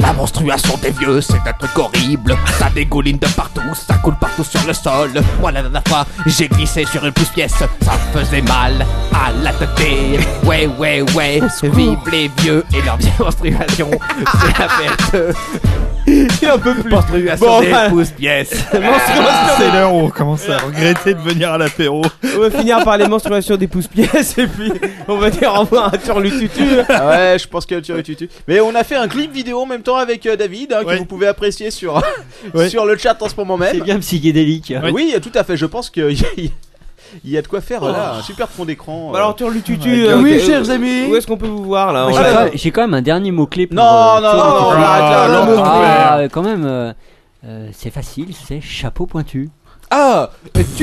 Speaker 3: La menstruation des vieux, c'est un truc horrible. Ça dégouline de partout, ça coule partout sur le sol. Moi, la dernière fois, j'ai glissé sur une pousse-pièce. Ça faisait mal à la tête. Ouais, ouais, ouais. Vive les vieux et leur <laughs> bien menstruation. C'est la perte.
Speaker 1: C'est un peu plus.
Speaker 3: Menstruation
Speaker 1: Bon,
Speaker 3: des
Speaker 1: voilà.
Speaker 3: pousse-pièces.
Speaker 6: ah, C'est l'heure où on commence à regretter de venir à l'apéro.
Speaker 1: On va finir par les menstruations des pouces-pièces et puis on va dire au revoir à Turlututu.
Speaker 5: Ah ouais, je pense que tu, tu, tu. Mais on a fait un clip vidéo en même temps avec euh, David hein,
Speaker 6: Ouais.
Speaker 5: que vous pouvez apprécier sur
Speaker 6: <laughs> Ouais.
Speaker 5: sur le chat en ce moment même.
Speaker 7: C'est bien psychédélique.
Speaker 6: Ouais.
Speaker 5: Oui, tout à fait. Je pense que <laughs> il y a de quoi faire là, un super fond d'écran.
Speaker 6: Bah
Speaker 5: euh.
Speaker 1: Alors, Turlututu,
Speaker 6: Ouais,
Speaker 1: euh,
Speaker 4: oui,
Speaker 1: euh,
Speaker 4: chers amis.
Speaker 1: où est-ce qu'on peut vous voir là
Speaker 7: Moi,
Speaker 1: On
Speaker 7: J'ai
Speaker 1: va-
Speaker 7: quand, j'ai quand même un dernier mot-clé pour.
Speaker 5: non,
Speaker 7: euh,
Speaker 5: non, non, non, on
Speaker 6: Ah,
Speaker 5: arrête là,
Speaker 6: non,
Speaker 5: non.
Speaker 6: non.
Speaker 7: Ah, quand même, euh, euh, c'est facile, c'est chapeau pointu.
Speaker 4: Ah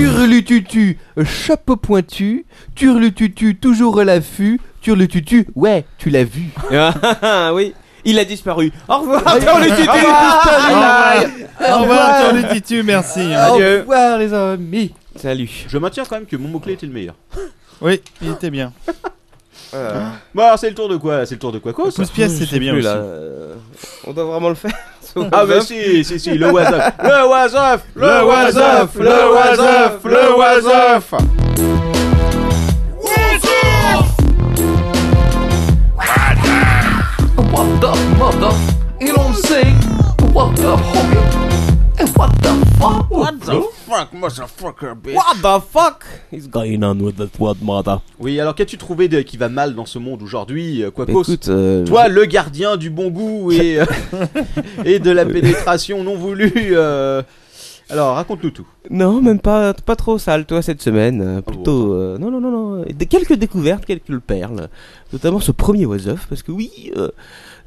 Speaker 4: Turlututu, chapeau pointu. Turlututu, toujours à l'affût. Turlututu, ouais, tu l'as vu.
Speaker 1: <laughs> Ah, oui, il a disparu. Au revoir,
Speaker 4: Turlututu,
Speaker 1: Ah, bah.
Speaker 4: disparu
Speaker 6: Au revoir, Charlie Titu, merci. hein.
Speaker 4: Au revoir, les amis.
Speaker 1: Salut.
Speaker 5: Ah, Je maintiens quand même que mon mot clé était le meilleur.
Speaker 6: Oui, il était bien.
Speaker 5: Bon, alors c'est le tour de quoi C'est le tour de quoi quoi ça
Speaker 6: Pouce pièce, c'était bien
Speaker 1: Plus,
Speaker 6: aussi.
Speaker 1: là, euh, on doit vraiment le faire.
Speaker 5: Ah bah si, si, si, le was-off, le was-off, le was-off, le was-off, le was-off
Speaker 9: What the mother? You don't say what the homie? And what the fuck? What the fuck?
Speaker 10: fuck, motherfucker, bitch.
Speaker 4: What the fuck is going on with that word, mother
Speaker 5: Oui, alors qu'as-tu trouvé de- qui va mal dans ce monde aujourd'hui, euh,
Speaker 4: Bah,
Speaker 5: Quacos
Speaker 4: Écoute, euh,
Speaker 5: Toi, le gardien du bon goût
Speaker 4: <laughs>
Speaker 5: et, euh, et de la pénétration non voulue. euh, Alors, raconte-nous tout.
Speaker 4: non, même pas, pas trop sale, toi, cette semaine. euh, Plutôt, euh, non, non, non, non. Des- quelques découvertes, quelques perles. Notamment ce premier was of, parce que oui, euh,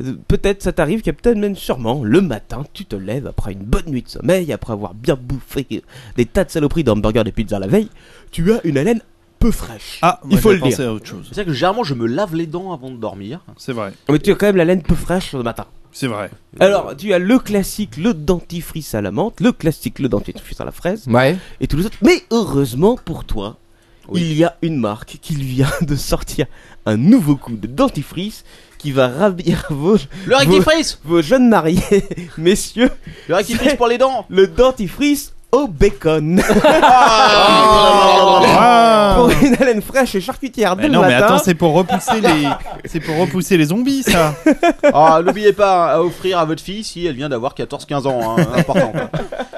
Speaker 4: euh, peut-être ça t'arrive, Captain, même sûrement, le matin, tu te lèves après une bonne nuit de sommeil, après avoir bien bouffé euh, des tas de saloperies d'hamburgers et pizzas la veille, tu as une haleine peu fraîche.
Speaker 6: Ah, moi,
Speaker 4: Il faut
Speaker 6: j'ai
Speaker 4: le
Speaker 6: pensé à autre chose.
Speaker 5: C'est-à-dire que généralement, je me lave les dents avant de dormir.
Speaker 6: C'est vrai.
Speaker 4: Mais tu as quand même la laine peu fraîche le matin.
Speaker 6: C'est vrai.
Speaker 4: Alors, tu as le classique, le dentifrice à la menthe, le classique, le dentifrice à la fraise,
Speaker 1: Ouais.
Speaker 4: et tous les autres. Mais heureusement pour toi, il y a une marque qui vient de sortir un nouveau coup de dentifrice qui va ravir <laughs> vos,
Speaker 5: Le rectifrice
Speaker 4: vos jeunes mariés, <laughs> messieurs,
Speaker 5: Le rectifrice
Speaker 4: C'est-
Speaker 5: pour
Speaker 4: <laughs>
Speaker 5: les dents
Speaker 4: le dentifrice au bacon.
Speaker 6: Ah
Speaker 4: <laughs> pour une haleine fraîche et charcutière dès
Speaker 6: Mais
Speaker 4: le
Speaker 6: Ah. non, mais
Speaker 4: matin.
Speaker 6: attends, c'est pour repousser les, c'est pour repousser les zombies, ça.
Speaker 5: Ah, n'oubliez pas à offrir à votre fille si elle vient d'avoir 14-15 ans, hein,
Speaker 4: <laughs>
Speaker 5: important. quoi.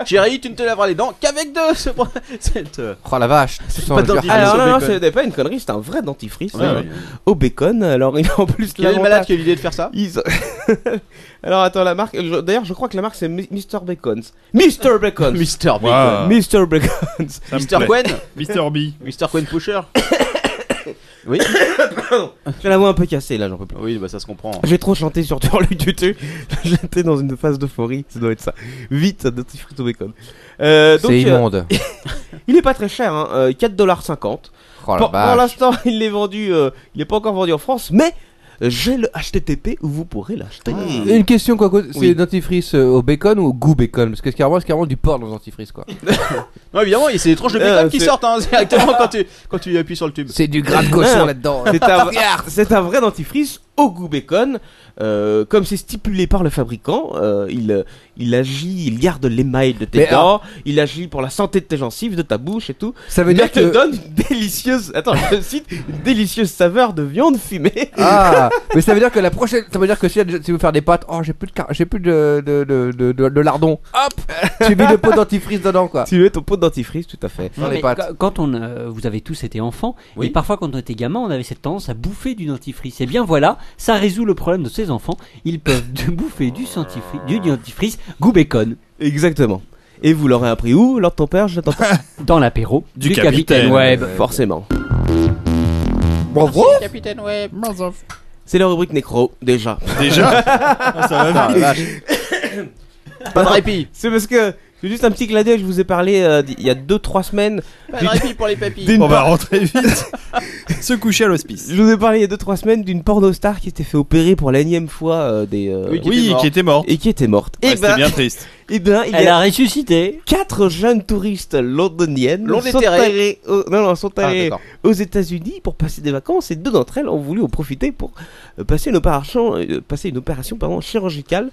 Speaker 5: Chérie, tu ne te laveras les dents qu'avec deux ce point. Cette, euh,
Speaker 1: Oh la vache. tu sens
Speaker 5: pas
Speaker 1: le dur.
Speaker 5: dentifrice
Speaker 4: alors
Speaker 5: au
Speaker 4: ah, non, non,
Speaker 5: bacon.
Speaker 4: c'était pas une connerie, c'était un vrai dentifrice
Speaker 5: Ouais,
Speaker 4: euh,
Speaker 5: ouais.
Speaker 4: au bacon. Alors il a en plus
Speaker 5: Quel est le
Speaker 4: l'avantage-
Speaker 5: malade qui a eu l'idée de faire ça
Speaker 4: Ils ont- <laughs> Alors attends, la marque. je- D'ailleurs, je crois que la marque c'est Mi- Mr. Bacon's. Mr.
Speaker 1: <laughs>
Speaker 4: Bacon's Ah.
Speaker 5: Mister Big.
Speaker 6: Waouh.
Speaker 4: Mr. <laughs> Bacon's
Speaker 6: ça me
Speaker 5: Mister
Speaker 6: plaît.
Speaker 5: Gwen
Speaker 6: Mr. B.
Speaker 5: Mister Gwen Pusher
Speaker 4: J'ai la voix un peu cassée là, j'en peux plus.
Speaker 5: Oui, bah ça se comprend.
Speaker 4: J'ai trop chanté sur Turlu Tutu. <laughs> J'étais dans une phase d'euphorie, ça doit être ça. Vite, ça doit être frito bacon. Euh, donc,
Speaker 1: C'est
Speaker 4: euh,
Speaker 1: immonde.
Speaker 4: il est pas très cher, hein, euh, 4,50$.
Speaker 1: Oh la
Speaker 4: Pour, pour
Speaker 1: vache.
Speaker 4: l'instant, <laughs> il est vendu, euh, il est pas encore vendu en France, mais euh, j'ai le HTTP où vous pourrez l'acheter.
Speaker 1: Une question quoi, quoi, c'est
Speaker 4: Oui.
Speaker 1: dentifrice euh, au bacon ou au goût bacon Parce que carrément, c'est carrément du porc dans le dentifrice quoi.
Speaker 5: Non, évidemment, et c'est les tranches de
Speaker 4: Euh,
Speaker 5: bacon qui
Speaker 4: c'est-
Speaker 5: sortent hein, directement quand tu, quand tu appuies sur le tube.
Speaker 1: C'est du gras de cochon
Speaker 4: Non.
Speaker 1: là-dedans.
Speaker 4: C'est un, vrai- c'est un vrai dentifrice au goût bacon. Euh, comme c'est stipulé par le fabricant, euh, il, euh, il agit, il garde l'émail de tes
Speaker 1: Mais
Speaker 4: dents, il agit pour la santé de tes gencives, de ta bouche et tout.
Speaker 1: Ça veut
Speaker 4: Il
Speaker 1: dire
Speaker 4: te
Speaker 1: que.
Speaker 4: donne une délicieuse, attends, je te cite, une délicieuse saveur de viande fumée. <laughs>
Speaker 1: Ah, <laughs> mais ça veut dire que la prochaine, ça veut dire que si tu veux faire des pâtes, oh j'ai plus de, car- j'ai plus de de, de, de, de- de lardon. Hop, <laughs> tu mets le pot de dentifrice dedans quoi.
Speaker 4: Tu mets ton pot de dentifrice, tout à fait.
Speaker 1: Dans
Speaker 7: Non,
Speaker 1: les
Speaker 7: mais
Speaker 1: pâtes.
Speaker 7: qu- Quand on, euh, vous avez tous été enfants, et parfois quand on était gamin, on avait cette tendance à bouffer du dentifrice. Et bien voilà, ça résout le problème de ces enfants. Ils peuvent de bouffer du, dentifrice- du dentifrice goût bacon
Speaker 4: Exactement. Et vous l'aurez appris où Lors de ton père, je l'attends pas.
Speaker 7: dans l'apéro
Speaker 6: Du
Speaker 7: du,
Speaker 6: capitaine.
Speaker 7: capitaine. Web.
Speaker 1: bah,
Speaker 4: Forcément.
Speaker 1: Bravo.
Speaker 4: C'est la rubrique nécro, déjà.
Speaker 6: Déjà. <laughs> Ah, ça va vite.
Speaker 5: Pas de répit
Speaker 4: C'est parce que, c'est juste un petit clin d'œil, je vous ai parlé euh, d- il y a 2-3 semaines
Speaker 5: Pas de répit pour les papilles
Speaker 4: d'une
Speaker 6: On va rentrer <laughs> vite. Se coucher à l'hospice.
Speaker 4: Je vous ai parlé il y a 2-3 semaines d'une pornostar qui s'était fait opérer pour l'énième fois euh, des, euh,
Speaker 5: Oui, qui était
Speaker 6: Oui,
Speaker 5: mort.
Speaker 6: qui était mort.
Speaker 4: et qui était morte.
Speaker 6: Ouais,
Speaker 4: et,
Speaker 6: C'était
Speaker 4: ben,
Speaker 6: bien triste.
Speaker 4: et ben, il y
Speaker 7: Elle
Speaker 4: a
Speaker 7: a ressuscité.
Speaker 4: quatre jeunes touristes londoniennes
Speaker 5: L'ont
Speaker 4: sont
Speaker 5: déterré.
Speaker 4: allées au- non, non, sont
Speaker 5: Ah,
Speaker 4: allées
Speaker 5: d'accord.
Speaker 4: aux États-Unis pour passer des vacances et deux d'entre elles ont voulu en profiter pour euh, passer une opération, euh, passer une opération pardon, chirurgicale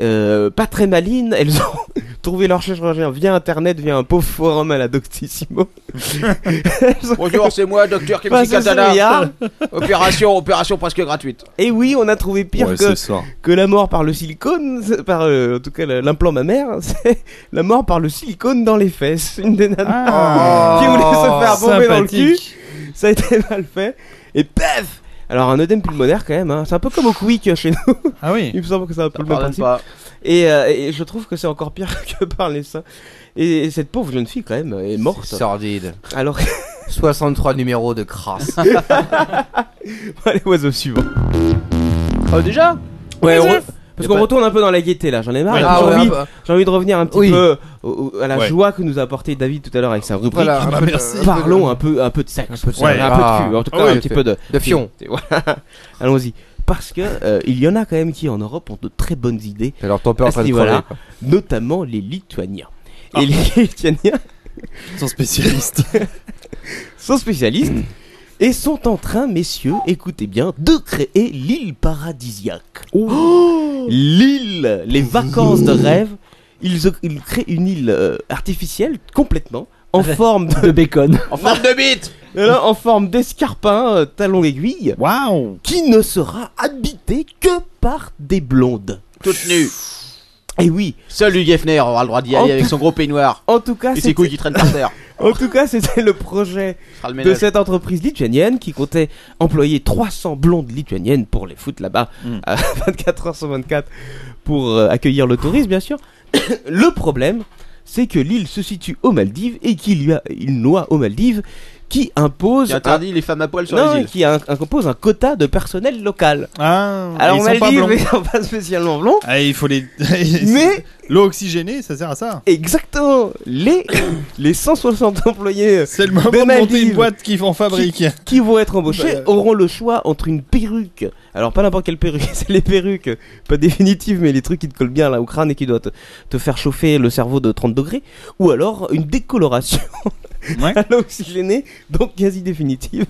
Speaker 4: euh, pas très maligne. Elles ont <laughs> trouvé leur chirurgien via internet, via un pauvre forum à la Doctissimo. Elles ont-
Speaker 5: <laughs> Bonjour, c'est moi, docteur Kemsi
Speaker 4: Passé ce milliard.
Speaker 5: Katana. Opération, opération presque gratuite.
Speaker 4: Et oui, on a trouvé <laughs> pire
Speaker 6: Ouais,
Speaker 4: que
Speaker 6: c'est
Speaker 4: <laughs>
Speaker 6: ça.
Speaker 4: que la mort par le silicone, <laughs> c'est- par euh, en tout cas la- l'implant mammaire, <laughs> c'est la mort par le silicone dans les fesses. Une des nanas
Speaker 6: Ah.
Speaker 4: qui voulait se faire bomber dans le cul,
Speaker 6: Sympathique.
Speaker 4: ça a été mal fait, et paf Alors un œdème pulmonaire quand même, hein. c'est un peu comme au quick chez nous,
Speaker 6: Ah oui.
Speaker 4: il me semble que c'est un peu le même
Speaker 5: Pardonne
Speaker 4: principe.
Speaker 5: pas.
Speaker 4: Et, euh, et je trouve que c'est encore pire <laughs> que par les seins. Et, et cette pauvre jeune fille quand même est morte.
Speaker 1: Sordide.
Speaker 4: Alors,
Speaker 1: 63 numéros de <laughs> crasse.
Speaker 4: allez, oiseau suivant.
Speaker 5: Oh, déjà
Speaker 4: Ouais, <laughs>
Speaker 5: Oiseau.
Speaker 4: on- Parce qu'on
Speaker 5: pas-
Speaker 4: retourne un peu dans la gaieté là, j'en ai marre.
Speaker 6: Ouais.
Speaker 4: j'ai
Speaker 1: Ah ouais,
Speaker 4: envie-
Speaker 1: un peu-
Speaker 4: J'ai envie de revenir un petit
Speaker 1: Oui.
Speaker 4: peu au- au- à la
Speaker 6: Ouais.
Speaker 4: joie que nous a apporté David tout à l'heure avec sa rubrique.
Speaker 1: voilà, Euh, un peu de-
Speaker 6: Ah,
Speaker 4: <laughs>
Speaker 6: merci.
Speaker 4: Parlons un peu, un peu de sexe.
Speaker 1: un peu de,
Speaker 6: Ouais.
Speaker 4: Un peu de cul, en tout
Speaker 6: Ah
Speaker 4: cas
Speaker 6: oui,
Speaker 4: un petit peu de,
Speaker 1: de fion.
Speaker 4: Voilà. Allons-y. Parce que euh, il y en a quand même qui en Europe ont de très bonnes idées,
Speaker 1: Alors ton père en train de
Speaker 4: Voilà.
Speaker 1: crever, quoi.
Speaker 4: notamment les Lituaniens.
Speaker 6: Ah.
Speaker 4: Et les <laughs> Lituaniens
Speaker 6: Son spécialiste.
Speaker 4: sont spécialistes et sont en train, messieurs, écoutez bien, de créer l'île paradisiaque. Oh l'île, les vacances de rêve. Ils, ils créent une île euh, artificielle complètement en
Speaker 7: Ouais.
Speaker 4: forme de <laughs>
Speaker 7: De bacon.
Speaker 5: En forme de bite
Speaker 4: Non, non, en forme d'escarpin, euh, talon aiguille,
Speaker 6: <laughs> Waouh.
Speaker 4: qui ne sera habité que par des blondes.
Speaker 5: Toute nue
Speaker 4: Et oui,
Speaker 5: Seul Hugh Hefner aura le droit d'y
Speaker 4: En
Speaker 5: aller
Speaker 4: tout-
Speaker 5: avec son gros peignoir
Speaker 4: en tout cas,
Speaker 5: et ses
Speaker 4: c'était-
Speaker 5: couilles qui traînent par terre.
Speaker 4: <laughs> en tout cas, c'était le projet
Speaker 5: Ce sera le
Speaker 4: de
Speaker 5: ménage.
Speaker 4: cette entreprise lituanienne qui comptait employer 300 blondes lituaniennes pour les foutre là-bas
Speaker 6: Mm.
Speaker 5: Hmm.
Speaker 4: à <laughs> 24 heures sur 24 pour euh, accueillir le tourisme, bien sûr. <coughs> le problème, c'est que l'île se situe aux Maldives et qu'il y a une loi aux Maldives qui impose
Speaker 5: Qui interdit les femmes à poil
Speaker 4: un...
Speaker 5: sur
Speaker 4: Non,
Speaker 5: les îles.
Speaker 4: qui un- impose un quota de personnel local.
Speaker 6: Ah,
Speaker 4: Alors
Speaker 6: ils
Speaker 4: on
Speaker 6: sont pas
Speaker 4: Maldives,
Speaker 6: blancs.
Speaker 4: <laughs> ils sont pas spécialement blonds,
Speaker 6: Ah, il faut les. <laughs>
Speaker 4: mais
Speaker 6: L'eau oxygénée, ça sert à ça.
Speaker 4: exactement
Speaker 6: <coughs>
Speaker 4: les les 160 employés
Speaker 6: C'est le moment
Speaker 4: Des
Speaker 6: de monter
Speaker 4: Maldives.
Speaker 6: une boîte qui en fabrique.
Speaker 4: qui vont être embauchés
Speaker 6: Bah,
Speaker 4: auront le choix entre une perruque. Alors pas n'importe quelle perruque, <laughs> c'est les perruques pas définitives, mais les trucs qui te collent bien là au crâne et qui doivent te, te faire chauffer le cerveau de 30 degrés, ou alors une décoloration <laughs>
Speaker 6: Ouais. Mm-hmm.
Speaker 4: à l'oxygéné, donc quasi définitive,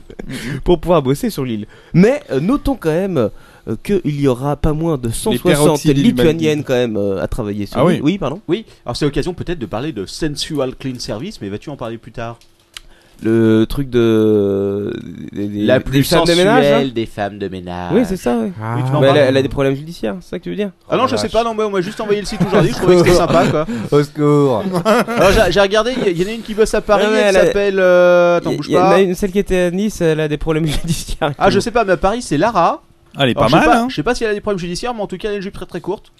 Speaker 4: pour pouvoir bosser sur l'île. Mais euh, notons quand même euh, qu'il y aura pas moins de 160
Speaker 6: peroxydes
Speaker 4: lituaniennes
Speaker 6: humanitaires.
Speaker 4: quand même euh, à travailler sur
Speaker 6: Ah
Speaker 4: l'île.
Speaker 6: oui.
Speaker 4: Oui, pardon.
Speaker 5: Oui, alors c'est l'occasion peut-être de parler de Sensual Clean Service, mais vas-tu en parler plus tard
Speaker 4: Le truc de des- des- des femmes de ménage, hein.
Speaker 5: des femmes de ménage.
Speaker 4: Oui, c'est ça. ouais.
Speaker 5: Oui, tu m'en
Speaker 4: Mais elle,
Speaker 5: parles.
Speaker 4: a- elle a des problèmes judiciaires, c'est ça que tu veux dire
Speaker 5: Ah non, je sais pas, non, mais on m'a juste envoyé le site
Speaker 4: <laughs>
Speaker 5: aujourd'hui, je trouvais que c'était sympa quoi.
Speaker 1: Au secours.
Speaker 5: Alors j'ai- j'ai regardé, il y, en a une qui bosse à Paris,
Speaker 4: Non, mais
Speaker 5: elle
Speaker 4: elle a-
Speaker 5: s'appelle. euh, Attends,
Speaker 4: Y-
Speaker 5: bouge
Speaker 4: y en
Speaker 5: pas.
Speaker 4: a une, celle qui était à Nice, elle a des problèmes <laughs> judiciaires.
Speaker 5: Ah, je sais pas, mais à Paris c'est Lara.
Speaker 6: Ah, elle est
Speaker 5: Alors,
Speaker 6: pas
Speaker 5: je sais
Speaker 6: mal,
Speaker 5: pas-
Speaker 6: hein.
Speaker 5: Je sais pas si elle a des problèmes judiciaires, mais en tout cas elle a une jupe très très courte.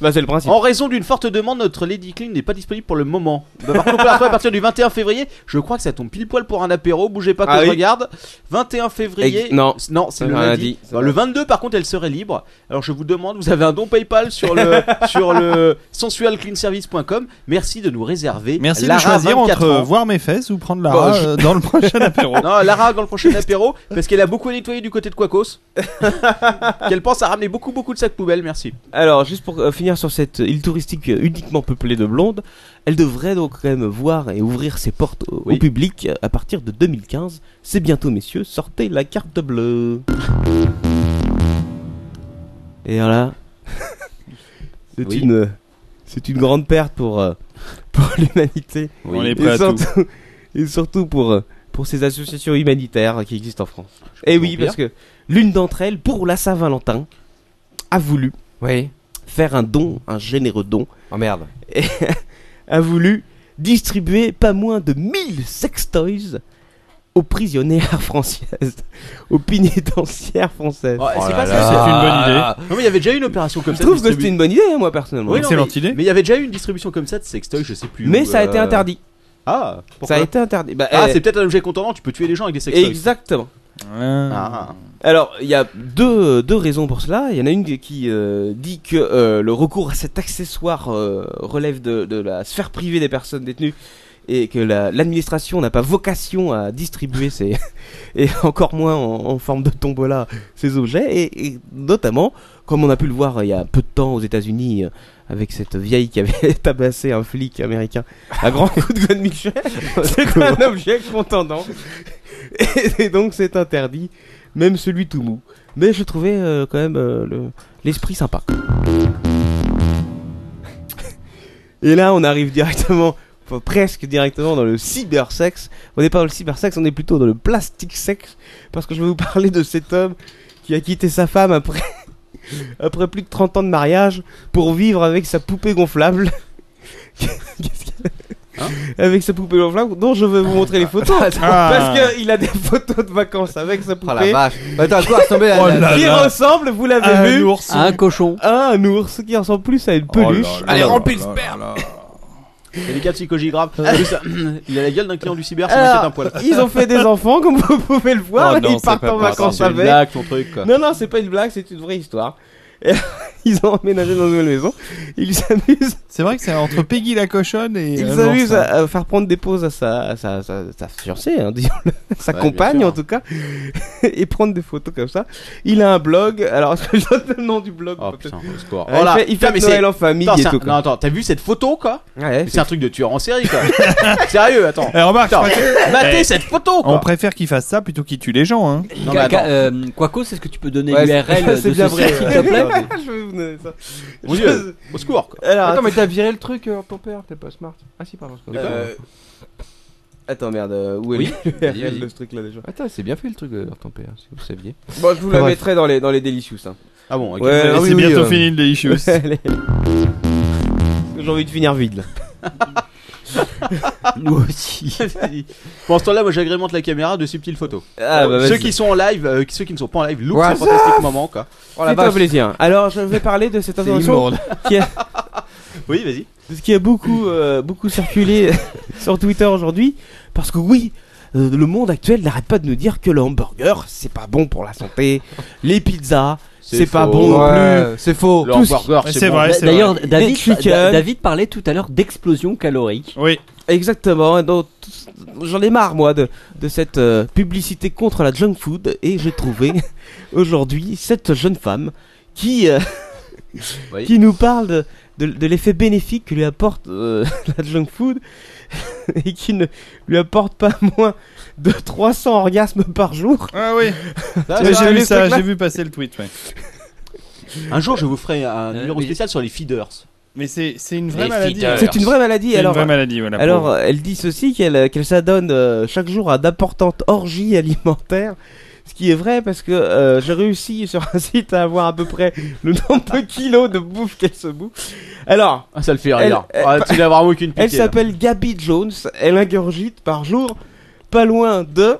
Speaker 4: Bah, c'est le principe.
Speaker 5: En raison d'une forte demande, notre Lady Clean n'est pas disponible pour le moment. Bah, par contre, à partir du 21 février, je crois que ça tombe pile poil pour un apéro. Bougez pas que
Speaker 4: Ah
Speaker 5: je
Speaker 4: oui.
Speaker 5: regarde. 21 février.
Speaker 4: Ex- non.
Speaker 5: C- non, c'est le
Speaker 4: Ah,
Speaker 5: lundi.
Speaker 4: lundi.
Speaker 5: Bah, le 22, par contre, elle serait libre. Alors je vous demande, vous avez un don PayPal
Speaker 4: <laughs>
Speaker 5: sur le sur le sensualcleanservice.com. Merci de nous réserver.
Speaker 6: Merci
Speaker 5: Lara,
Speaker 6: de choisir
Speaker 5: 24
Speaker 6: entre
Speaker 5: ans.
Speaker 6: voir mes fesses ou prendre Lara
Speaker 5: Bon, je-
Speaker 6: euh, <laughs> dans le prochain
Speaker 4: <laughs>
Speaker 6: apéro.
Speaker 5: Non, Lara dans le prochain apéro parce qu'elle a beaucoup nettoyé du côté de Quacos. <laughs> qu'elle pense à ramener beaucoup beaucoup de sacs poubelles. Merci.
Speaker 4: Alors, juste pour euh, finir sur cette île touristique euh, uniquement peuplée de blondes, elle devrait donc quand même voir et ouvrir ses portes au, au
Speaker 5: Oui.
Speaker 4: public euh, à partir de 2015. C'est bientôt, messieurs, sortez la carte bleue. Et
Speaker 5: <laughs>
Speaker 4: voilà. c'est
Speaker 5: Oui.
Speaker 4: une, euh, c'est une grande perte pour, euh, pour <laughs> l'humanité.
Speaker 6: On est prêt
Speaker 4: Et
Speaker 6: à tout.
Speaker 4: surtout, et surtout pour, euh, pour ces associations humanitaires qui existent en France. Et oui,
Speaker 5: remplir.
Speaker 4: parce que l'une d'entre elles, pour la Saint-Valentin, a voulu
Speaker 1: Oui.
Speaker 4: faire un don, un généreux don,
Speaker 1: Oh merde.
Speaker 4: a voulu distribuer pas moins de 1000 sextoys aux prisonnières <laughs> françaises, aux pénitentiaires françaises.
Speaker 5: Ouais, Oh, c'est pas
Speaker 6: C'est
Speaker 5: ça.
Speaker 6: une bonne idée.
Speaker 5: Non mais il y avait déjà une opération comme
Speaker 4: Je
Speaker 5: ça.
Speaker 4: trouve que
Speaker 5: distribuée.
Speaker 4: c'était une bonne idée, hein, moi personnellement.
Speaker 5: Oui, non,
Speaker 6: Excellente
Speaker 5: mais-
Speaker 6: idée.
Speaker 5: Mais il y avait déjà eu une distribution comme ça de sextoy, je sais plus.
Speaker 4: Mais
Speaker 5: où,
Speaker 4: ça a
Speaker 5: euh,
Speaker 4: été interdit.
Speaker 5: Ah,
Speaker 4: Ça
Speaker 5: pourquoi
Speaker 4: a été interdit. Bah,
Speaker 5: Ah,
Speaker 4: euh,
Speaker 5: c'est peut-être un objet contendant, tu peux tuer les gens avec des sextoys.
Speaker 4: exactement.
Speaker 5: Ah,
Speaker 4: Alors, il y a deux, deux raisons pour cela. Il y en a une qui euh, dit que euh, le recours à cet accessoire euh, relève de, de la sphère privée des personnes détenues et que la- l'administration n'a pas vocation à distribuer ces, <laughs> et encore moins en, en forme de tombola ces objets. Et, et notamment, comme on a pu le voir euh, il y a peu de temps aux États-Unis euh, avec cette vieille qui avait <laughs> tabassé un flic américain à grands coups de gun Michel, c'est <laughs> un objet contendant. <laughs> Et, et donc c'est interdit, même celui tout mou. Mais je trouvais euh, quand même euh, le- l'esprit sympa. Et là, on arrive directement, enfin, presque directement dans le cybersexe. On n'est pas dans le cybersexe, on est plutôt dans le plastique sexe. Parce que je vais vous parler de cet homme qui a quitté sa femme après, <laughs> après plus de 30 ans de mariage pour vivre avec sa poupée gonflable. <laughs> Qu'est-ce qu'il y a
Speaker 5: Hein
Speaker 4: avec sa poupée gonflable, dont je vais vous montrer les photos.
Speaker 6: Ah.
Speaker 4: Parce <laughs> qu'il a des photos de vacances avec sa
Speaker 1: Oh la
Speaker 4: poupée.
Speaker 1: vache. Attends, à quoi ressemblait la-
Speaker 6: Oh
Speaker 1: la-
Speaker 6: là
Speaker 4: qui
Speaker 6: là.
Speaker 4: ressemble, vous l'avez
Speaker 6: Un
Speaker 4: vu,
Speaker 6: ours. Oh
Speaker 7: À un cochon.
Speaker 4: à un ours qui ressemble plus à une peluche.
Speaker 10: Allez, remplis le
Speaker 6: sperme.
Speaker 5: c'est des cas psychologiques graves. En plus, <clears throat> il a la gueule d'un client du cyber, ça
Speaker 4: Euh. Alors,
Speaker 5: m'inquiète un poil.
Speaker 4: Ils ont fait des enfants, comme vous pouvez le voir,
Speaker 6: Oh
Speaker 4: et
Speaker 6: non,
Speaker 4: ils
Speaker 6: c'est
Speaker 4: partent
Speaker 6: pas
Speaker 4: en
Speaker 6: possible.
Speaker 4: vacances
Speaker 5: C'est une
Speaker 4: avec.
Speaker 5: blague, ton truc, quoi.
Speaker 4: Non, non, c'est pas une blague, c'est une vraie histoire. Et <laughs> ils ont emménagé dans une nouvelle maison. Ils s'amusent,
Speaker 6: C'est vrai que c'est entre Peggy la cochonne et.
Speaker 4: ils
Speaker 6: euh,
Speaker 4: s'amusent
Speaker 6: l'ours, hein.
Speaker 4: à, à faire prendre des pauses à sa, à sa, sa, sa fiancée, hein, <laughs> disons-le, sa
Speaker 5: Ouais,
Speaker 4: compagne
Speaker 5: bien sûr.
Speaker 4: en tout cas, <laughs> et prendre des photos comme ça. Il a un blog. Alors, est-ce que je donne le nom du blog
Speaker 5: Oh
Speaker 4: peut-être
Speaker 5: putain, au score.
Speaker 4: Euh, Il fait, il fait
Speaker 5: Putain, mais c'est-
Speaker 4: Noël en famille
Speaker 5: Attends,
Speaker 4: et
Speaker 5: c'est un-
Speaker 4: tout.
Speaker 5: Non,
Speaker 4: Quoi.
Speaker 5: attends, t'as vu cette photo, quoi
Speaker 4: Ouais,
Speaker 5: C'est un truc de tueur en série, quoi. <laughs> Sérieux, attends.
Speaker 6: Eh, remarque,
Speaker 5: Attends,
Speaker 6: je préfère-
Speaker 5: matez
Speaker 6: Eh,
Speaker 5: cette photo,
Speaker 6: on
Speaker 5: quoi.
Speaker 6: préfère qu'il fasse ça plutôt qu'il tue les gens. Hein.
Speaker 5: Non, mais attends.
Speaker 7: euh, Quaco, c'est ce que tu peux donner
Speaker 1: Ouais,
Speaker 7: l'URL de
Speaker 1: c'est
Speaker 7: ce
Speaker 1: bien
Speaker 7: site,
Speaker 1: vrai.
Speaker 7: s'il te plaît
Speaker 4: <laughs> je vais vous donner ça.
Speaker 5: Mon dieu, euh, au secours, quoi.
Speaker 4: Alors,
Speaker 8: Attends, mais t'as viré le truc, euh, ton père, t'es pas smart. Ah si, pardon. c'est pas grave.
Speaker 4: Euh, Attends, merde, euh, où est
Speaker 5: Oui,
Speaker 4: <laughs> l'URL
Speaker 5: vas-y.
Speaker 4: de ce truc-là déjà
Speaker 8: Attends, c'est bien fait le truc euh, de ton père, si vous saviez.
Speaker 4: Bon, je vous
Speaker 8: Enfin,
Speaker 4: la
Speaker 8: bref. <laughs>
Speaker 4: mettrai dans les, dans les Delicious. Hein.
Speaker 5: Ah bon, ok.
Speaker 4: Ouais,
Speaker 6: c'est
Speaker 4: oui, oui,
Speaker 6: bientôt
Speaker 4: euh,
Speaker 6: fini le Delicious.
Speaker 4: Allez. j'ai envie de
Speaker 8: <laughs>
Speaker 4: finir vide. Nous aussi.
Speaker 5: Pour ce temps-là, moi j'agrémente la caméra de subtiles photos.
Speaker 4: Ah, bah,
Speaker 5: ceux
Speaker 4: vas-y.
Speaker 5: qui sont en live, euh, ceux qui ne sont pas en live, loupent
Speaker 1: What's
Speaker 5: ce fantastique moment quoi.
Speaker 4: Oh, la vache. plaisir. Alors, je vais parler de cette invention qui a,
Speaker 5: Oui, vas-y.
Speaker 4: de ce qui a beaucoup, euh, beaucoup circulé <laughs> sur Twitter aujourd'hui. Parce que oui, euh, le monde actuel n'arrête pas de nous dire que le hamburger, c'est pas bon pour la santé. Les pizzas, c'est pas
Speaker 5: faux.
Speaker 4: bon non plus.
Speaker 1: Ouais, c'est faux.
Speaker 5: Le
Speaker 4: Tout ce
Speaker 5: hamburger,
Speaker 6: Mais
Speaker 5: c'est
Speaker 6: c'est
Speaker 5: bon.
Speaker 6: vrai, c'est vrai.
Speaker 7: D'ailleurs, David,
Speaker 4: chicken.
Speaker 7: Da- David parlait tout à l'heure d'explosion calorique.
Speaker 6: Oui,
Speaker 4: Exactement, et donc, tout- j'en ai marre moi de, de cette euh, publicité contre la junk food et j'ai trouvé <laughs> aujourd'hui cette jeune femme qui, euh, <laughs>
Speaker 5: Oui.
Speaker 4: qui nous parle de, de- de l'effet bénéfique que lui apporte euh, <laughs> la junk food et qui ne lui apporte pas <laughs> moins de 300 orgasmes par jour.
Speaker 6: ah oui.
Speaker 5: Ah,
Speaker 6: Ouais,
Speaker 5: c'est
Speaker 6: j'ai
Speaker 5: vrai.
Speaker 6: vu ça,
Speaker 4: truc-là
Speaker 6: j'ai vu passer le tweet. ouais.
Speaker 5: Un jour, je vous ferai
Speaker 4: Euh,
Speaker 5: un numéro
Speaker 7: mais-
Speaker 5: spécial sur les feeders.
Speaker 6: Mais c'est c'est une vraie
Speaker 10: Les
Speaker 6: maladie.
Speaker 10: feeders.
Speaker 4: C'est une vraie maladie.
Speaker 6: C'est une
Speaker 4: Alors,
Speaker 6: vraie maladie,
Speaker 1: Ah
Speaker 6: voilà.
Speaker 4: Alors, euh, elle dit ceci qu'elle euh, qu'elle s'adonne euh, chaque jour à d'importantes orgies alimentaires. Ce qui est vrai parce que euh, j'ai réussi sur un <laughs> site à avoir à peu près le nombre de kilos de bouffe qu'elle se bouffe. Alors,
Speaker 5: Ah, ça le fait
Speaker 4: Elle-
Speaker 5: rire. Ah, tu n'as vraiment aucune
Speaker 4: elle
Speaker 5: pitié. hein. là.
Speaker 4: s'appelle Gabby Jones. Elle ingurgite par jour pas loin de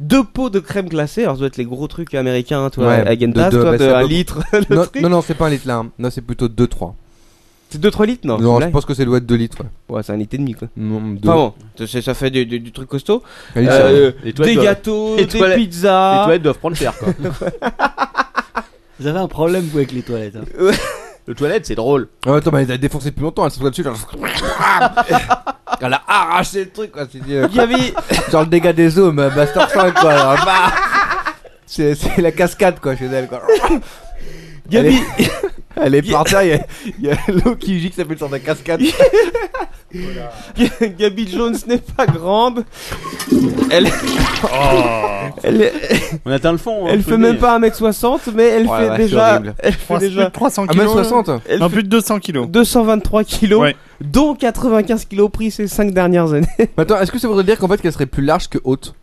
Speaker 4: deux pots de crème glacée. Alors, ça doit être les gros trucs américains, toi,
Speaker 1: Ouais,
Speaker 4: Häagen-Dazs,
Speaker 1: de deux,
Speaker 4: toi,
Speaker 1: bah,
Speaker 4: de
Speaker 1: c'est à
Speaker 4: un
Speaker 1: peu-
Speaker 4: litre. <laughs> le
Speaker 1: Non,
Speaker 4: truc.
Speaker 1: non, non, c'est pas un litre là. hein. Non, c'est plutôt 2-3.
Speaker 4: C'est 2-3 litres, non,
Speaker 1: Non,
Speaker 4: c'est une
Speaker 1: je
Speaker 4: blague.
Speaker 1: pense que c'est doit être 2 litres. ouais.
Speaker 4: Ouais, c'est un litre et demi, quoi.
Speaker 1: Non, deux.
Speaker 4: Enfin bon, ça- ça fait du, du- du truc costaud.
Speaker 1: Un litre,
Speaker 4: Ah Euh,
Speaker 1: c'est-
Speaker 5: les
Speaker 4: Des
Speaker 5: toilettes, doivent,
Speaker 4: gâteaux,
Speaker 5: les
Speaker 4: des
Speaker 5: toilettes- les
Speaker 4: pizzas.
Speaker 5: toilettes doivent prendre cher quoi.
Speaker 7: Vous avez un problème, vous, avec les toilettes. hein.
Speaker 5: le toilette, c'est drôle.
Speaker 1: Ah, attends, mais elle a défoncé depuis longtemps, elle se trouve dessus. Elle a
Speaker 4: Ah,
Speaker 1: arraché le truc, quoi. C'est dit, euh,
Speaker 4: Il y avait,
Speaker 1: <laughs> genre le dégât des eaux, mais Master 5, quoi. alors, bah, c'est c'est la cascade, quoi, chez elle, quoi.
Speaker 4: il y avait-
Speaker 1: Elle est par terre, il y a- il y a, <laughs> l'eau qui gicle, ça fait le sens de la cascade.
Speaker 4: <laughs> G- Gabby Jones n'est pas grande. Elle, elle,
Speaker 5: On atteint le fond. hein,
Speaker 4: elle
Speaker 5: faut
Speaker 4: fait
Speaker 5: le
Speaker 4: même
Speaker 5: dire.
Speaker 4: pas 1m60, mais elle
Speaker 1: Oh la
Speaker 4: fait
Speaker 1: vache, c'est
Speaker 4: déjà,
Speaker 1: horrible.
Speaker 4: elle fait
Speaker 6: Plus de
Speaker 4: déjà
Speaker 6: 300
Speaker 1: Ah,
Speaker 6: kilos.
Speaker 1: 1m60
Speaker 4: elle
Speaker 6: Non,
Speaker 4: fait
Speaker 6: plus de 200 kilos.
Speaker 4: 223 kilos,
Speaker 6: Ouais.
Speaker 4: dont 95 kilos pris ces 5 dernières années.
Speaker 1: Mais Attends, est-ce que ça voudrait dire qu'en fait qu'elle serait plus large que haute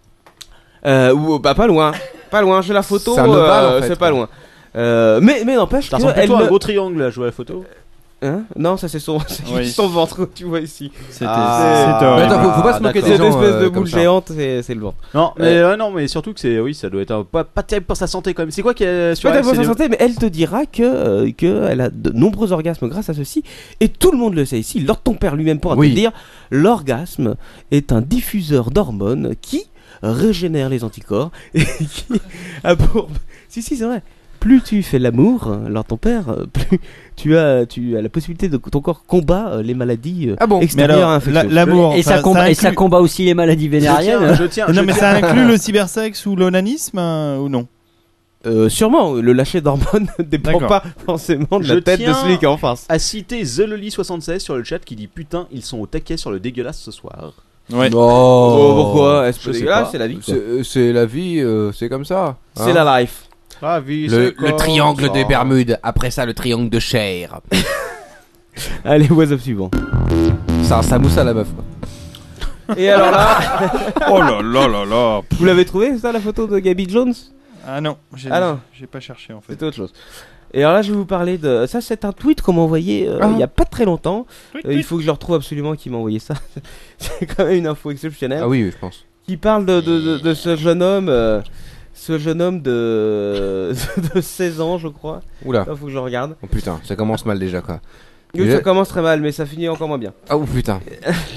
Speaker 4: Euh, ou, bah pas loin, pas loin. J'ai la photo,
Speaker 1: C'est un ovale,
Speaker 4: euh,
Speaker 1: en fait,
Speaker 4: c'est
Speaker 1: quoi.
Speaker 4: pas loin. Euh, mais mais n'empêche que
Speaker 5: Ça ressemble
Speaker 4: elle
Speaker 5: plutôt à un
Speaker 4: ne-
Speaker 5: gros triangle là, je vois la photo.
Speaker 4: Hein non ça c'est son <laughs> c'est
Speaker 6: Oui.
Speaker 4: son ventre tu vois ici
Speaker 6: C'était
Speaker 5: Ah.
Speaker 6: c'était
Speaker 1: Mais
Speaker 6: horrible.
Speaker 1: Attends, faut, faut pas se
Speaker 5: Ah,
Speaker 1: moquer
Speaker 5: d'accord.
Speaker 1: des
Speaker 4: c'est une
Speaker 1: gens.
Speaker 4: espèce de
Speaker 1: euh, comme
Speaker 4: boule
Speaker 1: ça.
Speaker 4: géante c'est c'est le ventre
Speaker 5: Non, mais ouais, non, mais surtout que c'est, oui, ça doit être un, pas, pas terrible pour sa santé quand même. C'est quoi qui est sur
Speaker 4: Pas
Speaker 5: elle,
Speaker 4: tellement
Speaker 5: c'est
Speaker 4: sa
Speaker 5: des-
Speaker 4: santé, mais elle te dira que, euh, que elle a de nombreux orgasmes grâce à ceci. Et tout le monde le sait ici. Lord ton père lui-même pourra
Speaker 1: Oui.
Speaker 4: te dire l'orgasme est un diffuseur d'hormones qui régénère les anticorps <laughs> et qui a pour. Si, si, c'est vrai. Plus tu fais l'amour, Lord ton père, euh, plus tu as, tu as la possibilité de ton corps combat euh, les maladies euh,
Speaker 1: Ah bon
Speaker 6: Mais
Speaker 4: extérieures à
Speaker 6: alors, la-
Speaker 4: infectieuses.
Speaker 6: l'amour.
Speaker 7: et, ça combat, et ça
Speaker 6: inclut-
Speaker 7: combat aussi les maladies
Speaker 5: Je tiens,
Speaker 7: <laughs> vénériennes.
Speaker 5: je tiens.
Speaker 6: Non,
Speaker 5: je
Speaker 6: mais
Speaker 5: tiens.
Speaker 6: ça inclut le cybersexe ou l'onanisme euh, ou non
Speaker 4: Euh, sûrement, le lâcher d'hormones <laughs> ne dépend
Speaker 6: D'accord.
Speaker 4: pas forcément de la
Speaker 5: Je
Speaker 4: tête de
Speaker 5: tiens-
Speaker 4: celui qui est en face.
Speaker 5: A cité TheLoli76 sur le chat qui dit Putain, ils sont au taquet sur le dégueulasse ce soir.
Speaker 6: Ouais.
Speaker 1: Non.
Speaker 4: pourquoi Est-ce
Speaker 5: je
Speaker 4: que
Speaker 5: sais
Speaker 4: c'est
Speaker 5: pas.
Speaker 4: Ah, c'est la vie quoi.
Speaker 1: Oh. C'est- euh, C'est la vie, euh, c'est comme ça.
Speaker 4: C'est
Speaker 1: hein.
Speaker 4: la life.
Speaker 5: Ah, vie,
Speaker 9: Le, le triangle
Speaker 4: Oh.
Speaker 9: des Bermudes, après ça le triangle de chair.
Speaker 4: Allez, WhatsApp suivant.
Speaker 1: C'est un samoussa, la meuf. quoi.
Speaker 4: Et alors là,
Speaker 6: <laughs> Oh là là là là
Speaker 4: vous l'avez trouvé ça la photo de Gabby Jones
Speaker 6: Ah non, j'ai
Speaker 4: Ah non.
Speaker 6: j'ai pas cherché en fait.
Speaker 4: C'était autre chose. Et alors là, je vais vous parler de. Ça, c'est un tweet qu'on m'a envoyé euh, il y a pas très longtemps.
Speaker 6: Ah. Tweet,
Speaker 4: Euh, il
Speaker 6: tweet.
Speaker 4: faut que je le retrouve absolument qui m'a envoyé ça. <laughs> c'est quand même une info exceptionnelle.
Speaker 1: Ah oui, oui, je pense.
Speaker 4: Qui parle de, de, de- de ce jeune homme. euh, Ce jeune homme de, <laughs> de 16 ans, je crois.
Speaker 6: Ah.
Speaker 1: Oula.
Speaker 4: Il faut que je regarde.
Speaker 1: Oh putain, ça commence mal déjà, quoi.
Speaker 4: Oui,
Speaker 1: Mais-
Speaker 4: ça commence très mal, mais ça finit encore moins bien.
Speaker 1: Ah oh putain.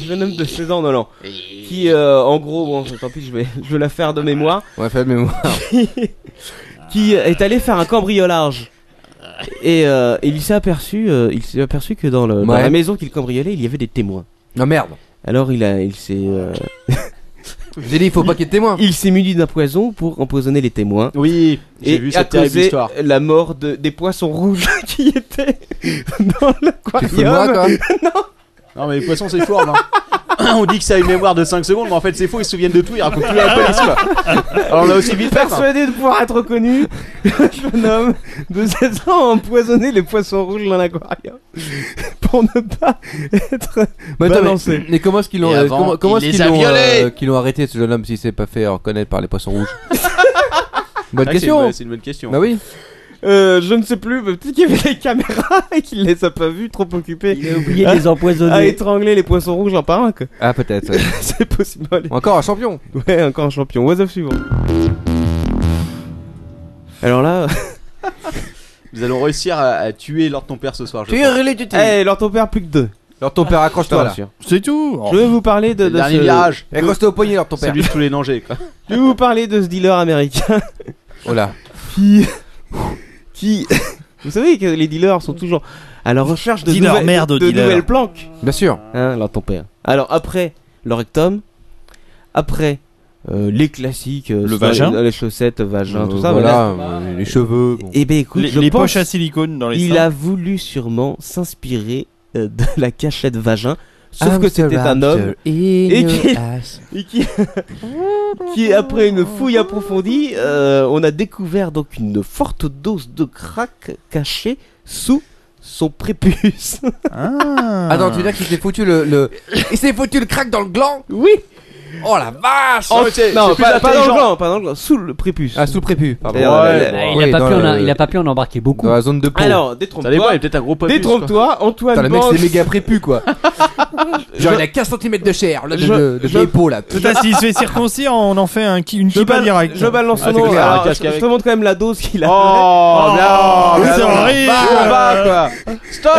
Speaker 4: Jeune homme de 16 ans, non, non. Qui, euh, en gros, bon, tant pis, je vais, je vais la faire de mémoire.
Speaker 1: On va faire de mémoire.
Speaker 4: qui est allé faire un cambriolage. Et euh, il s'est aperçu, euh, il s'est aperçu que dans, le, dans
Speaker 1: Ouais.
Speaker 4: la maison qu'il cambriolait, il y avait des témoins.
Speaker 1: Non, merde.
Speaker 4: Alors il a, il s'est, euh,
Speaker 1: J'ai dit, il faut pas qu'il y ait de témoins.
Speaker 4: il s'est muni d'un poison pour empoisonner les témoins.
Speaker 5: Oui, j'ai
Speaker 4: Et
Speaker 5: vu
Speaker 4: a
Speaker 5: cette terrible
Speaker 4: causé
Speaker 5: histoire.
Speaker 4: la mort de, des poissons rouges <laughs> qui étaient dans
Speaker 1: Tu te fous de moi,
Speaker 4: l'aquarium.
Speaker 1: quoi
Speaker 5: Non, mais les poissons, c'est fort, hein. <laughs> On dit que ça a une mémoire de 5 secondes, mais en fait, c'est faux, ils se souviennent de tout, ils racontent plus la police, quoi. Alors, on a aussi vite fait. hein.
Speaker 4: Persuadé de pouvoir être reconnu, un jeune homme de 16 ans a empoisonné les poissons rouges dans l'aquarium pour ne pas être
Speaker 1: Bah, Mais attends,
Speaker 4: balancé.
Speaker 1: mais, mais comment est-ce qu'ils l'ont
Speaker 5: Et
Speaker 1: euh,
Speaker 5: avant,
Speaker 1: comment, comment
Speaker 5: il
Speaker 1: est-ce
Speaker 5: les
Speaker 1: qu'ils
Speaker 5: a
Speaker 1: l'ont
Speaker 5: violés.
Speaker 1: euh, qu'ils l'ont arrêté ce jeune homme s'il s'est pas fait reconnaître par les poissons rouges Bonne
Speaker 5: Ah, c'est une
Speaker 1: question.
Speaker 5: bonne- C'est une bonne question.
Speaker 1: Bah oui.
Speaker 4: Euh, je ne sais plus, mais peut-être qu'il y avait les caméras <laughs> et qu'il les a pas vus, trop occupés
Speaker 7: Il a oublié de les
Speaker 6: Ah,
Speaker 4: à
Speaker 7: empoisonner.
Speaker 4: étrangler les poissons rouges en par un. quoi.
Speaker 1: Ah, peut-être. ouais.
Speaker 4: <laughs> C'est possible. allez.
Speaker 1: Encore un champion.
Speaker 4: Ouais, encore un champion. What's up suivant Alors là,
Speaker 5: Nous allons réussir à, à tuer Lord ton père ce soir. Je pense.
Speaker 4: hey, Eh, alors ton père plus que deux.
Speaker 1: Alors ton père, accroche-toi là. Eh,
Speaker 4: rassure.
Speaker 6: C'est tout. Oh.
Speaker 4: Je vais vous parler de,
Speaker 5: Le
Speaker 4: de
Speaker 5: dernier
Speaker 4: ce-
Speaker 5: virage.
Speaker 1: Accroche-toi au poignet, alors ton père.
Speaker 5: Celui de tous les dangers. Quoi.
Speaker 4: Je vais vous parler de ce dealer américain <laughs>
Speaker 1: Oh là.
Speaker 4: qui, qui, <laughs> vous savez que les dealers sont toujours à la recherche de,
Speaker 6: Dealer,
Speaker 4: nouvelles-
Speaker 6: merde,
Speaker 4: de
Speaker 6: dealer.
Speaker 4: nouvelles planques.
Speaker 1: Bien sûr.
Speaker 4: Hein, alors ton père. Alors après le rectum, après euh, les classiques, euh,
Speaker 6: Le
Speaker 4: sur-
Speaker 6: vagin.
Speaker 4: les, les chaussettes, vagin,
Speaker 1: Euh,
Speaker 4: tout ça.
Speaker 1: voilà, euh, les cheveux. bon.
Speaker 4: Et ben écoute,
Speaker 6: Les,
Speaker 4: je
Speaker 6: les
Speaker 4: pense
Speaker 6: poches à silicone dans les
Speaker 4: il
Speaker 6: seins.
Speaker 4: a voulu sûrement s'inspirer euh, de la cachette vagin, sauf
Speaker 1: I'm
Speaker 4: que c'était
Speaker 1: surrounded
Speaker 4: un homme
Speaker 1: in
Speaker 4: et
Speaker 1: your
Speaker 4: qui-
Speaker 1: eyes.
Speaker 4: <laughs> et qui, qui, après une fouille approfondie, euh, on a découvert donc une forte dose de crack cachée sous
Speaker 1: <laughs>
Speaker 4: son prépuce.
Speaker 6: Ah.
Speaker 1: Attends, tu veux dire qu'il s'est foutu le, le-
Speaker 10: Il s'est foutu le crack dans le gland
Speaker 4: Oui,
Speaker 10: Oh la vache
Speaker 5: Oh, c'est-
Speaker 4: non,
Speaker 5: c'est plus
Speaker 4: pas, pas dans le
Speaker 5: intelligent.
Speaker 4: gland, pas dans le gland, sous le prépuce.
Speaker 1: Ah, sous le prépu. pardon.
Speaker 4: Et, euh,
Speaker 5: Ouais,
Speaker 4: la-
Speaker 7: Bah,
Speaker 1: Oui, bah,
Speaker 7: il, a pas
Speaker 1: dans
Speaker 7: pu en, a-
Speaker 1: le-
Speaker 7: il a pas pu en embarquer beaucoup.
Speaker 1: Dans la zone de peau.
Speaker 4: Alors,
Speaker 5: Ça dépend, il
Speaker 4: détrompe-toi.
Speaker 5: est peut-être un gros papier.
Speaker 4: Détrompe-toi,
Speaker 1: Putain,
Speaker 4: Antoine
Speaker 1: le mec,
Speaker 4: Banks.
Speaker 1: c'est méga prépu quoi.
Speaker 10: Genre il a 15 cm de chair là, de,
Speaker 4: Je-
Speaker 10: de, de
Speaker 4: je-
Speaker 10: l'épaule, là.
Speaker 6: Putain, s'il se fait circoncire, on en fait un, ki- une
Speaker 4: Je,
Speaker 6: kippa
Speaker 4: bal-
Speaker 6: directe.
Speaker 4: je balance son
Speaker 5: Ah, c'est
Speaker 4: nom.
Speaker 5: clair,
Speaker 4: Alors,
Speaker 5: un casque
Speaker 4: je, je
Speaker 5: avec-
Speaker 4: te montre quand même la dose qu'il a.
Speaker 5: Oh,
Speaker 6: Oh,
Speaker 5: non, mais
Speaker 6: c'est
Speaker 5: non,
Speaker 6: horrible.
Speaker 5: va, quoi. Stop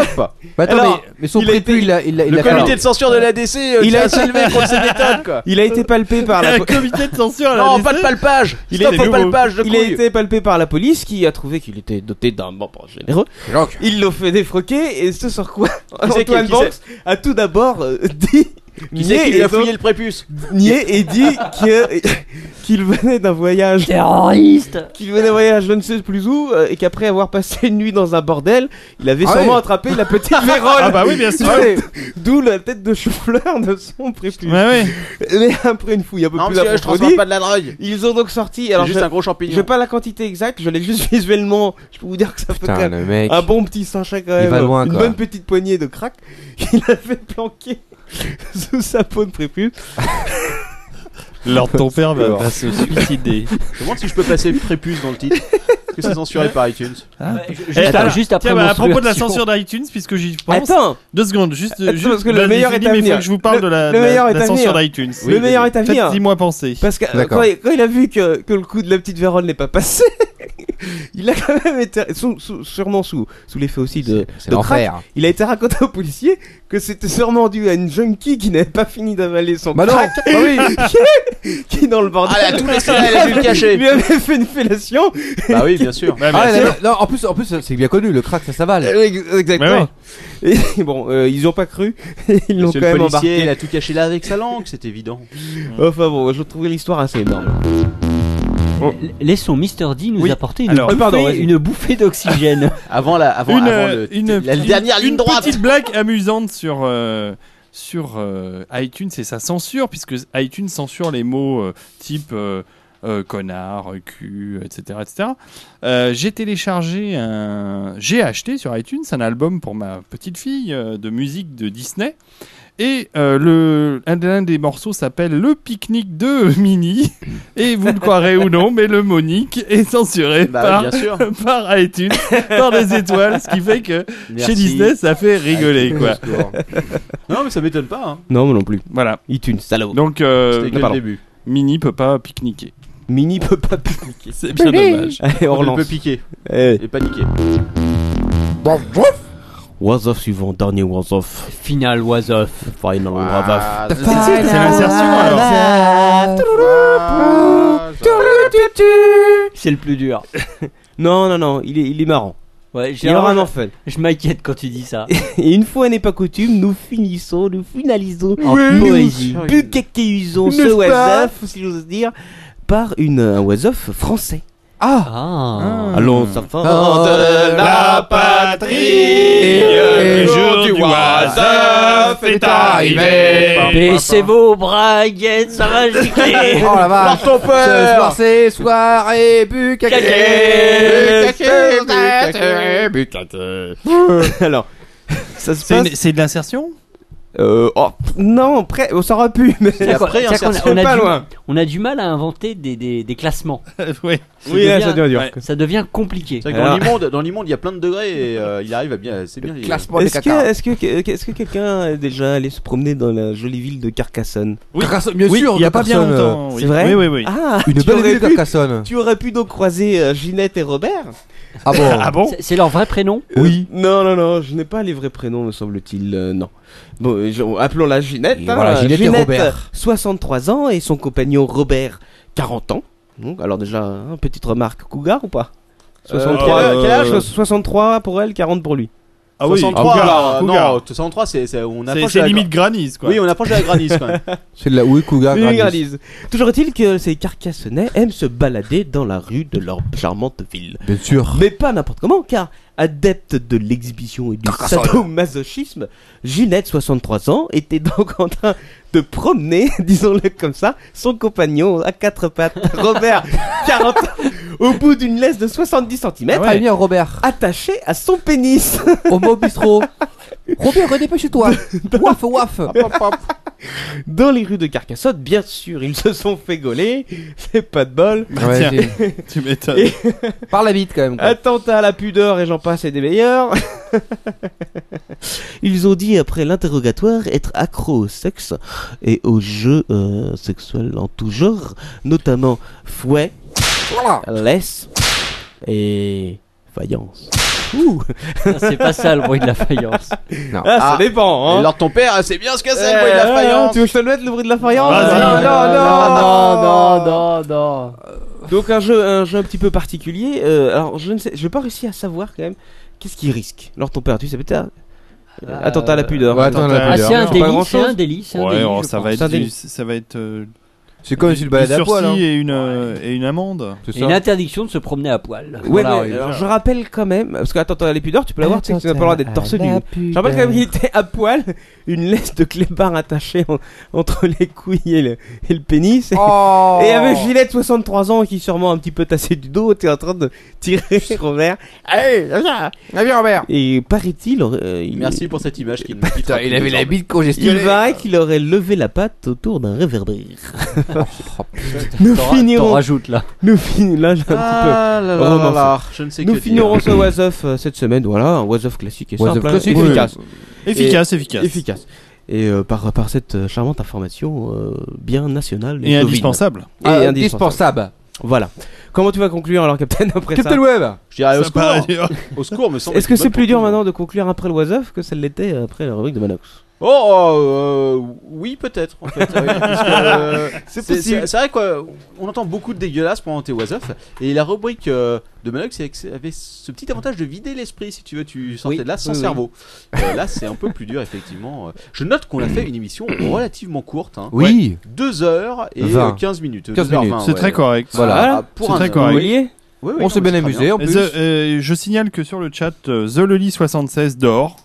Speaker 1: Bah, attends,
Speaker 4: Alors,
Speaker 1: mais, mais son
Speaker 4: il
Speaker 1: prépu,
Speaker 4: était-
Speaker 1: il a, il a, il
Speaker 5: Le
Speaker 1: a fait-
Speaker 5: comité de censure de l'ADC, euh,
Speaker 4: Il
Speaker 5: il
Speaker 4: a-
Speaker 5: a s'élevé contre ces méthodes,
Speaker 6: <laughs>
Speaker 5: quoi.
Speaker 4: Il a été palpé par la.
Speaker 5: <laughs>
Speaker 6: Un comité de censure à la
Speaker 5: Non,
Speaker 6: DC.
Speaker 5: pas de palpage
Speaker 6: Il
Speaker 5: Stop
Speaker 6: est nouveau.
Speaker 5: au palpage de
Speaker 4: Il a
Speaker 5: couilles
Speaker 4: été palpé par la police qui a trouvé qu'il était doté d'un membre généreux.
Speaker 10: Donc.
Speaker 4: Ils l'ont fait défroquer et ce sur quoi
Speaker 5: c'est <laughs> qui-
Speaker 4: Antoine
Speaker 5: qui
Speaker 4: Banks a tout d'abord euh, <laughs> dit
Speaker 5: Qui c'est
Speaker 4: nié
Speaker 5: qui lui
Speaker 4: et,
Speaker 5: a
Speaker 4: donc-
Speaker 5: fouillé le prépuce
Speaker 4: nié et dit que- <laughs> qu'il venait d'un voyage
Speaker 7: Terroriste
Speaker 4: qu'il venait d'un voyage je ne sais plus où euh, et qu'après avoir passé une nuit dans un bordel, il avait
Speaker 1: Ah
Speaker 4: sûrement
Speaker 1: ouais.
Speaker 4: attrapé la
Speaker 5: <laughs>
Speaker 4: petite vérole.
Speaker 6: Ah bah oui, bien sûr.
Speaker 4: Ouais. D'où la tête de chou-fleur de son prépuce.
Speaker 6: Ouais, ouais.
Speaker 4: Mais après une fouille un peu
Speaker 5: Non,
Speaker 4: plus
Speaker 5: monsieur, je
Speaker 4: approfondie,
Speaker 5: transforme pas de la drogue
Speaker 4: ils ont donc sorti.
Speaker 5: C'est
Speaker 4: Alors
Speaker 5: juste
Speaker 4: je-
Speaker 5: un gros
Speaker 4: Je
Speaker 5: champignon.
Speaker 4: veux pas la quantité exacte, je l'ai juste <laughs> visuellement. Je peux vous dire que ça peut
Speaker 1: Putain,
Speaker 4: faire
Speaker 1: le mec.
Speaker 4: un bon petit sachet quand
Speaker 1: Il
Speaker 4: même.
Speaker 1: va loin,
Speaker 4: une
Speaker 1: quoi.
Speaker 4: bonne petite poignée de crack <laughs> qu'il a fait planquer <laughs> sous sa peau de prépuce.
Speaker 6: Lord bah, ton père va,
Speaker 5: Alors.
Speaker 6: va se
Speaker 4: <laughs>
Speaker 6: suicider.
Speaker 5: Je me demande si je peux passer prépuce dans le titre. Est-ce que c'est censuré par iTunes
Speaker 7: Juste,
Speaker 6: Eh, alors,
Speaker 7: juste après
Speaker 6: Tiens, bah, à propos de la
Speaker 7: menstruation.
Speaker 6: censure d'iTunes, puisque j'y pense.
Speaker 4: Attends,
Speaker 6: Deux secondes, juste.
Speaker 4: Attends,
Speaker 6: juste
Speaker 4: parce que le
Speaker 6: vas-y,
Speaker 4: meilleur
Speaker 6: finis,
Speaker 4: est à
Speaker 6: mais
Speaker 4: venir.
Speaker 6: faut que je vous parle
Speaker 4: Le-
Speaker 6: de la,
Speaker 4: le
Speaker 6: de la-
Speaker 4: meilleur
Speaker 6: de
Speaker 4: est
Speaker 6: la
Speaker 4: à
Speaker 6: censure
Speaker 4: venir.
Speaker 6: d'iTunes.
Speaker 4: le meilleur est à venir.
Speaker 6: Faites-y-moi penser.
Speaker 4: Parce que euh,
Speaker 1: D'accord.
Speaker 4: quand, il- quand il a vu que, que le coup de la petite vérole n'est pas passé, <laughs> il a quand même été, sous- sous- sûrement sous, sous l'effet aussi de,
Speaker 1: C'est
Speaker 4: de crack,
Speaker 1: l'enfer.
Speaker 4: il a été raconté au policier que c'était sûrement dû à une junkie qui n'avait pas fini d'avaler son
Speaker 1: Bah non,
Speaker 4: crack,
Speaker 1: bah <laughs> oui.
Speaker 4: <laughs> qui dans le bordel.
Speaker 5: Ah, elle a tout laissé là,
Speaker 4: <laughs>
Speaker 5: elle a dû le cacher
Speaker 4: lui avait fait une fellation.
Speaker 5: Bah oui, bien sûr
Speaker 6: Ouais, mais
Speaker 1: Ah,
Speaker 6: attends,
Speaker 1: là, là, non, en plus, en plus, c'est bien connu, le crack, ça s'avale.
Speaker 4: Exactement. <laughs> Et bon, euh, ils ont pas cru. <laughs> ils l'ont quand
Speaker 5: Monsieur le
Speaker 4: même
Speaker 5: policier, il
Speaker 4: embarqué. Oh,
Speaker 5: a tout caché là avec sa langue, c'est évident.
Speaker 4: Enfin bon, je trouvais l'histoire assez énorme.
Speaker 7: Laissons Mister D nous
Speaker 6: Oui,
Speaker 7: apporter une,
Speaker 6: alors-
Speaker 7: bouffée,
Speaker 4: Euh, pardon, vas-y.
Speaker 7: une bouffée d'oxygène.
Speaker 5: Avant la, avant,
Speaker 6: une,
Speaker 5: avant
Speaker 6: euh,
Speaker 5: le,
Speaker 6: une
Speaker 5: la
Speaker 6: petite-
Speaker 5: dernière ligne
Speaker 6: une
Speaker 5: droite.
Speaker 6: petite blague amusante sur euh, sur euh, iTunes et sa censure puisque iTunes censure les mots euh, type euh, euh, connard, euh, cul, etc., etc. Euh, j'ai téléchargé un, j'ai acheté sur iTunes un album pour ma petite fille euh, de musique de Disney. Et euh, le, un, l'un des morceaux s'appelle Le pique-nique de <laughs> Mini. Et vous le croirez ou non, mais le monique est censuré
Speaker 5: Bah
Speaker 6: par
Speaker 5: oui, bien sûr.
Speaker 6: <laughs> par iTunes, par des étoiles, ce qui fait que
Speaker 5: Merci.
Speaker 6: chez Disney, ça fait rigoler,
Speaker 5: iTunes.
Speaker 6: quoi.
Speaker 5: <laughs> Non, mais ça m'étonne pas. Hein.
Speaker 4: Non, moi non plus.
Speaker 6: Voilà.
Speaker 4: Itune, salaud.
Speaker 6: Donc, euh,
Speaker 5: C'était que le
Speaker 6: pardon.
Speaker 5: début.
Speaker 6: Mini peut pas pique-niquer.
Speaker 4: Mini peut pas piquer.
Speaker 6: C'est bien dommage.
Speaker 4: Allez, on
Speaker 5: On peut
Speaker 4: relance.
Speaker 5: piquer
Speaker 4: Eh,
Speaker 5: et paniquer.
Speaker 4: was off suivant, dernier was off.
Speaker 7: <laughs> Final was off.
Speaker 4: Final was off.
Speaker 5: Ah,
Speaker 6: C'est l'insertion, alors.
Speaker 5: ah,
Speaker 7: C'est le plus dur.
Speaker 4: <laughs> Non, non, non, il est, il est marrant.
Speaker 7: Ouais,
Speaker 4: Il aura un
Speaker 7: généralement,
Speaker 4: enfant.
Speaker 7: je m'inquiète quand tu dis ça.
Speaker 4: <laughs> Et une fois n'est pas coutume, nous finissons, nous finalisons
Speaker 7: En poésie.
Speaker 4: bucaquéusons ce
Speaker 1: N'est-ce pas
Speaker 4: was off, si j'ose dire, par une, un was off français.
Speaker 7: Ah.
Speaker 4: Allons, ça va.
Speaker 5: la patrie, le jour du oiseau est arrivé.
Speaker 7: Baissez vos braguettes, ça va gicler.
Speaker 1: Oh la vache.
Speaker 5: Lors ton
Speaker 1: Ce soir,
Speaker 5: père
Speaker 1: c'est soirée bu
Speaker 4: <laughs> Alors, ça se
Speaker 6: C'est
Speaker 4: passe.
Speaker 6: une- C'est de l'insertion
Speaker 4: Euh, oh, non, près, on s'en aurait pu, mais <laughs>
Speaker 7: C'est-à-dire qu'on-
Speaker 5: après,
Speaker 7: c'est-à-dire qu'on a-
Speaker 5: insertion,
Speaker 7: on a
Speaker 4: pas
Speaker 7: du-
Speaker 4: loin.
Speaker 7: On a du mal à inventer des, des, des classements.
Speaker 6: Oui.
Speaker 7: ça
Speaker 4: Oui, là, ça
Speaker 7: devient-
Speaker 4: devient dur.
Speaker 6: Ouais.
Speaker 7: ça devient compliqué. Euh,
Speaker 5: C'est vrai que
Speaker 4: Alors-
Speaker 5: dans l'immonde, dans l'immonde, il y a plein de degrés et euh, il arrive à bien. C'est bien. il-
Speaker 1: Bah,
Speaker 10: Classement des
Speaker 4: Est-ce que,
Speaker 10: cacas.
Speaker 4: est-ce que, est-ce que quelqu'un est déjà allé se promener dans la jolie ville de Carcassonne
Speaker 9: Bien
Speaker 6: Oui, il y a pas bien
Speaker 9: personne, euh,
Speaker 6: longtemps. oui.
Speaker 4: c'est vrai
Speaker 6: Oui, oui, oui.
Speaker 4: Ah,
Speaker 1: euh,
Speaker 9: Une
Speaker 4: tu
Speaker 9: belle
Speaker 4: aurais
Speaker 9: ville
Speaker 4: pu-
Speaker 9: Carcassonne.
Speaker 4: Tu aurais pu donc croiser euh, Ginette et Robert
Speaker 9: Ah bon
Speaker 6: Ah bon
Speaker 7: C'est- C'est leur vrai
Speaker 1: <laughs>
Speaker 7: prénom
Speaker 9: Oui.
Speaker 4: Euh, Non, non, non, je n'ai pas les vrais prénoms, me semble-t-il. euh, non. Bon, euh, je- appelons-la Ginette.
Speaker 9: Et voilà, Ginette et Robert.
Speaker 4: euh, 63 ans et son compagnon Robert, 40 ans. Donc, alors déjà, hein, petite remarque, Cougar ou pas
Speaker 5: 63,
Speaker 4: Euh, quel, quel âge
Speaker 5: euh,
Speaker 4: 63 pour elle, 40 pour lui.
Speaker 6: Ah oui,
Speaker 5: 63,
Speaker 6: Cougar,
Speaker 5: euh,
Speaker 6: Cougar.
Speaker 5: non, 63, c'est, c'est- on
Speaker 6: C'est-
Speaker 5: approche. de
Speaker 6: C'est
Speaker 5: la-
Speaker 6: limite granise quoi.
Speaker 5: Oui, on approche de la granise quand même.
Speaker 9: C'est de la oui, Cougar.
Speaker 4: Oui,
Speaker 9: Granit.
Speaker 4: Granise. Toujours est-il que ces Carcassonnais aiment se balader dans la rue de leur charmante ville.
Speaker 9: Bien sûr.
Speaker 4: Mais pas n'importe comment, car adepte de l'exhibition et du sadomasochisme, Ginette, 63 ans, était donc en train de promener, <laughs> disons-le comme ça, son compagnon à quatre pattes, Robert, 40 ans, au bout d'une laisse de 70 cm,
Speaker 8: Ah
Speaker 1: Ah
Speaker 9: Très bien, Robert.
Speaker 4: attaché à son pénis. <laughs>
Speaker 9: Au mot bistrot. Robert,
Speaker 8: <laughs>
Speaker 9: redépêche-toi. Waf, waf.
Speaker 4: Dans les rues de Carcassonne, bien sûr, ils se sont fait gauler, c'est pas de bol.
Speaker 6: Tiens.
Speaker 9: Ah Ouais,
Speaker 6: <laughs> Tu m'étonnes.
Speaker 4: Et-
Speaker 9: Par la bite quand même. quoi.
Speaker 4: Attentat à la pudeur et j'en passe et des meilleurs. Ils ont dit après l'interrogatoire être accro au sexe et aux jeux euh, sexuels en tout genre, notamment fouet, laisse et faïence. Ouh.
Speaker 7: Non, C'est pas ça le bruit de
Speaker 1: <laughs>
Speaker 7: la faïence.
Speaker 4: Ah, ça dépend,
Speaker 5: Et
Speaker 4: hein.
Speaker 5: lors de ton père, c'est bien ce que c'est,
Speaker 4: Eh,
Speaker 5: le bruit de la
Speaker 4: ouais,
Speaker 5: faïence.
Speaker 4: Tu veux que je te le mette le bruit de la faïence
Speaker 6: Vas-y.
Speaker 4: Non, non, non,
Speaker 1: Ah, non, non, non, non.
Speaker 4: Donc un jeu, un jeu un petit peu particulier. euh, alors je ne sais, je n'ai pas réussi à savoir quand même qu'est-ce qu'il risque. Lors de ton père, tu sais peut-être.
Speaker 7: Euh,
Speaker 4: Attentat à la pudeur.
Speaker 9: Ouais, attends, là,
Speaker 7: Ah,
Speaker 9: Cougar.
Speaker 7: c'est un
Speaker 6: pas
Speaker 7: délit, c'est
Speaker 9: grand-chose.
Speaker 7: un délit, c'est un
Speaker 6: Ouais,
Speaker 7: délit.
Speaker 6: oh,
Speaker 7: je
Speaker 6: ça,
Speaker 7: pense.
Speaker 6: va
Speaker 4: C'est un
Speaker 6: être du-
Speaker 4: délit.
Speaker 6: ça va être euh,
Speaker 9: C'est comme si
Speaker 6: du
Speaker 5: Bah,
Speaker 9: tu le balades à
Speaker 6: sursis
Speaker 9: poil. hein.
Speaker 6: et une euh, et une amende.
Speaker 9: C'est
Speaker 7: Et
Speaker 9: ça.
Speaker 7: une interdiction de se promener à poil.
Speaker 4: Ouais,
Speaker 7: Voilà,
Speaker 4: mais
Speaker 7: oui.
Speaker 4: alors, je rappelle quand même, parce que attentat à la pudeur, tu peux l'avoir, tu sais que tu n'as pas le droit d'être torse
Speaker 9: Ah,
Speaker 4: nu. Je rappelle quand même qu'il était à poil, une laisse de clébard attachée en- entre les couilles et le, et le pénis. Et-
Speaker 9: Oh.
Speaker 4: Et avec Gillette, 63 ans, qui est sûrement un petit peu tassé du dos, était en train de tirer <laughs> Robert. Allez, viens Robert Et paraît-il, euh, il,
Speaker 5: Merci pour cette image qui me qui
Speaker 9: Putain,
Speaker 5: frappe
Speaker 9: il
Speaker 5: tout
Speaker 9: avait
Speaker 5: le
Speaker 9: la
Speaker 5: temps.
Speaker 9: bite
Speaker 4: il
Speaker 9: congestionnée.
Speaker 4: paraît qu'il aurait levé la patte autour d'un réverbère.
Speaker 9: Oh,
Speaker 4: <laughs> Nous
Speaker 7: T'en ra- T'en
Speaker 4: finirons,
Speaker 7: rajoutes là.
Speaker 4: nous finirons, là j'ai un petit peu.
Speaker 5: Ah là là là là, je ne sais que
Speaker 4: Nous
Speaker 5: dire.
Speaker 4: finirons ce was Off, euh, cette semaine, voilà, un was Off classique et
Speaker 9: Was
Speaker 4: simple,
Speaker 9: Off
Speaker 4: hein,
Speaker 9: classique,
Speaker 4: efficace,
Speaker 6: Efficace, efficace.
Speaker 4: efficace. Et euh, par, par cette euh, charmante information euh, bien nationale
Speaker 6: Et
Speaker 4: chauvine.
Speaker 6: indispensable.
Speaker 4: Et
Speaker 9: Ah,
Speaker 4: indispensable.
Speaker 9: Indispensable.
Speaker 4: Voilà. Comment tu vas conclure alors, Captain, après ça
Speaker 9: Captain Web.
Speaker 5: Je dirais Ah, au
Speaker 6: Ça paraît
Speaker 5: secours. hein.
Speaker 6: dur.
Speaker 5: Au secours, me semble.
Speaker 4: Est-ce que c'est
Speaker 5: bonne
Speaker 4: plus dur
Speaker 5: conclusion.
Speaker 4: maintenant de conclure après le was Off que ça l'était après la rubrique de Manox
Speaker 5: Oh, euh, oui, peut-être. En fait, oui, parce que, euh,
Speaker 4: C'est
Speaker 5: c'est
Speaker 4: possible.
Speaker 5: c'est- c'est vrai qu'on entend beaucoup de dégueulasses pendant tes was Off, et la rubrique euh, de Manox c'est que c'est- avait ce petit avantage de vider l'esprit si tu veux, tu sortais
Speaker 4: Oui,
Speaker 5: de là sans
Speaker 4: oui, oui.
Speaker 5: cerveau. Euh, là, c'est un peu plus dur effectivement. euh. Je note qu'on a fait une émission relativement courte, hein.
Speaker 9: Oui.
Speaker 5: 2 heures et
Speaker 9: Vingt.
Speaker 5: euh, 15 minutes.
Speaker 9: 15
Speaker 5: Deux heures
Speaker 9: minutes,
Speaker 5: vingt,
Speaker 6: C'est
Speaker 5: Ah, ouais.
Speaker 6: très correct.
Speaker 9: Voilà.
Speaker 5: Ah, pour
Speaker 6: C'est
Speaker 5: un
Speaker 6: très
Speaker 5: heure. Oui,
Speaker 6: correct.
Speaker 4: Vous vouliez
Speaker 5: oui, oui,
Speaker 9: On
Speaker 5: non,
Speaker 9: s'est
Speaker 5: mais
Speaker 9: bien
Speaker 5: c'est très
Speaker 9: amusé en
Speaker 6: Et
Speaker 9: plus.
Speaker 6: The- euh, je signale que sur le chat, euh,
Speaker 9: <laughs>
Speaker 6: TheLoli76 dort.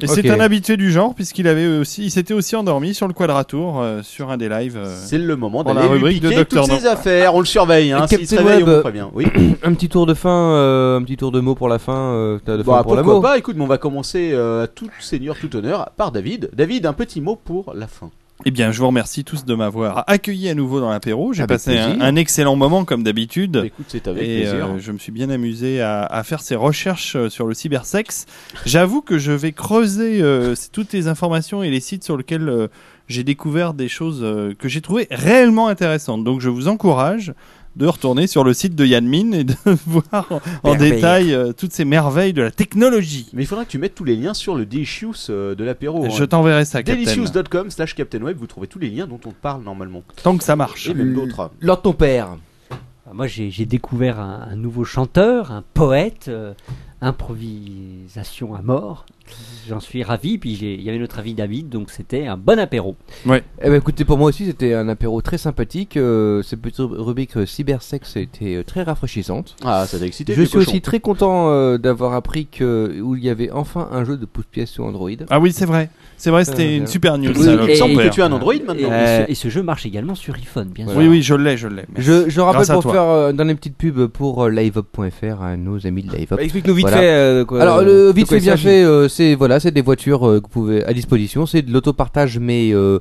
Speaker 6: Et c'est
Speaker 9: Ok.
Speaker 6: un habitué du genre puisqu'il avait aussi, il s'était aussi endormi sur le quadratour euh, sur un des lives. euh.
Speaker 5: C'est le moment
Speaker 6: Pour la
Speaker 5: d'aller lui
Speaker 6: rubrique de
Speaker 5: piquer
Speaker 6: Dr.
Speaker 5: toutes
Speaker 6: No.
Speaker 5: ses affaires. On le surveille, hein.
Speaker 9: Et
Speaker 5: S'il se
Speaker 9: Captain
Speaker 5: réveille, on
Speaker 9: Web.
Speaker 5: vous prévient. Oui.
Speaker 8: Un petit tour de fin, euh, un petit tour de mots pour la fin. euh, t'as de fin
Speaker 5: Bah,
Speaker 8: pour
Speaker 5: pourquoi
Speaker 8: l'amour.
Speaker 5: pas Écoute, mais on va commencer euh, à tout seigneur, tout honneur par David. David, un petit mot pour la fin.
Speaker 6: Eh bien, je vous remercie tous de m'avoir accueilli à nouveau dans l'apéro.
Speaker 9: Ah
Speaker 6: J'ai
Speaker 9: bah,
Speaker 5: Avec
Speaker 6: passé un,
Speaker 5: plaisir.
Speaker 6: un excellent moment comme d'habitude.
Speaker 5: Écoute, c'est avec
Speaker 6: Et
Speaker 5: plaisir.
Speaker 6: euh, je me suis bien amusé à, à faire ces recherches euh, sur le cybersexe. J'avoue que je vais creuser euh, c- toutes les informations et les sites sur lesquels euh, j'ai découvert des choses euh, que j'ai trouvées réellement intéressantes. Donc je vous encourage de retourner sur le site de Yanmin et de <laughs> voir en, en
Speaker 4: Merveille.
Speaker 6: détail euh, toutes ces merveilles de la technologie.
Speaker 5: Mais il faudra que tu mettes tous les liens sur le Delicious euh, de l'apéro. hein.
Speaker 6: Je t'enverrai ça, Captain.
Speaker 5: Delicious.com slash Captain Web, vous trouvez tous les liens dont on parle normalement.
Speaker 6: Tant que ça marche.
Speaker 5: Et même d'autres.
Speaker 9: Lors de ton père.
Speaker 7: Ah, Moi, j'ai j'ai découvert un, un nouveau chanteur, un poète, euh, improvisation à mort. J'en suis ravi. Puis j'ai- il y avait notre avis David, donc c'était un bon apéro.
Speaker 8: Eh ben écoutez, pour moi aussi, c'était un apéro très sympathique. euh, cette petite rubrique euh, cybersexe était euh, très rafraîchissante.
Speaker 5: Ah, ça t'a excité.
Speaker 8: Je
Speaker 5: vieux
Speaker 8: suis
Speaker 5: cochon.
Speaker 8: aussi très content euh, d'avoir appris que où il y avait enfin un jeu de pouce-pièce sur Android.
Speaker 6: Ah oui, c'est vrai. C'est vrai, c'était
Speaker 8: Euh,
Speaker 6: une super news.
Speaker 5: Oui,
Speaker 6: ça,
Speaker 5: il
Speaker 6: le
Speaker 5: me semble
Speaker 6: super.
Speaker 5: que tu as un Android
Speaker 7: Et,
Speaker 5: maintenant. Euh,
Speaker 7: et ce, et ce jeu marche également sur iPhone, bien
Speaker 6: Oui,
Speaker 7: sûr.
Speaker 6: oui, je l'ai, je l'ai. Merci.
Speaker 8: Je, je rappelle
Speaker 6: Grâce à
Speaker 8: pour
Speaker 6: toi.
Speaker 8: faire euh, une dernière petite pub pour euh, liveup.fr à nos amis de liveup.
Speaker 4: Bah, Explique-nous vite
Speaker 8: Voilà.
Speaker 4: fait. euh, de quoi-
Speaker 8: Alors le vite
Speaker 4: de quoi
Speaker 8: fait
Speaker 4: il
Speaker 8: bien
Speaker 4: s'agit.
Speaker 8: fait, euh, c'est voilà,
Speaker 1: voilà, c'est des voitures euh, que vous pouvez à disposition. C'est de l'autopartage, mais euh,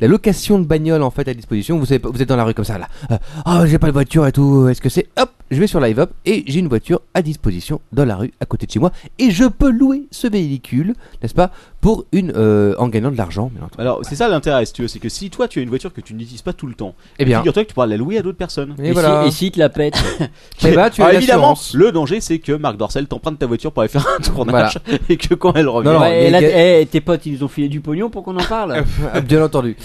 Speaker 1: la location de bagnole en fait à disposition. Vous, savez pas- vous êtes dans la rue comme ça là. Euh, oh, j'ai pas de voiture et tout. Est-ce que c'est Hop, je vais sur Live Up et j'ai une voiture à disposition dans la rue à côté de chez moi et je peux louer ce véhicule, n'est-ce pas, pour une euh, en gagnant de l'argent. bien entendu.
Speaker 5: Alors, c'est ça l'intérêt, si tu veux, c'est que si toi tu as une voiture que tu n'utilises pas tout le temps,
Speaker 1: Eh bien,
Speaker 5: figure-toi que tu pourras la louer à d'autres personnes.
Speaker 1: et
Speaker 7: si-
Speaker 1: voilà.
Speaker 7: et si te la pète
Speaker 5: <laughs>
Speaker 1: Eh ben, tu as une
Speaker 5: Alors, Ah, évidemment,
Speaker 1: assurance.
Speaker 5: le danger c'est que Marc Dorcel t'emprunte ta voiture pour aller faire un tournage <laughs> et que quand elle revient,
Speaker 1: Non, non,
Speaker 7: Ouais,
Speaker 1: les
Speaker 7: et là,
Speaker 1: gars-
Speaker 7: eh, tes potes, ils nous ont filé du pognon pour qu'on en
Speaker 6: Euh,
Speaker 7: parle.
Speaker 1: Ah, Bien entendu.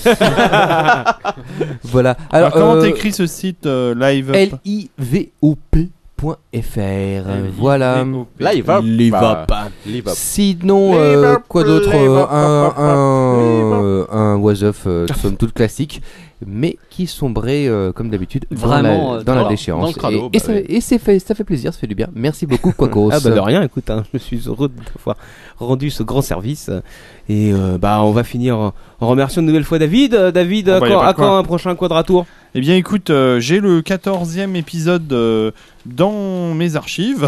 Speaker 1: voilà. Alors,
Speaker 6: Alors, Ah, comment
Speaker 1: euh,
Speaker 6: t'écris ce site euh, live Up
Speaker 1: livop.fr. Voilà.
Speaker 5: là il va,
Speaker 11: Il va
Speaker 5: pas. Il va
Speaker 1: Sinon, euh, quoi d'autre euh, Un, un, un was-of, euh, somme toute classique, mais qui sombrait, euh, comme d'habitude, dans
Speaker 7: Vraiment,
Speaker 1: la-
Speaker 7: euh,
Speaker 1: dans la
Speaker 5: dans- dans
Speaker 1: déchéance.
Speaker 5: le crado,
Speaker 1: Et- et
Speaker 5: bah
Speaker 1: ça-
Speaker 5: oui.
Speaker 1: et c'est fait- ça fait plaisir, ça fait du bien. Merci beaucoup, Quacos.
Speaker 4: Ah bah de rien, écoute, hein, je suis heureux d'avoir rendu ce grand service. euh, Et euh, bah on va finir en en remerciant une nouvelle fois David. Euh, David,
Speaker 6: Oh
Speaker 4: à
Speaker 6: bah, y a
Speaker 4: quand,
Speaker 6: pas de
Speaker 4: à
Speaker 6: quoi.
Speaker 4: quand un prochain quadratour
Speaker 6: Eh bien, écoute, euh, j'ai le 14e épisode euh, dans mes
Speaker 5: <laughs>
Speaker 6: archives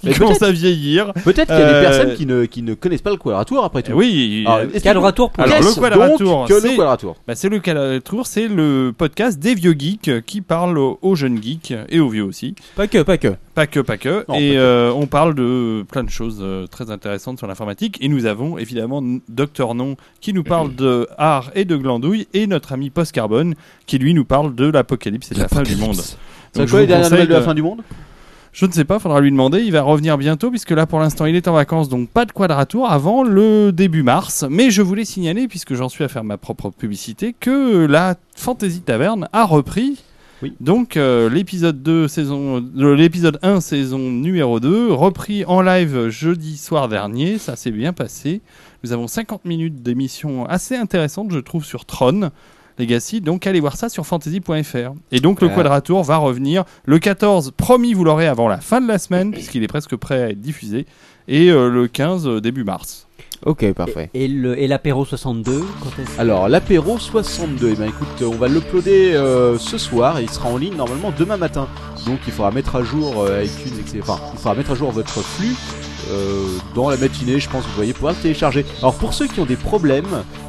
Speaker 6: qui
Speaker 5: Mais
Speaker 6: commence à vieillir.
Speaker 5: Peut-être qu'il y a
Speaker 6: Euh,
Speaker 5: des personnes qui ne, qui ne connaissent pas le quadratour après
Speaker 6: Eh
Speaker 5: tout.
Speaker 6: oui,
Speaker 5: Alors,
Speaker 6: euh,
Speaker 5: est-ce
Speaker 7: Quel
Speaker 5: que-
Speaker 7: retour pour
Speaker 6: Alors,
Speaker 5: qu'est-ce
Speaker 6: le quadratour,
Speaker 5: donc que
Speaker 6: c'est-
Speaker 5: le quadratour.
Speaker 6: bah, c'est le Calatour, c'est le podcast des vieux geeks euh, qui parle aux, aux jeunes geeks euh, et aux vieux aussi.
Speaker 4: Pas que, pas que.
Speaker 6: Pas que, pas que.
Speaker 5: Non, pas
Speaker 6: et
Speaker 5: que.
Speaker 6: euh, on parle de plein de choses euh, très intéressantes sur l'informatique. Et nous avons évidemment Docteur Non qui nous parle de art et de glandouille et notre ami Post Carbone qui lui nous parle de l'apocalypse et de la fin du monde.
Speaker 5: C'est
Speaker 6: Donc,
Speaker 5: quoi
Speaker 6: je vous
Speaker 5: les dernières
Speaker 6: conseille
Speaker 5: nouvelles de la
Speaker 6: de-
Speaker 5: fin du monde
Speaker 6: Je ne sais pas, faudra lui demander. Il va revenir bientôt, puisque là pour l'instant il est en vacances, donc pas de quadratour avant le début mars. Mais je voulais signaler, puisque j'en suis à faire ma propre publicité, que la Fantasy Taverne a repris.
Speaker 5: Oui.
Speaker 6: Donc euh, l'épisode 2 saison euh, l'épisode 1 saison numéro 2 repris en live jeudi soir dernier, ça s'est bien passé. Nous avons 50 minutes d'émission assez intéressante je trouve sur Tron Legacy. Donc allez voir ça sur fantasy.fr. Et donc le
Speaker 1: Ah.
Speaker 6: Quadratour va revenir le 14, promis vous l'aurez avant la fin de la semaine puisqu'il est presque prêt à être diffusé et euh, le 15 euh, début mars.
Speaker 4: Ok, parfait.
Speaker 7: Et le- et l'apéro 62, quand est-ce
Speaker 5: Alors, l'apéro 62, eh ben, écoute, on va l'uploader euh, ce soir et il sera en ligne normalement demain matin. Donc il faudra mettre à jour euh, iTunes, etc. Enfin, il faudra mettre à jour votre flux euh, dans la matinée, je pense que vous voyez pouvoir le télécharger. Alors pour ceux qui ont des problèmes,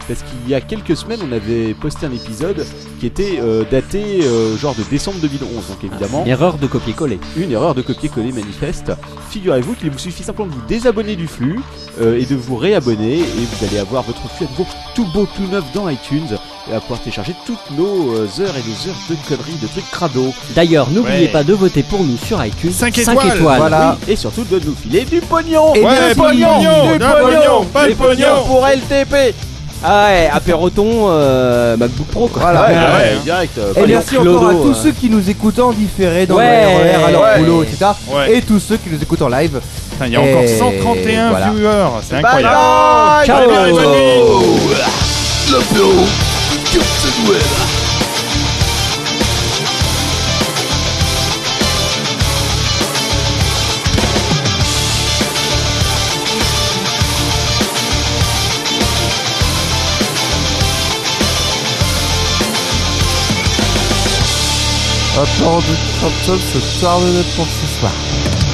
Speaker 5: parce qu'il y a quelques semaines on avait posté un épisode qui était euh, daté euh, genre de décembre 2011, donc évidemment
Speaker 7: Erreur de copier-coller.
Speaker 5: une erreur de copier-coller manifeste. Figurez-vous qu'il vous suffit simplement de vous désabonner du flux euh, et de vous réabonner et vous allez avoir votre flux à nouveau tout beau, tout neuf dans iTunes et à pouvoir télécharger toutes nos euh, heures et nos heures de conneries, de trucs crado.
Speaker 7: D'ailleurs, n'oubliez
Speaker 6: Ouais.
Speaker 7: pas de voter pour nous sur iTunes.
Speaker 6: Cinq
Speaker 7: 5
Speaker 6: étoiles.
Speaker 1: Voilà.
Speaker 5: Et surtout de nous filer du pognon
Speaker 1: Et
Speaker 6: Ouais,
Speaker 1: merci.
Speaker 6: pas de pognon,
Speaker 1: Du
Speaker 6: pas de pognon, pas de
Speaker 5: Et pognon
Speaker 6: pognon.
Speaker 5: pour LTP
Speaker 4: Ah ouais, apéroton, euh, MacBook Pro quoi.
Speaker 1: Voilà.
Speaker 5: Ah
Speaker 6: ouais,
Speaker 5: ouais, direct euh,
Speaker 1: Et
Speaker 4: Allez,
Speaker 1: merci
Speaker 4: Clodo,
Speaker 1: encore à tous
Speaker 5: hein.
Speaker 4: euh.
Speaker 1: ceux qui nous écoutent en différé dans
Speaker 7: Ouais.
Speaker 1: le RER, à leur
Speaker 7: Ouais.
Speaker 1: boulot, etc.
Speaker 6: Ouais.
Speaker 1: Et tous ceux qui nous écoutent en live.
Speaker 6: Putain, Il y a encore
Speaker 1: Et
Speaker 6: 131
Speaker 1: voilà. Bah Oh.
Speaker 6: viewers, c'est
Speaker 5: Bye
Speaker 6: incroyable.
Speaker 5: bye
Speaker 7: Ciao.
Speaker 6: Allez, bonne nuit.
Speaker 12: Attends, Simpson se charme pour ce soir.